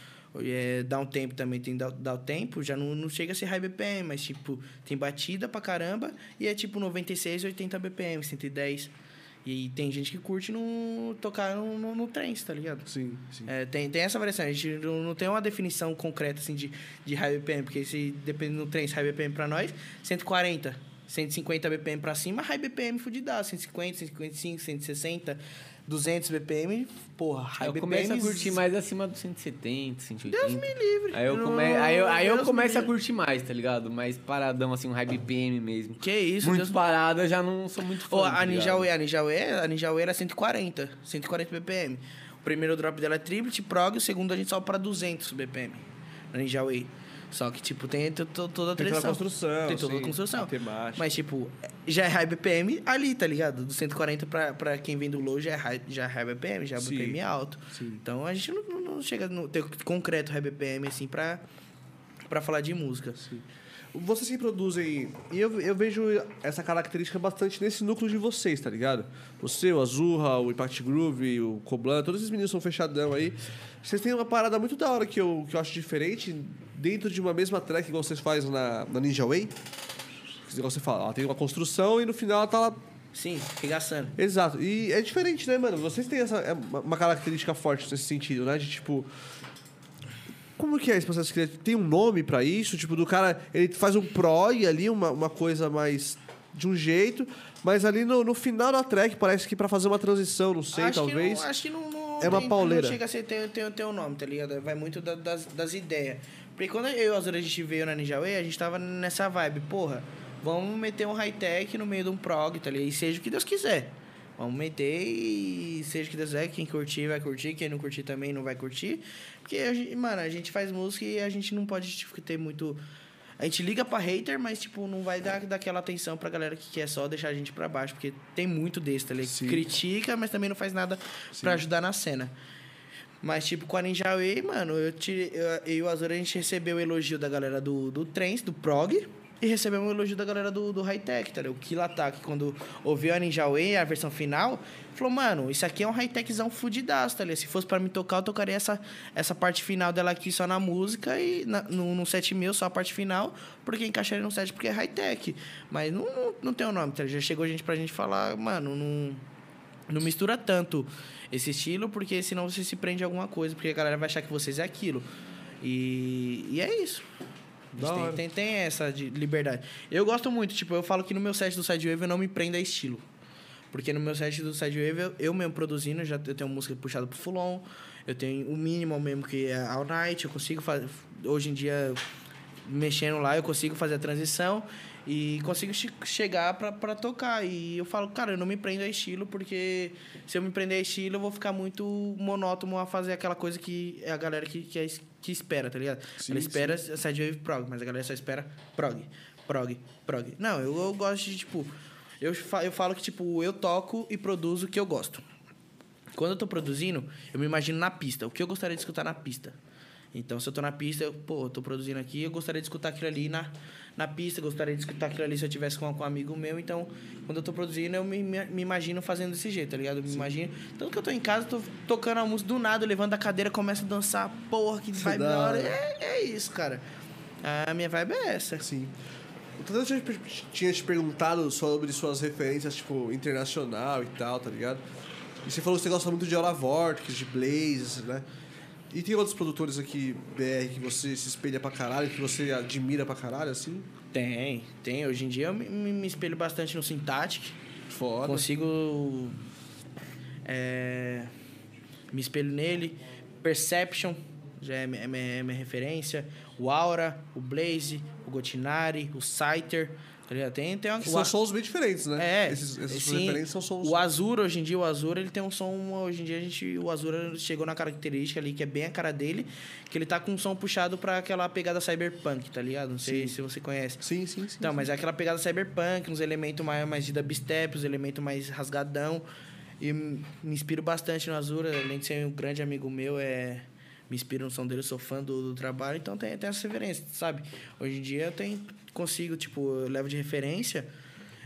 C: É, dá um tempo também, tem dá, dá o tempo, já não, não chega a ser high BPM, mas tipo, tem batida pra caramba e é tipo 96, 80 BPM, 110. E tem gente que curte no, tocar no, no, no trance, tá ligado?
D: Sim, sim.
C: É, tem, tem essa variação, a gente não, não tem uma definição concreta assim de, de high BPM, porque se depende do trance, high BPM pra nós, 140, 150 BPM pra cima, high BPM fudidaço, 150, 155, 160, 200 BPM, porra, high
B: Eu
C: BPM.
B: começo a curtir mais acima dos 170, 180.
C: Deus me livre.
B: Aí eu, come...
C: Não,
B: aí eu, aí eu
C: Deus
B: começo
C: me
B: a curtir mais, tá ligado? Mais paradão, assim, um high BPM mesmo.
C: Que isso,
B: muito
C: Deus.
B: parada, eu já não sou muito fã.
C: Ó,
B: tá
C: a Ninja
B: ligado?
C: Way, a Ninja Way, a Ninja Way era 140, 140 BPM. O primeiro drop dela é triplet, prog, o segundo a gente sobe pra 200 BPM na Ninja Way. Só que, tipo, tem to- to- toda a
D: Tem toda a
C: tradição.
D: construção,
C: Tem toda a
D: sim,
C: construção.
D: a temática.
C: Mas, tipo, já é high BPM ali, tá ligado? Do 140 pra, pra quem vem do low já é high, já é high BPM, já é
D: Sim.
C: BPM alto.
D: Sim.
C: Então a gente não, não- não chega a ter concreto high BPM, assim, pra, pra falar de música.
D: Sim. Vocês que produzem. E eu, eu vejo essa característica bastante nesse núcleo de vocês, tá ligado? Você, o Azurra, o Impact Groove, o Coblan, todos esses meninos são fechadão aí. Vocês têm uma parada muito da hora que eu, que eu acho diferente dentro de uma mesma track, igual vocês fazem na, na Ninja Way. Igual você fala, ela tem uma construção e no final ela tá lá
C: Sim, regaçando.
D: Exato. E é diferente, né, mano? Vocês têm essa, é uma- uma característica forte nesse sentido, né? De tipo. Como que é esse processo criativo? Tem um nome pra isso? Tipo, do cara. Ele faz um prog ali, uma, uma coisa mais. De um jeito, mas ali no, no final da track parece que pra fazer uma transição, não sei,
C: acho
D: talvez.
C: Que não, acho que não, não
D: É uma
C: tem-
D: pauleira.
C: Não chega a ser teu, teu, teu nome, tá ligado? Vai muito da- das, das ideias. Porque quando eu e o Azura a gente veio na Ninja Way, a gente tava nessa vibe, porra, vamos meter um high-tech no meio de um prog, tá ligado? E seja o que Deus quiser. Vamos meter e seja o que Deus quiser, quem curtir vai curtir, quem não curtir também não vai curtir. Porque, a gente- mano, a gente faz música e a gente não pode tipo, ter muito. A gente liga pra hater, mas, tipo, não vai dar daquela atenção pra galera que quer só deixar a gente pra baixo, porque tem muito desse, tá ligado?
D: Sim.
C: Cri- critica, mas também não faz nada pra ajudar na cena. Mas, tipo, com a Ninja Way, mano, eu, tirei, eu, eu e o Azura, a gente recebeu o elogio da galera do, do Trens, do Prog, e recebemos o elogio da galera do, do High Tech, tá ligado? O Kill Attack, quando ouviu a Ninja Way, a versão final, falou, mano, isso aqui é um high techzão fudidaço, tá ligado? Se fosse pra me tocar, eu tocaria essa, essa parte final dela aqui só na música e na, no, no set meu, só a parte final, porque encaixaria no set porque é high tech. Mas não, não, não tem o nome, tá ligado? Já chegou gente pra gente falar, mano, não não mistura tanto esse estilo, porque senão você se prende a alguma coisa, porque a galera vai achar que vocês é aquilo. E, e é isso. A gente
D: Da hora.
C: Tem, tem, tem essa de liberdade. Eu gosto muito, tipo, eu falo que no meu set do Sidewave eu não me prendo a estilo. Porque no meu set do Sidewave, eu, eu mesmo produzindo, eu já eu tenho música puxada pro Fulon, eu tenho o minimal mesmo que é All Night, eu consigo fazer. Hoje em dia, mexendo lá, eu consigo fazer a transição e consigo che- chegar pra, pra tocar. E eu falo, cara, eu não me prendo a estilo, porque se eu me prender a estilo, eu vou ficar muito monótono a fazer aquela coisa que é a galera que, que, é es- que espera, tá ligado? Ela espera Sidewave prog, mas a galera só espera prog, prog, prog. Não, eu, eu gosto de, tipo... Eu, fa- eu falo que, tipo, eu toco e produzo o que eu gosto. Quando eu tô produzindo, eu me imagino na pista. O que eu gostaria de escutar na pista? Então, se eu tô na pista, eu, pô, eu tô produzindo aqui, eu gostaria de escutar aquilo ali na, na pista, eu gostaria de escutar aquilo ali se eu tivesse com, com um amigo meu. Então, quando eu tô produzindo, eu me, me, me imagino fazendo desse jeito, tá ligado? Eu me imagino. Tanto que eu tô em casa, tô tocando a música do nada, eu levanto a cadeira, começo a dançar, porra, que vibe
D: da
C: da hora.
D: hora.
C: É, é isso, cara. A minha vibe é essa.
D: Sim. O Tadeu tinha, tinha te perguntado sobre suas referências, tipo, internacional e tal, tá ligado? E você falou que você gosta muito de Aura Vortex, de Blaze, né? E tem outros produtores aqui, BR, que você se espelha pra caralho, que você admira pra caralho, assim?
C: Tem, tem. Hoje em dia eu me, me- me espelho bastante no Syntactic.
D: Foda.
C: Consigo. é, me espelho nele. Perception já é, mi- é mi- é minha referência. O Aura, o Blaze, o Gotinari, o Scyther. tá ligado? Tem, tem uma,
D: Que
C: o
D: são
C: a-
D: sons bem diferentes, né?
C: é,
D: Esses, essas
C: sim.
D: referências são sons.
C: O Azura, hoje em dia, o Azura, ele tem um som. Hoje em dia, a gente, o Azura chegou na característica ali, que é bem a cara dele, que ele tá com um som puxado pra aquela pegada cyberpunk, tá ligado? Não sei se você conhece.
D: Sim, sim, sim.
C: Não, mas é aquela pegada cyberpunk, uns elementos mais, mais de dubstep, uns elementos mais rasgadão. E m- me inspiro bastante no Azura, além de ser um grande amigo meu, é... me inspiro no som dele, sou fã do, do trabalho, então tem, tem essa referência, sabe? Hoje em dia eu tenho, consigo, tipo, eu levo de referência,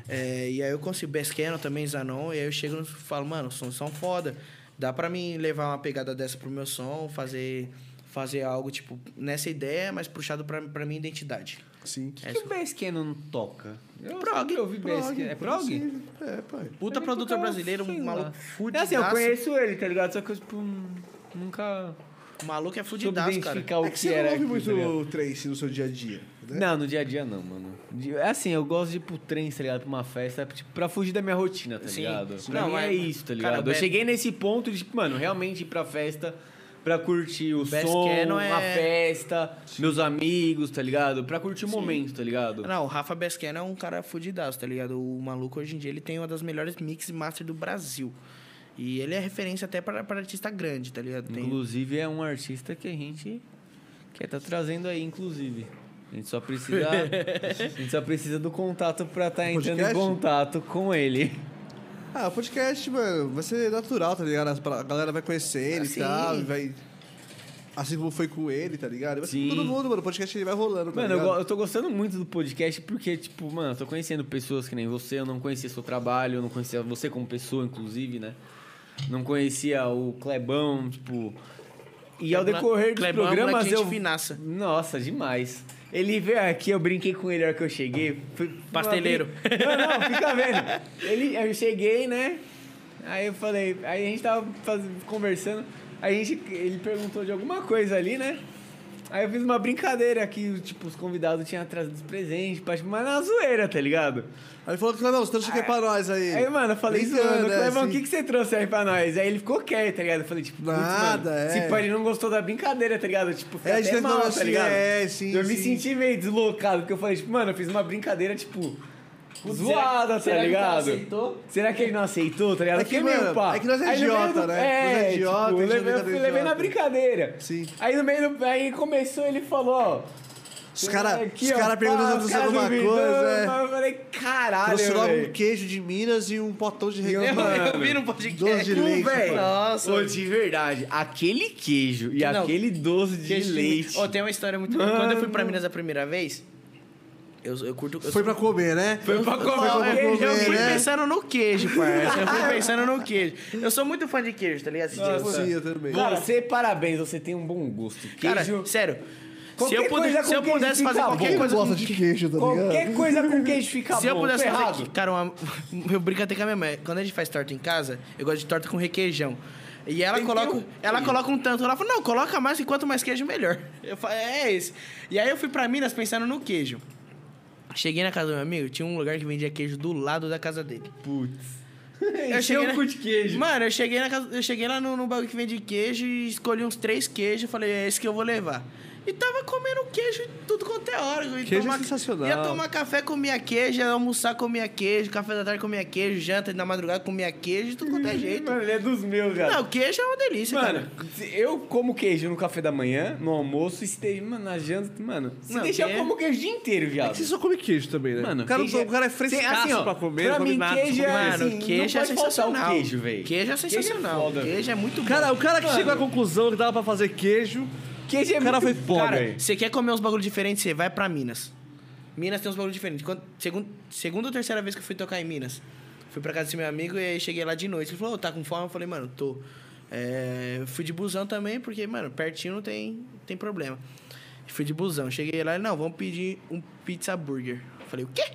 C: é, e aí eu consigo, Bescano também, Zanon, e aí eu chego e falo, mano, os sons são foda, dá pra mim levar uma pegada dessa pro meu som, fazer, fazer algo, tipo, nessa ideia, mas puxado pra, pra minha identidade. É
D: Sim.
B: Por que o Basecamp não toca? É Eu
C: Prog,
B: sempre ouvi Basecamp. É prog?
D: Sim, É, pai.
C: Puta
B: Ele
C: produtor
B: tocava,
C: brasileiro,
B: sei lá.
C: um maluco
B: É
C: fudidaço.
B: assim, eu conheço ele, tá ligado? Só que eu, tipo, nunca
C: O maluco é
B: soube
C: fudidaço, cara.
B: identificar o
D: É
B: que,
D: que você
B: era.
D: não ouve
B: aquilo, tá ligado?
D: muito Trace no seu dia a dia, né?
B: Não, no dia a dia não, mano. De- É assim, eu gosto de ir pro trem, tá ligado? Pra uma festa, tipo, pra fugir da minha rotina, tá
C: Sim.
B: ligado?
C: Sim.
B: Pra
C: Não,
B: mim é
C: mas-
B: isso, tá
C: cara,
B: ligado? eu
C: Be-
B: cheguei nesse ponto de, tipo, mano, realmente ir pra festa, pra curtir o
C: Best
B: som,
C: Canon
B: uma
C: é-
B: festa, meus amigos, tá ligado? Pra curtir o momento, tá ligado?
C: Não, o Rafa Besquena é um cara fudidaço, tá ligado? O maluco hoje em dia ele tem uma das melhores mix e master do Brasil. E ele é referência até pra, pra artista grande, tá ligado? Tem-
B: Inclusive é um artista que a gente quer tá trazendo aí, inclusive. A gente só precisa, a gente só precisa do contato pra tá entrando em
D: podcast?
B: contato com ele.
D: Ah, o podcast, mano, vai ser natural, tá ligado? As pra- A galera vai conhecer ele
C: Ah,
D: e tal,
C: sim.
D: e vai. Assim como foi com ele, tá ligado? Vai ser com
B: Sim.
D: todo mundo, mano. O podcast ele vai rolando, tá
B: Mano, eu,
D: ligado?
B: go- eu tô gostando muito do podcast porque, tipo, mano, eu tô conhecendo pessoas que nem você, eu não conhecia seu trabalho, eu não conhecia você como pessoa, inclusive, né? Não conhecia o Clebão, tipo. E ao
C: Clebão-
B: decorrer dos
C: Clebão é um
B: programas
C: moleque
B: eu.
C: gente finaça.
B: Nossa, demais. Ele veio aqui, eu brinquei com ele na hora que eu cheguei. Fui- fui
C: Pasteleiro.
B: abrir- Não, não, fica vendo. Ele, eu cheguei, né? Aí eu falei, aí a gente tava faz- conversando, aí a gente, ele perguntou de alguma coisa ali, né? Aí eu fiz uma brincadeira que, tipo, os convidados tinham trazido os presentes, pra- tipo, mas na zoeira, tá ligado?
D: Aí ele falou, Clebão, você trouxe o que pra nós aí?
B: Ah, Aí, mano, eu falei,
D: Brincando,
B: zoando,
D: é,
B: Clebão, o
D: assim.
B: que, que você trouxe aí pra nós? Aí ele ficou quieto, tá ligado? Eu falei, tipo, putz,
D: Nada,
B: mano,
D: é.
B: esse pai não gostou da brincadeira, tá ligado? Tipo, foi
D: É, a
B: até
D: gente
B: mal,
D: falou
B: tá
D: assim,
B: ligado?
D: é, sim,
B: eu me
D: sim.
B: senti meio deslocado, porque eu falei, tipo, mano, eu fiz uma brincadeira, tipo,
A: será- será
B: zoada, tá
A: que ele não
B: ligado?
A: aceitou?
B: Será que ele não aceitou, tá ligado?
D: É que,
B: Fiquei meio
D: mano,
B: pá.
D: é que nós é
B: Aí no
D: idiota,
B: meio do-
D: né? Nós é
B: É, tipo,
D: idiota, a gente
B: eu levei,
D: é
B: eu fui- levei na
D: idiota.
B: brincadeira.
D: Sim.
B: Aí no meio do, aí começou, ele falou, ó...
D: Os caras
B: é aqui, ó,
D: cara
B: pá,
D: perguntando
B: os
D: se você
B: caras
D: alguma
B: duvidando,
D: coisa. é.
B: mas Eu falei, caralho,
D: Trouxe logo
B: velho.
D: um queijo de Minas e um potão de
B: Eu-
D: requeijão.
C: Eu, eu vi no
D: Doce
C: podcast.
D: de leite,
B: velho.
C: Nossa.
B: Ô, de verdade, aquele queijo e
C: Não.
B: aquele doce de
C: Queijo de
B: leite.
C: Ó, tem uma história muito.
B: Mano.
C: Quando eu fui pra Minas a primeira vez, eu, eu curto. Eu
D: Foi pra comer, né?
B: Foi pra comer
D: pra
B: o
D: comer,
B: é queijo.
C: Eu fui
D: né?
C: pensando no queijo, parça. Eu fui pensando no queijo. Eu sou muito fã de queijo, tá ligado? Esse dia-
D: Sim, eu também.
B: Cara, você, é parabéns, você tem um bom gosto.
C: Cara,
B: Queijo.
C: sério. Se
B: Qualquer
C: eu, puder-
B: coisa
C: se eu
B: com queijo
C: pudesse fazer
B: fica
C: qualquer
B: bom.
C: coisa com
D: gosta de queijo, tá ligado?
B: qualquer coisa com queijo fica
C: Se
B: bom.
C: eu pudesse
B: tô
C: fazer
B: errado.
C: aqui, cara, uma, eu brinco até com a minha mãe. Quando a gente faz torta em casa, eu gosto de torta com requeijão. E ela
B: Tem que ter
C: coloca,
B: um-
C: ela coloca um tanto. Ela fala, não, coloca mais e quanto mais queijo, melhor. Eu falo, é esse. E aí eu fui pra Minas pensando no queijo. Cheguei na casa do meu amigo, tinha um lugar que vendia queijo do lado da casa dele.
B: Putz.
C: Eu cheguei na...
B: é um cu de queijo.
C: Mano, eu cheguei, na casa- eu cheguei lá no, no bagulho que vende queijo e escolhi uns três queijos. Falei, é esse que eu vou levar. E tava comendo queijo tudo quanto é hora. Eu ia
D: Queijo é sensacional.
C: Ia tomar café, comia queijo, ia almoçar, comia queijo, café da tarde, comia queijo, janta na madrugada, comia queijo, tudo quanto é jeito.
B: Mano, ele é dos meus, cara.
C: Não, queijo é uma delícia, cara.
B: Mano, eu como queijo no café da manhã, no almoço, e se tem, mano, na janta, mano, se
C: Não,
B: deixar
C: tem-
B: eu como queijo o dia inteiro, viado.
D: Você só come queijo também, né?
B: Mano,
D: o cara,
B: queijo
D: o cara é
B: Tem,
D: frescaço
B: assim, ó,
D: pra comer,
B: pra
D: não come
B: mim,
D: nada.
B: queijo
D: só come
B: é
D: queijo.
B: assim,
C: Mano, queijo
B: não pode
C: é
B: faltar o
C: sensacional.
B: queijo, velho.
C: Queijo é
B: Queijo é
C: sensacional.
B: foda.
C: Queijo é muito bom.
D: Cara, o cara que
B: Mano.
D: chegou à conclusão que dava pra fazer queijo,
B: Queijo é
D: o cara foi
B: muito
D: foda. velho.
C: Você quer comer uns bagulho diferentes, você vai pra Minas. Minas tem uns bagulho diferentes. Quando, segun- segunda ou terceira vez que eu fui tocar em Minas, fui pra casa desse meu amigo e aí cheguei lá de noite. Ele falou, "Ô, tá com fome? Eu falei, mano, tô. É, fui de busão também, porque, mano, pertinho não tem, tem problema. Fui de busão. Cheguei lá e, não, vamos pedir um pizza burger. Eu falei, o quê?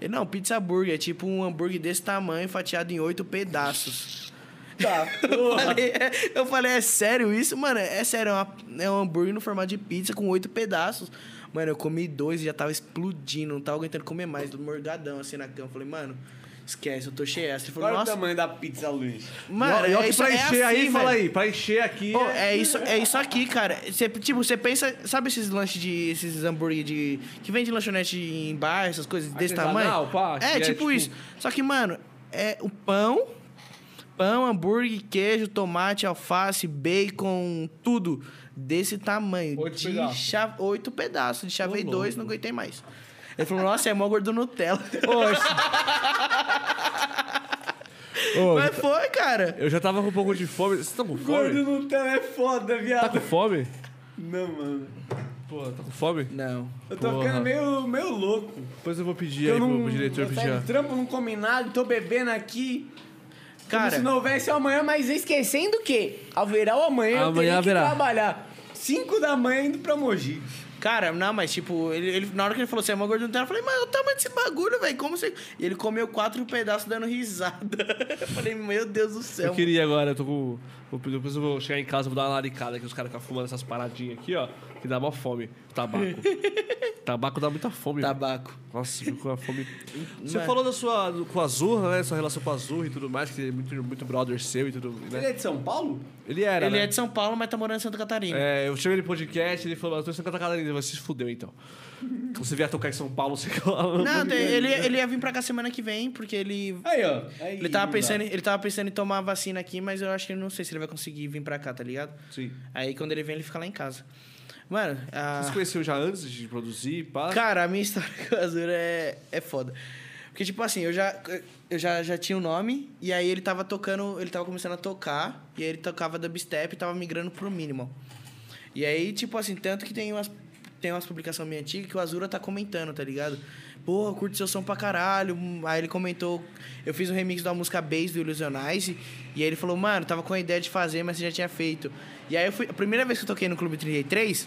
C: Ele, não, pizza burger. É tipo um hambúrguer desse tamanho, fatiado em oito pedaços.
B: Tá.
C: Eu falei, é- eu falei, é sério isso? Mano, é sério, é, uma- é um hambúrguer no formato de pizza com oito pedaços. Mano, eu comi dois e já tava explodindo, não tava aguentando comer mais, morgadão assim na cama. Eu falei, mano, esquece, eu tô cheio. Ele falou,
B: Olha o
C: nossa,
B: tamanho da pizza lanche.
C: mano,
D: e ó,
C: é
D: que
C: isso
D: pra
C: é
D: encher aí,
C: assim,
D: fala
C: velho.
D: aí, pra encher aqui.
C: Ô,
D: é-
C: é isso, é isso aqui, cara. Você, tipo, você pensa, sabe esses lanches de esses hambúrguer de que vende lanchonete em bar, essas coisas desse
B: Artesanal,
C: tamanho?
B: pá,
C: é,
B: que é,
C: tipo
B: tipo-
C: isso. Só que, mano, é o pão, pão, hambúrguer, queijo, tomate, alface, bacon, tudo desse tamanho.
B: Oito
C: de
B: pedaços.
C: cha- oito pedaços. De chavei dois, não aguentei mais. Ele falou, nossa, é mó gordo Nutella.
D: Ô,
C: Mas foi, cara.
D: eu já tava com um pouco de fome. Vocês estão com
B: Gordo
D: fome?
B: Nutella é foda,
D: Tá
B: viado.
D: com fome?
B: Não, mano.
D: Pô, tá com fome?
C: Não.
B: Eu tô
D: Porra.
B: ficando meio, meio louco.
D: Depois eu vou pedir
B: Eu
D: aí
B: não-
D: pro diretor
B: eu então.
D: pedir.
B: saio do
D: a-
B: trampo, não comi nada, tô bebendo aqui. Como se
C: Cara,
B: não houvesse amanhã, mas esquecendo que haverá o amanhã, eu
D: Amanhã
B: terei
D: haverá.
B: que trabalhar. 5 da manhã indo pra Mogi.
C: Cara, não, mas tipo, ele, ele- na hora que ele falou assim, é uma gordura Nutella, eu falei, mas o tamanho desse bagulho, velho, como você... E ele comeu quatro pedaços dando risada. Eu falei, meu Deus do céu.
D: Eu queria agora, eu tô com. vou- Depois eu vou chegar em casa, vou dar uma laricada que os caras ficam fumando essas paradinhas aqui, ó. Que dá mó fome. Tabaco. Tabaco dá muita fome. velho.
C: Tabaco.
D: Nossa, ficou a fome. Você falou da sua, do- com a Azurra, né? Sua relação com a Azurra e tudo mais, que é muito, muito brother seu e tudo,
B: Ele
D: né?
B: é de São Paulo?
D: Ele era,
C: Ele
D: né?
C: é de São Paulo, mas tá morando em Santa Catarina.
D: É, eu chamei ele no podcast, ele falou, eu tô em Santa Catarina, você se fudeu então. Você vier tocar em São Paulo, você cola.
C: Não, tem- ele,
D: né?
C: ele ia vir pra cá semana que vem, porque ele...
B: Aí, ó. Aí,
C: Ele tava,
B: não
C: pensando,
B: dá.
C: em- ele tava pensando em tomar a vacina aqui, mas eu acho que ele não sei se ele vai conseguir vir pra cá, tá ligado?
D: Sim.
C: Aí quando ele vem, ele fica lá em casa. Mano, a...
D: Você se conheceu já antes de produzir, pá?
C: Cara, a minha história com a Azura é, é foda. Porque, tipo assim, eu já, eu já, já tinha o nome, e aí ele tava tocando, ele tava começando a tocar, e aí ele tocava dubstep e tava migrando pro minimal. E aí, tipo assim, tanto que tem umas, tem umas publicações minha antiga que o Azura tá comentando, tá ligado? Pô, curto seu som pra caralho. Aí ele comentou, eu fiz um remix da música Bass do Illusionize. E aí ele falou, mano, tava com a ideia de fazer, mas você já tinha feito. E aí eu fui, a primeira vez que eu toquei no Clube 33,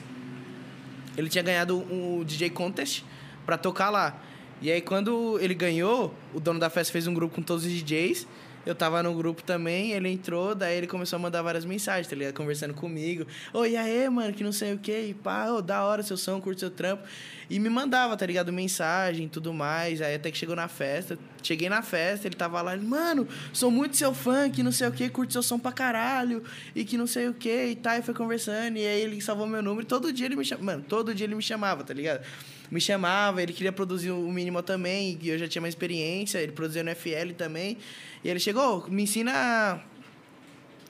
C: ele tinha ganhado um DJ Contest pra tocar lá. E aí, quando ele ganhou, o dono da festa fez um grupo com todos os DJs. Eu tava no grupo também, ele entrou, daí ele começou a mandar várias mensagens, tá ligado? Conversando comigo. Ô, e aí, mano, que não sei o quê, e pá, ô, da hora seu som, curto seu trampo. E me mandava, tá ligado? Mensagem e tudo mais. Aí até que chegou na festa. Cheguei na festa, ele tava lá, ele, mano, sou muito seu fã, que não sei o quê, curto seu som pra caralho, e que não sei o quê, e tá, e foi conversando. E aí ele salvou meu número, e todo dia ele me chamava, mano, todo dia ele me chamava, tá ligado? me chamava, ele queria produzir o mínimo também, e eu já tinha mais experiência, ele produziu no FL também. E ele chegou, me ensina. a-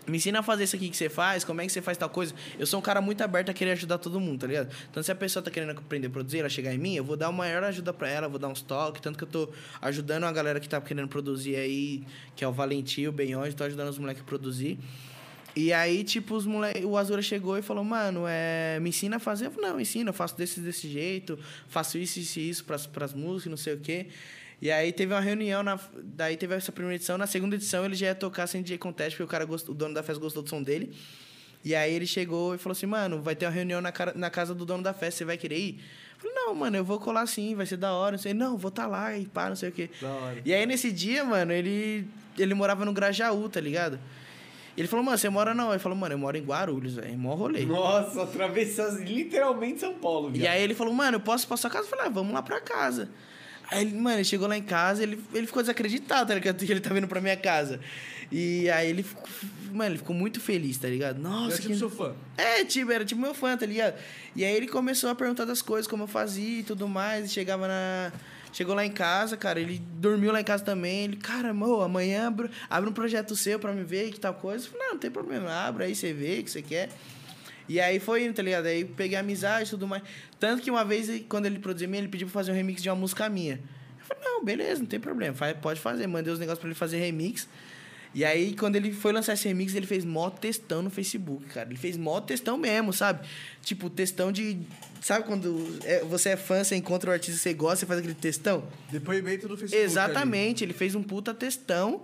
C: Me ensina a fazer isso aqui que você faz, como é que você faz tal coisa. Eu sou um cara muito aberto a querer ajudar todo mundo, tá ligado? Então, se a pessoa tá querendo aprender a produzir, ela chegar em mim, eu vou dar a maior ajuda pra ela, vou dar uns toques. Tanto que eu tô ajudando a galera que tá querendo produzir aí, que é o Valentim, o Benhonde, tô ajudando os moleques a produzir. E aí, tipo, os mole... o Azura chegou e falou, mano, é... me ensina a fazer? Eu falei, não, me ensina, eu faço desse desse jeito, faço isso, isso e isso pras, pras músicas, não sei o quê. E aí teve uma reunião, na... daí teve essa primeira edição, na segunda edição ele já ia tocar sem DJ Contest, porque o cara gost... o dono da festa gostou do som dele. E aí ele chegou e falou assim, mano, vai ter uma reunião na, cara- na casa do dono da festa, você vai querer ir? Eu falei, não, mano, eu vou colar sim, vai ser da hora, não sei, não, vou tá lá e pá, não sei o quê.
B: Da hora.
C: E aí nesse dia, mano, ele, ele morava no Grajaú, tá ligado? Ele falou, mano, você mora não? Ele falou, mano, eu moro em Guarulhos, velho. É Mó rolê.
B: Nossa, atravessou literalmente São Paulo,
C: E
B: viado.
C: aí ele falou, mano, eu posso ir pra sua casa? Eu falei, ah, vamos lá pra casa. Aí, ele, mano, ele chegou lá em casa, ele, ele ficou desacreditado, tá ligado? Que ele tá vindo pra minha casa. E aí ele ficou, mano, ele ficou muito feliz, tá ligado? Nossa,
D: Eu
C: que-
D: tipo seu fã.
C: é, tipo, era tipo meu fã, tá ligado? E aí ele começou a perguntar das coisas, como eu fazia e tudo mais. E chegava na. Chegou lá em casa, cara, ele dormiu lá em casa também. Ele, cara, amor, amanhã abre, abre um projeto seu pra me ver, que tal coisa. Eu falei, "Ah, não, não tem problema, abre aí, você vê o que você quer. E aí foi indo, tá ligado? Aí peguei amizade e tudo mais. Tanto que uma vez, ele- quando ele produziu minha, ele pediu pra fazer um remix de uma música minha. Eu falei, não, beleza, não tem problema, faz- pode fazer. Mandei os negócios pra ele fazer remix. E aí, quando ele foi lançar esse remix, ele fez mó textão no Facebook, cara. Ele fez mó textão mesmo, sabe? Tipo, textão de. Sabe quando é- você é fã, você encontra o artista que você gosta, você faz aquele textão?
D: Depoimento do Facebook.
C: Exatamente, ele fez um puta textão.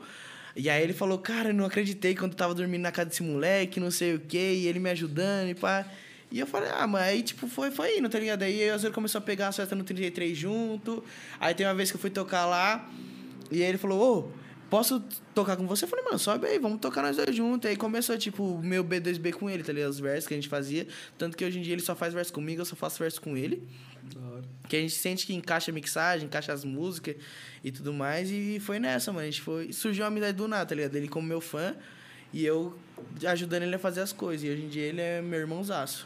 C: E aí ele falou, cara, eu não acreditei quando eu tava dormindo na casa desse moleque, não sei o quê, e ele me ajudando e pá. E eu falei, ah, mas aí, tipo, foi, foi indo, tá ligado? Aí eu e o Azul começou a pegar a festa no 33 junto. Aí tem uma vez que eu fui tocar lá, e aí ele falou, ô, posso tocar com você? Eu falei, mano, sobe aí, vamos tocar nós dois juntos. Aí começou, tipo, o meu B2B com ele, tá ligado? Os versos que a gente fazia. Tanto que hoje em dia ele só faz verso comigo, eu só faço verso com ele. Que a gente sente que encaixa a mixagem, encaixa as músicas e tudo mais. E foi nessa, mano. A gente foi. Surgiu uma amizade do nada, tá ligado? Ele como meu fã e eu ajudando ele a fazer as coisas. E hoje em dia ele é meu irmãozaço.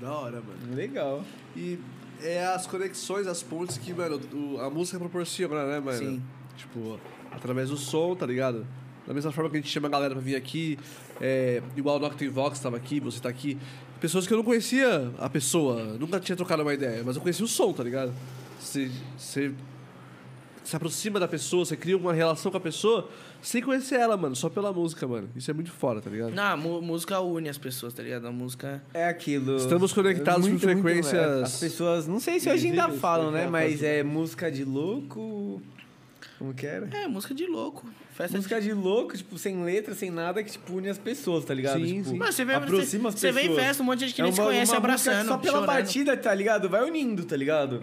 D: Da hora, mano.
B: Legal.
D: E é as conexões, as pontes que, mano, o- a música proporciona, né, mano?
C: Sim.
D: Tipo, através do som, tá ligado? Da mesma forma que a gente chama a galera pra vir aqui, é, igual o Noctem Vox tava aqui, você tá aqui. Pessoas que eu não conhecia a pessoa, nunca tinha trocado uma ideia, mas eu conhecia o som, tá ligado? Você- Você se aproxima da pessoa, você cria uma relação com a pessoa sem conhecer ela, mano, só pela música, mano. Isso é muito foda, tá ligado?
C: Não, a mu- música une as pessoas, tá ligado? A música.
B: É aquilo.
D: Estamos conectados
B: Muito,
D: por
B: muito,
D: frequências-
B: é. as pessoas, não sei se hoje ainda
D: Invisíveis,
B: falam,
D: como é que
B: né?
D: ela
B: Mas
D: fala?
B: é música de louco. Como que era?
C: É, música de louco. Festa
B: música de louco, tipo, sem letra, sem nada, que tipo, une as pessoas, tá ligado?
D: Sim,
B: tipo,
D: sim.
C: de. Mano, você vê, você,
B: aproxima as
C: você vê em
B: pessoas.
C: festa um monte de gente que
B: É
C: nem se
B: uma-
C: conhece
B: uma música
C: abraçando.
B: Só pela
C: chorando.
B: batida, tá ligado? Vai unindo, tá ligado?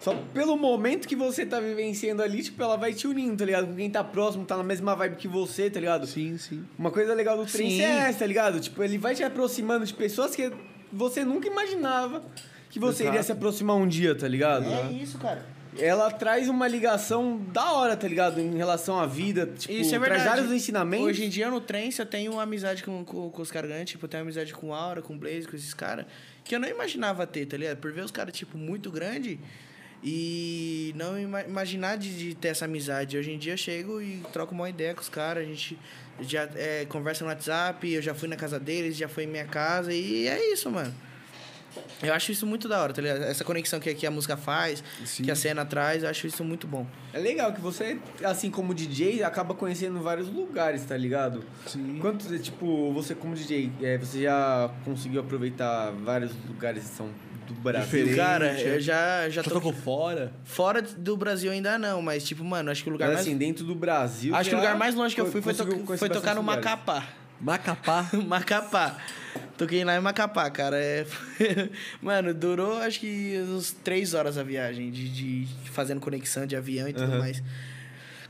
B: Só pelo momento que você tá vivenciando ali, tipo, ela vai te unindo, tá ligado? Com quem tá próximo, tá na mesma vibe que você, tá ligado?
D: Sim, sim.
B: Uma coisa legal do trem
C: Sim.
B: é essa, tá ligado? Tipo, ele vai te aproximando de pessoas que você nunca imaginava que você iria se aproximar um dia, tá ligado?
C: É isso, cara.
B: Ela traz uma ligação da hora, tá ligado? Em relação à vida, tipo,
C: Isso é verdade.
B: traz vários ensinamentos.
C: Hoje em dia no trem eu tenho uma amizade com, com, com os caras grandes, tipo, eu tenho uma amizade com o Aura, com o Blaze, com esses caras, que eu não imaginava ter, tá ligado? Por ver os caras, tipo, muito grande e não ima- imaginar de, de ter essa amizade. Hoje em dia eu chego e troco uma ideia com os caras, a gente já é, conversa no WhatsApp, eu já fui na casa deles, já fui em minha casa, e é isso, mano. Eu acho isso muito da hora, tá ligado? Essa conexão que, que a música faz,
B: Sim.
C: que a cena traz, eu acho isso muito bom.
B: É legal que você, assim como DJ, acaba conhecendo vários lugares, tá ligado? Sim. Quantos, tipo, você como DJ, é, você já conseguiu aproveitar vários lugares que são do Brasil?
D: Diferente.
C: Cara, é,
B: é.
C: eu já, já
B: Já
C: tô...
B: tocou fora?
C: Fora do Brasil ainda não, mas tipo, mano, acho que o lugar
B: Mas,
C: mais...
B: assim, dentro do Brasil...
C: Acho que o
B: já
C: lugar mais longe que eu
B: co-
C: fui foi, to-
B: conseguiu
C: foi
B: conhecer
C: tocar no
B: bastante lugares.
C: Macapá.
D: Macapá.
C: Macapá. Toquei lá em Macapá, cara. É... Mano, durou acho que uns três horas a viagem, de, de- fazendo conexão de avião e tudo mais.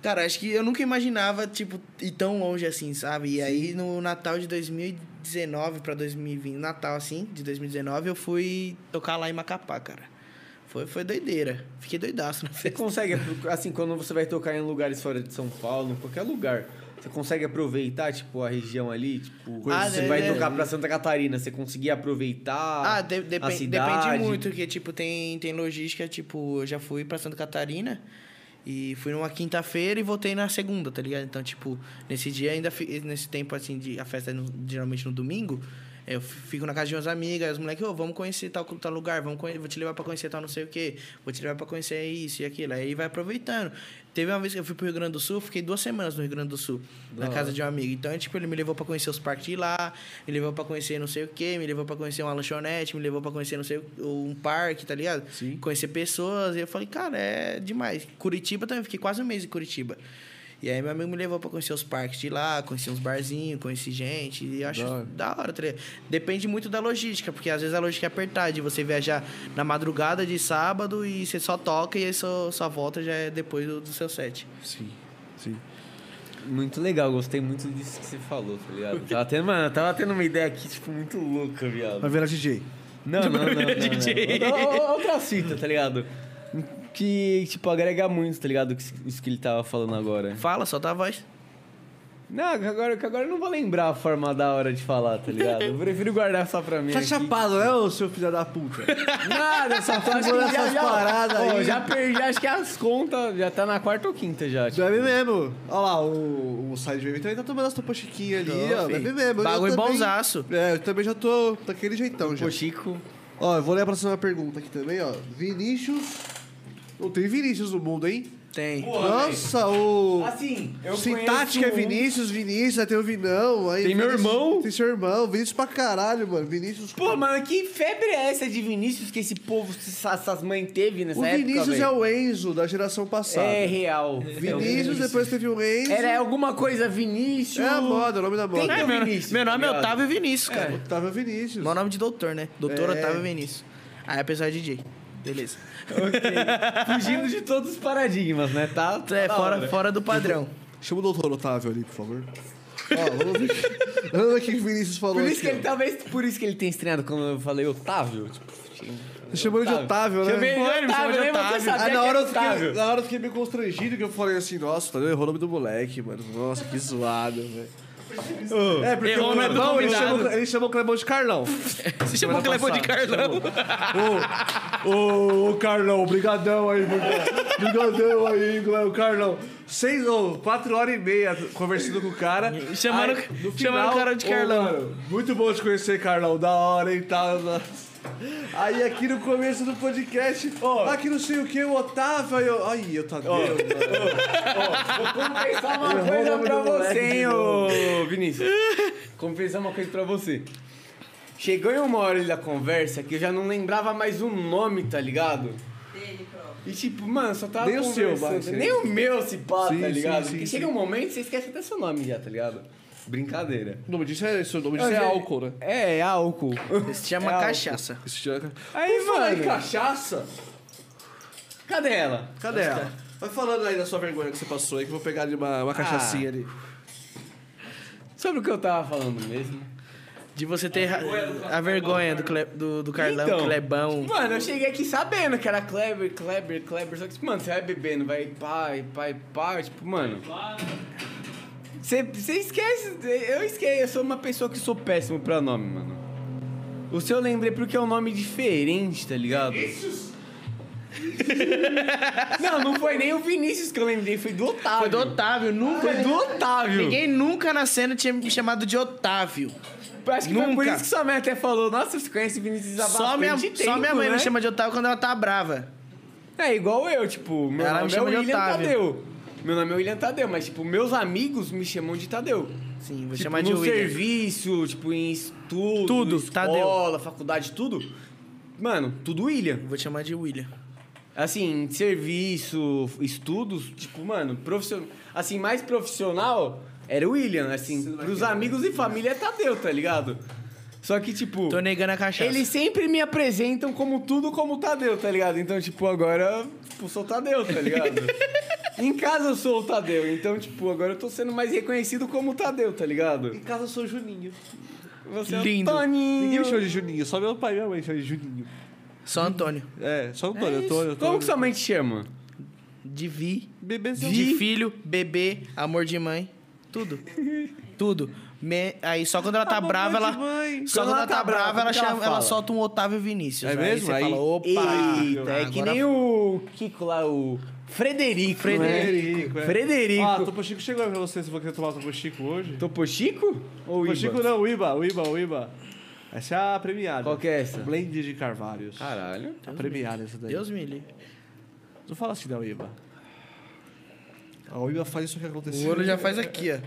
C: Cara, acho que eu nunca imaginava, tipo, ir tão longe assim, sabe? E aí no Natal de 2019 pra 2020, Natal assim, de 2019, eu fui tocar lá em Macapá, cara. Foi, foi doideira. Fiquei doidaço na
B: Você
C: festa.
B: consegue, assim, quando você vai tocar em lugares fora de São Paulo, em qualquer lugar, você consegue aproveitar, tipo, a região ali? Tipo,
C: Ah,
B: você
C: é,
B: vai
C: é.
B: tocar pra Santa Catarina, você conseguir aproveitar
C: Ah, de- depen-
B: a cidade?
C: depende muito, porque, tipo, tem, tem logística, tipo, eu já fui pra Santa Catarina e fui numa quinta-feira e voltei na segunda, tá ligado? Então, tipo, nesse dia ainda, fi- nesse tempo, assim, de, a festa é no- geralmente no domingo, eu fi- fico na casa de umas amigas, os moleques, ô, vamos conhecer tal, tal lugar, vamos conhe- vou te levar pra conhecer tal não sei o quê, vou te levar pra conhecer isso e aquilo, aí vai aproveitando. Teve uma vez que eu fui pro Rio Grande do Sul, fiquei duas semanas no Rio Grande do Sul, na casa de um amigo. Então, tipo, ele me levou pra conhecer os parques de lá, me levou pra conhecer não sei o quê, me levou pra conhecer uma lanchonete, me levou pra conhecer não sei o- um parque, tá ligado? Sim. Conhecer pessoas. E eu falei, cara, é demais. Curitiba também, fiquei quase um mês em Curitiba. E aí meu amigo me levou pra conhecer os parques de lá, conhecer uns barzinhos, conheci gente. E eu acho isso da hora, tá ligado? Depende muito da logística, porque às vezes a logística é apertada, de você viajar na madrugada de sábado e você só toca e aí sua, sua volta já é depois do, do seu set.
D: Sim, sim.
B: Muito legal, gostei muito disso que você falou, tá ligado? Tava tendo, mano, tava tendo uma ideia aqui, tipo, muito louca, viado.
D: Vai virar DJ.
B: Não, não, não. não, não. Outra- ou- Outra fita, tá ligado? Que, tipo, agrega muito, tá ligado? Que- Isso que ele tava falando agora.
C: Fala, solta a voz.
B: Não, que agora, que agora eu não vou lembrar a forma da hora de falar, tá ligado? Eu prefiro guardar só pra mim.
D: Tá
B: aqui.
D: chapado, né, ô seu filho da puta?
B: Nada, só tô
D: Fumando essas paradas
B: Ó,
D: aí.
B: Já perdi, acho que é as contas já tá na quarta ou quinta já. tipo.
D: Bebe mesmo. Olha lá, o, o Side Wave também tá tomando as topa chiquinha ali,
C: Tô,
D: ó.
C: fi.
D: Bebe mesmo. Eu
C: Bagulho
D: também-
C: bonzaço.
D: É, eu também já tô daquele jeitão já.
B: Pô, Chico.
D: Ó, eu vou ler a próxima pergunta aqui também, ó. Vinícius. Não tem Vinícius no mundo, hein?
C: Tem.
D: Nossa, o.
B: Assim, eu
D: Sintática
B: conheço
D: é
B: um-
D: Vinícius, Vinícius, aí tem o Vinão. Aí
B: Tem meu
D: Vinícius-
B: irmão.
D: Tem seu irmão, Vinícius pra caralho, mano. Vinícius.
B: Pô, mano, que febre é essa de Vinícius que esse povo, essa- essas mães teve nessa
D: o
B: época,
D: Vinícius
B: velho?
D: é o Enzo da geração passada.
B: É real.
D: Vinícius, depois teve o Enzo.
B: Era alguma coisa Vinícius.
D: É a moda, o nome da moda.
B: Tem
C: É,
B: que-
C: meu,
B: Vinícius,
C: meu nome é
B: tá ligado?
C: Otávio Vinícius, cara.
D: Otávio Vinícius.
C: Meu nome de doutor, né? Doutor
D: É.
C: Otávio Vinícius. Aí a pessoa é DJ. Beleza.
B: Fugindo de todos os paradigmas, né? Tá, tá
C: É,
B: da
C: fora,
B: hora.
C: fora do padrão.
D: Chama o doutor Otávio ali, por favor. Ó, vamos ver. Vamos ver o que o Vinícius falou
B: Por isso
D: aqui,
B: que ele,
D: ó.
B: talvez por isso que ele tem estranhado quando eu falei Otávio. Tipo,
D: Você chamou ele de Otávio, né?
B: Chamei ele de
C: Foi, ele me chamou de
B: Otávio, nem você
C: Otávio.
B: sabia
D: Aí
B: que
D: Ah, na hora,
B: era
D: eu fiquei,
B: Otávio.
D: na hora eu fiquei meio constrangido que eu falei assim, nossa, tá vendo? errou o nome do moleque, mano. Nossa, que zoado, velho. É, porque
C: Errou o
D: o
C: nome do
D: Clebão, ele
C: convidado.
D: chamou, ele chamou o Clebão de Carlão.
C: Você chamou o Clebão de Carlão?
D: Ô, ô, ô, Carlão, brigadão aí, mano. brigadão aí, Clebão, Carlão. Seis, ô, quatro horas e meia conversando com o cara.
C: Chamaram-
D: no
C: chamaram o cara de Carlão.
D: mano, muito bom te conhecer, Carlão, da hora, hein, tal, nossa. Aí aqui no começo do podcast, ah, que não sei o que, o Otávio, aí eu, aí, Otávio, mano.
B: Confessar uma
D: o
B: coisa
D: nome
B: pra
D: do moleque
B: você,
D: de
B: hein, ô Vinícius. Confessar uma coisa pra você. Chegou em uma hora ali da conversa que eu já não lembrava mais o nome, tá ligado?
G: Dele próprio.
B: E tipo, mano, só tava
D: Nem o seu,
B: conversando.
D: vai,
B: Nem
D: sim.
B: o meu se pá,
D: Sim,
B: tá
D: sim,
B: ligado?
D: sim,
B: Porque
D: sim.
B: chega um momento que você esquece até seu nome já, tá ligado? Brincadeira.
D: O nome disso é, isso, o nome disso é álcool, né?
B: É, é álcool.
C: Se chama
B: É álcool.
C: cachaça.
D: Isso já-
B: Aí,
D: Falei
B: mano,
D: cachaça?
B: cadê ela?
D: Cadê ela? Vai falando aí da sua vergonha que você passou aí, que eu vou pegar ali uma,
B: Ah.
D: uma cachaçinha ali.
B: Sobre o que eu tava falando mesmo.
C: De você ter ra- a vergonha do, Cle- do, do Carlão,
B: Então.
C: Clebão.
B: Mano, eu cheguei aqui sabendo que era Kleber, Kleber, Kleber. Só que, tipo, mano, você vai bebendo, vai pá, e pá, e pá. Tipo, mano. Você, você esquece. Eu esqueci. Eu sou uma pessoa que sou péssimo pra nome, mano. O seu eu lembrei porque é um nome diferente, tá ligado? Não, não foi nem o Vinícius que eu lembrei, foi do Otávio.
C: Foi do Otávio, nunca.
B: Foi do Otávio.
C: Ninguém nunca na cena tinha me chamado de Otávio.
B: Acho que foi por
C: Nunca.
B: isso que sua mãe até falou, nossa, você conhece o Vinícius há
C: Só minha,
B: bastante tempo,
C: só minha mãe
B: né?
C: me chama de Otávio quando ela tá brava.
B: É igual eu, tipo, meu
C: Ela me
B: nome é
C: chama de
B: William
C: Otávio.
B: Tadeu. Meu nome é William Tadeu, mas, tipo, meus amigos me chamam de Tadeu.
C: Sim, vou
B: tipo,
C: chamar de
B: no
C: William.
B: serviço, tipo, em estudo,
C: Tudo,
B: escola, faculdade, tudo. Mano, tudo William.
C: Vou chamar de William.
B: Assim, em serviço, estudos, tipo, mano, profissional. Assim, mais profissional era o William, assim, pros amigos e família é Tadeu, tá ligado? Só que, tipo.
C: Tô negando a cachaça.
B: Eles sempre me apresentam como tudo como Tadeu, tá ligado? Então, tipo, agora tipo, sou Tadeu, tá ligado? em casa eu sou o Tadeu, então, tipo, agora eu tô sendo mais reconhecido como Tadeu, tá ligado?
D: Em casa eu sou Juninho.
B: Você
C: Lindo.
B: é o Toninho.
D: Ninguém me chama de Juninho, só meu pai e minha mãe chamam de Juninho.
C: Só Antônio.
D: É, só o Antônio.
B: É isso.
D: Antônio, Antônio.
B: Como que sua mãe te chama?
C: De Vi.
D: Bebezinho.
C: De filho, bebê, amor de mãe. Tudo. Tudo. Me- Aí só quando ela tá
D: Amor
C: brava,
D: de
C: ela.
D: mãe.
C: Só quando ela tá brava, ela,
B: como que ela
C: chama, ela
B: fala?
C: solta um Otávio Vinícius.
D: É mesmo?
C: Aí
D: Aí-
C: você fala, opa.
B: Eita, é que
C: agora
B: nem o Kiko lá, o Frederico.
D: Frederico,
B: né?
D: é.
B: Frederico.
D: Ah, Topo Chico chegou aí pra você, se você quer tomar Topo Chico hoje.
B: Topo Chico? Ou
D: Topo
B: Iba?
D: Chico não, o Iba, o Iba, o Iba. Essa é a premiada.
B: Qual que é essa?
D: Blend de Carvalhos.
B: Caralho.
D: A premiada essa daí.
C: Deus me livre.
D: Não fala assim da Uiba. A Uiba Ah, faz isso que aconteceu.
C: O ouro já faz aqui, ó.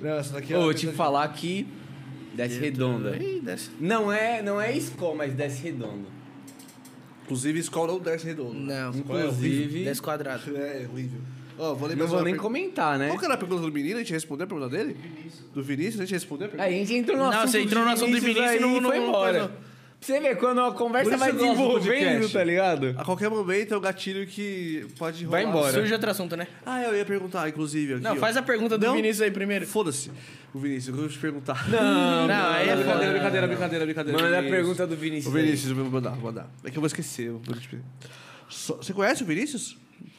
D: Não, essa daqui é.
B: Vou te falar que desce redonda.
C: Ih, desce.
B: Não é, não é Skol, mas desce redondo.
D: Inclusive, Skol não desce redondo.
C: Não,
B: Inclusive,
C: desce quadrado.
D: É, horrível. Ó, vou lembrar
B: não vou
D: uma
B: nem
D: pergunta.
B: comentar, né?
D: Qual que era a pergunta do menino? A gente respondeu a pergunta dele? Vinícius. Do Vinícius? A gente respondeu a pergunta?
B: A gente entrou no
C: Não,
B: assunto
C: você entrou
B: de
C: no assunto do Vinícius e
B: aí
C: não- não-
B: foi
C: não
B: embora.
C: coisa.
B: Pra você ver, quando a
D: Por
B: conversa
D: isso
B: vai
D: eu gosto do
B: desenvolvendo,
D: podcast.
B: tá ligado?
C: Ah,
D: A qualquer momento é um gatilho que pode rolar.
B: Vai embora.
C: Surge outro assunto, né?
D: Ah, eu ia perguntar, inclusive. Aqui,
C: Não,
D: ó.
C: faz a pergunta do
D: Não?
C: Vinícius aí primeiro.
D: Foda-se. O Vinícius, eu vou te perguntar. Não,
C: não, aí é
D: brincadeira,
C: foda.
D: brincadeira, brincadeira, brincadeira.
B: Manda a
D: Vinícius.
B: pergunta do Vinícius.
D: O Vinícius, eu vou mandar, vou mandar. É que eu vou esquecer. eu vou te pedir. Só- Você conhece o Vinícius?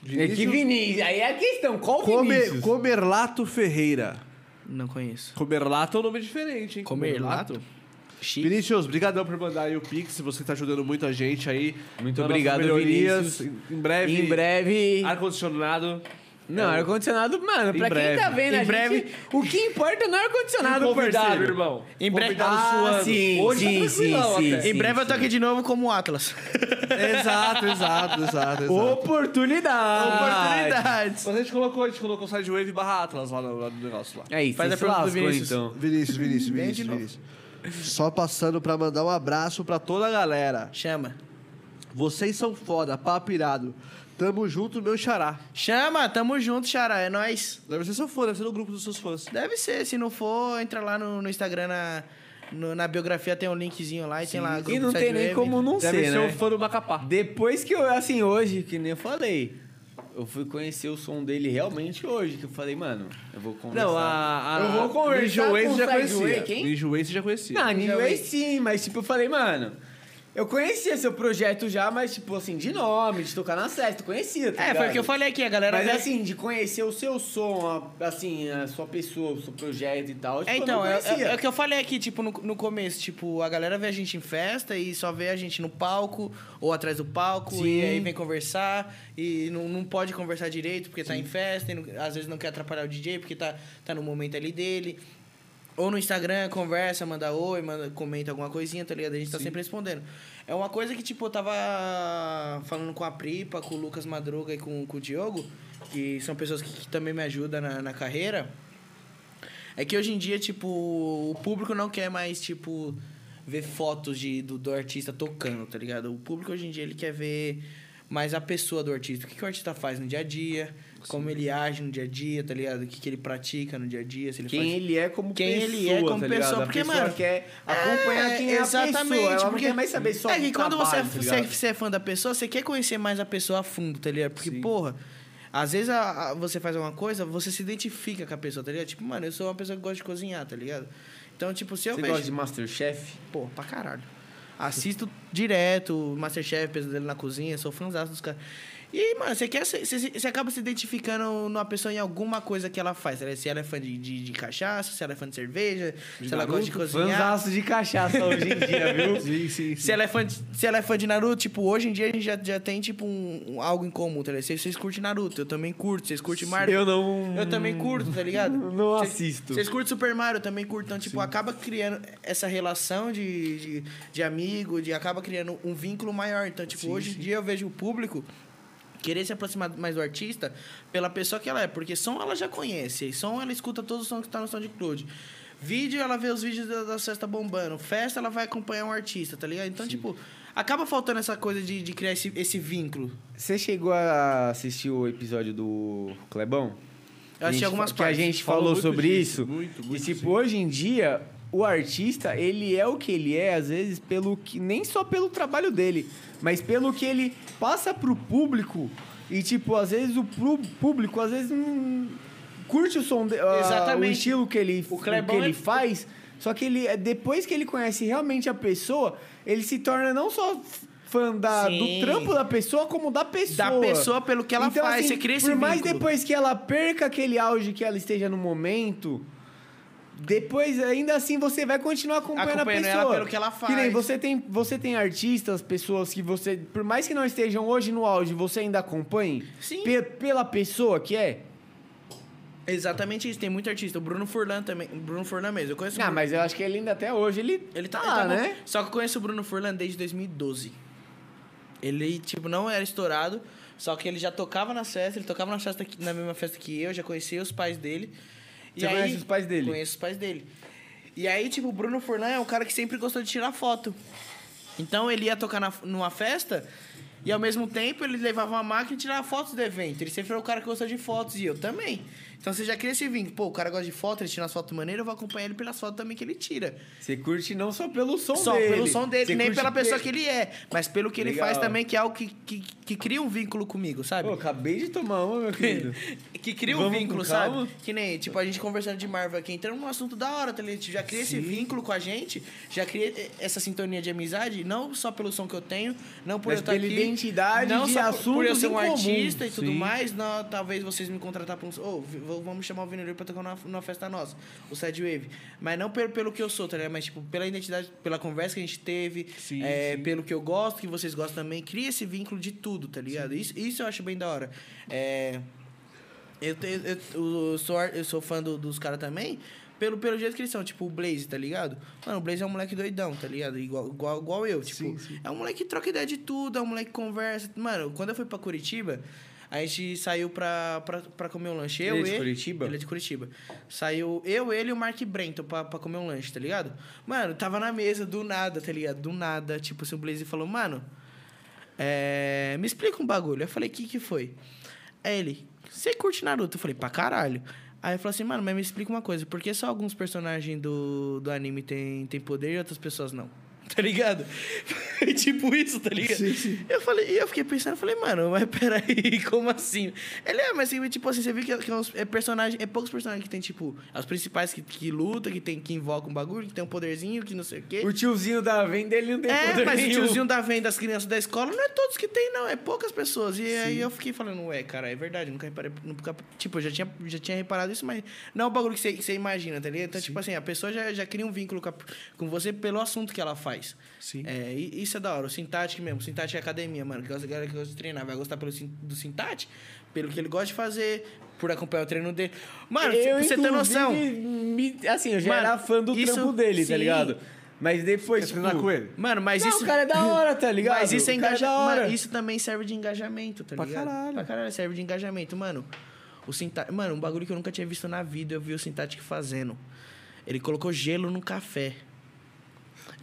B: aí. É que Vinícius. Aí é a questão, qual
D: Come,
B: Vinícius?
D: Comerlato Ferreira.
C: Não conheço.
D: Comerlato é um nome diferente, hein?
C: Comerlato? Chique.
D: Vinícius, brigadão por mandar aí o Pix. Você tá ajudando muito a gente aí. Tá
B: Muito
D: nas
B: obrigado,
D: nossas melhorias.
B: Vinícius.
D: Em breve.
B: Em breve...
D: Ar-condicionado.
B: Não, ar-condicionado, mano,
D: Em
B: pra
D: breve.
B: quem tá vendo
C: é Em
B: a
C: breve. Um
B: gente, o que importa não é
D: Nada
B: ar-condicionado,
D: convidado,
B: parceiro.
D: irmão.
C: Em breve.
D: Convidado
B: Ah,
D: suando.
B: sim,
D: Hoje
B: sim,
D: tá tranquilão
B: sim,
D: até.
B: sim.
C: Em breve eu tô aqui de novo como Atlas.
D: Exato, exato, exato, exato.
B: Oportunidade.
C: Oportunidades.
D: Mas a gente colocou, a gente colocou Sidewave barra Atlas lá no, lá no negócio lá.
B: Aí,
C: Faz
B: cê
C: a
B: se
C: pergunta do
B: lascou,
C: Vinícius.
D: Vinícius, Vinícius,
C: Vem de
D: Vinícius, Vinícius. então. Só passando pra mandar um abraço pra toda a galera.
C: Chama.
D: Vocês são foda, papo irado. Tamo junto, meu xará.
C: Chama, tamo junto, Xará. É nóis.
D: Deve ser seu fã, deve ser no grupo dos seus fãs.
C: Deve ser, se não for, entra lá no, no Instagram, na, no- na biografia tem um linkzinho lá e tem lá.
B: E
C: grupo
B: não
C: do
B: tem
C: Sérgio
B: nem
C: Web.
B: como não
D: deve
B: ser,
D: ser
B: né?
D: um fã do Macapá.
B: Depois que eu, assim, hoje, que nem eu falei, eu fui conhecer o som dele realmente hoje, que eu falei, mano, eu vou conversar.
D: a,
B: Eu vou conversar
D: Ninja Waze
B: com o
D: já
B: Sideway,
D: conhecia.
B: quem?
D: Ninja Waze já conhecia.
B: Não, anyway Ah, sim, mas tipo, eu falei, mano, eu conhecia seu projeto já, mas tipo, assim, de nome, de tocar na série, tu conhecia, tá
C: É, foi o que eu
B: ligado?
C: falei aqui, a galera.
B: Mas
C: vê-
B: assim, de conhecer o seu som, a- assim, a sua pessoa, o seu projeto e tal, tipo,
C: É, então,
B: eu
C: é,
B: não conhecia.
C: é- é o que eu falei aqui, tipo, no, no começo, tipo, a galera vê a gente em festa e só vê a gente no palco ou atrás do palco
B: Sim.
C: e aí vem conversar e não, não pode conversar direito porque tá em festa e não- às vezes não quer atrapalhar o DJ porque tá, tá no momento ali dele. Ou no Instagram, conversa, manda oi, manda, comenta alguma coisinha, tá ligado? A gente tá sempre respondendo. É uma coisa que, tipo, eu tava falando com a Pripa, com o Lucas Madruga e com, com o Diogo, que são pessoas que, que também me ajudam na, na carreira. É que hoje em dia, tipo, o público não quer mais, tipo, ver fotos de, do, do artista tocando, tá ligado? O público hoje em dia ele quer ver mais a pessoa do artista. O que, que o artista faz no dia a dia, como ele age no dia a dia, tá ligado? O que, que ele pratica no dia a dia, se ele
B: Quem
C: faz...
B: ele é como
C: Quem
B: pessoa.
C: ele é como
B: tá
C: pessoa,
B: ligado? A
C: porque,
B: pessoa
C: mano,
B: quer acompanhar quem é a pessoa. Ela não quer mais saber só
C: É
B: do
C: que quando você,
B: trabalho,
C: é,
B: tá
C: você, é,
B: ligado?
C: você é fã da pessoa, você quer conhecer mais a pessoa a fundo, tá ligado? Porque, porra, às vezes a- a- você faz alguma coisa, você se identifica com a pessoa, tá ligado? Tipo, mano, eu sou uma pessoa que gosta de cozinhar, tá ligado? Então, tipo, se eu
B: Você
C: vejo.
B: gosta de Masterchef?
C: Pô, pra caralho. Assisto direto, Masterchef, pesadelo na cozinha, sou fãzão dos caras. E aí, mano, você quer. Você, você- você acaba se identificando numa pessoa em alguma coisa que ela faz. Se ela é fã de, de, de cachaça, se ela é fã de cerveja, se ela gosta de cozinhar.
B: Fanzaço de cachaça hoje em dia, viu?
D: Sim, sim,
C: Se ela, é fã de, se ela é fã de Naruto, tipo, hoje em dia a gente já, já tem, tipo, um, um- algo em comum, tá ligado? Vocês, vocês curtem Naruto, eu também curto. Vocês curtem Marvel,
B: Eu não.
C: eu também curto, tá ligado?
B: Não
C: Vocês-
B: assisto.
C: Vocês curtem Super Mario, eu também curto. Então, tipo, acaba criando essa relação de, de, de amigo, de, acaba criando um vínculo maior. Então, tipo, hoje em dia eu vejo o público querer se aproximar mais do artista pela pessoa que ela é. Porque som ela já conhece. E som ela escuta todos os sons que tá no SoundCloud. Vídeo, ela vê os vídeos da, da festa bombando. Festa, ela vai acompanhar um artista, tá ligado? Então, tipo, acaba faltando essa coisa de, de criar esse, esse vínculo.
B: Você chegou a assistir o episódio do Clebão?
C: Eu assisti
B: A gente-
C: algumas
B: que
C: partes.
B: a gente
D: Falou
B: falou
D: muito
B: sobre
D: disso,
B: isso.
D: muito,
B: e
D: muito,
B: tipo,
D: sim.
B: hoje em dia, o artista, ele é o que ele é, às vezes, pelo que. Nem só pelo trabalho dele, mas pelo que ele passa pro público. E, tipo, às vezes o prú- público, às vezes, não curte o som de, ah,
C: Exatamente.
B: o estilo que ele,
C: O
B: o
C: Clebão, é
B: que ele
C: ele-
B: faz. Só que ele, é, depois que ele conhece realmente a pessoa, ele se torna não só fã da, Ah,
C: Sim.
B: do trampo da pessoa, como da pessoa.
C: Da pessoa pelo que ela
B: Então,
C: faz,
B: assim,
C: você cria esse
B: Por mais
C: vínculo.
B: depois que ela perca aquele auge que ela esteja no momento, depois, ainda assim, você vai continuar acompanhando,
C: Acompanhando
B: a
C: ela
B: pessoa.
C: pelo que ela
B: Que nem
C: faz.
B: você tem, você tem artistas, pessoas que você, por mais que não estejam hoje no auge, você ainda acompanhe?
C: Sim.
B: Pe- pela pessoa que é?
C: Exatamente isso. Tem muito artista. O Bruno Furlan também. O Bruno Furlan mesmo. Eu conheço o
B: Ah,
C: Bruno-
B: mas eu acho que ele ainda até hoje, ele,
C: Ele tá,
B: lá,
C: ele tá bom.
B: né?
C: Só que eu conheço o Bruno Furlan desde 2012. Ele, tipo, não era estourado, só que ele já tocava nas festas, ele tocava na, festa, que- na mesma festa que eu, já conhecia os pais dele.
B: Você conhece os pais dele?
C: Conheço os pais dele. E aí, tipo, o Bruno Furlan é um cara que sempre gostou de tirar foto. Então ele ia tocar na- numa festa e ao mesmo tempo ele levava uma máquina e tirava fotos do evento. Ele sempre foi o cara que gostou de fotos e eu também. Então você já cria esse vínculo. Pô, o cara gosta de foto, ele tira as fotos maneiras, eu vou acompanhar ele pelas fotos também que ele tira.
B: Você curte não só pelo som
C: Só
B: dele.
C: pelo som dele,
B: Você
C: nem
B: curte
C: pela
B: pe-
C: pessoa que ele é, mas pelo que ele
B: Legal.
C: faz também, que é algo que, que, que cria um vínculo comigo, sabe?
B: Pô, acabei de tomar uma, meu querido.
C: que cria um
B: Vamos com
C: vínculo,
B: calma.
C: sabe? Que nem, tipo, a gente conversando de Marvel aqui, entrando num assunto da hora, tá ligado? Já cria esse vínculo com a gente, já cria eh, essa sintonia de amizade, não só pelo som que eu tenho, não por
B: Mas
C: eu estar
B: pela
C: aqui.
B: identidade
C: não
B: de
C: só por- por eu
B: assuntos
C: ser
B: em
C: um
B: comum.
C: artista e tudo
B: Sim.
C: mais, não, talvez vocês me contratar pra um... Ô, vi- vou- vamos chamar o Vinilio pra tocar numa, numa festa nossa, o Sidewave. Mas não pelo, pelo que eu sou, tá ligado? Mas, tipo, pela identidade, pela conversa que a gente teve, eh, pelo que eu gosto, que vocês gostam também, cria esse vínculo de tudo, tá ligado? Isso, isso eu acho bem da hora. É... Eu, te- eu, eu sou, ar- eu sou fã do- dos caras também, pelo, pelo jeito que eles são. Tipo, o Blaze, tá ligado? Mano, o Blaze é um moleque doidão, tá ligado? Igual, igual, igual eu. Tipo, é um moleque que troca ideia de tudo, é um moleque que conversa. Mano, quando eu fui pra Curitiba, a gente saiu pra, pra, pra comer um lanche. Eu,
B: Ele é de
C: ele-
B: Curitiba?
C: Ele é de Curitiba. Saiu eu, ele e o Mark Brenton pra, pra comer um lanche, tá ligado? Mano, tava na mesa, do nada, tá ligado? Do nada. Tipo, assim, o Blaze falou, mano, é, me explica um bagulho. Eu falei, o que que foi? Aí ele, você curte Naruto? Eu falei, pra caralho. Aí ele falou assim, mano, mas me explica uma coisa. Por que só alguns personagens do, do anime tem, tem poder e outras pessoas não? Tá ligado? Foi tipo isso, tá ligado? Eu falei, e eu fiquei pensando, eu falei, mano, mas peraí, como assim? Ele é, mas assim, tipo assim, você viu que, é- que é, uns- é personagem, é poucos personagens que tem, tipo, é os principais que, que luta, que tem, que invocam um bagulho, que tem um poderzinho, que não sei o quê.
B: O tiozinho da venda, ele não tem
C: É,
B: poder
C: mas o
B: nenhum.
C: tiozinho da venda das crianças da escola não é todos que tem, não. É poucas pessoas. E aí eu fiquei falando, ué, cara, é verdade. Nunca reparei. Nunca, tipo, eu já tinha, já tinha reparado isso, mas não é um bagulho que você, que você imagina, tá ligado? Então, tipo assim, a pessoa já, já cria um vínculo com, a- com você pelo assunto que ela faz.
D: Sim.
C: É, e- isso é da hora. O Sintate mesmo. O Sintate é academia, mano. Que gosta- galera que gosta de treinar. Vai gostar pelo, sin- do Sintate, pelo que ele gosta de fazer, por acompanhar o treino dele. Mano, pra você ter
B: inclusive,
C: noção.
B: me- assim, eu já
C: Mano,
B: era fã do
C: isso-
B: trampo dele,
C: sim.
B: tá ligado? Mas depois. tipo,
D: Quer treinar com ele?
C: Mano, mas
B: Não,
C: isso.
B: o cara é da hora, tá ligado?
C: Mas isso é
B: O cara é da
C: engajamento.
B: hora.
C: isso também serve de engajamento, tá
B: Pra
C: ligado?
B: caralho.
C: Pra caralho, serve de engajamento. Mano, o Sinta... Mano, um bagulho que eu nunca tinha visto na vida, eu vi o Sintatic fazendo. Ele colocou gelo no café.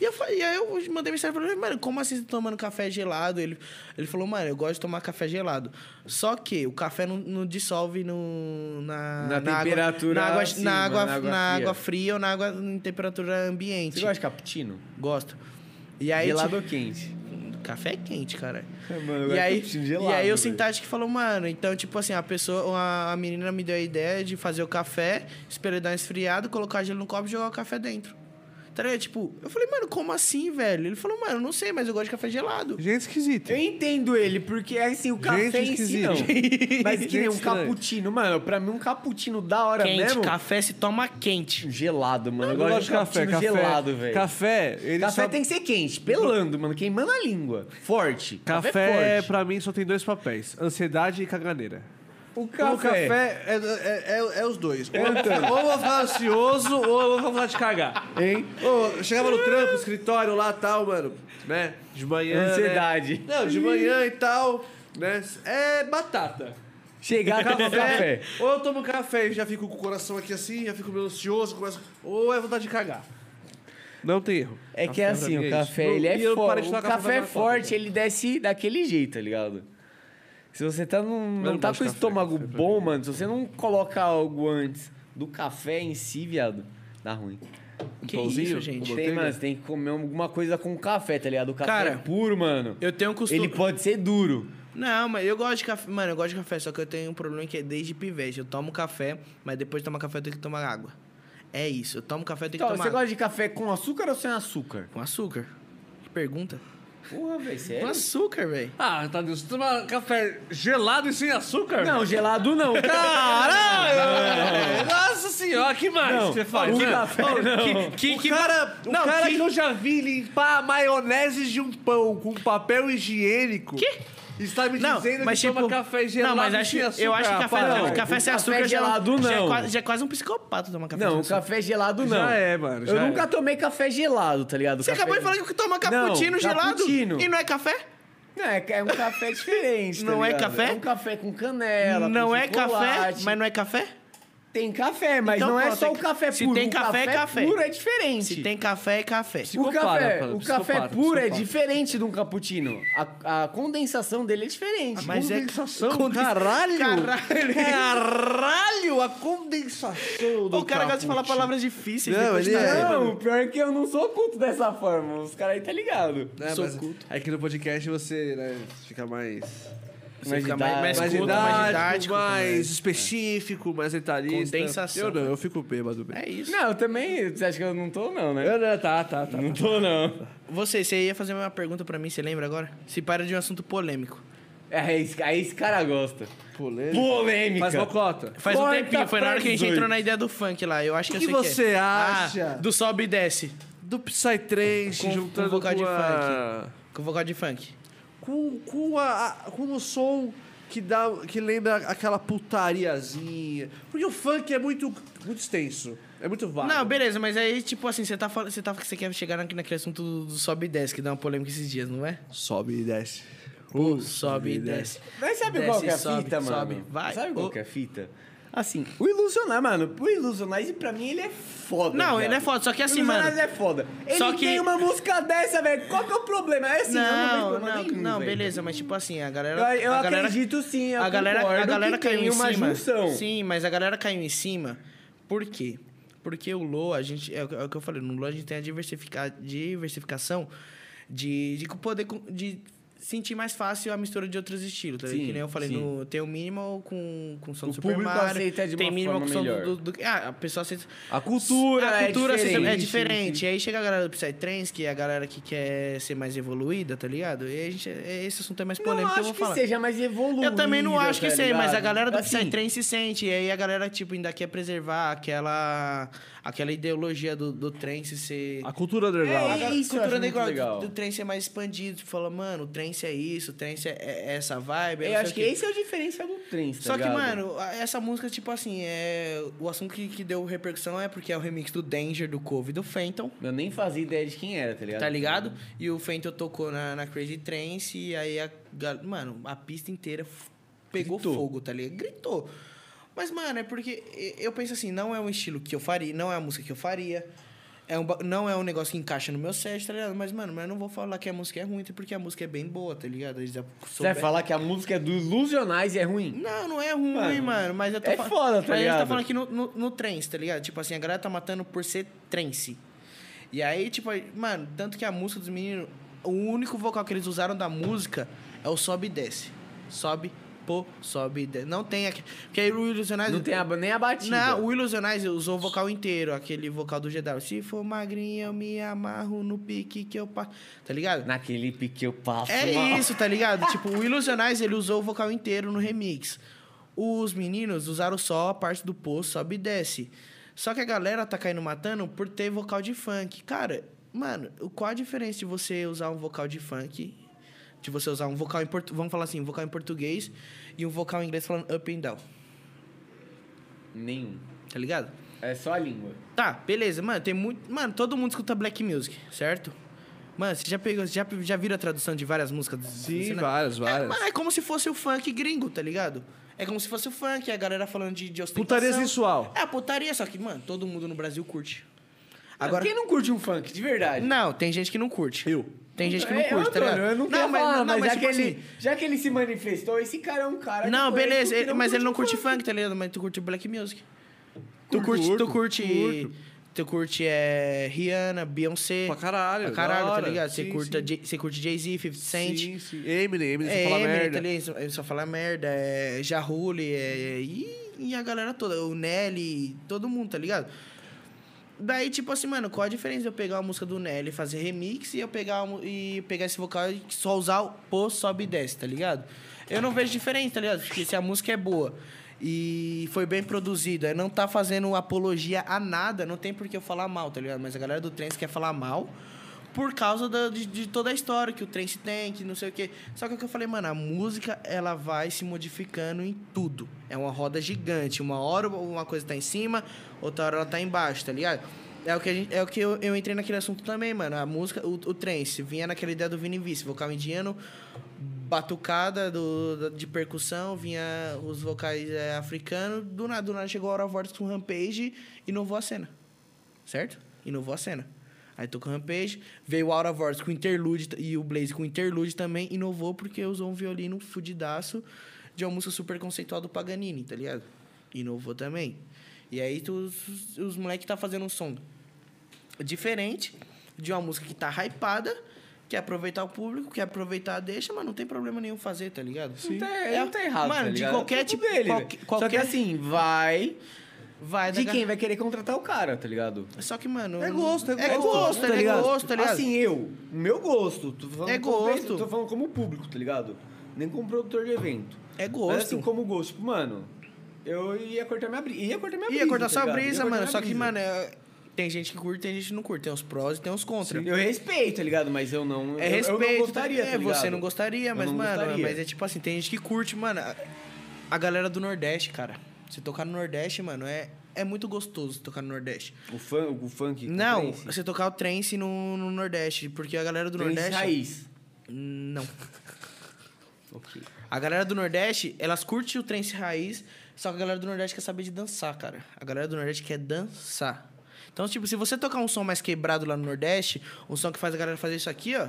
C: E, eu, fa- e aí eu mandei mensagem pra ele, mano, como assim você tá tomando café gelado? Ele, ele falou, mano, eu gosto de tomar café gelado. Só que o café não, não dissolve no, na,
B: Na
C: água-
B: temperatura
C: na água,
B: acima,
C: na, água, na,
B: fria.
C: água fria ou na água em temperatura ambiente.
B: Você gosta de cappuccino?
C: Gosto. é E aí,
B: Gelado
C: tipo,
B: ou quente?
C: Café é quente, cara.
B: Mano, eu
C: e,
B: gosto de
C: aí,
B: cappuccino gelado,
C: e aí o
B: velho.
C: Sintático falou, mano, então, tipo assim, a pessoa, a, a menina me deu a ideia de fazer o café, esperar ele dar uma esfriada, colocar gelo no copo e jogar o café dentro. Então, Tá ligado? Tipo, eu falei, mano, como assim, velho? Ele falou, mano, eu não sei, mas eu gosto de café gelado.
D: Gente esquisita.
B: Eu entendo ele, porque assim, o café em si
D: esquisita.
B: não. Mas
D: Gente
B: que nem um
D: estranha.
B: cappuccino, mano. Pra mim, um cappuccino da hora
C: Quente,
B: mesmo. um
C: café se toma quente.
B: Gelado, mano.
D: Eu
B: Eu
D: não
B: gosto
D: gosto de café, café.
B: gelado, velho. Café,
D: Café, ele só-
B: tem que ser quente, pelando, mano. Queimando a língua. Forte.
D: Café,
B: forte.
D: pra mim, só tem dois papéis: ansiedade e caganeira.
B: O
D: O café é, é- é- é os dois. Ou, ou eu vou ficar ansioso, ou eu vou ficar com vontade de cagar.
B: Hein?
D: Ou eu chegava no trampo, escritório lá tal, mano, né? De manhã. né?
B: Ansiedade.
D: Não, de manhã e tal, né? É batata.
B: Chegar com
D: Café,
B: café.
D: Ou eu tomo café e já fico com o coração aqui assim, já fico meio ansioso, começo, ou é vontade de cagar. Não tem erro.
B: É que
D: Café
B: é
D: pra
B: assim,
D: mim
B: o
D: é
B: café,
D: isso.
B: ele
D: E eu
B: é
D: parei
B: forte.
D: de
B: O
D: tomar café
B: café
D: na
B: forte,
D: Copa.
B: ele desce daquele jeito, tá ligado? Se você tá num,
D: não
B: não tá
D: gosto
B: com o
D: de café,
B: estômago
D: café pra
B: bom, mano, se você não colocar algo antes do café em si, viado, dá ruim.
C: Que
D: Pãozinho?
C: isso, gente?
D: Com
B: Tem,
D: manteiga?
B: mano, você tem que comer alguma coisa com café, tá ligado? O café
C: Cara,
B: é puro, mano.
C: Eu tenho um costume.
B: Ele pode ser duro.
C: Não, mas eu gosto de café. Mano, eu gosto de café, só que eu tenho um problema que é desde pivete. Eu tomo café, mas depois de tomar café eu tenho que tomar água. É isso, eu tomo café eu tenho
B: Então,
C: que tomar
B: você
C: água.
B: gosta de café com açúcar ou sem açúcar?
C: Com açúcar? Que pergunta?
B: Porra, velho,
C: Com
B: sério?
C: açúcar, velho.
D: Ah, tá Deus, toma café gelado e sem açúcar?
B: Não, gelado não.
D: Caralho! Nossa senhora, que mais
B: Não,
D: que você faz?
B: o
D: né?
B: café
D: Ô,
B: não.
D: Que, que, que cara, o cara que... eu já vi limpar a maionese de um pão com papel higiênico. Que? Está me
C: Não,
D: dizendo
C: mas
D: que
C: tipo,
D: toma café gelado
C: não, mas
D: e
C: acho,
D: sem açúcar.
C: eu acho que café,
D: rapaz.
B: não.
C: café sem
B: O
C: açúcar
B: café
C: já-
B: gelado,
C: Já é,
B: não.
C: quase, já é quase um psicopata tomar café
B: Não,
C: sem
B: o
C: açúcar.
B: café gelado não.
D: Já é, mano, já
B: eu
D: é.
B: nunca tomei café gelado, tá ligado?
C: Você
B: Café-
C: acabou de falar que toma cappuccino
B: Não,
C: gelado
B: cappuccino.
C: e não é café?
B: Não, é, é um café diferente. tá
C: Não é
B: ligado?
C: café?
B: É um café com canela.
C: não
B: com
C: é café,
B: chocolate.
C: mas não é café?
B: Tem café, mas
C: Então,
B: não é
C: pronto,
B: só
C: é
B: o
C: que-
B: café
C: se
B: puro.
C: tem
B: o
C: café,
B: café,
C: é café.
B: puro é diferente.
C: Se tem café, é café.
B: O
D: Psicopata,
B: café,
D: fala,
B: o
D: psicopata,
B: café puro é
D: psicopata.
B: diferente de um cappuccino. A, a condensação dele é diferente.
C: Mas é
D: Condensação,
C: Conden-
D: caralho!
C: Caralho!
D: Caralho, a condensação do
C: O cara gosta de falar
D: cappuccino.
C: palavras difíceis.
D: Não,
C: depois
D: ele
C: de- tá
D: é-
B: Não, o pior é que eu não sou culto dessa forma. Os caras aí tá ligado.
D: É,
C: Sou
D: mas
C: culto.
D: é que no podcast você né, fica mais...
C: Você fica mais,
B: idade-
C: mais,
D: mais
C: culto, mais didático.
D: didático, mais específico, mais detalhista.
C: Condensação.
D: Eu não, eu fico bêbado.
C: É isso.
B: Não, eu também. Você acha que eu não tô, não, né?
D: Eu não, tá, tá, tá.
B: Não tô, não.
C: Você, você ia fazer uma pergunta pra mim, você lembra agora? Se para de um assunto polêmico.
B: É, Aí esse, aí esse cara gosta.
D: Polêmica.
B: Polêmica.
D: Mas bocota.
C: Faz um
B: Corta
C: tempinho, foi na hora que a gente
B: pras
C: entrou
B: oito.
C: na ideia do funk lá. Eu acho que,
D: Que
C: eu
D: que
C: sei que
D: você
C: é.
D: acha?
C: Ah, do sobe e desce.
D: Do Psytrance
C: Com-
D: juntando
C: com
D: com,
C: vocal de
D: a...
C: Com vocal de funk.
D: Com, com, a, a- com o som que, dá, que lembra aquela putariazinha. Porque o funk é muito, muito extenso. É muito vago.
C: Não, beleza, mas aí, tipo assim, você tá falando. Você, tá, você quer chegar na- naquele assunto do, do sobe e desce, que dá uma polêmica esses dias, não é?
D: Sobe e desce.
C: Uh, sobe e desce.
B: Mas sabe
C: Desce,
B: qual que é a
C: sobe,
B: fita, mano?
C: sobe, vai.
B: Sabe qual
C: O-
B: que é a fita? Assim, o Ilusionar, mano, o Ilusionar, pra mim, ele é foda.
C: Não,
B: viado.
C: ele é foda, só que assim,
B: o Ilusionar,
C: mano-
B: ele é foda. Ele
C: Só que-
B: tem uma música dessa, velho. Qual que é o problema? É assim, eu não vejo
C: não, não,
B: problema
C: não,
B: nenhum, velho.
C: beleza, mas tipo assim, a
B: Eu,
C: galera.
B: eu
C: a galera,
B: acredito sim, eu
C: a galera, a
B: concordo
C: galera
B: que
C: caiu
B: tem
C: em
B: uma
C: cima.
B: junção.
C: Sim, mas a galera caiu em cima. Por quê? Porque o Low, a gente. É, o que- é o que eu falei, no Low a gente tem a diversifica, diversificação de, de co- poder. co- de sentir mais fácil a mistura de outros estilos. Tá ligado?
B: Sim,
C: que nem eu falei,
B: sim.
C: no, tem o minimal com, com som
B: O
C: do Super
B: público
C: Mario.
B: aceita de
C: tem
B: uma
C: minimal
B: forma
C: com som
B: melhor.
C: do, do, do- Ah, a pessoa aceita.
B: A cultura
C: A
B: é
C: cultura assim,
B: diferente.
C: é diferente. E aí chega a galera do Psytrance, que é a galera que quer ser mais evoluída, tá ligado? E a gente, é- esse assunto é mais
B: Não
C: polêmico,
B: acho
C: eu vou
B: que
C: falar.
B: seja mais evoluído.
C: Eu também não acho que
B: tá
C: seja, mas a
B: ligado?
C: galera do
B: Assim,
C: Psytrance sente. E aí a galera, tipo, ainda quer preservar aquela, aquela ideologia do, do trance ser...
D: A cultura underground.
B: É, isso, eu
C: A
B: acho
C: cultura
B: muito
C: negócio
B: legal.
C: do, do trance é mais expandido. Tipo, fala, mano, o trance é isso, o trance é, é essa vibe. é
B: Eu
C: não sei
B: acho
C: o
B: que
C: quê.
B: esse é o diferencial do trem, tá
C: Só que,
B: ligado?
C: mano, a- essa música, tipo assim, é... o assunto que, que deu repercussão é porque é o remix do Danger, do Cove e do Fenton.
B: Eu nem fazia ideia de quem era, tá ligado?
C: Tá ligado? E o Fenton tocou na, na Crazy Trance e aí a gal- mano, a pista inteira f- pegou
B: Gritou.
C: fogo, tá ligado? Gritou. Mas mano, é porque e- eu penso assim, não é um estilo que eu faria, não é a música que eu faria. É um, ba- não é um negócio que encaixa no meu set, tá ligado? Mas, mano, mas eu não vou falar que a música é ruim, até porque a música é bem boa, tá ligado? Eles já
B: Você vai
C: souberam-
B: falar que a música é do Ilusionais e é ruim?
C: Não, não é ruim,
B: Mano,
C: mano. Mas eu tô
B: é
C: fa-
B: foda, tá
C: mas A
B: ligado?
C: gente tá falando aqui no, no, no trance, tá ligado? Tipo assim, a galera tá matando por ser trance. E aí, tipo, aí- mano, tanto que a música dos meninos, o único vocal que eles usaram da música é o sobe e desce. Sobe, pô, sobe. e desce. Não tem. aqui- Porque aí o Ilusionais.
B: Não tem a- nem a batida.
C: Não, o Ilusionais usou o vocal inteiro, aquele vocal do Jedi. Se for magrinho, eu me amarro no pique que eu passo. Tá ligado?
B: Naquele pique eu passo.
C: É
B: mal.
C: isso, tá ligado? tipo, o Ilusionais, ele usou o vocal inteiro no remix. Os meninos usaram só a parte do poço, sobe e desce. Só que a galera tá caindo matando por ter vocal de funk. Cara, mano, o- qual a diferença de você usar um vocal de funk? De você usar um vocal em português. Vamos falar assim, um vocal em português e um vocal em inglês falando up and down.
B: Nenhum.
C: Tá ligado?
B: É só a língua.
C: Tá, beleza. Mano, tem muito. Mano, todo mundo escuta black music, certo? Mano, você já pegou, já, já viram a tradução de várias músicas do
D: Sim,
C: do-
D: várias, várias.
C: É, mano, é como se fosse o funk gringo, tá ligado? É como se fosse o funk, a galera falando de, de ostentação.
D: Putaria sensual.
C: É, putaria, só que, mano, todo mundo no Brasil curte.
B: Agora...
C: Agora.
B: Quem não curte um funk, de verdade?
C: Não, tem gente que não curte.
D: Eu.
C: Tem gente que não
B: É,
C: curte, tá
B: Antônio,
C: ligado?
B: Eu não quero falar, mas, já,
C: tipo
B: que ele,
C: assim,
B: já que ele se manifestou, esse cara é um cara... que
C: Não,
B: foi eleito
C: beleza,
B: que um
C: ele- mas ele não curte
B: funk.
C: funk. tá ligado? Mas tu curte black music. Tu
D: Curto,
C: curte, tu
D: curto,
C: curte.
D: curto.
C: Tu curte é, Rihanna, Beyoncé.
D: Pra caralho,
C: Pra caralho,
D: da
C: tá
D: hora.
C: ligado? Você
D: Sim,
C: curta
D: sim.
C: Jay- você curte Jay-Z, 50 Cent.
D: Sim, sim. Eminem, Eminem,
C: É,
D: só fala
C: Eminem,
D: merda.
C: tá ligado? Ele só fala merda, é Jarrule, é, e, e a galera toda, o Nelly, todo mundo, tá ligado? Daí, tipo assim, mano, qual a diferença de eu pegar a música do Nelly e fazer remix e eu pegar, a mu- e pegar esse vocal e só usar o pô, sobe e desce, tá ligado? Eu não vejo diferença, tá ligado? Porque se a música é boa e foi bem produzida, não tá fazendo apologia a nada, não tem por que eu falar mal, tá ligado? Mas a galera do Trens quer falar mal por causa da- de, de toda a história que o Trens tem, que não sei o quê. Só que é o que eu falei, mano, a música, ela vai se modificando em tudo. É uma roda gigante. Uma hora uma coisa tá em cima, outra hora ela tá embaixo, tá ligado? É o que, a gente- é o que eu, eu entrei naquele assunto também, mano. A música, o, o trance, vinha naquela ideia do Vini Vice, vocal indiano, batucada do, da- de percussão, vinha os vocais é, africanos. Do nada, do nada chegou a Hora Vortex com Rampage e inovou a cena. Certo? Inovou a cena. Aí tocou Rampage, veio o Aura Vortex com Interlude t- e o Blaze com Interlude também inovou porque usou um violino fudidaço de uma música super conceitual do Paganini, tá ligado? Inovou também. E aí tu, os, os moleques tá fazendo um som diferente de uma música que tá hypada, quer aproveitar o público, quer aproveitar a deixa, mas não tem problema nenhum fazer, tá ligado?
B: Não tá, ele não tá errado,
C: Mano,
B: tá
C: de
B: ligado? É
C: qualquer
B: tudo
C: tipo...
B: dele,
C: qual-
B: velho. Só que
C: qualquer...
B: assim, vai...
C: vai da
B: De
C: ga-
B: quem vai querer contratar o cara, tá ligado?
C: Só que, mano...
D: É gosto, é
C: É gosto, é gosto, tá ligado?
B: Assim, eu, meu gosto, tô falando
C: É
B: como
C: gosto.
B: pe- Tô falando como público, tá ligado? Nem como produtor de evento.
C: É
B: Mas
C: gosto.
B: assim, como gosto, tipo, mano, eu ia cortar minha brisa. Ia cortar minha brisa.
C: Ia cortar
B: tá
C: sua
B: ligado? Ia
C: É brisa,
B: cortar
C: mano.
B: minha
C: Só que,
B: brisa.
C: mano, é- tem gente que curte, tem gente que não curte. Tem uns prós e tem uns contra.
B: Eu respeito, tá ligado? Mas eu não.
C: É
B: eu-
C: respeito.
B: Eu não gostaria,
C: É,
B: tá ligado?
C: você não gostaria,
B: Eu
C: mas,
B: não
C: mano,
B: gostaria.
C: mas é tipo assim, tem gente que curte, mano. A- A galera do Nordeste, cara. Se tocar no Nordeste, mano, é, é muito gostoso tocar no Nordeste.
B: O, fun, o funk.
C: tipo Não,
B: Trance.
C: você tocar o trance no, no Nordeste, porque a galera do
B: Trance
C: Nordeste. é
B: raiz.
C: Não.
B: Ok.
C: A galera do Nordeste, elas curtem o trance raiz, só que a galera do Nordeste quer saber de dançar, cara. A galera do Nordeste quer dançar. Então, tipo, se você tocar um som mais quebrado lá no Nordeste, um som que faz a galera fazer isso aqui, ó,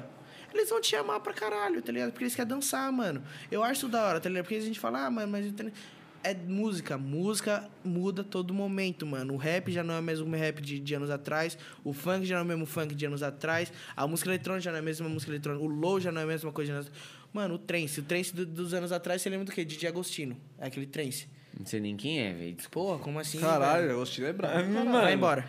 C: eles vão te amar pra caralho, tá ligado? Porque eles querem dançar, mano. Eu acho isso da hora, tá ligado? Porque a gente fala, ah, mano, mas. o tran- É música, música muda todo momento, mano. O rap já não é o mesmo rap de, de anos atrás, o funk já não é o mesmo funk de anos atrás, a música eletrônica já não é a mesma música eletrônica, o low já não é a mesma coisa de anos atrás. Mano, o trance, o trance do- dos anos atrás, você lembra do quê? De Agostino, É aquele trance.
B: Não sei nem quem é, velho.
C: Porra, como assim?
D: Caralho,
C: velho?
D: eu gosto de lembrar.
C: Vai embora.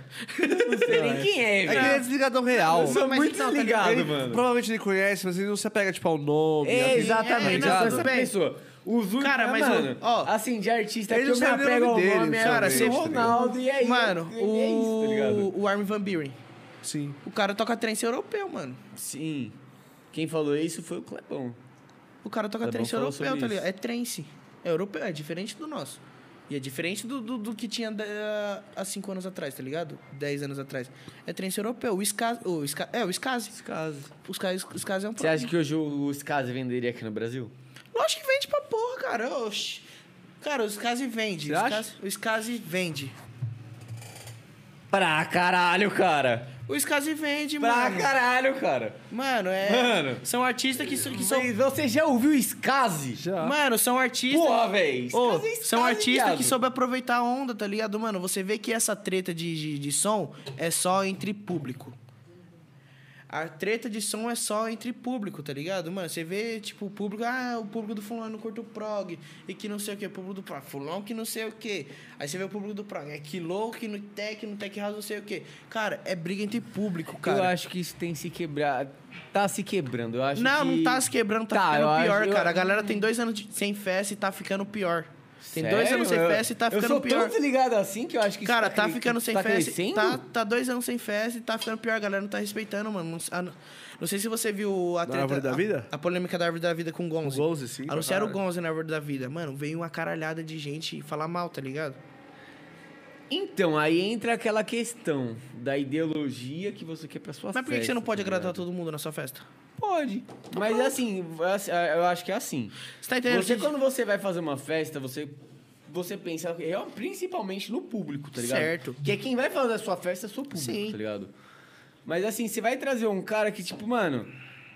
B: Não sei nem quem é,
D: É que ele é
B: velho.
D: desligadão real.
B: Eu sou
C: mas
B: muito
C: então, tá
B: desligado,
D: Ele
B: mano.
D: provavelmente ele conhece, mas ele não se apega, tipo, ao nome. tá à vida.
C: É,
B: Exatamente,
C: não,
B: eu sou
C: tudo
B: essa
C: bem.
B: pessoa. Os únicos,
C: Cara, mas
B: mano,
C: o- ó,
B: assim, de artista
D: ele
B: que eu
D: não
B: me
D: sabe nem o
B: apego ao
D: nome
B: nome,
D: dele,
B: é
D: cara,
B: o
D: você-
B: Ronaldo e aí.
C: Mano,
B: e é isso, tá ligado?
C: o, o Armin Van Buren.
D: Sim.
C: O cara toca trance europeu, mano.
B: Sim. Quem falou isso foi o Clebão.
C: O cara toca
B: Tá bom,
C: trance
B: falou
C: europeu,
B: sobre
C: tá ligado?
B: isso.
C: É trance. É europeu, é diferente do nosso. E é diferente do, do, do que tinha da- há cinco anos atrás, tá ligado? Dez anos atrás. É trance europeu. O Skaz... O Ska- é, o Skazi. Os caras os Skazi é um
B: Você acha que hoje o Skazi venderia aqui no Brasil?
C: Lógico que vende pra porra, cara. Oxi. Cara, o Skazi vende.
D: Você
C: O
D: acha?
C: Skazi- O Skazi vende.
B: Pra caralho, cara.
C: O Skazi vende,
B: Pra
C: mano.
B: caralho, cara.
C: Mano, é...
B: Mano.
C: São artistas que, são- que são...
B: Mas Você já ouviu o Skazi?
D: Já.
C: Mano, são artistas...
B: Porra, véi.
C: Ô,
B: Skazi é Skazi,
C: são artistas
B: viado.
C: que soube aproveitar a onda, tá ligado? Mano, você vê que essa treta de, de, de som é só entre público. A treta de som é só entre público, tá ligado? Mano, você vê, tipo, o público, ah, o público do fulano curta o prog, e que não sei o que, o público do prog, fulano que não sei o que. Aí você vê o público do prog, é que louco, que no tech, no tech house, não sei o que. Cara, é briga entre público, cara.
B: Eu acho que isso tem se quebrar. Tá se quebrando, eu acho
C: Não,
B: que...
C: não tá se quebrando, tá,
B: Tá, eu
C: ficando
B: acho-
C: pior,
B: eu-
C: cara. A galera tem dois anos de- sem festa e tá ficando pior. Tem
B: Sério?
C: dois anos sem
B: Eu-
C: festa e tá
B: eu
C: ficando
B: sou
C: pior.
B: tão desligado assim que eu acho que isso
C: Cara, tá
B: cre-
C: ficando sem
B: tá
C: festa.
B: Crescendo?
C: Tá, tá dois anos sem festa e tá ficando pior. A galera não tá respeitando, mano. Não, a- não sei se você viu a
D: Da Árvore da
C: a-
D: Vida?
C: A, polêmica da árvore da vida com o Gonze.
D: O Gonze, sim, pra
C: Anunciaram o
D: caralho.
C: Gonze na árvore da vida. Mano, veio uma caralhada de gente falar mal, tá ligado?
B: Então, aí entra aquela questão da ideologia que você quer pra sua
C: Mas por que que você não
B: festa,
C: pode
B: tá
C: agradar
B: ligado?
C: todo mundo na sua festa?
B: Pode. Mas assim, eu acho que é assim.
C: Você tá entendendo?
B: Você,
C: que-
B: quando você vai fazer uma festa, você, você pensa é, principalmente no público, tá ligado?
C: Certo.
B: Que é quem vai fazer a sua festa é o seu público,
C: Sim.
B: tá ligado? Mas assim, você vai trazer um cara que, tipo, mano,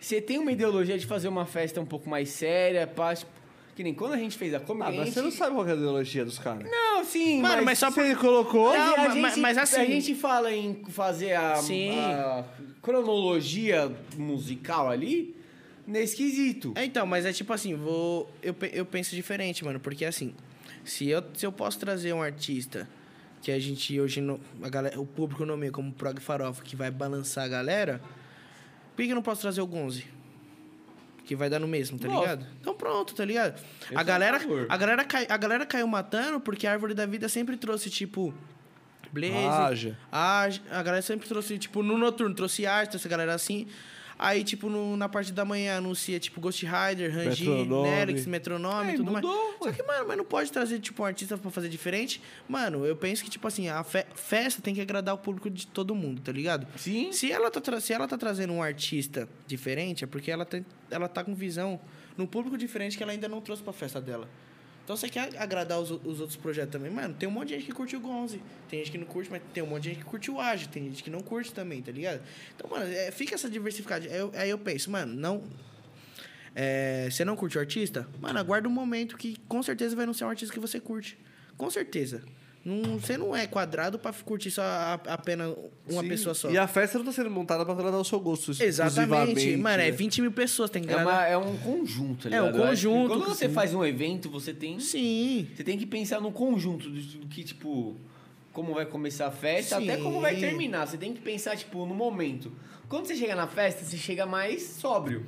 B: você tem uma ideologia de fazer uma festa um pouco mais séria, pá, tipo, que nem quando a gente fez a Comic
D: Ah,
B: a
D: mas
B: gente-
D: você não sabe qual que é a ideologia dos caras.
B: Não, sim,
C: Mano, mas só
D: Você colocou...
B: Mas,
C: Não,
B: a
C: mas-
B: gente,
C: mas- mas assim-
B: A gente fala em fazer a,
C: Sim.
B: a cronologia musical ali nesse quesito.
C: É, então, mas é tipo assim, vou, eu, pe- eu penso diferente, mano, porque assim, se eu, se eu posso trazer um artista que a gente hoje, não, a galera, o público nomeia como prog farofa, que vai balançar a galera, por que que eu não posso trazer o Gonze? Que vai dar no mesmo, tá
B: Nossa.
C: ligado? Então pronto, tá ligado?
B: Eu
C: A
B: sou
C: galera,
B: a favor.
C: a, galera cai- a galera caiu matando porque a Árvore da Vida sempre trouxe, tipo, Blaze,
D: Raja.
C: a, a galera sempre trouxe, tipo, no noturno, trouxe arte, trouxe a galera assim. Aí, tipo, no- na parte da manhã anuncia, tipo, Ghost Rider, Rangi,
D: Metronome.
C: Nerix, Metronome e
B: É,
C: tudo
B: mudou,
C: mais. Só que, mano, mas não pode trazer, tipo, um artista pra fazer diferente. Mano, eu penso que, tipo assim, a fe- festa tem que agradar o público de todo mundo, tá ligado?
B: Sim.
C: Se ela tá, tra- se ela tá trazendo um artista diferente, é porque ela, tem, ela tá com visão num público diferente que ela ainda não trouxe pra festa dela. Então você quer agradar os, o- os outros projetos também. Mano, tem um monte de gente que curte o Gonze. Tem gente que não curte, mas tem um monte de gente que curte o Age. Tem gente que não curte também, tá ligado? Então, mano, é, fica essa diversificada. Aí eu, aí eu penso, mano, não. é, você não curte o artista? Mano, aguarda um momento que com certeza vai anunciar um artista que você curte. Com certeza. Não, você não é quadrado pra curtir só a- apenas uma
D: Sim.
C: pessoa só.
D: E a festa não tá sendo montada pra agradar o seu gosto
C: Exatamente.
D: exclusivamente,
C: Mano, é
D: né?
C: 20 mil pessoas, tem que
B: É,
C: gravar.
B: uma- é um conjunto, tá
C: É um
B: ligado? Eu acho que
C: conjunto,
B: Quando você
C: sim.
B: faz um evento, você tem,
C: Sim.
B: você tem que pensar no conjunto do, do que, tipo, como vai começar a festa, até
C: Sim.
B: como vai terminar. Você tem que pensar, tipo, no momento. Quando você chega na festa, você chega mais sóbrio.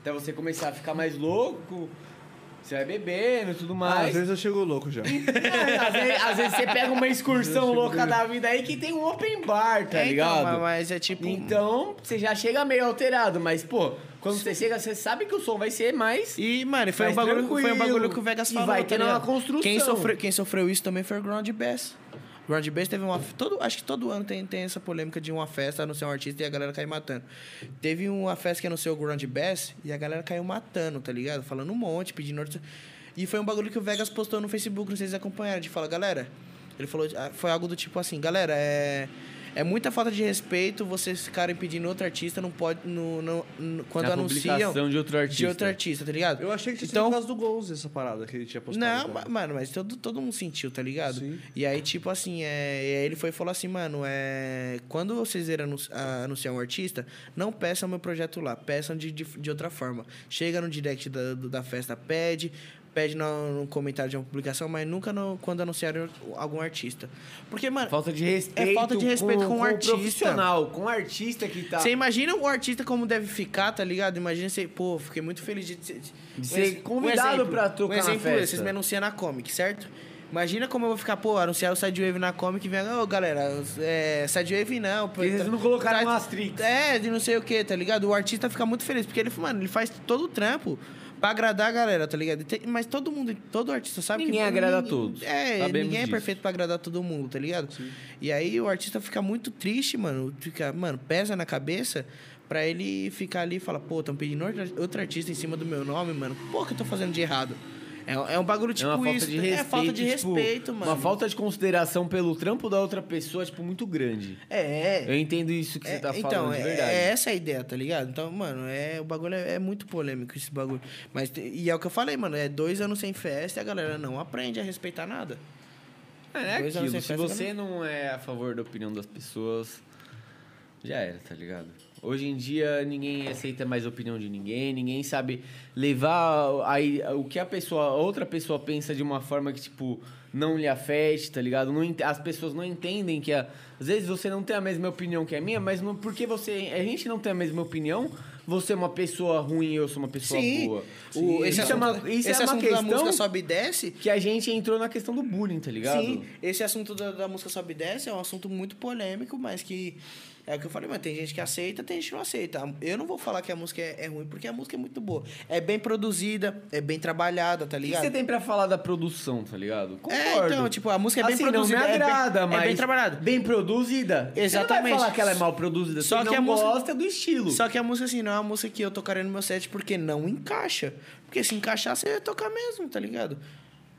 B: Até você começar a ficar mais louco, você vai bebendo e tudo
D: Ah, às
B: mais.
D: vezes eu chego louco já.
B: É, às, vezes, às vezes você pega uma excursão louca da vida aí que tem um open bar, tá
C: É, então,
B: ligado?
C: mas- mas é tipo.
B: Então, você já chega meio alterado, mas, pô, quando você chega, você sabe que o som vai ser mais.
C: E, mano, foi um,
B: Mas
C: bagulho, foi um
B: tranquilo.
C: bagulho que o Vegas
B: E
C: falou.
B: vai
C: tá
B: tendo
C: ligado?
B: uma construção.
C: Quem sofreu, quem sofreu isso também foi o Ground Bass. Ground Bass teve uma. Todo, acho que todo ano tem, tem essa polêmica de uma festa anunciar um artista e a galera cair matando. Teve uma festa que anunciou o Ground Bass e a galera caiu matando, tá ligado? Falando um monte, pedindo. outro- E foi um bagulho que o Vegas postou no Facebook, não sei se vocês acompanharam, de falar, galera. Ele falou. ah, Foi algo do tipo assim, galera, é. É muita falta de respeito vocês ficarem pedindo outro artista, não pode. No, no- no- quando
B: Na
C: anunciam.
B: É publicação de outro
C: De
B: artista.
C: outro artista, tá ligado?
D: Eu achei que tinha sido
C: então,
D: por causa do Gonzo essa parada que ele tinha postado.
C: não,
D: cara.
C: ma- mano, mas todo, todo mundo sentiu, tá ligado?
D: Sim.
C: E aí, tipo assim, é, e aí ele foi e falou assim, mano, é, quando vocês irem anun- a- anunciar um artista, não peçam meu projeto lá, peçam de, de, de outra forma. Chega no direct da, do- da festa, pede, pede no, no comentário de uma publicação, mas nunca no- quando anunciarem algum artista. Porque, mano,
B: Falta de respeito.
C: É falta de respeito com o artista.
B: profissional, com o artista que tá.
C: você imagina o artista como deve ficar, tá ligado? Imagina você, pô, fiquei muito feliz de, de-
B: De
C: um
B: ser
C: ex-
B: convidado pra tocar
C: um
B: na
C: exemplo,
B: festa.
C: Vocês me anunciam na Comic, certo? Imagina como eu vou ficar, pô, anunciar o Sidewave na Comic e vem, ô galera, é, Sidewave não. pô,
B: Eles
C: tá-
B: não colocaram
C: tá-
B: um asterisco.
C: É, de não sei o que, tá ligado? O artista fica muito feliz, porque ele, mano, ele faz todo o trampo pra agradar a galera, tá ligado? E tem- mas todo mundo, todo artista sabe que...
B: Ninguém agrada a todos.
C: É,
B: Sabemos
C: ninguém é
B: disso.
C: perfeito pra agradar todo mundo, tá ligado? E aí o artista fica muito triste, mano. Fica, mano, pesa na cabeça pra ele ficar ali e falar, pô, tão pedindo outra- outro artista em cima do meu nome, mano. Pô, o que eu tô fazendo de errado? É, um- é um bagulho tipo
B: é uma falta
C: isso.
B: de
C: tá-
B: respeito.
C: é falta de
B: tipo,
C: respeito, mano.
B: Uma falta de consideração pelo trampo da outra pessoa, tipo, muito grande.
C: É.
B: Eu entendo isso que
C: É,
B: você tá falando,
C: então,
B: de
C: é-
B: verdade.
C: é essa a ideia, tá ligado? Então, mano, é, o bagulho é, é muito polêmico esse bagulho. Mas, te- e é o que eu falei, mano, é dois anos sem festa e a galera não aprende a respeitar nada.
B: É,
C: Dois
B: é
C: anos
B: aquilo.
C: sem
B: Se
C: festa,
B: você não é a favor da opinião das pessoas, já era, tá ligado? Hoje em dia ninguém aceita mais a opinião de ninguém, ninguém sabe levar aí o que a pessoa, a outra pessoa pensa de uma forma que tipo não lhe afete, tá ligado? Não ent- as pessoas não entendem que a- às vezes você não tem a mesma opinião que a minha, mas não, porque você a gente não tem a mesma opinião, você é uma pessoa ruim e eu sou uma pessoa
C: Sim.
B: boa.
C: O-
B: isso é uma isso
C: esse
B: é uma
C: assunto da
B: questão
C: música sobe e desce.
B: que a gente entrou na questão do bullying, tá ligado?
C: Sim, esse assunto da, da música sobe e desce é um assunto muito polêmico, mas que. É o que eu falei, mas tem gente que aceita, tem gente que não aceita. Eu não vou falar que a música é, é ruim, porque a música é muito boa. É bem produzida, é bem trabalhada, tá
B: O que
C: ligado?
B: você tem pra falar da produção, tá ligado?
C: É, então, tipo, a música é bem
B: Assim,
C: produzida.
B: Não me agrada,
C: é bem,
B: mas.
C: É bem trabalhada.
B: Bem produzida. Você não vai
C: Exatamente.
B: falar que ela é mal produzida.
C: Só
B: você
C: que
B: não
C: a música-
B: gosta do estilo.
C: Só que a música, assim, não é uma música que eu tocaria no meu set porque não encaixa. Porque se encaixar, você ia tocar mesmo, tá ligado?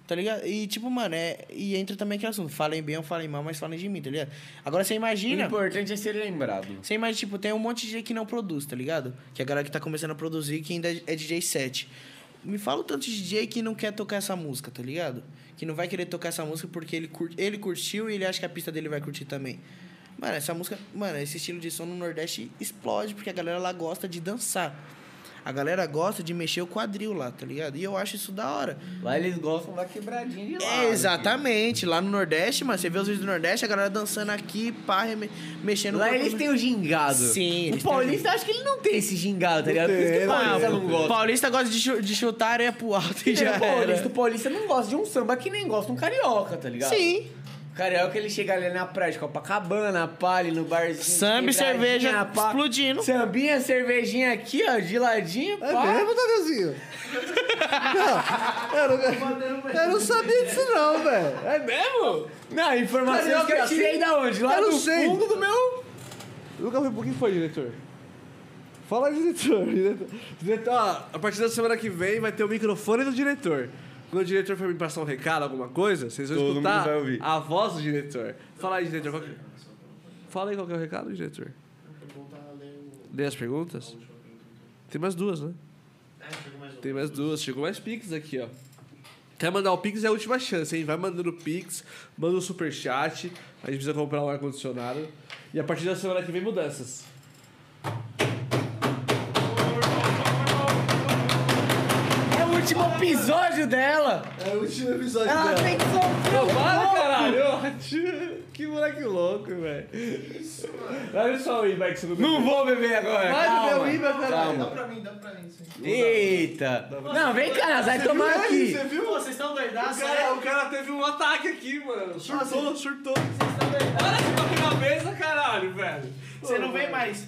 C: Tá ligado? E, tipo, mano, é... E entra também aquele assunto. Falem bem ou falem mal, mas falem de mim, tá ligado? Agora, você
B: O
C: imagina...
B: importante é ser lembrado.
C: Você imagina, tipo, tem um monte de DJ que não produz, tá ligado? Que a galera que tá começando a produzir que ainda é DJ set. Me fala o tanto de DJ que não quer tocar essa música, tá ligado? Que não vai querer tocar essa música porque ele, cur... ele curtiu e ele acha que a pista dele vai curtir também. Mano, essa música. Mano, esse estilo de som no Nordeste explode, porque a galera lá gosta de dançar. A galera gosta de mexer o quadril lá, tá ligado? E eu acho isso da hora.
B: Lá eles gostam da quebradinha de lá.
C: É, exatamente. Lá no Nordeste, mano, você vê os vídeos do Nordeste, a galera dançando aqui, pá, reme- mexendo
B: Lá
C: corpo
B: eles
C: no-
B: têm o gingado.
C: Sim, eles
B: O
C: têm
B: paulista acho que ele não tem esse gingado, tá ligado? Por isso que o
D: tem,
B: paulista
D: não
B: não gosta.
C: Ah, Paulista gosta de, chu- de chutar areia pro alto e
B: Ele é
C: já
B: paulista, o
C: era.
B: paulista não gosta de um samba que nem gosta de um carioca, tá ligado?
C: Sim.
B: O carioca ele chega ali na praia de Copacabana, pá, ali no barzinho.
C: Samba e
B: quebradinha,
C: cerveja explodindo.
B: Sambinha, cervejinha aqui, ó, de ladinho,
D: É
B: pá.
D: mesmo, Douglasinho? não, eu não, eu não sabia disso não, velho.
B: É mesmo? Não, informações
D: Carioca
B: que eu tirei
D: assim?
B: da onde? Lá
D: Eu não
B: do
D: sei.
B: fundo do meu.
D: Nunca foi por que foi, diretor? Fala, diretor. diretor. Diretor, ó, a partir da semana que vem vai ter o microfone do diretor. Quando o diretor for me passar um recado, alguma coisa, vocês vão
B: Todo
D: escutar
B: mundo vai ouvir.
D: a voz do diretor. Fala aí, diretor. Qual que... Fala aí qual que é o recado, diretor. Lê as perguntas? Tem mais duas, né? Tem mais duas. Chegou mais Pix aqui, ó. Quer mandar o Pix é a última chance, hein? Vai mandando o Pix, manda o superchat. A gente precisa comprar um ar-condicionado. E a partir da semana que vem, mudanças.
B: É o último episódio dela.
D: É o último episódio
B: Ela
D: dela.
B: tem que sofrer. um
D: Para,
B: pouco.
D: caralho! Que moleque louco, velho. Olha só o Iba que você não bebeu.
B: Não vou beber agora.
D: Vai
B: calma.
D: beber
H: é.
D: o Iba, caralho.
B: Calma.
H: pra mim, dá pra mim. Sim.
B: Eita. Não, vem cá, nós vai tomar aqui.
D: Você viu?
H: Vocês estão doidaços?
D: O cara, o cara teve um ataque aqui, mano. Surtou, surtou. Para de bater na mesa, caralho, velho.
H: Você não vem mais.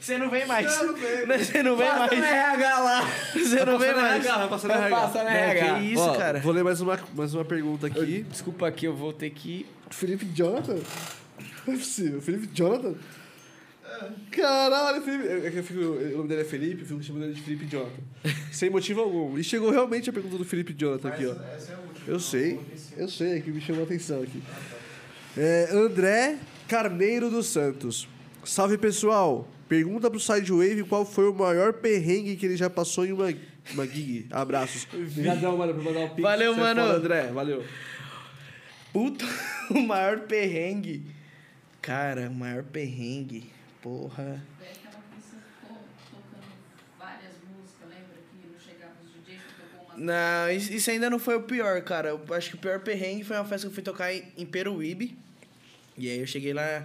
H: Você não vem mais.
D: Você não vem.
C: Você não vem
B: Passa no
C: mais.
B: RH lá. Tá
C: Você não vem mais. Tá
D: Vai passar na
B: Vai
D: RH.
B: passar na RH.
C: que isso, cara.
D: Vou ler mais uma, mais uma pergunta aqui.
B: Desculpa aqui, eu vou ter que...
D: Felipe Jonathan? Não é possível. Felipe Jonathan? Caralho, Felipe. Eu, eu fico, o nome dele é Felipe, eu fico chamando ele de Felipe Jonathan. Sem motivo algum. E chegou realmente a pergunta do Felipe Jonathan aqui, ó.
H: Essa é a última.
D: Eu sei, eu sei, é que me chamou a atenção aqui. É, André Carneiro dos Santos. Salve pessoal! Pergunta pro Sidewave qual foi o maior perrengue que ele já passou em uma, uma gig. Abraços. Obrigadão, mano, por mandar o pix.
C: Valeu,
D: Você é
C: mano.
D: foda, André, valeu.
C: Puta, o maior perrengue. Cara, o maior perrengue. Porra.
G: Foi aquela pista que ficou tocando várias músicas, lembra? Que não chegava os DJs que tocou umas
C: Não, isso isso ainda não foi o pior, cara. Eu acho que o pior perrengue foi uma festa que eu fui tocar em, em Peruíbe. E aí eu cheguei lá,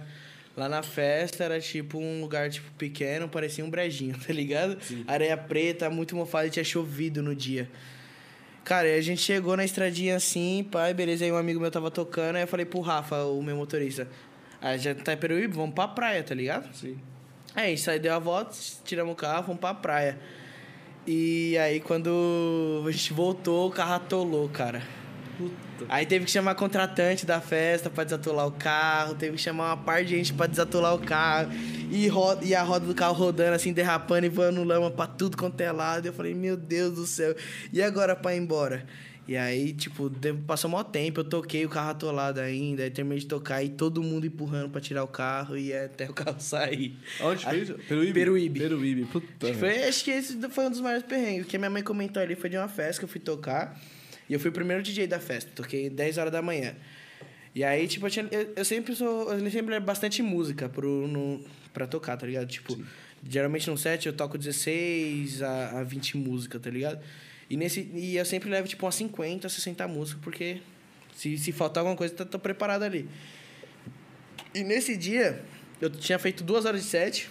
C: lá na festa, era tipo um lugar tipo pequeno, parecia um brejinho, tá ligado? Areia preta, muito mofada e tinha chovido no dia. Cara, aí a gente chegou na estradinha assim, pai, beleza. Aí um amigo meu tava tocando, aí eu falei pro Rafa, o meu motorista. Ah, já tá em Peruíbe, vamos pra praia, tá ligado? Sim. É Aí a gente saiu, deu a volta, tiramos o carro, fomos pra praia. E aí quando a gente voltou, o carro atolou, cara. Aí teve que chamar contratante da festa pra desatolar o carro, teve que chamar uma par de gente pra desatolar o carro. E, ro- e a roda do carro rodando, assim, derrapando e voando lama pra tudo quanto é lado. Eu falei, meu Deus do céu, e agora pra ir embora? E aí, tipo, de- passou mó tempo, eu toquei o carro atolado ainda, aí terminei de tocar e todo mundo empurrando pra tirar o carro e é até o carro sair.
D: Onde foi é isso? Peruíbe?
C: Peruíbe.
D: Peruíbe, puta.
C: Acho que, foi, Tipo, é, acho que esse foi um dos maiores perrengues. O que minha mãe comentou ali foi de uma festa que eu fui tocar. E eu fui o primeiro DJ da festa. Toquei 10 horas da manhã. E aí, tipo, eu, tinha- eu- eu sempre sou. Eu sempre levo bastante música pro, no, pra tocar, tá ligado? Tipo, geralmente num set eu toco 16 a, a 20 músicas, tá ligado? E, nesse, e eu sempre levo, tipo, umas 50, 60 músicas, porque se, se faltar alguma coisa, eu tô, tô preparado ali. E nesse dia, eu tinha feito duas horas de set.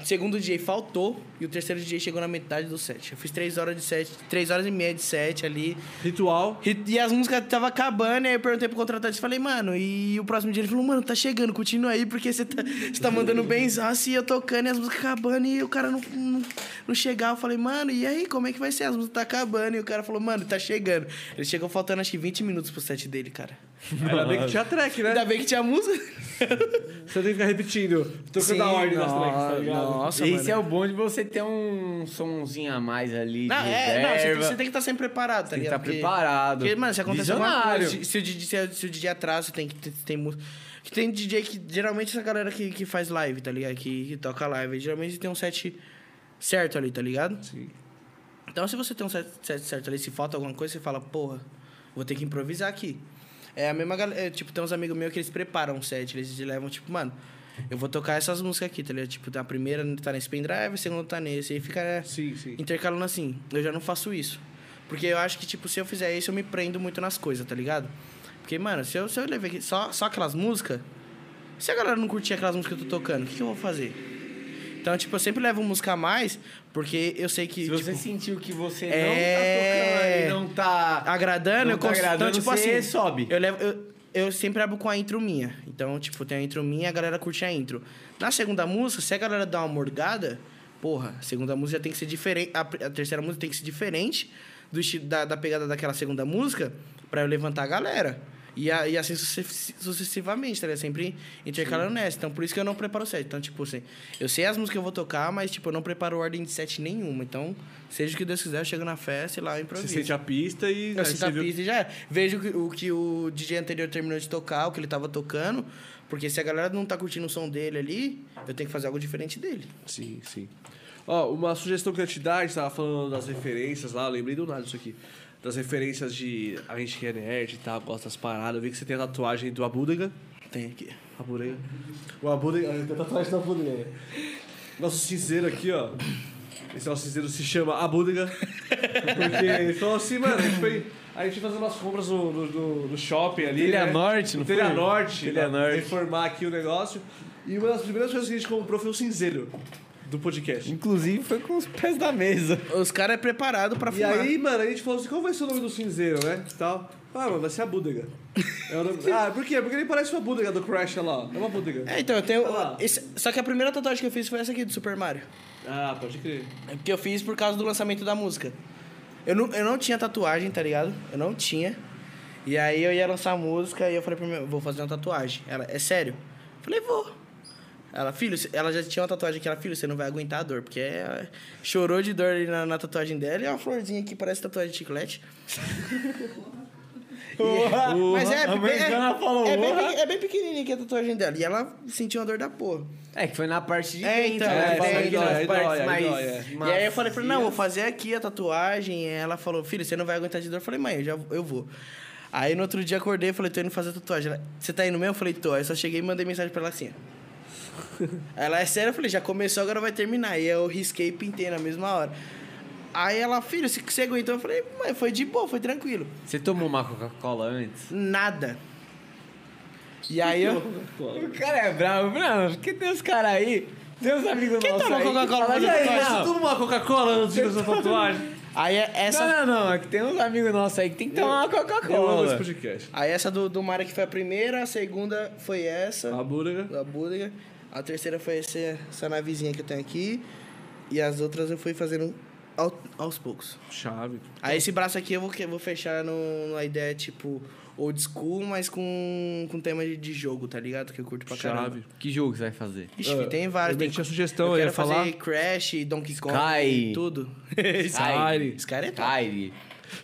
C: O segundo DJ faltou e o terceiro DJ chegou na metade do set. Eu fiz três horas de set, três horas e meia de set ali.
D: Ritual.
C: E, e as músicas estavam acabando, e aí eu perguntei pro contratante, falei, mano, e o próximo dia ele falou, mano, tá chegando, continua aí, porque você tá, você tá mandando benzaço e eu tocando e as músicas acabando e o cara não, não, não chegava. Eu falei, mano, e aí, como é que vai ser? As músicas tá acabando e o cara falou, mano, tá chegando. Ele chegou faltando acho que 20 minutos pro set dele, cara.
D: Ainda bem que tinha track, né?
C: Ainda bem que tinha música.
D: Você tem que ficar repetindo. Tocando
C: Sim,
D: a ordem das
C: no-
D: tracks, tá ligado?
C: Nossa,
B: Esse
C: mano.
B: é o bom de você ter um somzinho a mais ali
C: Não,
B: de
C: é, não, você tem-
B: reserva.
C: você tem que estar sempre preparado, tá
B: Tem que
C: ligado?
B: tá preparado.
C: Porque, mano, se acontecer alguma
B: Visionário.
C: coisa, se, se o DJ, se, o- se o DJ atrasa, tem que tem, tem música. Que tem DJ que geralmente essa galera que, que faz live, tá ligado? Que, que toca live, geralmente tem um set certo ali, tá ligado? Sim. Então, se você tem um set, set certo ali, se falta alguma coisa, você fala, porra, vou ter que improvisar aqui. É a mesma galera, tipo, tem uns amigos meus que eles preparam um set, eles levam, tipo, mano, eu vou tocar essas músicas aqui, tá ligado? Tipo, a primeira tá nesse pendrive, a segunda tá nesse, aí fica... né?
D: Sim, sim.
C: intercalando assim. Eu já não faço isso. Porque eu acho que, tipo, se eu fizer isso, eu me prendo muito nas coisas, tá ligado? Porque, mano, se eu, se eu levei aqui só, só aquelas músicas, se a galera não curtir aquelas músicas que eu tô tocando, o que, que eu vou fazer? Então, tipo, eu sempre levo música a mais, porque eu sei que.
B: Se você
C: tipo,
B: sentiu que você
C: É.
B: não tá tocando e não tá.
C: agradando,
B: Não
C: eu
B: tá
C: cons-
B: agradando,
C: então, tipo
B: você
C: assim,
B: sobe.
C: Eu, levo, eu, eu sempre abro com a intro minha. Então, tipo, tem a intro minha, a galera curte a intro. Na segunda música, se a galera dá uma morgada, porra, a segunda música já tem que ser diferente. A, pr- a terceira música tem que ser diferente do estilo da, da pegada daquela segunda música pra eu levantar a galera. E, a- e assim sucessi- sucessivamente, tá ligado? Sempre intercalando nessa. Então, por isso que eu não preparo set. Então, tipo assim, eu sei as músicas que eu vou tocar, mas, tipo, eu não preparo ordem de set nenhuma. Então, seja o que Deus quiser, eu chego na festa e lá eu
D: Você
C: improviso.
D: sente a pista e... né,
C: Eu
D: aí
C: sinto
D: você
C: a
D: viu-
C: pista tá e já era. Vejo que- o que o DJ anterior terminou de tocar, o que ele tava tocando. Porque se a galera não tá curtindo o som dele ali, eu tenho que fazer algo diferente dele.
D: Sim, sim. Ó, uma sugestão que eu ia te dar, a gente tava falando das referências lá, eu lembrei do nada disso aqui. Das referências de a gente que é nerd e tal, gosta das paradas. Eu vi que você tem a tatuagem do Abúdaga.
C: Tem aqui.
D: A Abúdaga. O Abúdaga, eu tenho a tatuagem do Abúdaga. Nosso cinzeiro aqui, ó. Esse nosso cinzeiro se chama Abúdaga. Porque ele falou assim, mano, a gente foi... A gente fazer umas compras no, no, no- no shopping ali,
B: Telha
D: né?
B: Norte, não foi?
D: Telha Norte.
B: Telha
D: né?
B: Norte.
D: Reformar aqui o negócio. E uma das primeiras coisas que a gente comprou foi o cinzeiro do podcast.
B: Inclusive foi com os pés da mesa.
C: Os caras é preparado pra
D: E
C: fumar.
D: aí, mano, a gente falou assim, qual vai ser o nome do cinzeiro, né? E Tal. Ah, mano, vai ser a Búdega. É o nome- Ah, por quê? Porque ele parece uma Búdega do Crash olha lá. ó. É uma Búdega.
C: É, então, eu tenho.
D: lá.
C: esse- só que a primeira tatuagem que eu fiz foi essa aqui do Super Mario.
D: Ah, pode crer.
C: É porque eu fiz por causa do lançamento da música. Eu não, eu não tinha tatuagem, tá ligado? Eu não tinha. E aí eu ia lançar a música e eu falei pra mim, vou fazer uma tatuagem. Ela, é sério? Eu falei, vou. Ela, filho, cê- ela já tinha uma tatuagem que ela, filho, você não vai aguentar a dor, porque ela chorou de dor ali na, na tatuagem dela e é uma florzinha que parece tatuagem de chiclete. E- mas é,
B: a
C: bem,
B: americana falou,
C: é, bem,
B: "Porra".
C: pe- é bem pequenininha que a tatuagem dela. E ela sentiu uma dor da porra.
B: É, que foi na parte de
C: É,
B: dentro,
C: então,
B: né?
C: é,
B: Fala
C: aí
B: que
C: dói,
B: nas
D: aí
B: partes
D: dói, aí
B: mais
D: dói, é.
C: E aí eu falei pra ela, não, vou
B: macias.
C: fazer aqui a tatuagem. E ela falou, filho, você não vai aguentar de dor. Eu falei, mãe, eu, já, eu vou. Aí no outro dia acordei e falei, tô indo fazer a tatuagem. Ela, você tá indo mesmo? Eu falei, tô. Aí eu só cheguei e mandei mensagem pra ela assim, ó. Ela, é sério? Eu falei, já começou, agora vai terminar. E eu risquei e pintei na mesma hora. Aí ela, filho, você, você aguentou? Eu falei, mãe, foi de boa, foi tranquilo.
B: Você tomou uma Coca-Cola antes?
C: Nada. E aí eu...
B: O cara é bravo, bravo. Porque tem os caras aí, tem uns amigos
C: Quem
B: nossos
C: toma
B: aí.
C: Coca-cola
B: Olha
C: antes da
B: aí,
C: tatuagem?
B: não.
D: Toma uma Coca-Cola antes de fazer a tatuagem.
C: Aí essa...
B: Não, não, não. É que tem uns amigos nossos aí que tem que tomar uma
D: Eu amo esse tipo
B: Coca-Cola.
D: podcast.
C: Aí essa do, do Mara que foi a primeira, a segunda foi essa.
D: A Búdega.
C: da Búlgara. A terceira foi essa, essa navezinha que eu tenho aqui. E as outras eu fui fazendo ao- aos poucos.
D: Chave.
C: Aí esse braço aqui eu vou, que- vou fechar no, numa ideia tipo old school, mas com, com tema de, de jogo, tá ligado? Que eu curto pra caramba.
D: Chave.
B: Que jogo você vai fazer?
C: Ixi,
D: Ah,
C: tem vários.
D: eu
C: Tem,
D: tinha sugestão, eu
C: eu
D: ia
C: quero fazer
D: falar.
C: Crash, Donkey Kong,
B: Sky.
C: tudo.
D: Skyrim.
C: Esse cara é top.
B: Kyrie.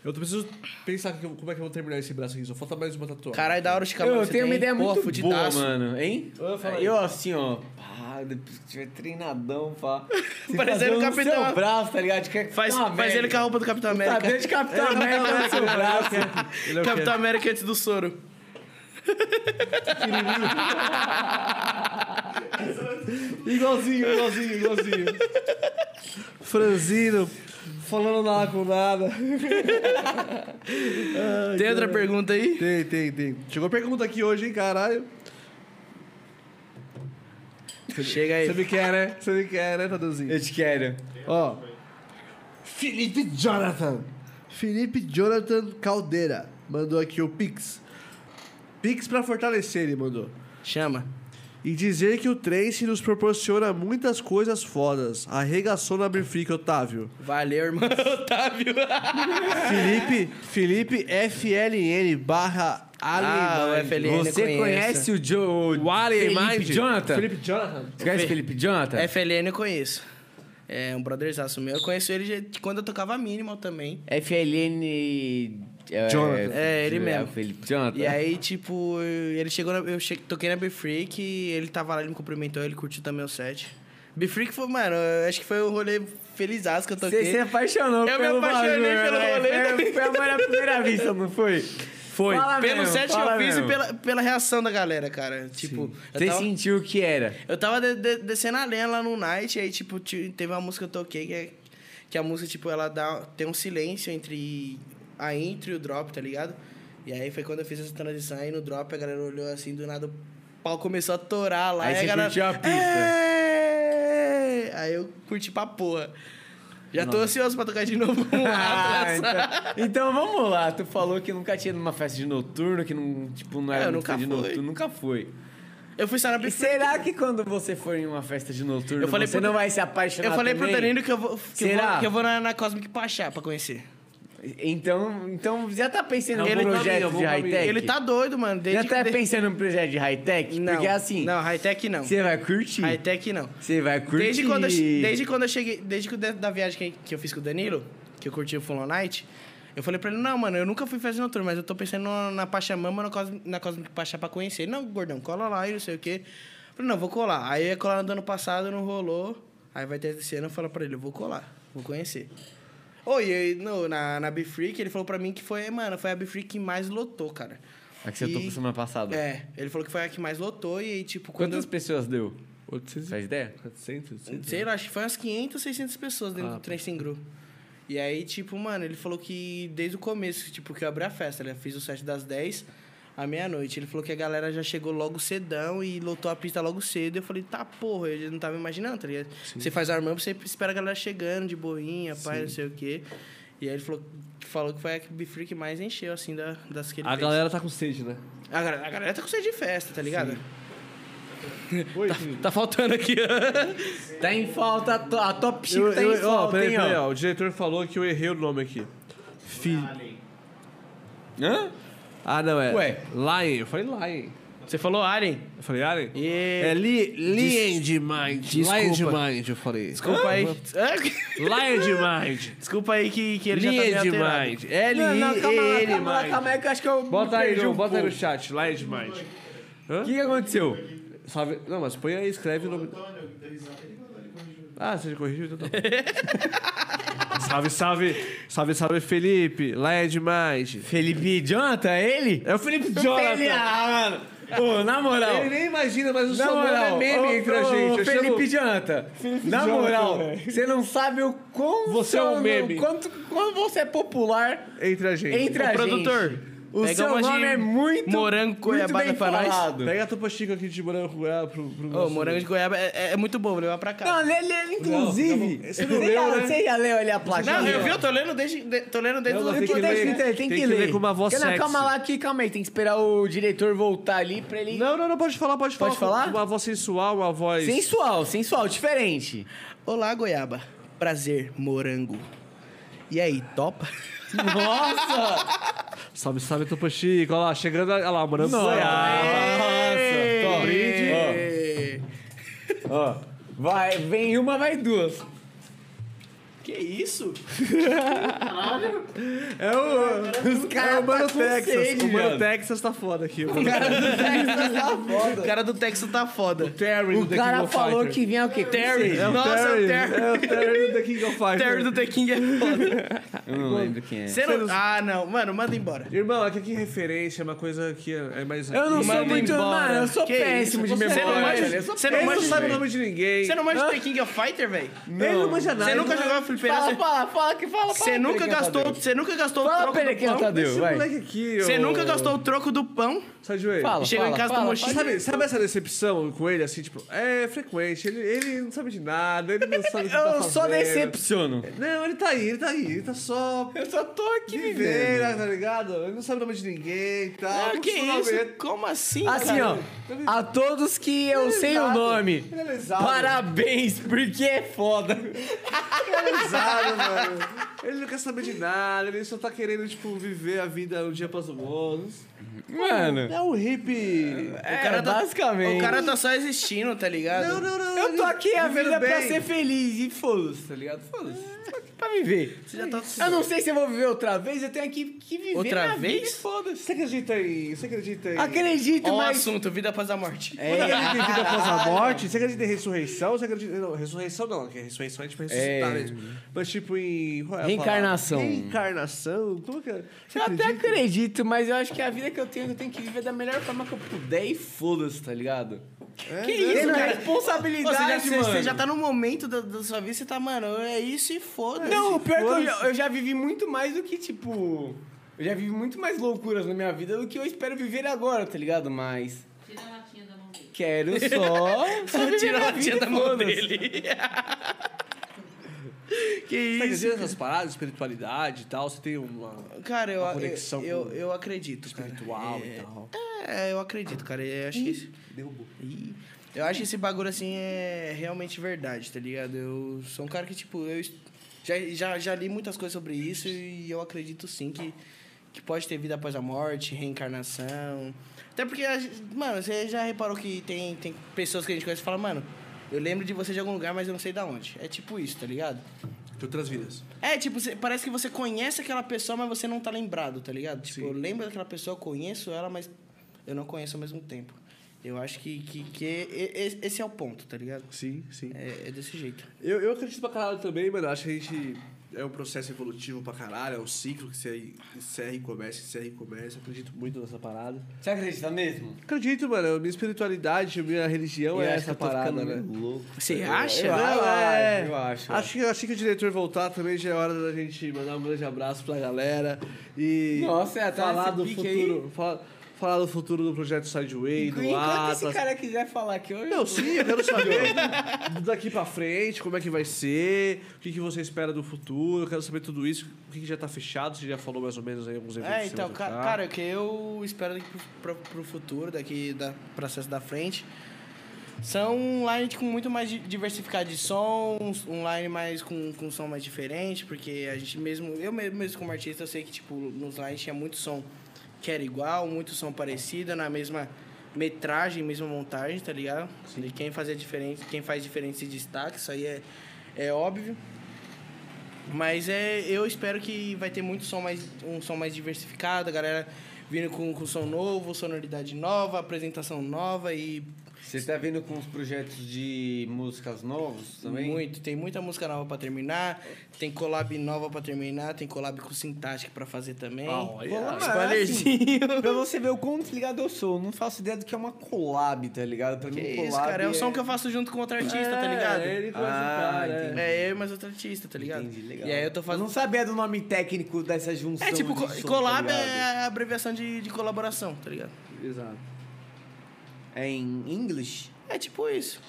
D: Eu tô preciso pensar que eu- como é que eu vou terminar esse braço aqui. Só falta mais uma tatuagem.
C: Caralho, da hora de
B: Eu,
C: cabelo.
B: tenho uma ideia muito boa,
C: fudidaço.
B: mano, hein?
D: Eu falo aí.
B: Eu assim, ó, pá, depois que tiver treinadão, pá. se
C: Parecendo
B: fazer um
C: Capitão.
B: seu braço, tá ligado? Que é
C: Faz,
B: Capitão
C: faz ele
B: América.
C: com a roupa do Capitão
B: né?
C: América.
B: Tá dentro de Capitão América no seu braço.
D: Ele é o quê?
C: Capitão América antes do soro.
D: igualzinho, igualzinho, igualzinho. Franzino, falando lá com nada.
C: Tem outra pergunta aí?
D: Tem, tem, tem. Chegou pergunta aqui hoje, hein, caralho.
C: Chega
D: Você
C: aí.
D: me quer, né? Você me quer, né, Taduzinho?
B: Eu te quero.
D: Ó. Felipe Jonathan. Felipe Jonathan Caldeira mandou aqui o Pix. Pix pra fortalecer, ele mandou.
C: Chama.
D: E dizer que o Trace nos proporciona muitas coisas fodas. Arregaçou na Brifica, Otávio.
C: Valeu, irmão Otávio.
D: Felipe, Felipe FLN barra
C: Ah, o
B: é
D: Alien Mind.
C: FLN
B: Você
C: conheço.
B: conhece o, jo, o
D: Alien
B: Felipe
D: Mind?
B: Jonathan?
D: Felipe Jonathan.
B: Você conhece o Felipe Jonathan?
C: FLN eu conheço. É um brotherzaço meu. Eu conheço ele de- quando eu tocava Minimal também.
B: FLN... é,
D: Jonathan.
C: É, ele mesmo.
B: Felipe Jonathan.
C: E aí, tipo, ele chegou na, Eu che- toquei na B-Freak, ele tava lá, ele me cumprimentou, ele curtiu também o set. B-Freak foi, mano, eu acho que foi o rolê feliz que eu toquei.
B: Você se apaixonou
C: Eu me
B: pelo
C: apaixonei
B: bagulho,
C: pelo
B: né?
C: rolê.
B: Foi, foi amor à primeira vista, não foi? Foi.
C: Pelo set que eu fiz e pela, pela reação da galera, cara. Tipo, eu
B: Você
C: tava,
B: sentiu o que era.
C: eu tava de- de- descendo a lenha lá no Night, aí, tipo, ti- teve uma música que eu toquei que, é- que a música, tipo, ela dá, tem um silêncio entre a intro e o drop, tá ligado? E aí foi quando eu fiz essa transição, aí no drop a galera olhou assim, do nada o pau começou a torar lá.
B: Aí
C: e
B: você
C: a galera,
B: curtiu a pista.
C: "É!" Aí eu curti pra porra. Já tô ansioso pra tocar de novo com
B: Ah,
C: o
B: então, então vamos lá. Tu falou que nunca tinha ido numa festa de noturno, que não, tipo, não era
C: É, Eu
B: muito
C: nunca
B: fã de
C: fui.
B: noturno. Nunca foi.
C: Eu fui só na
B: E será que quando você for em uma festa de noturno,
C: Eu falei
B: você
C: pro-
B: não vai se apaixonar
C: Eu falei pro
B: também?
C: Danilo que eu vou, que eu
B: Será?
C: vou, que eu vou na, na Cosmic Pachá pra conhecer.
B: Então, então já tá pensando
C: É um
B: em
C: bom
B: projeto
D: caminho, é um
B: de
D: bom caminho.
B: high-tech?
C: Ele tá doido, mano. Desde
B: Já tá
C: de-
B: pensando em um projeto de high-tech?
C: Não,
B: Porque assim,
C: Não, high-tech não.
B: você vai curtir.
C: High-tech não.
B: Você vai curtir.
C: Desde quando, eu, desde quando eu cheguei, desde que eu- da viagem que, que eu fiz com o Danilo, que eu curti o Full On Night, eu falei pra ele, não, mano, eu nunca fui fazer noturno, mas eu tô pensando na, na Pachamama, na, Cos, na Cosmic Pachá pra conhecer. Ele, Não, gordão, cola lá e não sei o quê. Eu falei, não, vou colar. Aí eu ia colar no ano passado, não rolou. Aí vai ter esse ano, eu falo pra ele, eu vou colar, vou conhecer. Oi, e no, na, na Bifreak, ele falou pra mim que foi, mano, foi a Bifreak que mais lotou, cara.
B: É que você tocou semana passada.
C: É, ele falou que foi a que mais lotou e, aí, tipo, quando...
B: Quantas pessoas deu?
D: 800
B: Faz ideia?
D: 400?
C: Sei lá, acho que foi umas 500, 600 pessoas dentro do trem sem grupo. E aí, tipo, mano, ele falou que desde o começo, tipo, que eu abri a festa, né? Fiz o set das 10 à meia-noite. Ele falou que a galera já chegou logo cedão e lotou a pista logo cedo. Eu falei, tá porra, eu já não tava imaginando, tá ligado? Você faz a você espera a galera chegando de boinha, pai, não sei o quê. E aí ele falou, falou que foi a Be Free que mais encheu, assim, da, das que ele
D: A
C: fez.
D: galera tá com sede, né?
C: A, galera, a galera tá com sede de festa, tá ligado?
D: Oi,
C: Tá faltando aqui,
B: Tá em falta, a, to- a top 5
D: Eu,
B: tá
D: eu-
B: em
D: ó,
B: falta,
D: peraí,
B: hein,
D: peraí,
B: ó.
D: ó. O diretor falou que eu errei o nome aqui. Fi-
B: Hã?
D: Ah, não, é.
B: Ué.
D: Lion. Eu falei Lion.
C: Você falou Alien?
D: Eu falei Alien?
C: E...
D: É li, Lion de Mind.
C: Desculpa.
D: Lion de Mind, eu falei.
C: Desculpa aí. Ah,
D: Lion de Mind.
C: Desculpa aí que, que ele
D: Lion
C: já tá
D: de
C: meio alterado.
D: Mind. L-I-E-N Mind.
B: aí que eu acho que eu.
D: Bota aí,
B: perdi
D: João,
B: um
D: bota aí no
B: pouco.
D: chat. é Lion de Mind.
B: O que que aconteceu?
D: Só vê- Não, mas põe aí, escreve o nome. Ah, você já corrigiu? Então tá bom. salve, salve. Salve, salve, Felipe. Lion de Mind.
B: Felipe Jonathan, ele?
D: É o Felipe Jonathan.
B: Felipe, ah, mano. Ô, na moral.
D: Ele nem imagina, mas o
B: Na
D: seu nome
B: moral,
D: é meme
B: ô,
D: entre a
B: ô,
D: gente. Eu
B: Felipe
D: chamo-
B: Jonathan, na moral, você não sabe o quão
D: Você é um
B: seu-
D: meme.
B: Quanto, quanto você é popular
D: Entre a gente.
B: entre a
C: produtor,
B: gente. O
C: pega
B: seu
C: uma de
B: nome é muito
C: morango
B: muito
C: Cuiabá
B: bem
C: pra nós.
B: falado.
D: Pega a topa chica aqui de morango com ela pro, pro
C: Ô, morango de goiaba é, é- é muito bom, vou levar pra
B: Não,
C: cá.
B: lê, lê, inclusive.
D: Você não
B: você
D: leu,
B: já,
D: né?
B: você já leu ali a placa. né?
C: Não, eu vi, eu tô lendo desde, de- tô lendo desde
D: Não,
C: o
D: mas tem que
B: Tem que
D: ler.
B: ler, escrito aí, tem,
D: Tem que ler com uma voz
B: Porque não,
D: sexy.
B: Calma lá aqui, calma aí. Tem que esperar o diretor voltar ali pra ele...
D: Não, não, não, pode falar, pode falar.
B: Pode falar?
D: Uma voz sensual, é uma voz.
B: Sensual, sensual, diferente.
C: Olá, goiaba. Prazer, morango. E aí, topa?
B: Nossa!
D: Salve, salve, topa chica. Olha lá, chegando. Olha lá, morango. com goiaba.
B: Nossa!
D: Brinde.
C: É.
B: Ó, vai, vem uma, vai duas.
H: Que isso?
D: É o. Os caras. É
B: tá
D: o Mano Texas. O Mano Texas tá foda aqui, mano.
C: O cara do Texas tá foda.
D: Terry
I: O cara falou que vinha o quê?
C: Terry.
D: É o
C: Nossa,
D: Terry.
C: o Terry.
D: É o Terry do The King of Fighters.
C: Terry do The King é foda.
B: Eu não lembro quem é.
C: Você não... Ah, não. Mano, manda embora.
D: Irmão, aqui que referência é uma coisa que é é mais.
I: Eu não sou
D: Manda
I: muito.
D: embora.
I: Mano, eu sou
C: Que
I: péssimo
C: isso?
I: de
C: Você não
I: memória.
C: manja-
I: velho. Eu sou
C: você não
D: Ele
I: péssimo.
D: não
C: Mas-
D: sabe o nome de ninguém.
C: Você não manja o The King of Fighter, velho?
D: Ele não manja nada.
C: Você nunca
I: é
D: Ele é
C: jogou Free Fire?
I: Fala,
C: Você-
I: fala, fala que fala.
C: Você
I: fala,
C: nunca
I: Perequinha
C: gastou,
I: Tadeu.
C: você nunca gastou o
I: Fala,
C: troco do
I: Perequinha
C: pão.
I: Tadeu,
D: não
I: vai.
D: um moleque aqui,
C: Você
D: ô-
C: nunca gastou o troco do pão.
D: Sai de joelho.
I: Fala,
C: Chegou em
I: fala,
C: casa com
I: fala,
C: mochila.
I: fala.
D: Sabe, sabe essa decepção com ele, assim, tipo, é frequente, ele, ele não sabe de nada, ele não sabe o que tá
I: Eu só
D: fazendo.
I: decepciono.
D: Não, ele tá aí, ele tá aí, ele tá só... Eu só tô aqui vivendo. tá ligado? Ele não sabe o nome de ninguém e tal.
I: É,
C: Ah,
D: não
C: que
D: costuma
C: isso?
D: ver.
C: Como assim?
I: Assim, ó.
C: cara?
I: A todos que eu sei o
D: Exato.
I: nome.
D: Ele é lesado.
I: Parabéns, porque é foda.
D: Ele é lesado, mano. Ele não quer saber de nada, ele só tá querendo, tipo, viver a vida um dia após o outro.
I: Mano.
D: É um hippie.
I: É,
C: cara tá-
I: basicamente.
C: O cara tá só existindo, tá ligado?
D: Não, não, não.
I: Eu
D: ele-
I: tô aqui a
D: vivendo
I: vida é pra
D: bem.
I: ser feliz e foda-se, tá ligado? Foda-se. Tô aqui pra viver.
C: Você já tá...
I: Eu não sei se eu vou viver outra vez, eu tenho que, que viver
C: Outra
I: minha vida
C: vez?
I: e foda-se.
D: Você acredita em... Você acredita em...
I: Acredito,
C: Ó o
I: mas...
C: assunto, vida após a morte.
I: É
D: Você acredita em vida após a morte? Você acredita em ressurreição? Você acredita... Não, ressurreição não, porque ressurreição é tipo ressuscitar
I: É.
D: mesmo. Mas tipo em... qual é a
I: Reencarnação.
D: palavra? Reencarnação? Como que é? Você
I: Eu até
D: acredita?
I: acredito, mas eu acho que a vida que eu tenho, eu tenho que viver da melhor forma que eu puder e foda-se, tá ligado? que isso,
C: né?
I: cara?
C: Pô, você, já,
I: é Responsabilidade,
C: você-
I: mano.
C: você já tá no momento da, da sua vida, você tá, mano, é isso e foda-se.
I: Não, o pior é que eu já, eu já vivi muito mais do que, tipo... Eu já vivi muito mais loucuras na minha vida do que eu espero viver agora, tá ligado? Mas
G: Tira a latinha da mão dele.
I: quero só... só viver
C: Tirou
I: minha
C: a tia
I: vida
C: da
I: e
C: mão
I: foda-se.
C: dele. que
D: Você
C: isso?
D: acredita nessas paradas, espiritualidade e tal? Você tem um uma...
C: Cara, eu,
D: Uma conexão
C: eu, eu,
D: com-
C: eu acredito, cara.
D: Espiritual
C: É,
D: e tal.
C: É, eu acredito, cara. Eu acho que esse,
D: Derrubou.
C: Ih, eu acho que esse bagulho assim é realmente verdade, tá ligado? Eu sou um cara que, tipo, eu est- já, já, já li muitas coisas sobre isso e eu acredito sim que, que pode ter vida após a morte, reencarnação. Até porque, a gen- mano, você já reparou que tem, tem pessoas que a gente conhece e fala, mano, eu lembro de você de algum lugar, mas eu não sei de onde. É tipo isso, tá ligado?
D: De outras vidas.
C: É, tipo, você- parece que você conhece aquela pessoa, mas você não tá lembrado, tá ligado? Tipo, eu lembro daquela pessoa, eu conheço ela, mas eu não conheço ao mesmo tempo. Eu acho que, que, que e- e- esse é o ponto, tá ligado?
D: Sim, sim.
C: É, é desse jeito.
D: Eu, eu acredito pra caralho também, mano. Acho que a gente. É um processo evolutivo pra caralho, é um ciclo que você encerra e começa, encerra e começa. Acredito muito nessa parada.
B: Você acredita mesmo?
D: Acredito, mano. Minha espiritualidade, minha
B: Eu
D: religião é
B: acho que
D: essa
B: eu tô ficando
D: parada, né?
B: meio louco.
I: tá
C: Você acha?
D: Eu acho, Tá é.
B: eu acho.
D: Acho que, assim que o diretor voltar também já é hora da gente mandar um grande abraço pra galera e
B: Nossa, é, tá
D: falar
B: nesse
D: do
B: pique
D: futuro, fala- falar do futuro do projeto Sideway, do
B: Enquanto
D: Atlas.
B: esse cara quiser falar aqui, eu...
D: Não, sim, eu quero saber daqui pra frente como é que vai ser, o que, que você espera do futuro, eu quero saber tudo isso, o que, que já tá fechado, você já falou mais ou menos aí alguns eventos.
C: É,
D: que você
C: então,
D: vai
C: ca-
D: tocar.
C: cara, o que eu espero daqui pro, pro, pro futuro, daqui da processo da frente, são um line com muito mais di- diversificado de sons, um line mais com, com som mais diferente, porque a gente mesmo, eu me- mesmo como artista, eu sei que, tipo, nos lines tinha muito som que era igual, muito som parecido, na mesma metragem, mesma montagem, tá ligado? E quem fazia diferente, quem faz diferente se destaca, isso aí é, é óbvio. Mas é, eu espero que vai ter muito som mais, um som mais diversificado, a galera vindo com, com som novo, sonoridade nova, apresentação nova e
B: Você tá vindo com os projetos de músicas novos também?
C: muito. Tem muita música nova pra terminar, tem collab nova pra terminar, tem collab com Sintatic pra fazer também.
D: Ah,
B: Pô,
C: Tipo
D: Olha.
B: mas, assim, pra você ver o quão desligado eu sou, eu não faço ideia do que é uma collab, tá ligado? Pra
C: que
B: mim,
C: isso,
B: collab
C: cara, é o som que eu faço junto com outro artista, tá ligado?
D: É, ele traz o
B: Ah,
D: cara, é.
B: entendi.
C: É eu e mais outro artista, tá ligado?
B: Entendi, legal.
C: E aí eu tô
B: Eu
C: fazendo.
B: não sabia do nome técnico dessa junção.
C: É tipo,
B: de
C: co-
B: som,
C: collab
B: tá ligado?
C: é a abreviação de, de colaboração, tá ligado?
D: Exato.
B: É em English?
C: É tipo isso.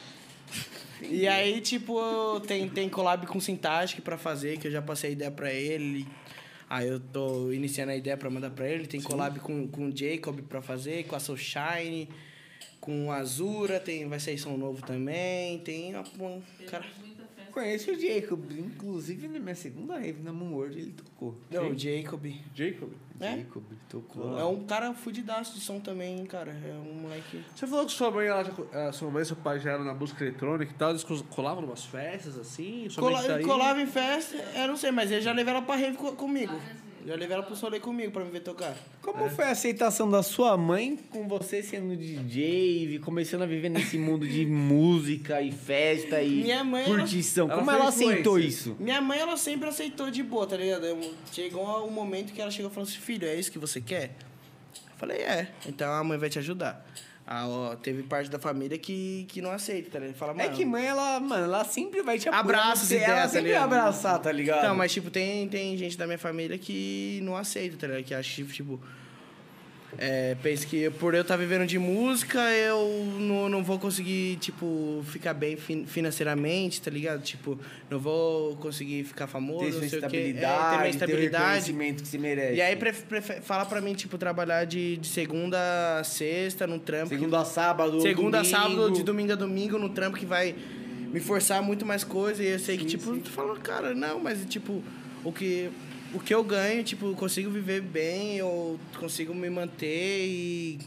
C: E aí, tipo, tem, tem collab com Sintagic pra fazer, que eu já passei a ideia pra ele. Aí eu tô iniciando a ideia pra mandar pra ele. Tem collab com, com o Jacob pra fazer, com a Soulshine, com a Azura, tem, vai sair som novo também. Tem uma. uma- cara, É.
G: Temos muita fé mas.
B: Conheço o Jacob, inclusive na minha segunda rave na Moon World ele tocou.
C: Não, o Jacob.
D: Jacob?
C: É?
B: Jacob tocou.
C: É um cara fudidaço de som também, cara. É um moleque.
D: Você falou que sua mãe, ela já, ah, sua mãe e seu pai já eram na música eletrônica e tal, eles cos- colavam em umas festas assim? Sua
C: Cola,
D: mãe que tá aí?
C: colava em festa, eu não sei, mas ele já levou ela pra rave co- comigo. Já levou ela pro solê comigo pra me ver tocar.
B: Como
C: É.
B: foi a aceitação da sua mãe com você sendo DJ, vi- começando a viver nesse mundo de música e festa e
C: Minha mãe, ela-
B: curtição?
D: ela
B: Como
D: foi
B: ela
D: influencer.
B: aceitou isso?
C: Minha mãe, ela sempre aceitou de boa, tá ligado? Eu- Chegou um momento que ela chegou e falou assim, filho, é isso que você quer? Eu falei, é. Então a mãe vai te ajudar. Ah, ó, teve parte da família que, que não aceita, tá ligado? Fala,
B: É
C: mano...
B: que mãe, ela, mano, ela sempre vai te apoiar.
C: Abraça
B: você-
C: essa ideia,
B: Ela
C: tá
B: sempre vai
C: ligado?
B: abraçar, tá ligado?
C: Então, mas, tipo, tem, tem gente da minha família que não aceita, tá ligado? Que acha, tipo, tipo... É, pensa que por eu estar vivendo de música, eu não, não vou conseguir, tipo, ficar bem fin- financeiramente, tá ligado? Tipo, não vou conseguir ficar famoso,
B: ter
C: não
B: sua
C: sei o quê.
B: estabilidade,
C: É, ter uma
B: ter um o
C: estabilidade.
B: reconhecimento que se merece.
C: E aí pref- pref- fala pra mim, tipo, trabalhar de, de segunda a sexta no trampo. que-
B: Segunda a sábado,
C: segunda a
B: domingo.
C: sábado, de domingo a domingo no trampo que vai me forçar muito mais coisa. E eu sei que, tipo, tu fala, cara, não, mas tipo, o que. O que eu ganho, tipo, eu consigo viver bem, eu consigo me manter e.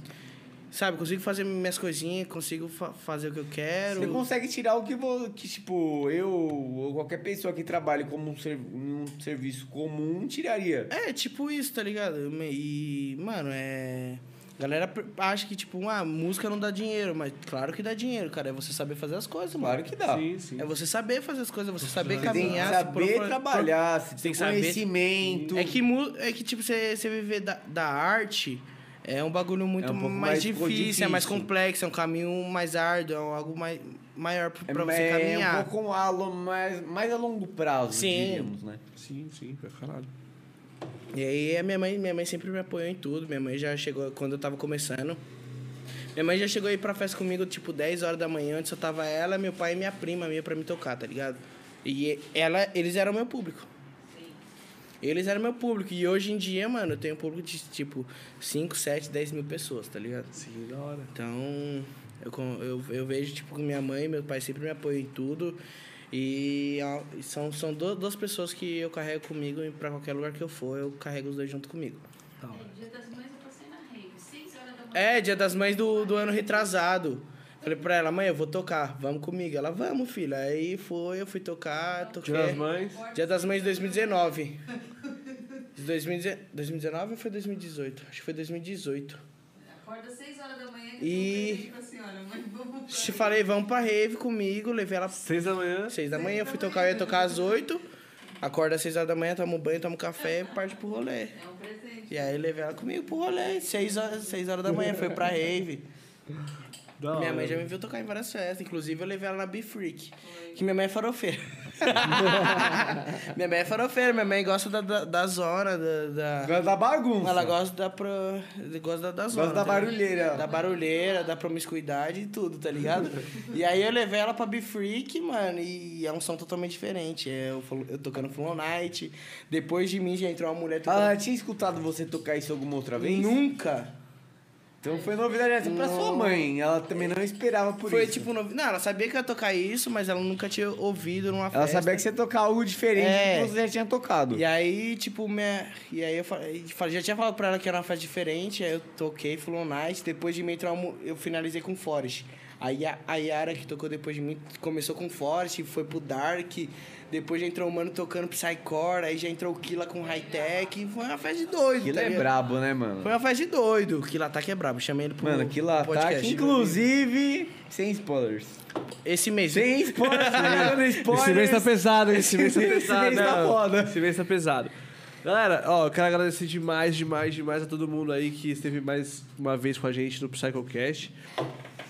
C: Sabe, consigo fazer minhas coisinhas, consigo fa- fazer o que eu quero.
B: Você consegue tirar o que, vo- que, tipo, eu ou qualquer pessoa que trabalhe como um, ser- em um serviço comum tiraria.
C: É, tipo isso, tá ligado? E, mano, é. Galera per- acha que, tipo, ah, música não dá dinheiro, mas claro que dá dinheiro, cara. É você saber fazer as coisas, mano.
B: Claro que dá.
D: Sim, sim.
C: É você saber fazer as coisas, você
B: Você
C: saber
B: tem que
C: caminhar, se
B: saber
C: propor-
B: trabalhar, você tem
C: que saber-
B: conhecimento.
C: É que, mu- é que tipo, você, você viver da, da arte é um bagulho muito
B: É um pouco mais
C: mais, difícil, é mais
B: difícil.
C: complexo, é um caminho mais árduo, é algo mais, maior pra, pra você
B: é,
C: caminhar.
B: um pouco a, lo- mais, mais a longo prazo,
C: Sim.
B: diríamos, né?
D: Sim, sim, pra caralho.
C: E aí a minha mãe, minha mãe sempre me apoiou em tudo. Minha mãe já chegou quando eu tava começando. Minha mãe já chegou aí pra festa comigo, tipo, 10 horas da manhã, onde só tava ela, meu pai e minha prima minha pra me tocar, tá ligado? E ela, eles eram meu público. Eles eram meu público. E hoje em dia, mano, eu tenho um público de tipo 5, 7, 10 mil pessoas, tá ligado?
D: Sim, da hora.
C: Então, eu, con- eu, eu vejo, tipo, que minha mãe e meu pai sempre me apoiam em tudo. E a- e são, são do- duas pessoas que eu carrego comigo e pra qualquer lugar que eu for, eu carrego os dois junto comigo.
G: É, dia das mães eu passei na rave, 6 horas da manhã.
C: É, dia das mães do, do ano retrasado. Falei pra ela, mãe, eu vou tocar, vamos comigo. Ela, vamos, filha. Aí foi, eu fui tocar, toquei.
D: Dia das mães.
C: Dia das Mães de 2019. De 2019 2019 ou foi 2018? Acho que foi 2018.
G: Acorda 6 horas da manhã
C: E-
G: e. Assim, olha, mãe, vamos.
C: Te falei, vamos pra rave comigo, levei ela
D: Seis da manhã.
C: Seis da manhã, eu fui tocar, eu ia tocar às oito. Acorda às seis horas da manhã, toma um banho, toma um café e parte pro rolê.
G: É um presente.
C: E aí levei ela comigo pro rolê, seis horas, seis horas da manhã, foi pra rave.
D: Da
C: minha
D: hora.
C: mãe já me viu tocar em várias festas, inclusive eu levei ela na B-Freak, que minha mãe é farofeira. minha mãe é farofeira, minha mãe gosta da, da, da zona, da... da-
B: Gosta da tá bagunça.
C: Ela gosta da, pro... gosta da, da zona.
B: da
C: tá ligado?
B: barulheira.
C: Da barulheira, da promiscuidade e tudo, tá ligado? e aí eu levei ela pra B-Freak, mano, e é um som totalmente diferente. É eu, falo- eu tocando Flow Night, depois de mim já entrou uma mulher
B: Ela
C: tocando...
B: já Ah, tinha escutado você tocar isso alguma outra vez?
C: Nunca!
B: Então foi novidade essa pra sua mãe. Ela também não esperava por
C: Foi
B: isso.
C: tipo... novi- Não, ela sabia que eu ia tocar isso, mas ela nunca tinha ouvido numa
B: Ela
C: festa.
B: sabia que você tocava algo diferente
C: É.
B: do que você já tinha tocado.
C: E aí, tipo, minha... E aí eu falei, falei- já tinha falado pra ela que era uma festa diferente, aí eu toquei Flow Night, depois de mim entrou uma mu- eu finalizei com Forest. Aí a, a Yara, que tocou depois de mim, começou com Forest, foi pro Dark, depois já entrou o Mano tocando Psycore, aí já entrou o Killa com High Tech, foi uma festa de doido,
B: Aquilo
C: tá
B: é
C: ligado?
B: brabo, né, mano?
C: Foi uma festa de doido, o Killa Ataque é brabo, chamei ele pro
B: Mano, aquilo ataque,
C: podcast. né?
B: inclusive, sem spoilers.
C: Esse mês.
B: Sem spoilers, sem spoilers.
D: Esse mês tá pesado, hein? esse mês tá
B: Esse mês
D: pesado.
B: tá
D: não.
B: foda.
D: Esse mês tá pesado. Galera, ó, eu quero agradecer demais, demais, demais a todo mundo aí que esteve mais uma vez com a gente no PsychoCast.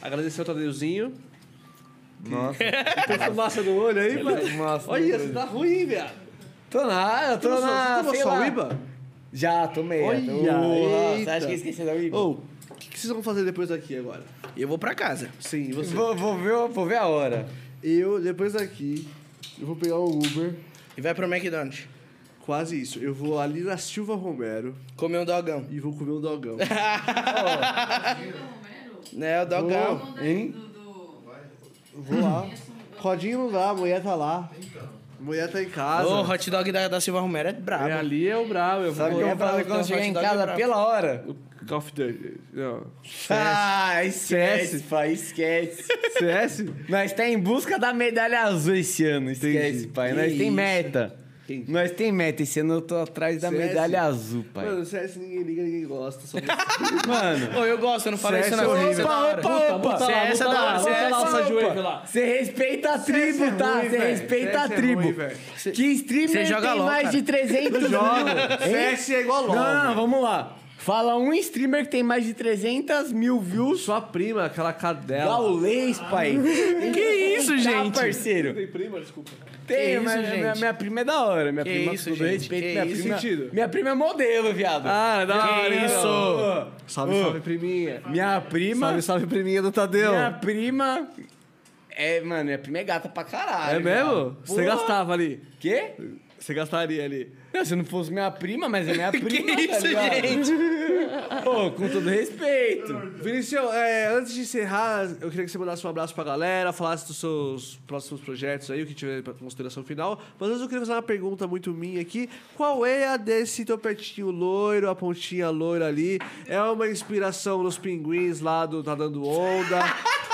D: Agradecer ao Tadeuzinho.
B: Nossa, É
D: Tem fumaça no olho aí, mano.
B: fumaça no
D: Olha,
B: olho.
D: você tá ruim, hein, viado.
B: tô na, eu tô
D: Você
B: na,
D: tomou
B: sei
D: sua
B: lá.
D: uíba?
B: Já, tomei. é.
D: Olha,
B: Porra, você
D: eita.
B: acha que eu esqueci um da Uiba?
D: Ou, o que, que vocês vão fazer depois daqui agora?
C: Eu vou pra casa.
D: Sim, e você.
B: Vou, vou ver, vou ver a hora.
D: Eu, depois daqui, eu vou pegar o Uber.
C: E vai pro McDonald's.
D: Quase isso. Eu vou ali na Silva Romero
C: Comer um dogão.
D: e vou comer um dogão.
G: Romero,
C: Né, o dogão.
G: o nome
D: Hein?
G: do. do...
D: Vou lá.
G: Eu
J: Rodinho não dá, a mulher tá lá. A mulher tá em casa.
C: O hot dog da, da Silva Romero é brabo.
D: É, ali é o brabo. Eu
B: Sabe o que eu
D: vou...
B: vou fazer quando chegar em casa pela hora?
D: O Call of Duty. Não.
B: Ah, esquece, pai, esquece.
D: CS?
B: Nós tá em busca da medalha azul esse ano, esquece,
D: Entendi.
B: pai.
D: Que
B: Nós tem
D: isso.
B: meta.
D: Entendi.
B: Nós tem meta, esse ano eu tô atrás da
D: Esquece.
B: medalha azul, pai.
D: Mano, CS ninguém liga, ninguém gosta. Só
B: Mano,
C: Ô, eu gosto, eu não falo
D: CS
C: isso
D: é
C: na
D: horrível.
B: opa, opa,
C: Você é essa da hora.
D: Olha lá o Sajueiro lá.
B: Você respeita a tribo, tá? Você respeita a tribo. que
C: é Cê
B: streamer
C: joga
B: tem
C: LOL,
B: mais
C: cara.
B: de 300
D: Jogo.
B: mil?
D: CS é igual LOL.
B: Não, não,
D: velho.
B: vamos lá. Fala um streamer que tem mais de 300 mil views.
D: Sua prima, aquela cadela.
B: Gaulês, pai.
C: Que isso, gente?
B: Tá, parceiro.
D: Tem prima, desculpa.
B: Tem,
C: Que
B: mas
C: isso,
B: minha,
C: gente?
B: minha prima é da hora. Minha
C: Que
B: prima,
C: isso,
B: com todo
C: gente?
B: respeito,
C: Que é
B: minha
C: isso?
B: prima,
D: Sentido?
B: minha prima é modelo, viado.
D: Ah, da
C: Que
D: hora. então.
B: isso?
D: Salve, salve, priminha.
B: Minha prima...
D: Salve, salve, priminha do Tadeu.
B: Minha prima... É, mano, minha prima é gata pra caralho.
D: É mesmo?
B: viado.
D: Você
B: Porra.
D: gastava ali.
B: Quê?
D: Você gastaria ali.
B: Não, se não fosse minha prima, mas é minha prima, tá
C: isso,
B: ligado?
C: gente?
B: Pô, com todo respeito.
D: Vinicius, é, antes de encerrar, eu queria que você mandasse um abraço pra galera, falasse dos seus próximos projetos aí, o que tiver pra consideração final. Mas antes eu queria fazer uma pergunta muito minha aqui. Qual é a desse topetinho loiro, a pontinha loira ali? É uma inspiração nos pinguins lá do Tá Dando Onda?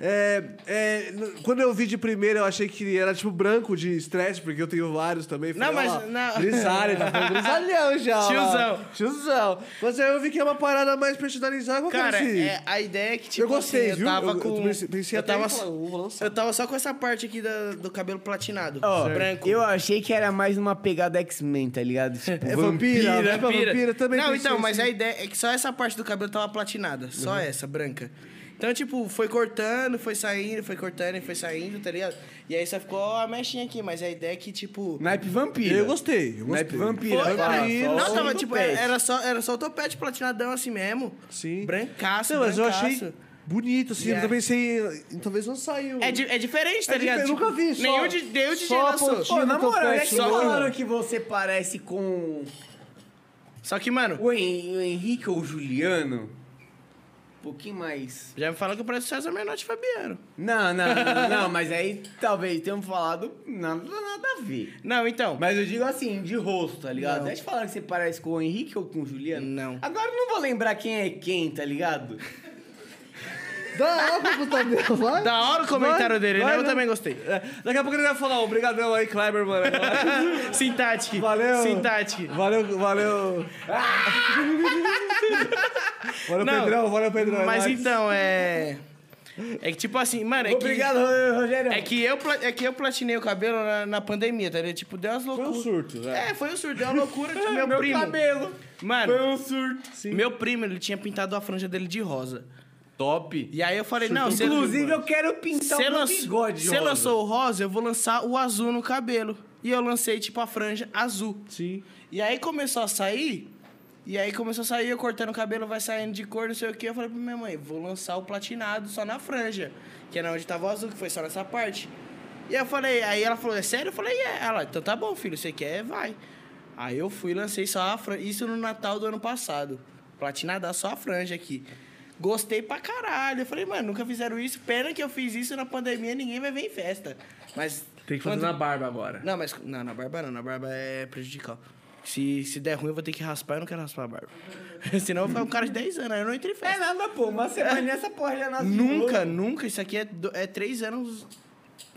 D: É, é, n- quando eu vi de primeira, eu achei que era tipo branco de estresse, porque eu tenho vários também.
C: Não,
D: Falei,
C: mas-
D: "Ó lá,
C: não."
D: Grisalho, tá falando grisalhão já. ó lá. Tiozão. Mas aí eu vi que é uma parada mais personalizada. Qual que
C: Cara,
D: esse?
C: é, a ideia é que, tipo,
D: eu gostei,
C: assim,
D: viu?
C: eu tava
D: eu,
C: com...
D: eu pensei- pensei
C: eu
D: até
C: tava,
D: em falar, eu vou lançar.
C: eu tava só com essa parte aqui da- do cabelo platinado,
B: Ó,
C: branco.
B: eu achei que era mais uma pegada X-Men, tá ligado? Tipo,
D: É vampira, vampira, vampira. também
C: Não,
D: pensei
C: então, mas a
D: assim. Uhum.
C: ideia é que só essa parte do cabelo tava platinada. Só essa, branca. Então, tipo, foi cortando, foi saindo, foi cortando e foi saindo, tá ligado? E aí só ficou a mexinha aqui, mas a ideia é que, tipo.
B: Naipe vampira.
D: Eu gostei, eu
B: Naipe
D: gostei.
B: vampira.
C: Foi,
B: vai lá,
D: vampira.
B: só
C: Não,
B: o
C: tava, tipo,
B: topete.
C: era só, era só o topete platinadão assim mesmo.
D: Sim.
C: Brancaço,
D: Não, mas eu
C: brancaço.
D: achei bonito, assim.
C: Yeah.
D: Eu pensei... em- Talvez não saiu.
C: É, di é diferente, tá
D: É
C: ligado?
D: diferente, eu nunca vi, só-
C: Nenhum de nenhum DJ
D: só um a
C: lançou.
D: pontinha.
B: Pô, na moral, é que
C: Só-
B: falaram que você parece com
C: Só que, mano,
B: o, Hen- o Henrique ou o Juliano. Um pouquinho mais.
C: já me falaram que eu pareço César Menotti e Fabiano.
B: Não, não, não, não, não, mas aí talvez tenham falado nada, nada a ver.
C: Não, então.
B: Mas eu digo assim, de rosto, tá ligado?
C: Não.
B: Deixa eu falar que você parece com o Henrique ou com o Juliano.
C: Não.
B: Agora eu não vou lembrar quem é quem, tá ligado?
D: Dá hora pro tá Tadeu, vai.
C: Da hora o comentário
D: Vai,
C: dele,
D: vai,
C: né? Eu
D: né?
C: também gostei.
D: É, daqui a pouco ele vai falar, obrigadão aí, Kleber, mano.
C: Sintatic.
D: Valeu.
C: Sintatic.
D: Valeu, valeu. valeu,
C: Não,
D: Pedrão, valeu, Pedrão. é
C: Mas
D: nóis.
C: então, é. É que tipo assim, mano, é
B: Obrigado, Rogério.
C: que. É que, eu, pla- é que eu platinei o cabelo na, na pandemia, tá ligado? Tipo, deu umas
D: Foi um
C: loucuras.
D: surto, né?
C: É, foi um surto, deu uma loucura. Tipo, meu,
B: Meu
C: primo.
D: É
B: cabelo.
C: Mano,
B: Foi um surto.
C: meu primo, ele tinha pintado a franja dele de rosa.
B: Top.
C: E aí eu falei, não, você.
B: Inclusive, eu quero pintar
C: Você
B: o meu
C: lanç-
B: bigode.
C: você lançou o rosa, eu vou lançar o azul no cabelo. E eu lancei, tipo, a franja azul.
D: Sim.
C: E aí começou a sair. E aí começou a sair, eu cortando o cabelo, vai saindo de cor, não sei o que. Eu falei pra minha mãe, vou lançar o platinado só na franja. Que era onde tava o azul, que foi só nessa parte. E eu falei, aí ela falou, é sério? Eu falei, é. Ela, então tá bom, filho, você quer, vai. Aí eu fui e lancei só a franja. Isso no Natal do ano passado. Platinada só a franja aqui. Gostei pra caralho. Eu falei, mano, nunca fizeram isso. Pena que eu fiz isso na pandemia, ninguém vai ver em festa. Mas.
I: Tem que fazer na
C: quando-
I: barba agora.
C: não, mas não, na barba não, na barba é prejudicial. Se, se der ruim, eu vou ter que raspar, eu não quero raspar a barba. Senão eu vou ficar um cara de 10 anos, aí eu não entrei em
B: É
C: festa.
B: nada, pô. Uma semana nessa porra já nasceu.
C: nunca, nunca, isso aqui é, do- é 3 anos.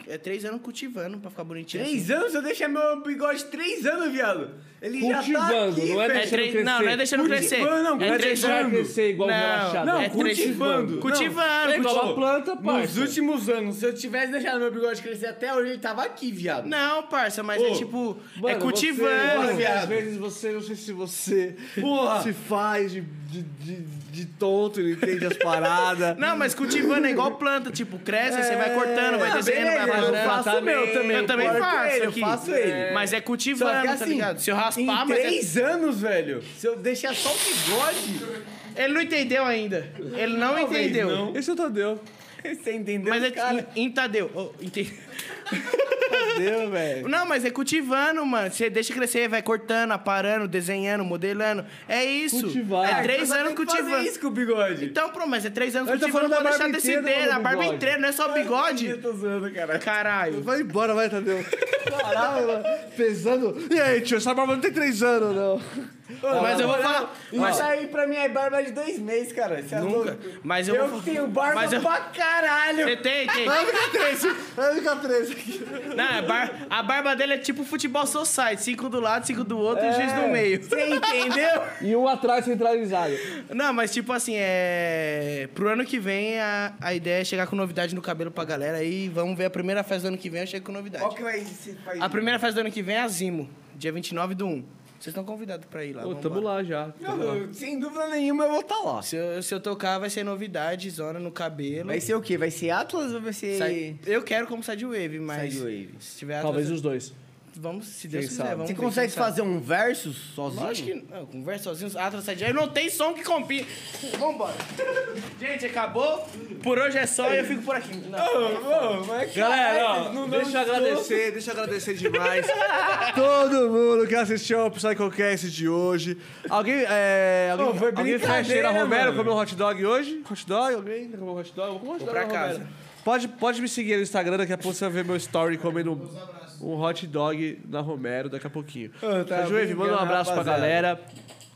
C: É 3 anos cultivando pra ficar bonitinho. assim.
B: Três anos? Eu deixei meu bigode três anos, viado. Ele já tá
D: Cultivando,
B: aqui,
D: não é
B: velho.
D: deixando
C: É três-
D: crescer.
C: não, não é deixando crescer.
B: Cultivando, não,
C: é
B: não é
C: três
B: deixar
C: anos.
D: crescer igual um
C: não,
D: relaxado.
C: Não,
B: Não,
C: é três-
B: cultivando.
C: Cultivando,
B: É igual
C: cultivando.
B: uma
D: planta,
B: Nos
D: parça.
B: últimos anos, se eu tivesse deixado meu bigode crescer até hoje, ele tava aqui, viado.
C: Não, parça, mas é
B: Ô,
C: tipo. é
D: Mano, você-
C: cultivando.
D: mano,
B: viado.
D: às vezes você, não sei se você
B: Porra.
D: se faz de, de, de, de tonto, não entende as paradas.
C: Não, mas cultivando é igual planta, tipo, cresce, aí você vai cortando, vai
B: Ah,
C: desenhando, vai
B: beleza,
C: parando.
B: eu faço o meu também,
C: Eu também
B: eu corto
C: faço
B: ele, eu
C: aqui.
B: faço ele.
C: Mas é
B: Só
C: cultivando,
B: que
C: tá
B: assim,
C: ligado? Se eu raspar,
B: em
C: mas é-
B: três anos, velho, se eu deixar só o bigode,
C: Ele não entendeu ainda. Ele não
B: Talvez
C: entendeu.
B: não.
D: Esse é o Tadeu.
B: você entendeu,
C: Mas é
B: cara?
C: em, em Tadeu. Oh, ente-
A: Deu, velho.
C: Não, mas é cultivando, mano. Você deixa crescer, vai cortando, aparando, desenhando, modelando. É isso.
B: Ah,
C: É
B: então
C: três anos cultivando.
B: isso com o bigode.
C: Então, pronto, mas é três anos
K: Ele tá
C: cultivando
K: falando da
C: pra deixar
K: barba
C: desse
K: inteira,
C: dedo.
K: não
C: A
K: do
C: barba
K: bigode.
C: inteira, não é só bigode.
B: tô zoando, cara.
C: Caralho.
D: Vai embora, vai, Tadeu. Caralho, mano. Pesando. E aí, tio, essa barba não tem três anos, não.
C: Mas eu vou falar.
B: Mas aí pra mim é barba de dois meses, cara. Você é
C: Nunca.
B: louco?
C: Mas eu,
B: Eu
C: vou
B: tenho barba
C: Mas eu-
B: pra caralho.
C: Você tem, tem.
K: Ah,
D: Vai ficar três, vai ficar três aqui.
C: Não, a, bar- a barba dele é tipo futebol society. Cinco do lado, cinco do outro e um
K: É.
C: X no meio.
B: É. Você entendeu?
A: E um atrás centralizado.
C: Não, mas tipo assim, é. Pro ano que vem a, a ideia é chegar com novidade no cabelo pra galera aí. Vamos ver a primeira festa do ano que vem, eu chego com novidade.
B: Qual que vai ser? Vai...
C: A primeira festa do ano que vem é a Zimo, dia 29 do 1. Vocês estão convidados pra ir lá.
K: Pô,
C: vambora.
K: tamo lá já.
B: Não, eu- sem dúvida nenhuma eu vou estar lá.
C: Se eu, se eu tocar, vai ser novidade, zona no cabelo.
B: Vai ser o quê? Vai ser Atlas ou vai ser...
C: Sai- Eu quero como Sidewave, mas.
B: Sidewave.
C: Se tiver
A: Talvez
C: atrás-
A: os dois.
C: Vamos, se Deus
A: Quem
C: quiser,
A: sabe?
C: vamos.
B: Você
C: ver,
B: consegue
C: quem sabe.
B: fazer um versus sozinho?
C: Lógico que não. Conversa sozinho, Atlas Sidewave. Não tem som que compita. Vambora. Gente, acabou. Por hoje é só e eu fico por aqui. Não.
A: Galera, ó, deixa
D: um
A: eu agradecer.
D: agradecer, deixa eu agradecer demais todo mundo que assistiu ao Psychocast de hoje. Alguém, é, alguém,
A: foi
D: alguém foi a
A: brincadeira,
D: Sheila Romero,
A: mano.
D: comeu hot dog hoje? Hot dog? Alguém comeu hot dog? Eu Vou comer hot dog
C: pra
D: na
C: casa.
D: Romero. Pode, pode me seguir no Instagram, daqui a pouco você vai ver meu story comendo um- um hot dog na Romero daqui a pouquinho.
A: Eu tava
D: Tá, Juve, manda um
A: brincando,
D: abraço pra
A: rapaziada.
D: galera.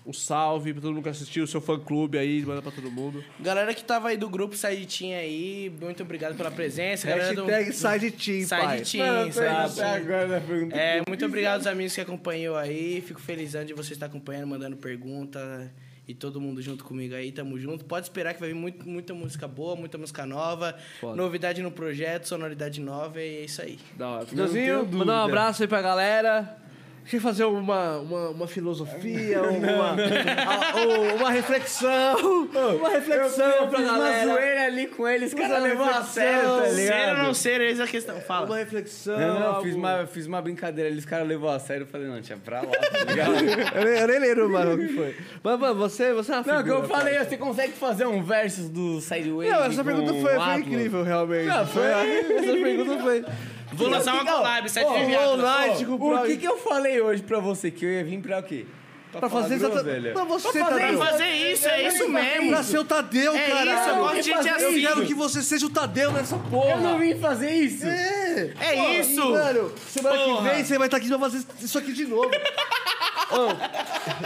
D: Um salve pra todo mundo que assistiu, seu fã clube aí, manda pra todo mundo.
C: Galera que tava aí do grupo Sidetinha aí, muito obrigado pela presença. Galera do
D: Side Team,
C: Side Team,
A: Sabe, agora
B: né,
A: na pergunta.
C: É, muito obrigado aos amigos que acompanhou aí. Fico felizão de você estar acompanhando, mandando pergunta e todo mundo junto comigo aí. Tamo junto. Pode esperar que vai vir muito- muita música boa, muita música nova, novidade no projeto, sonoridade nova e é isso aí.
D: Da hora.
A: tenho
D: Tudozinho,
A: dúvida.
D: mandar um abraço aí pra galera. Deixa eu fazer uma, uma, uma filosofia, uma, a- ou uma reflexão. Uma reflexão pra galera.
B: Uma zoeira ali com eles, os caras levou a
D: reflexão.
B: sério, tá ligado?
C: Ser ou não ser, eis a questão.
D: Uma
C: Fala.
D: reflexão.
B: Não, não, eu
D: algo-
B: fiz uma, fiz uma brincadeira ali, os caras levou a sério, eu falei, não, tinha pra lá, tá ligado?
D: Eu, nem- eu nem lembro, mano, o que foi. Mas, mano, você, você é uma
B: não,
D: figura,
B: que eu
D: cara.
B: falei, você consegue fazer um versus do Sideways
D: Não, essa
B: com
D: pergunta foi,
B: o
D: foi
B: Atlas?
D: incrível, realmente. foi, essa pergunta foi... tipo,
C: Vou lançar uma collab, Sete
B: Ô,
C: Vive
B: ô,
C: Atlas.
D: Light com o
B: O
D: Prog.
B: que que eu falei hoje pra você? Que eu ia vir pra o quê?
D: Pra fazer
B: grosso,
D: exatamente...
B: velho.
D: Pra você,
C: Vem
D: Tadeu.
C: fazer isso, é isso mesmo.
D: Pra ser o Tadeu,
C: É
D: cara.
C: isso, eu gosto de gente
D: Eu
C: assim.
D: quero que você seja o Tadeu nessa porra.
B: Eu não vim fazer isso!
D: É,
C: É
D: Pô,
C: isso!
D: e, Mano, semana que
C: Porra!
D: vem você vai estar aqui pra fazer isso aqui de novo. Ô,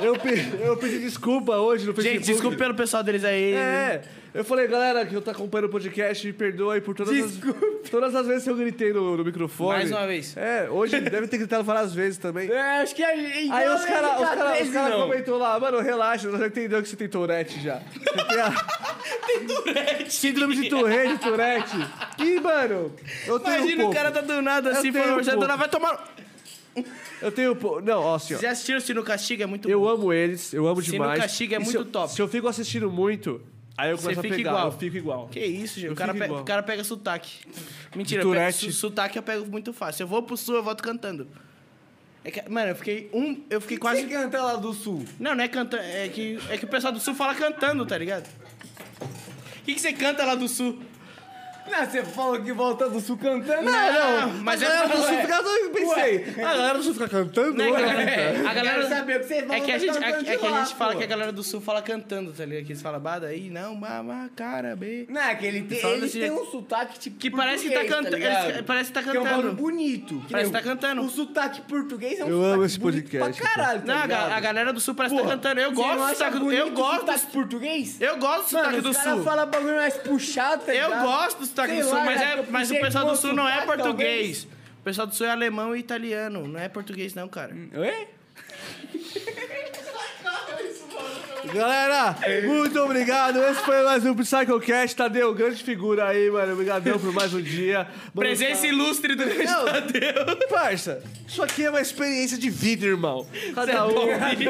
D: eu, pe- eu pedi desculpa hoje no Facebook.
C: Gente, desculpa pelo pessoal deles aí.
D: É, eu falei, galera, que eu tô acompanhando o podcast, me perdoa aí por todas as... Todas as vezes que eu gritei no, no microfone.
C: Mais uma vez.
D: É, hoje deve ter gritado várias vezes também.
B: É, acho que aí,
D: Aí os caras os cara, os cara
B: não.
D: comentou lá, mano, relaxa, nós já entendeu que você tem Tourette já. Você tem a... Síndrome de Tourette, Tourette. E, mano, eu tenho um
C: Imagina o
D: pouco.
C: cara tá do nada
D: Eu
C: assim,
D: tenho
C: falando,
D: um
C: já
D: pouco.
C: dona vai tomar.
D: Eu tenho. po- Não, ó, assim, ó.
C: Vocês já assistiram Se no Castigo? É muito
D: Eu
C: bom.
D: amo eles, eu amo
C: Se
D: demais.
C: no castigo é
D: E se
C: muito
D: eu-
C: top.
D: Se eu fico assistindo muito, aí eu
C: Você
D: começo a
C: fica
D: pegar.
C: igual.
D: Eu fico igual.
C: Que isso, gente.
D: Eu
C: O cara,
D: fico
C: pega,
D: igual.
C: o cara pega sotaque. Mentira,
D: De
C: eu pego
D: Tourette.
C: su- sotaque eu pego muito fácil. Eu vou pro sul, eu volto cantando. É que- mano, eu fiquei um. Eu fiquei quase.
B: Você canta lá do sul.
C: Não, não é cantando. É que, é que o pessoal do sul fala cantando, tá ligado? O que, que você canta lá do sul?
B: Não, você falou que volta do sul cantando. é
C: Não, mas
D: Mas a
C: eu
D: galera do
C: não
D: sul fica. Eu pensei, a galera do sul fica cantando?
C: é que
D: ué?
C: a galera.
B: Quero saber o que vocês vão
C: é que a gente,
B: cantar
C: é, que- é que a
B: lá,
C: gente fala
B: pô.
C: que a galera do sul fala cantando, tá ligado? Que eles falam bada aí, não, mama, cara, B.
B: Não, é que ele tem,
C: Fala
B: ele
C: desse
B: tem
C: jeito.
B: um sotaque tipo
C: Que parece que tá
B: português,
C: cantando.
B: ligado?
C: parece que tá
B: Que é um bagulho
C: cantando.
B: bonito. Que
C: Parece
B: nem
C: que tá cantando.
B: O sotaque português é um
D: Eu
B: sotaque
D: amo esse
B: bonito
D: podcast,
B: Pra caralho,
C: Não,
B: tá
C: a, ga- a
B: ligado?
C: galera do sul parece que tá cantando. Eu
B: Você não
C: gosto do
B: acha
C: sotaque do
B: bonito
C: Eu gosto.
B: o sotaque português?
C: Eu gosto do sotaque do
B: os caras
C: sul.
B: falam bagulho mais puxado, tá
C: Eu
B: ligado?
C: gosto do sotaque
B: Sei
C: do sul,
B: lá,
C: mas,
B: cara,
C: é,
B: eu
C: mas o
B: puxei
C: pessoal
B: com
C: do sul não é
B: sotaque,
C: português. O pessoal do sul é alemão e italiano, não é português não, cara.
D: Hum.
B: Oi?
D: Galera, muito obrigado. Esse foi mais um Psychocast. Tadeu, grande figura aí, mano. Obrigadão por mais um dia. Mano,
C: Presença ilustre do Tadeu.
D: Parça, isso aqui é uma experiência de vida, irmão. Cada um.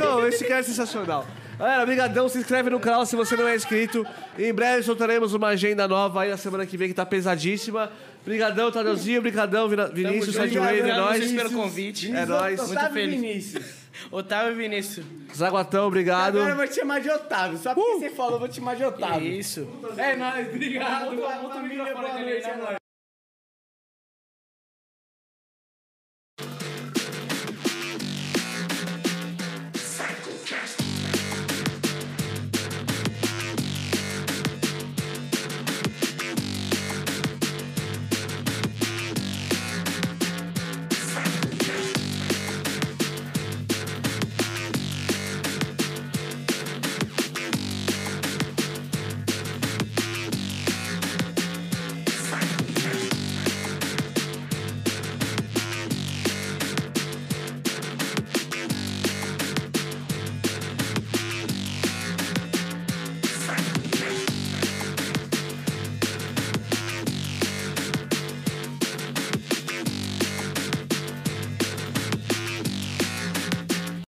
D: Não, esse cara é sensacional. Galera, brigadão, se inscreve no canal se você não é inscrito. Em breve soltaremos uma agenda nova aí na semana que vem, que tá pesadíssima. Brigadão, Tadeuzinho, brigadão, Vina- Vinícius, Sideway, é
C: Obrigado a vocês
D: nóis.
C: pelo convite.
D: É nóis.
B: Otávio
C: feliz.
B: Vinícius.
C: Otávio e Vinícius.
D: Zaguatão, obrigado.
B: Agora eu vou te chamar de Otávio.
D: Uh!
B: Só porque você falou, eu vou te chamar de
C: É
B: Otávio.
C: isso.
B: É nóis, obrigado. Boa família, boa noite, é nóis.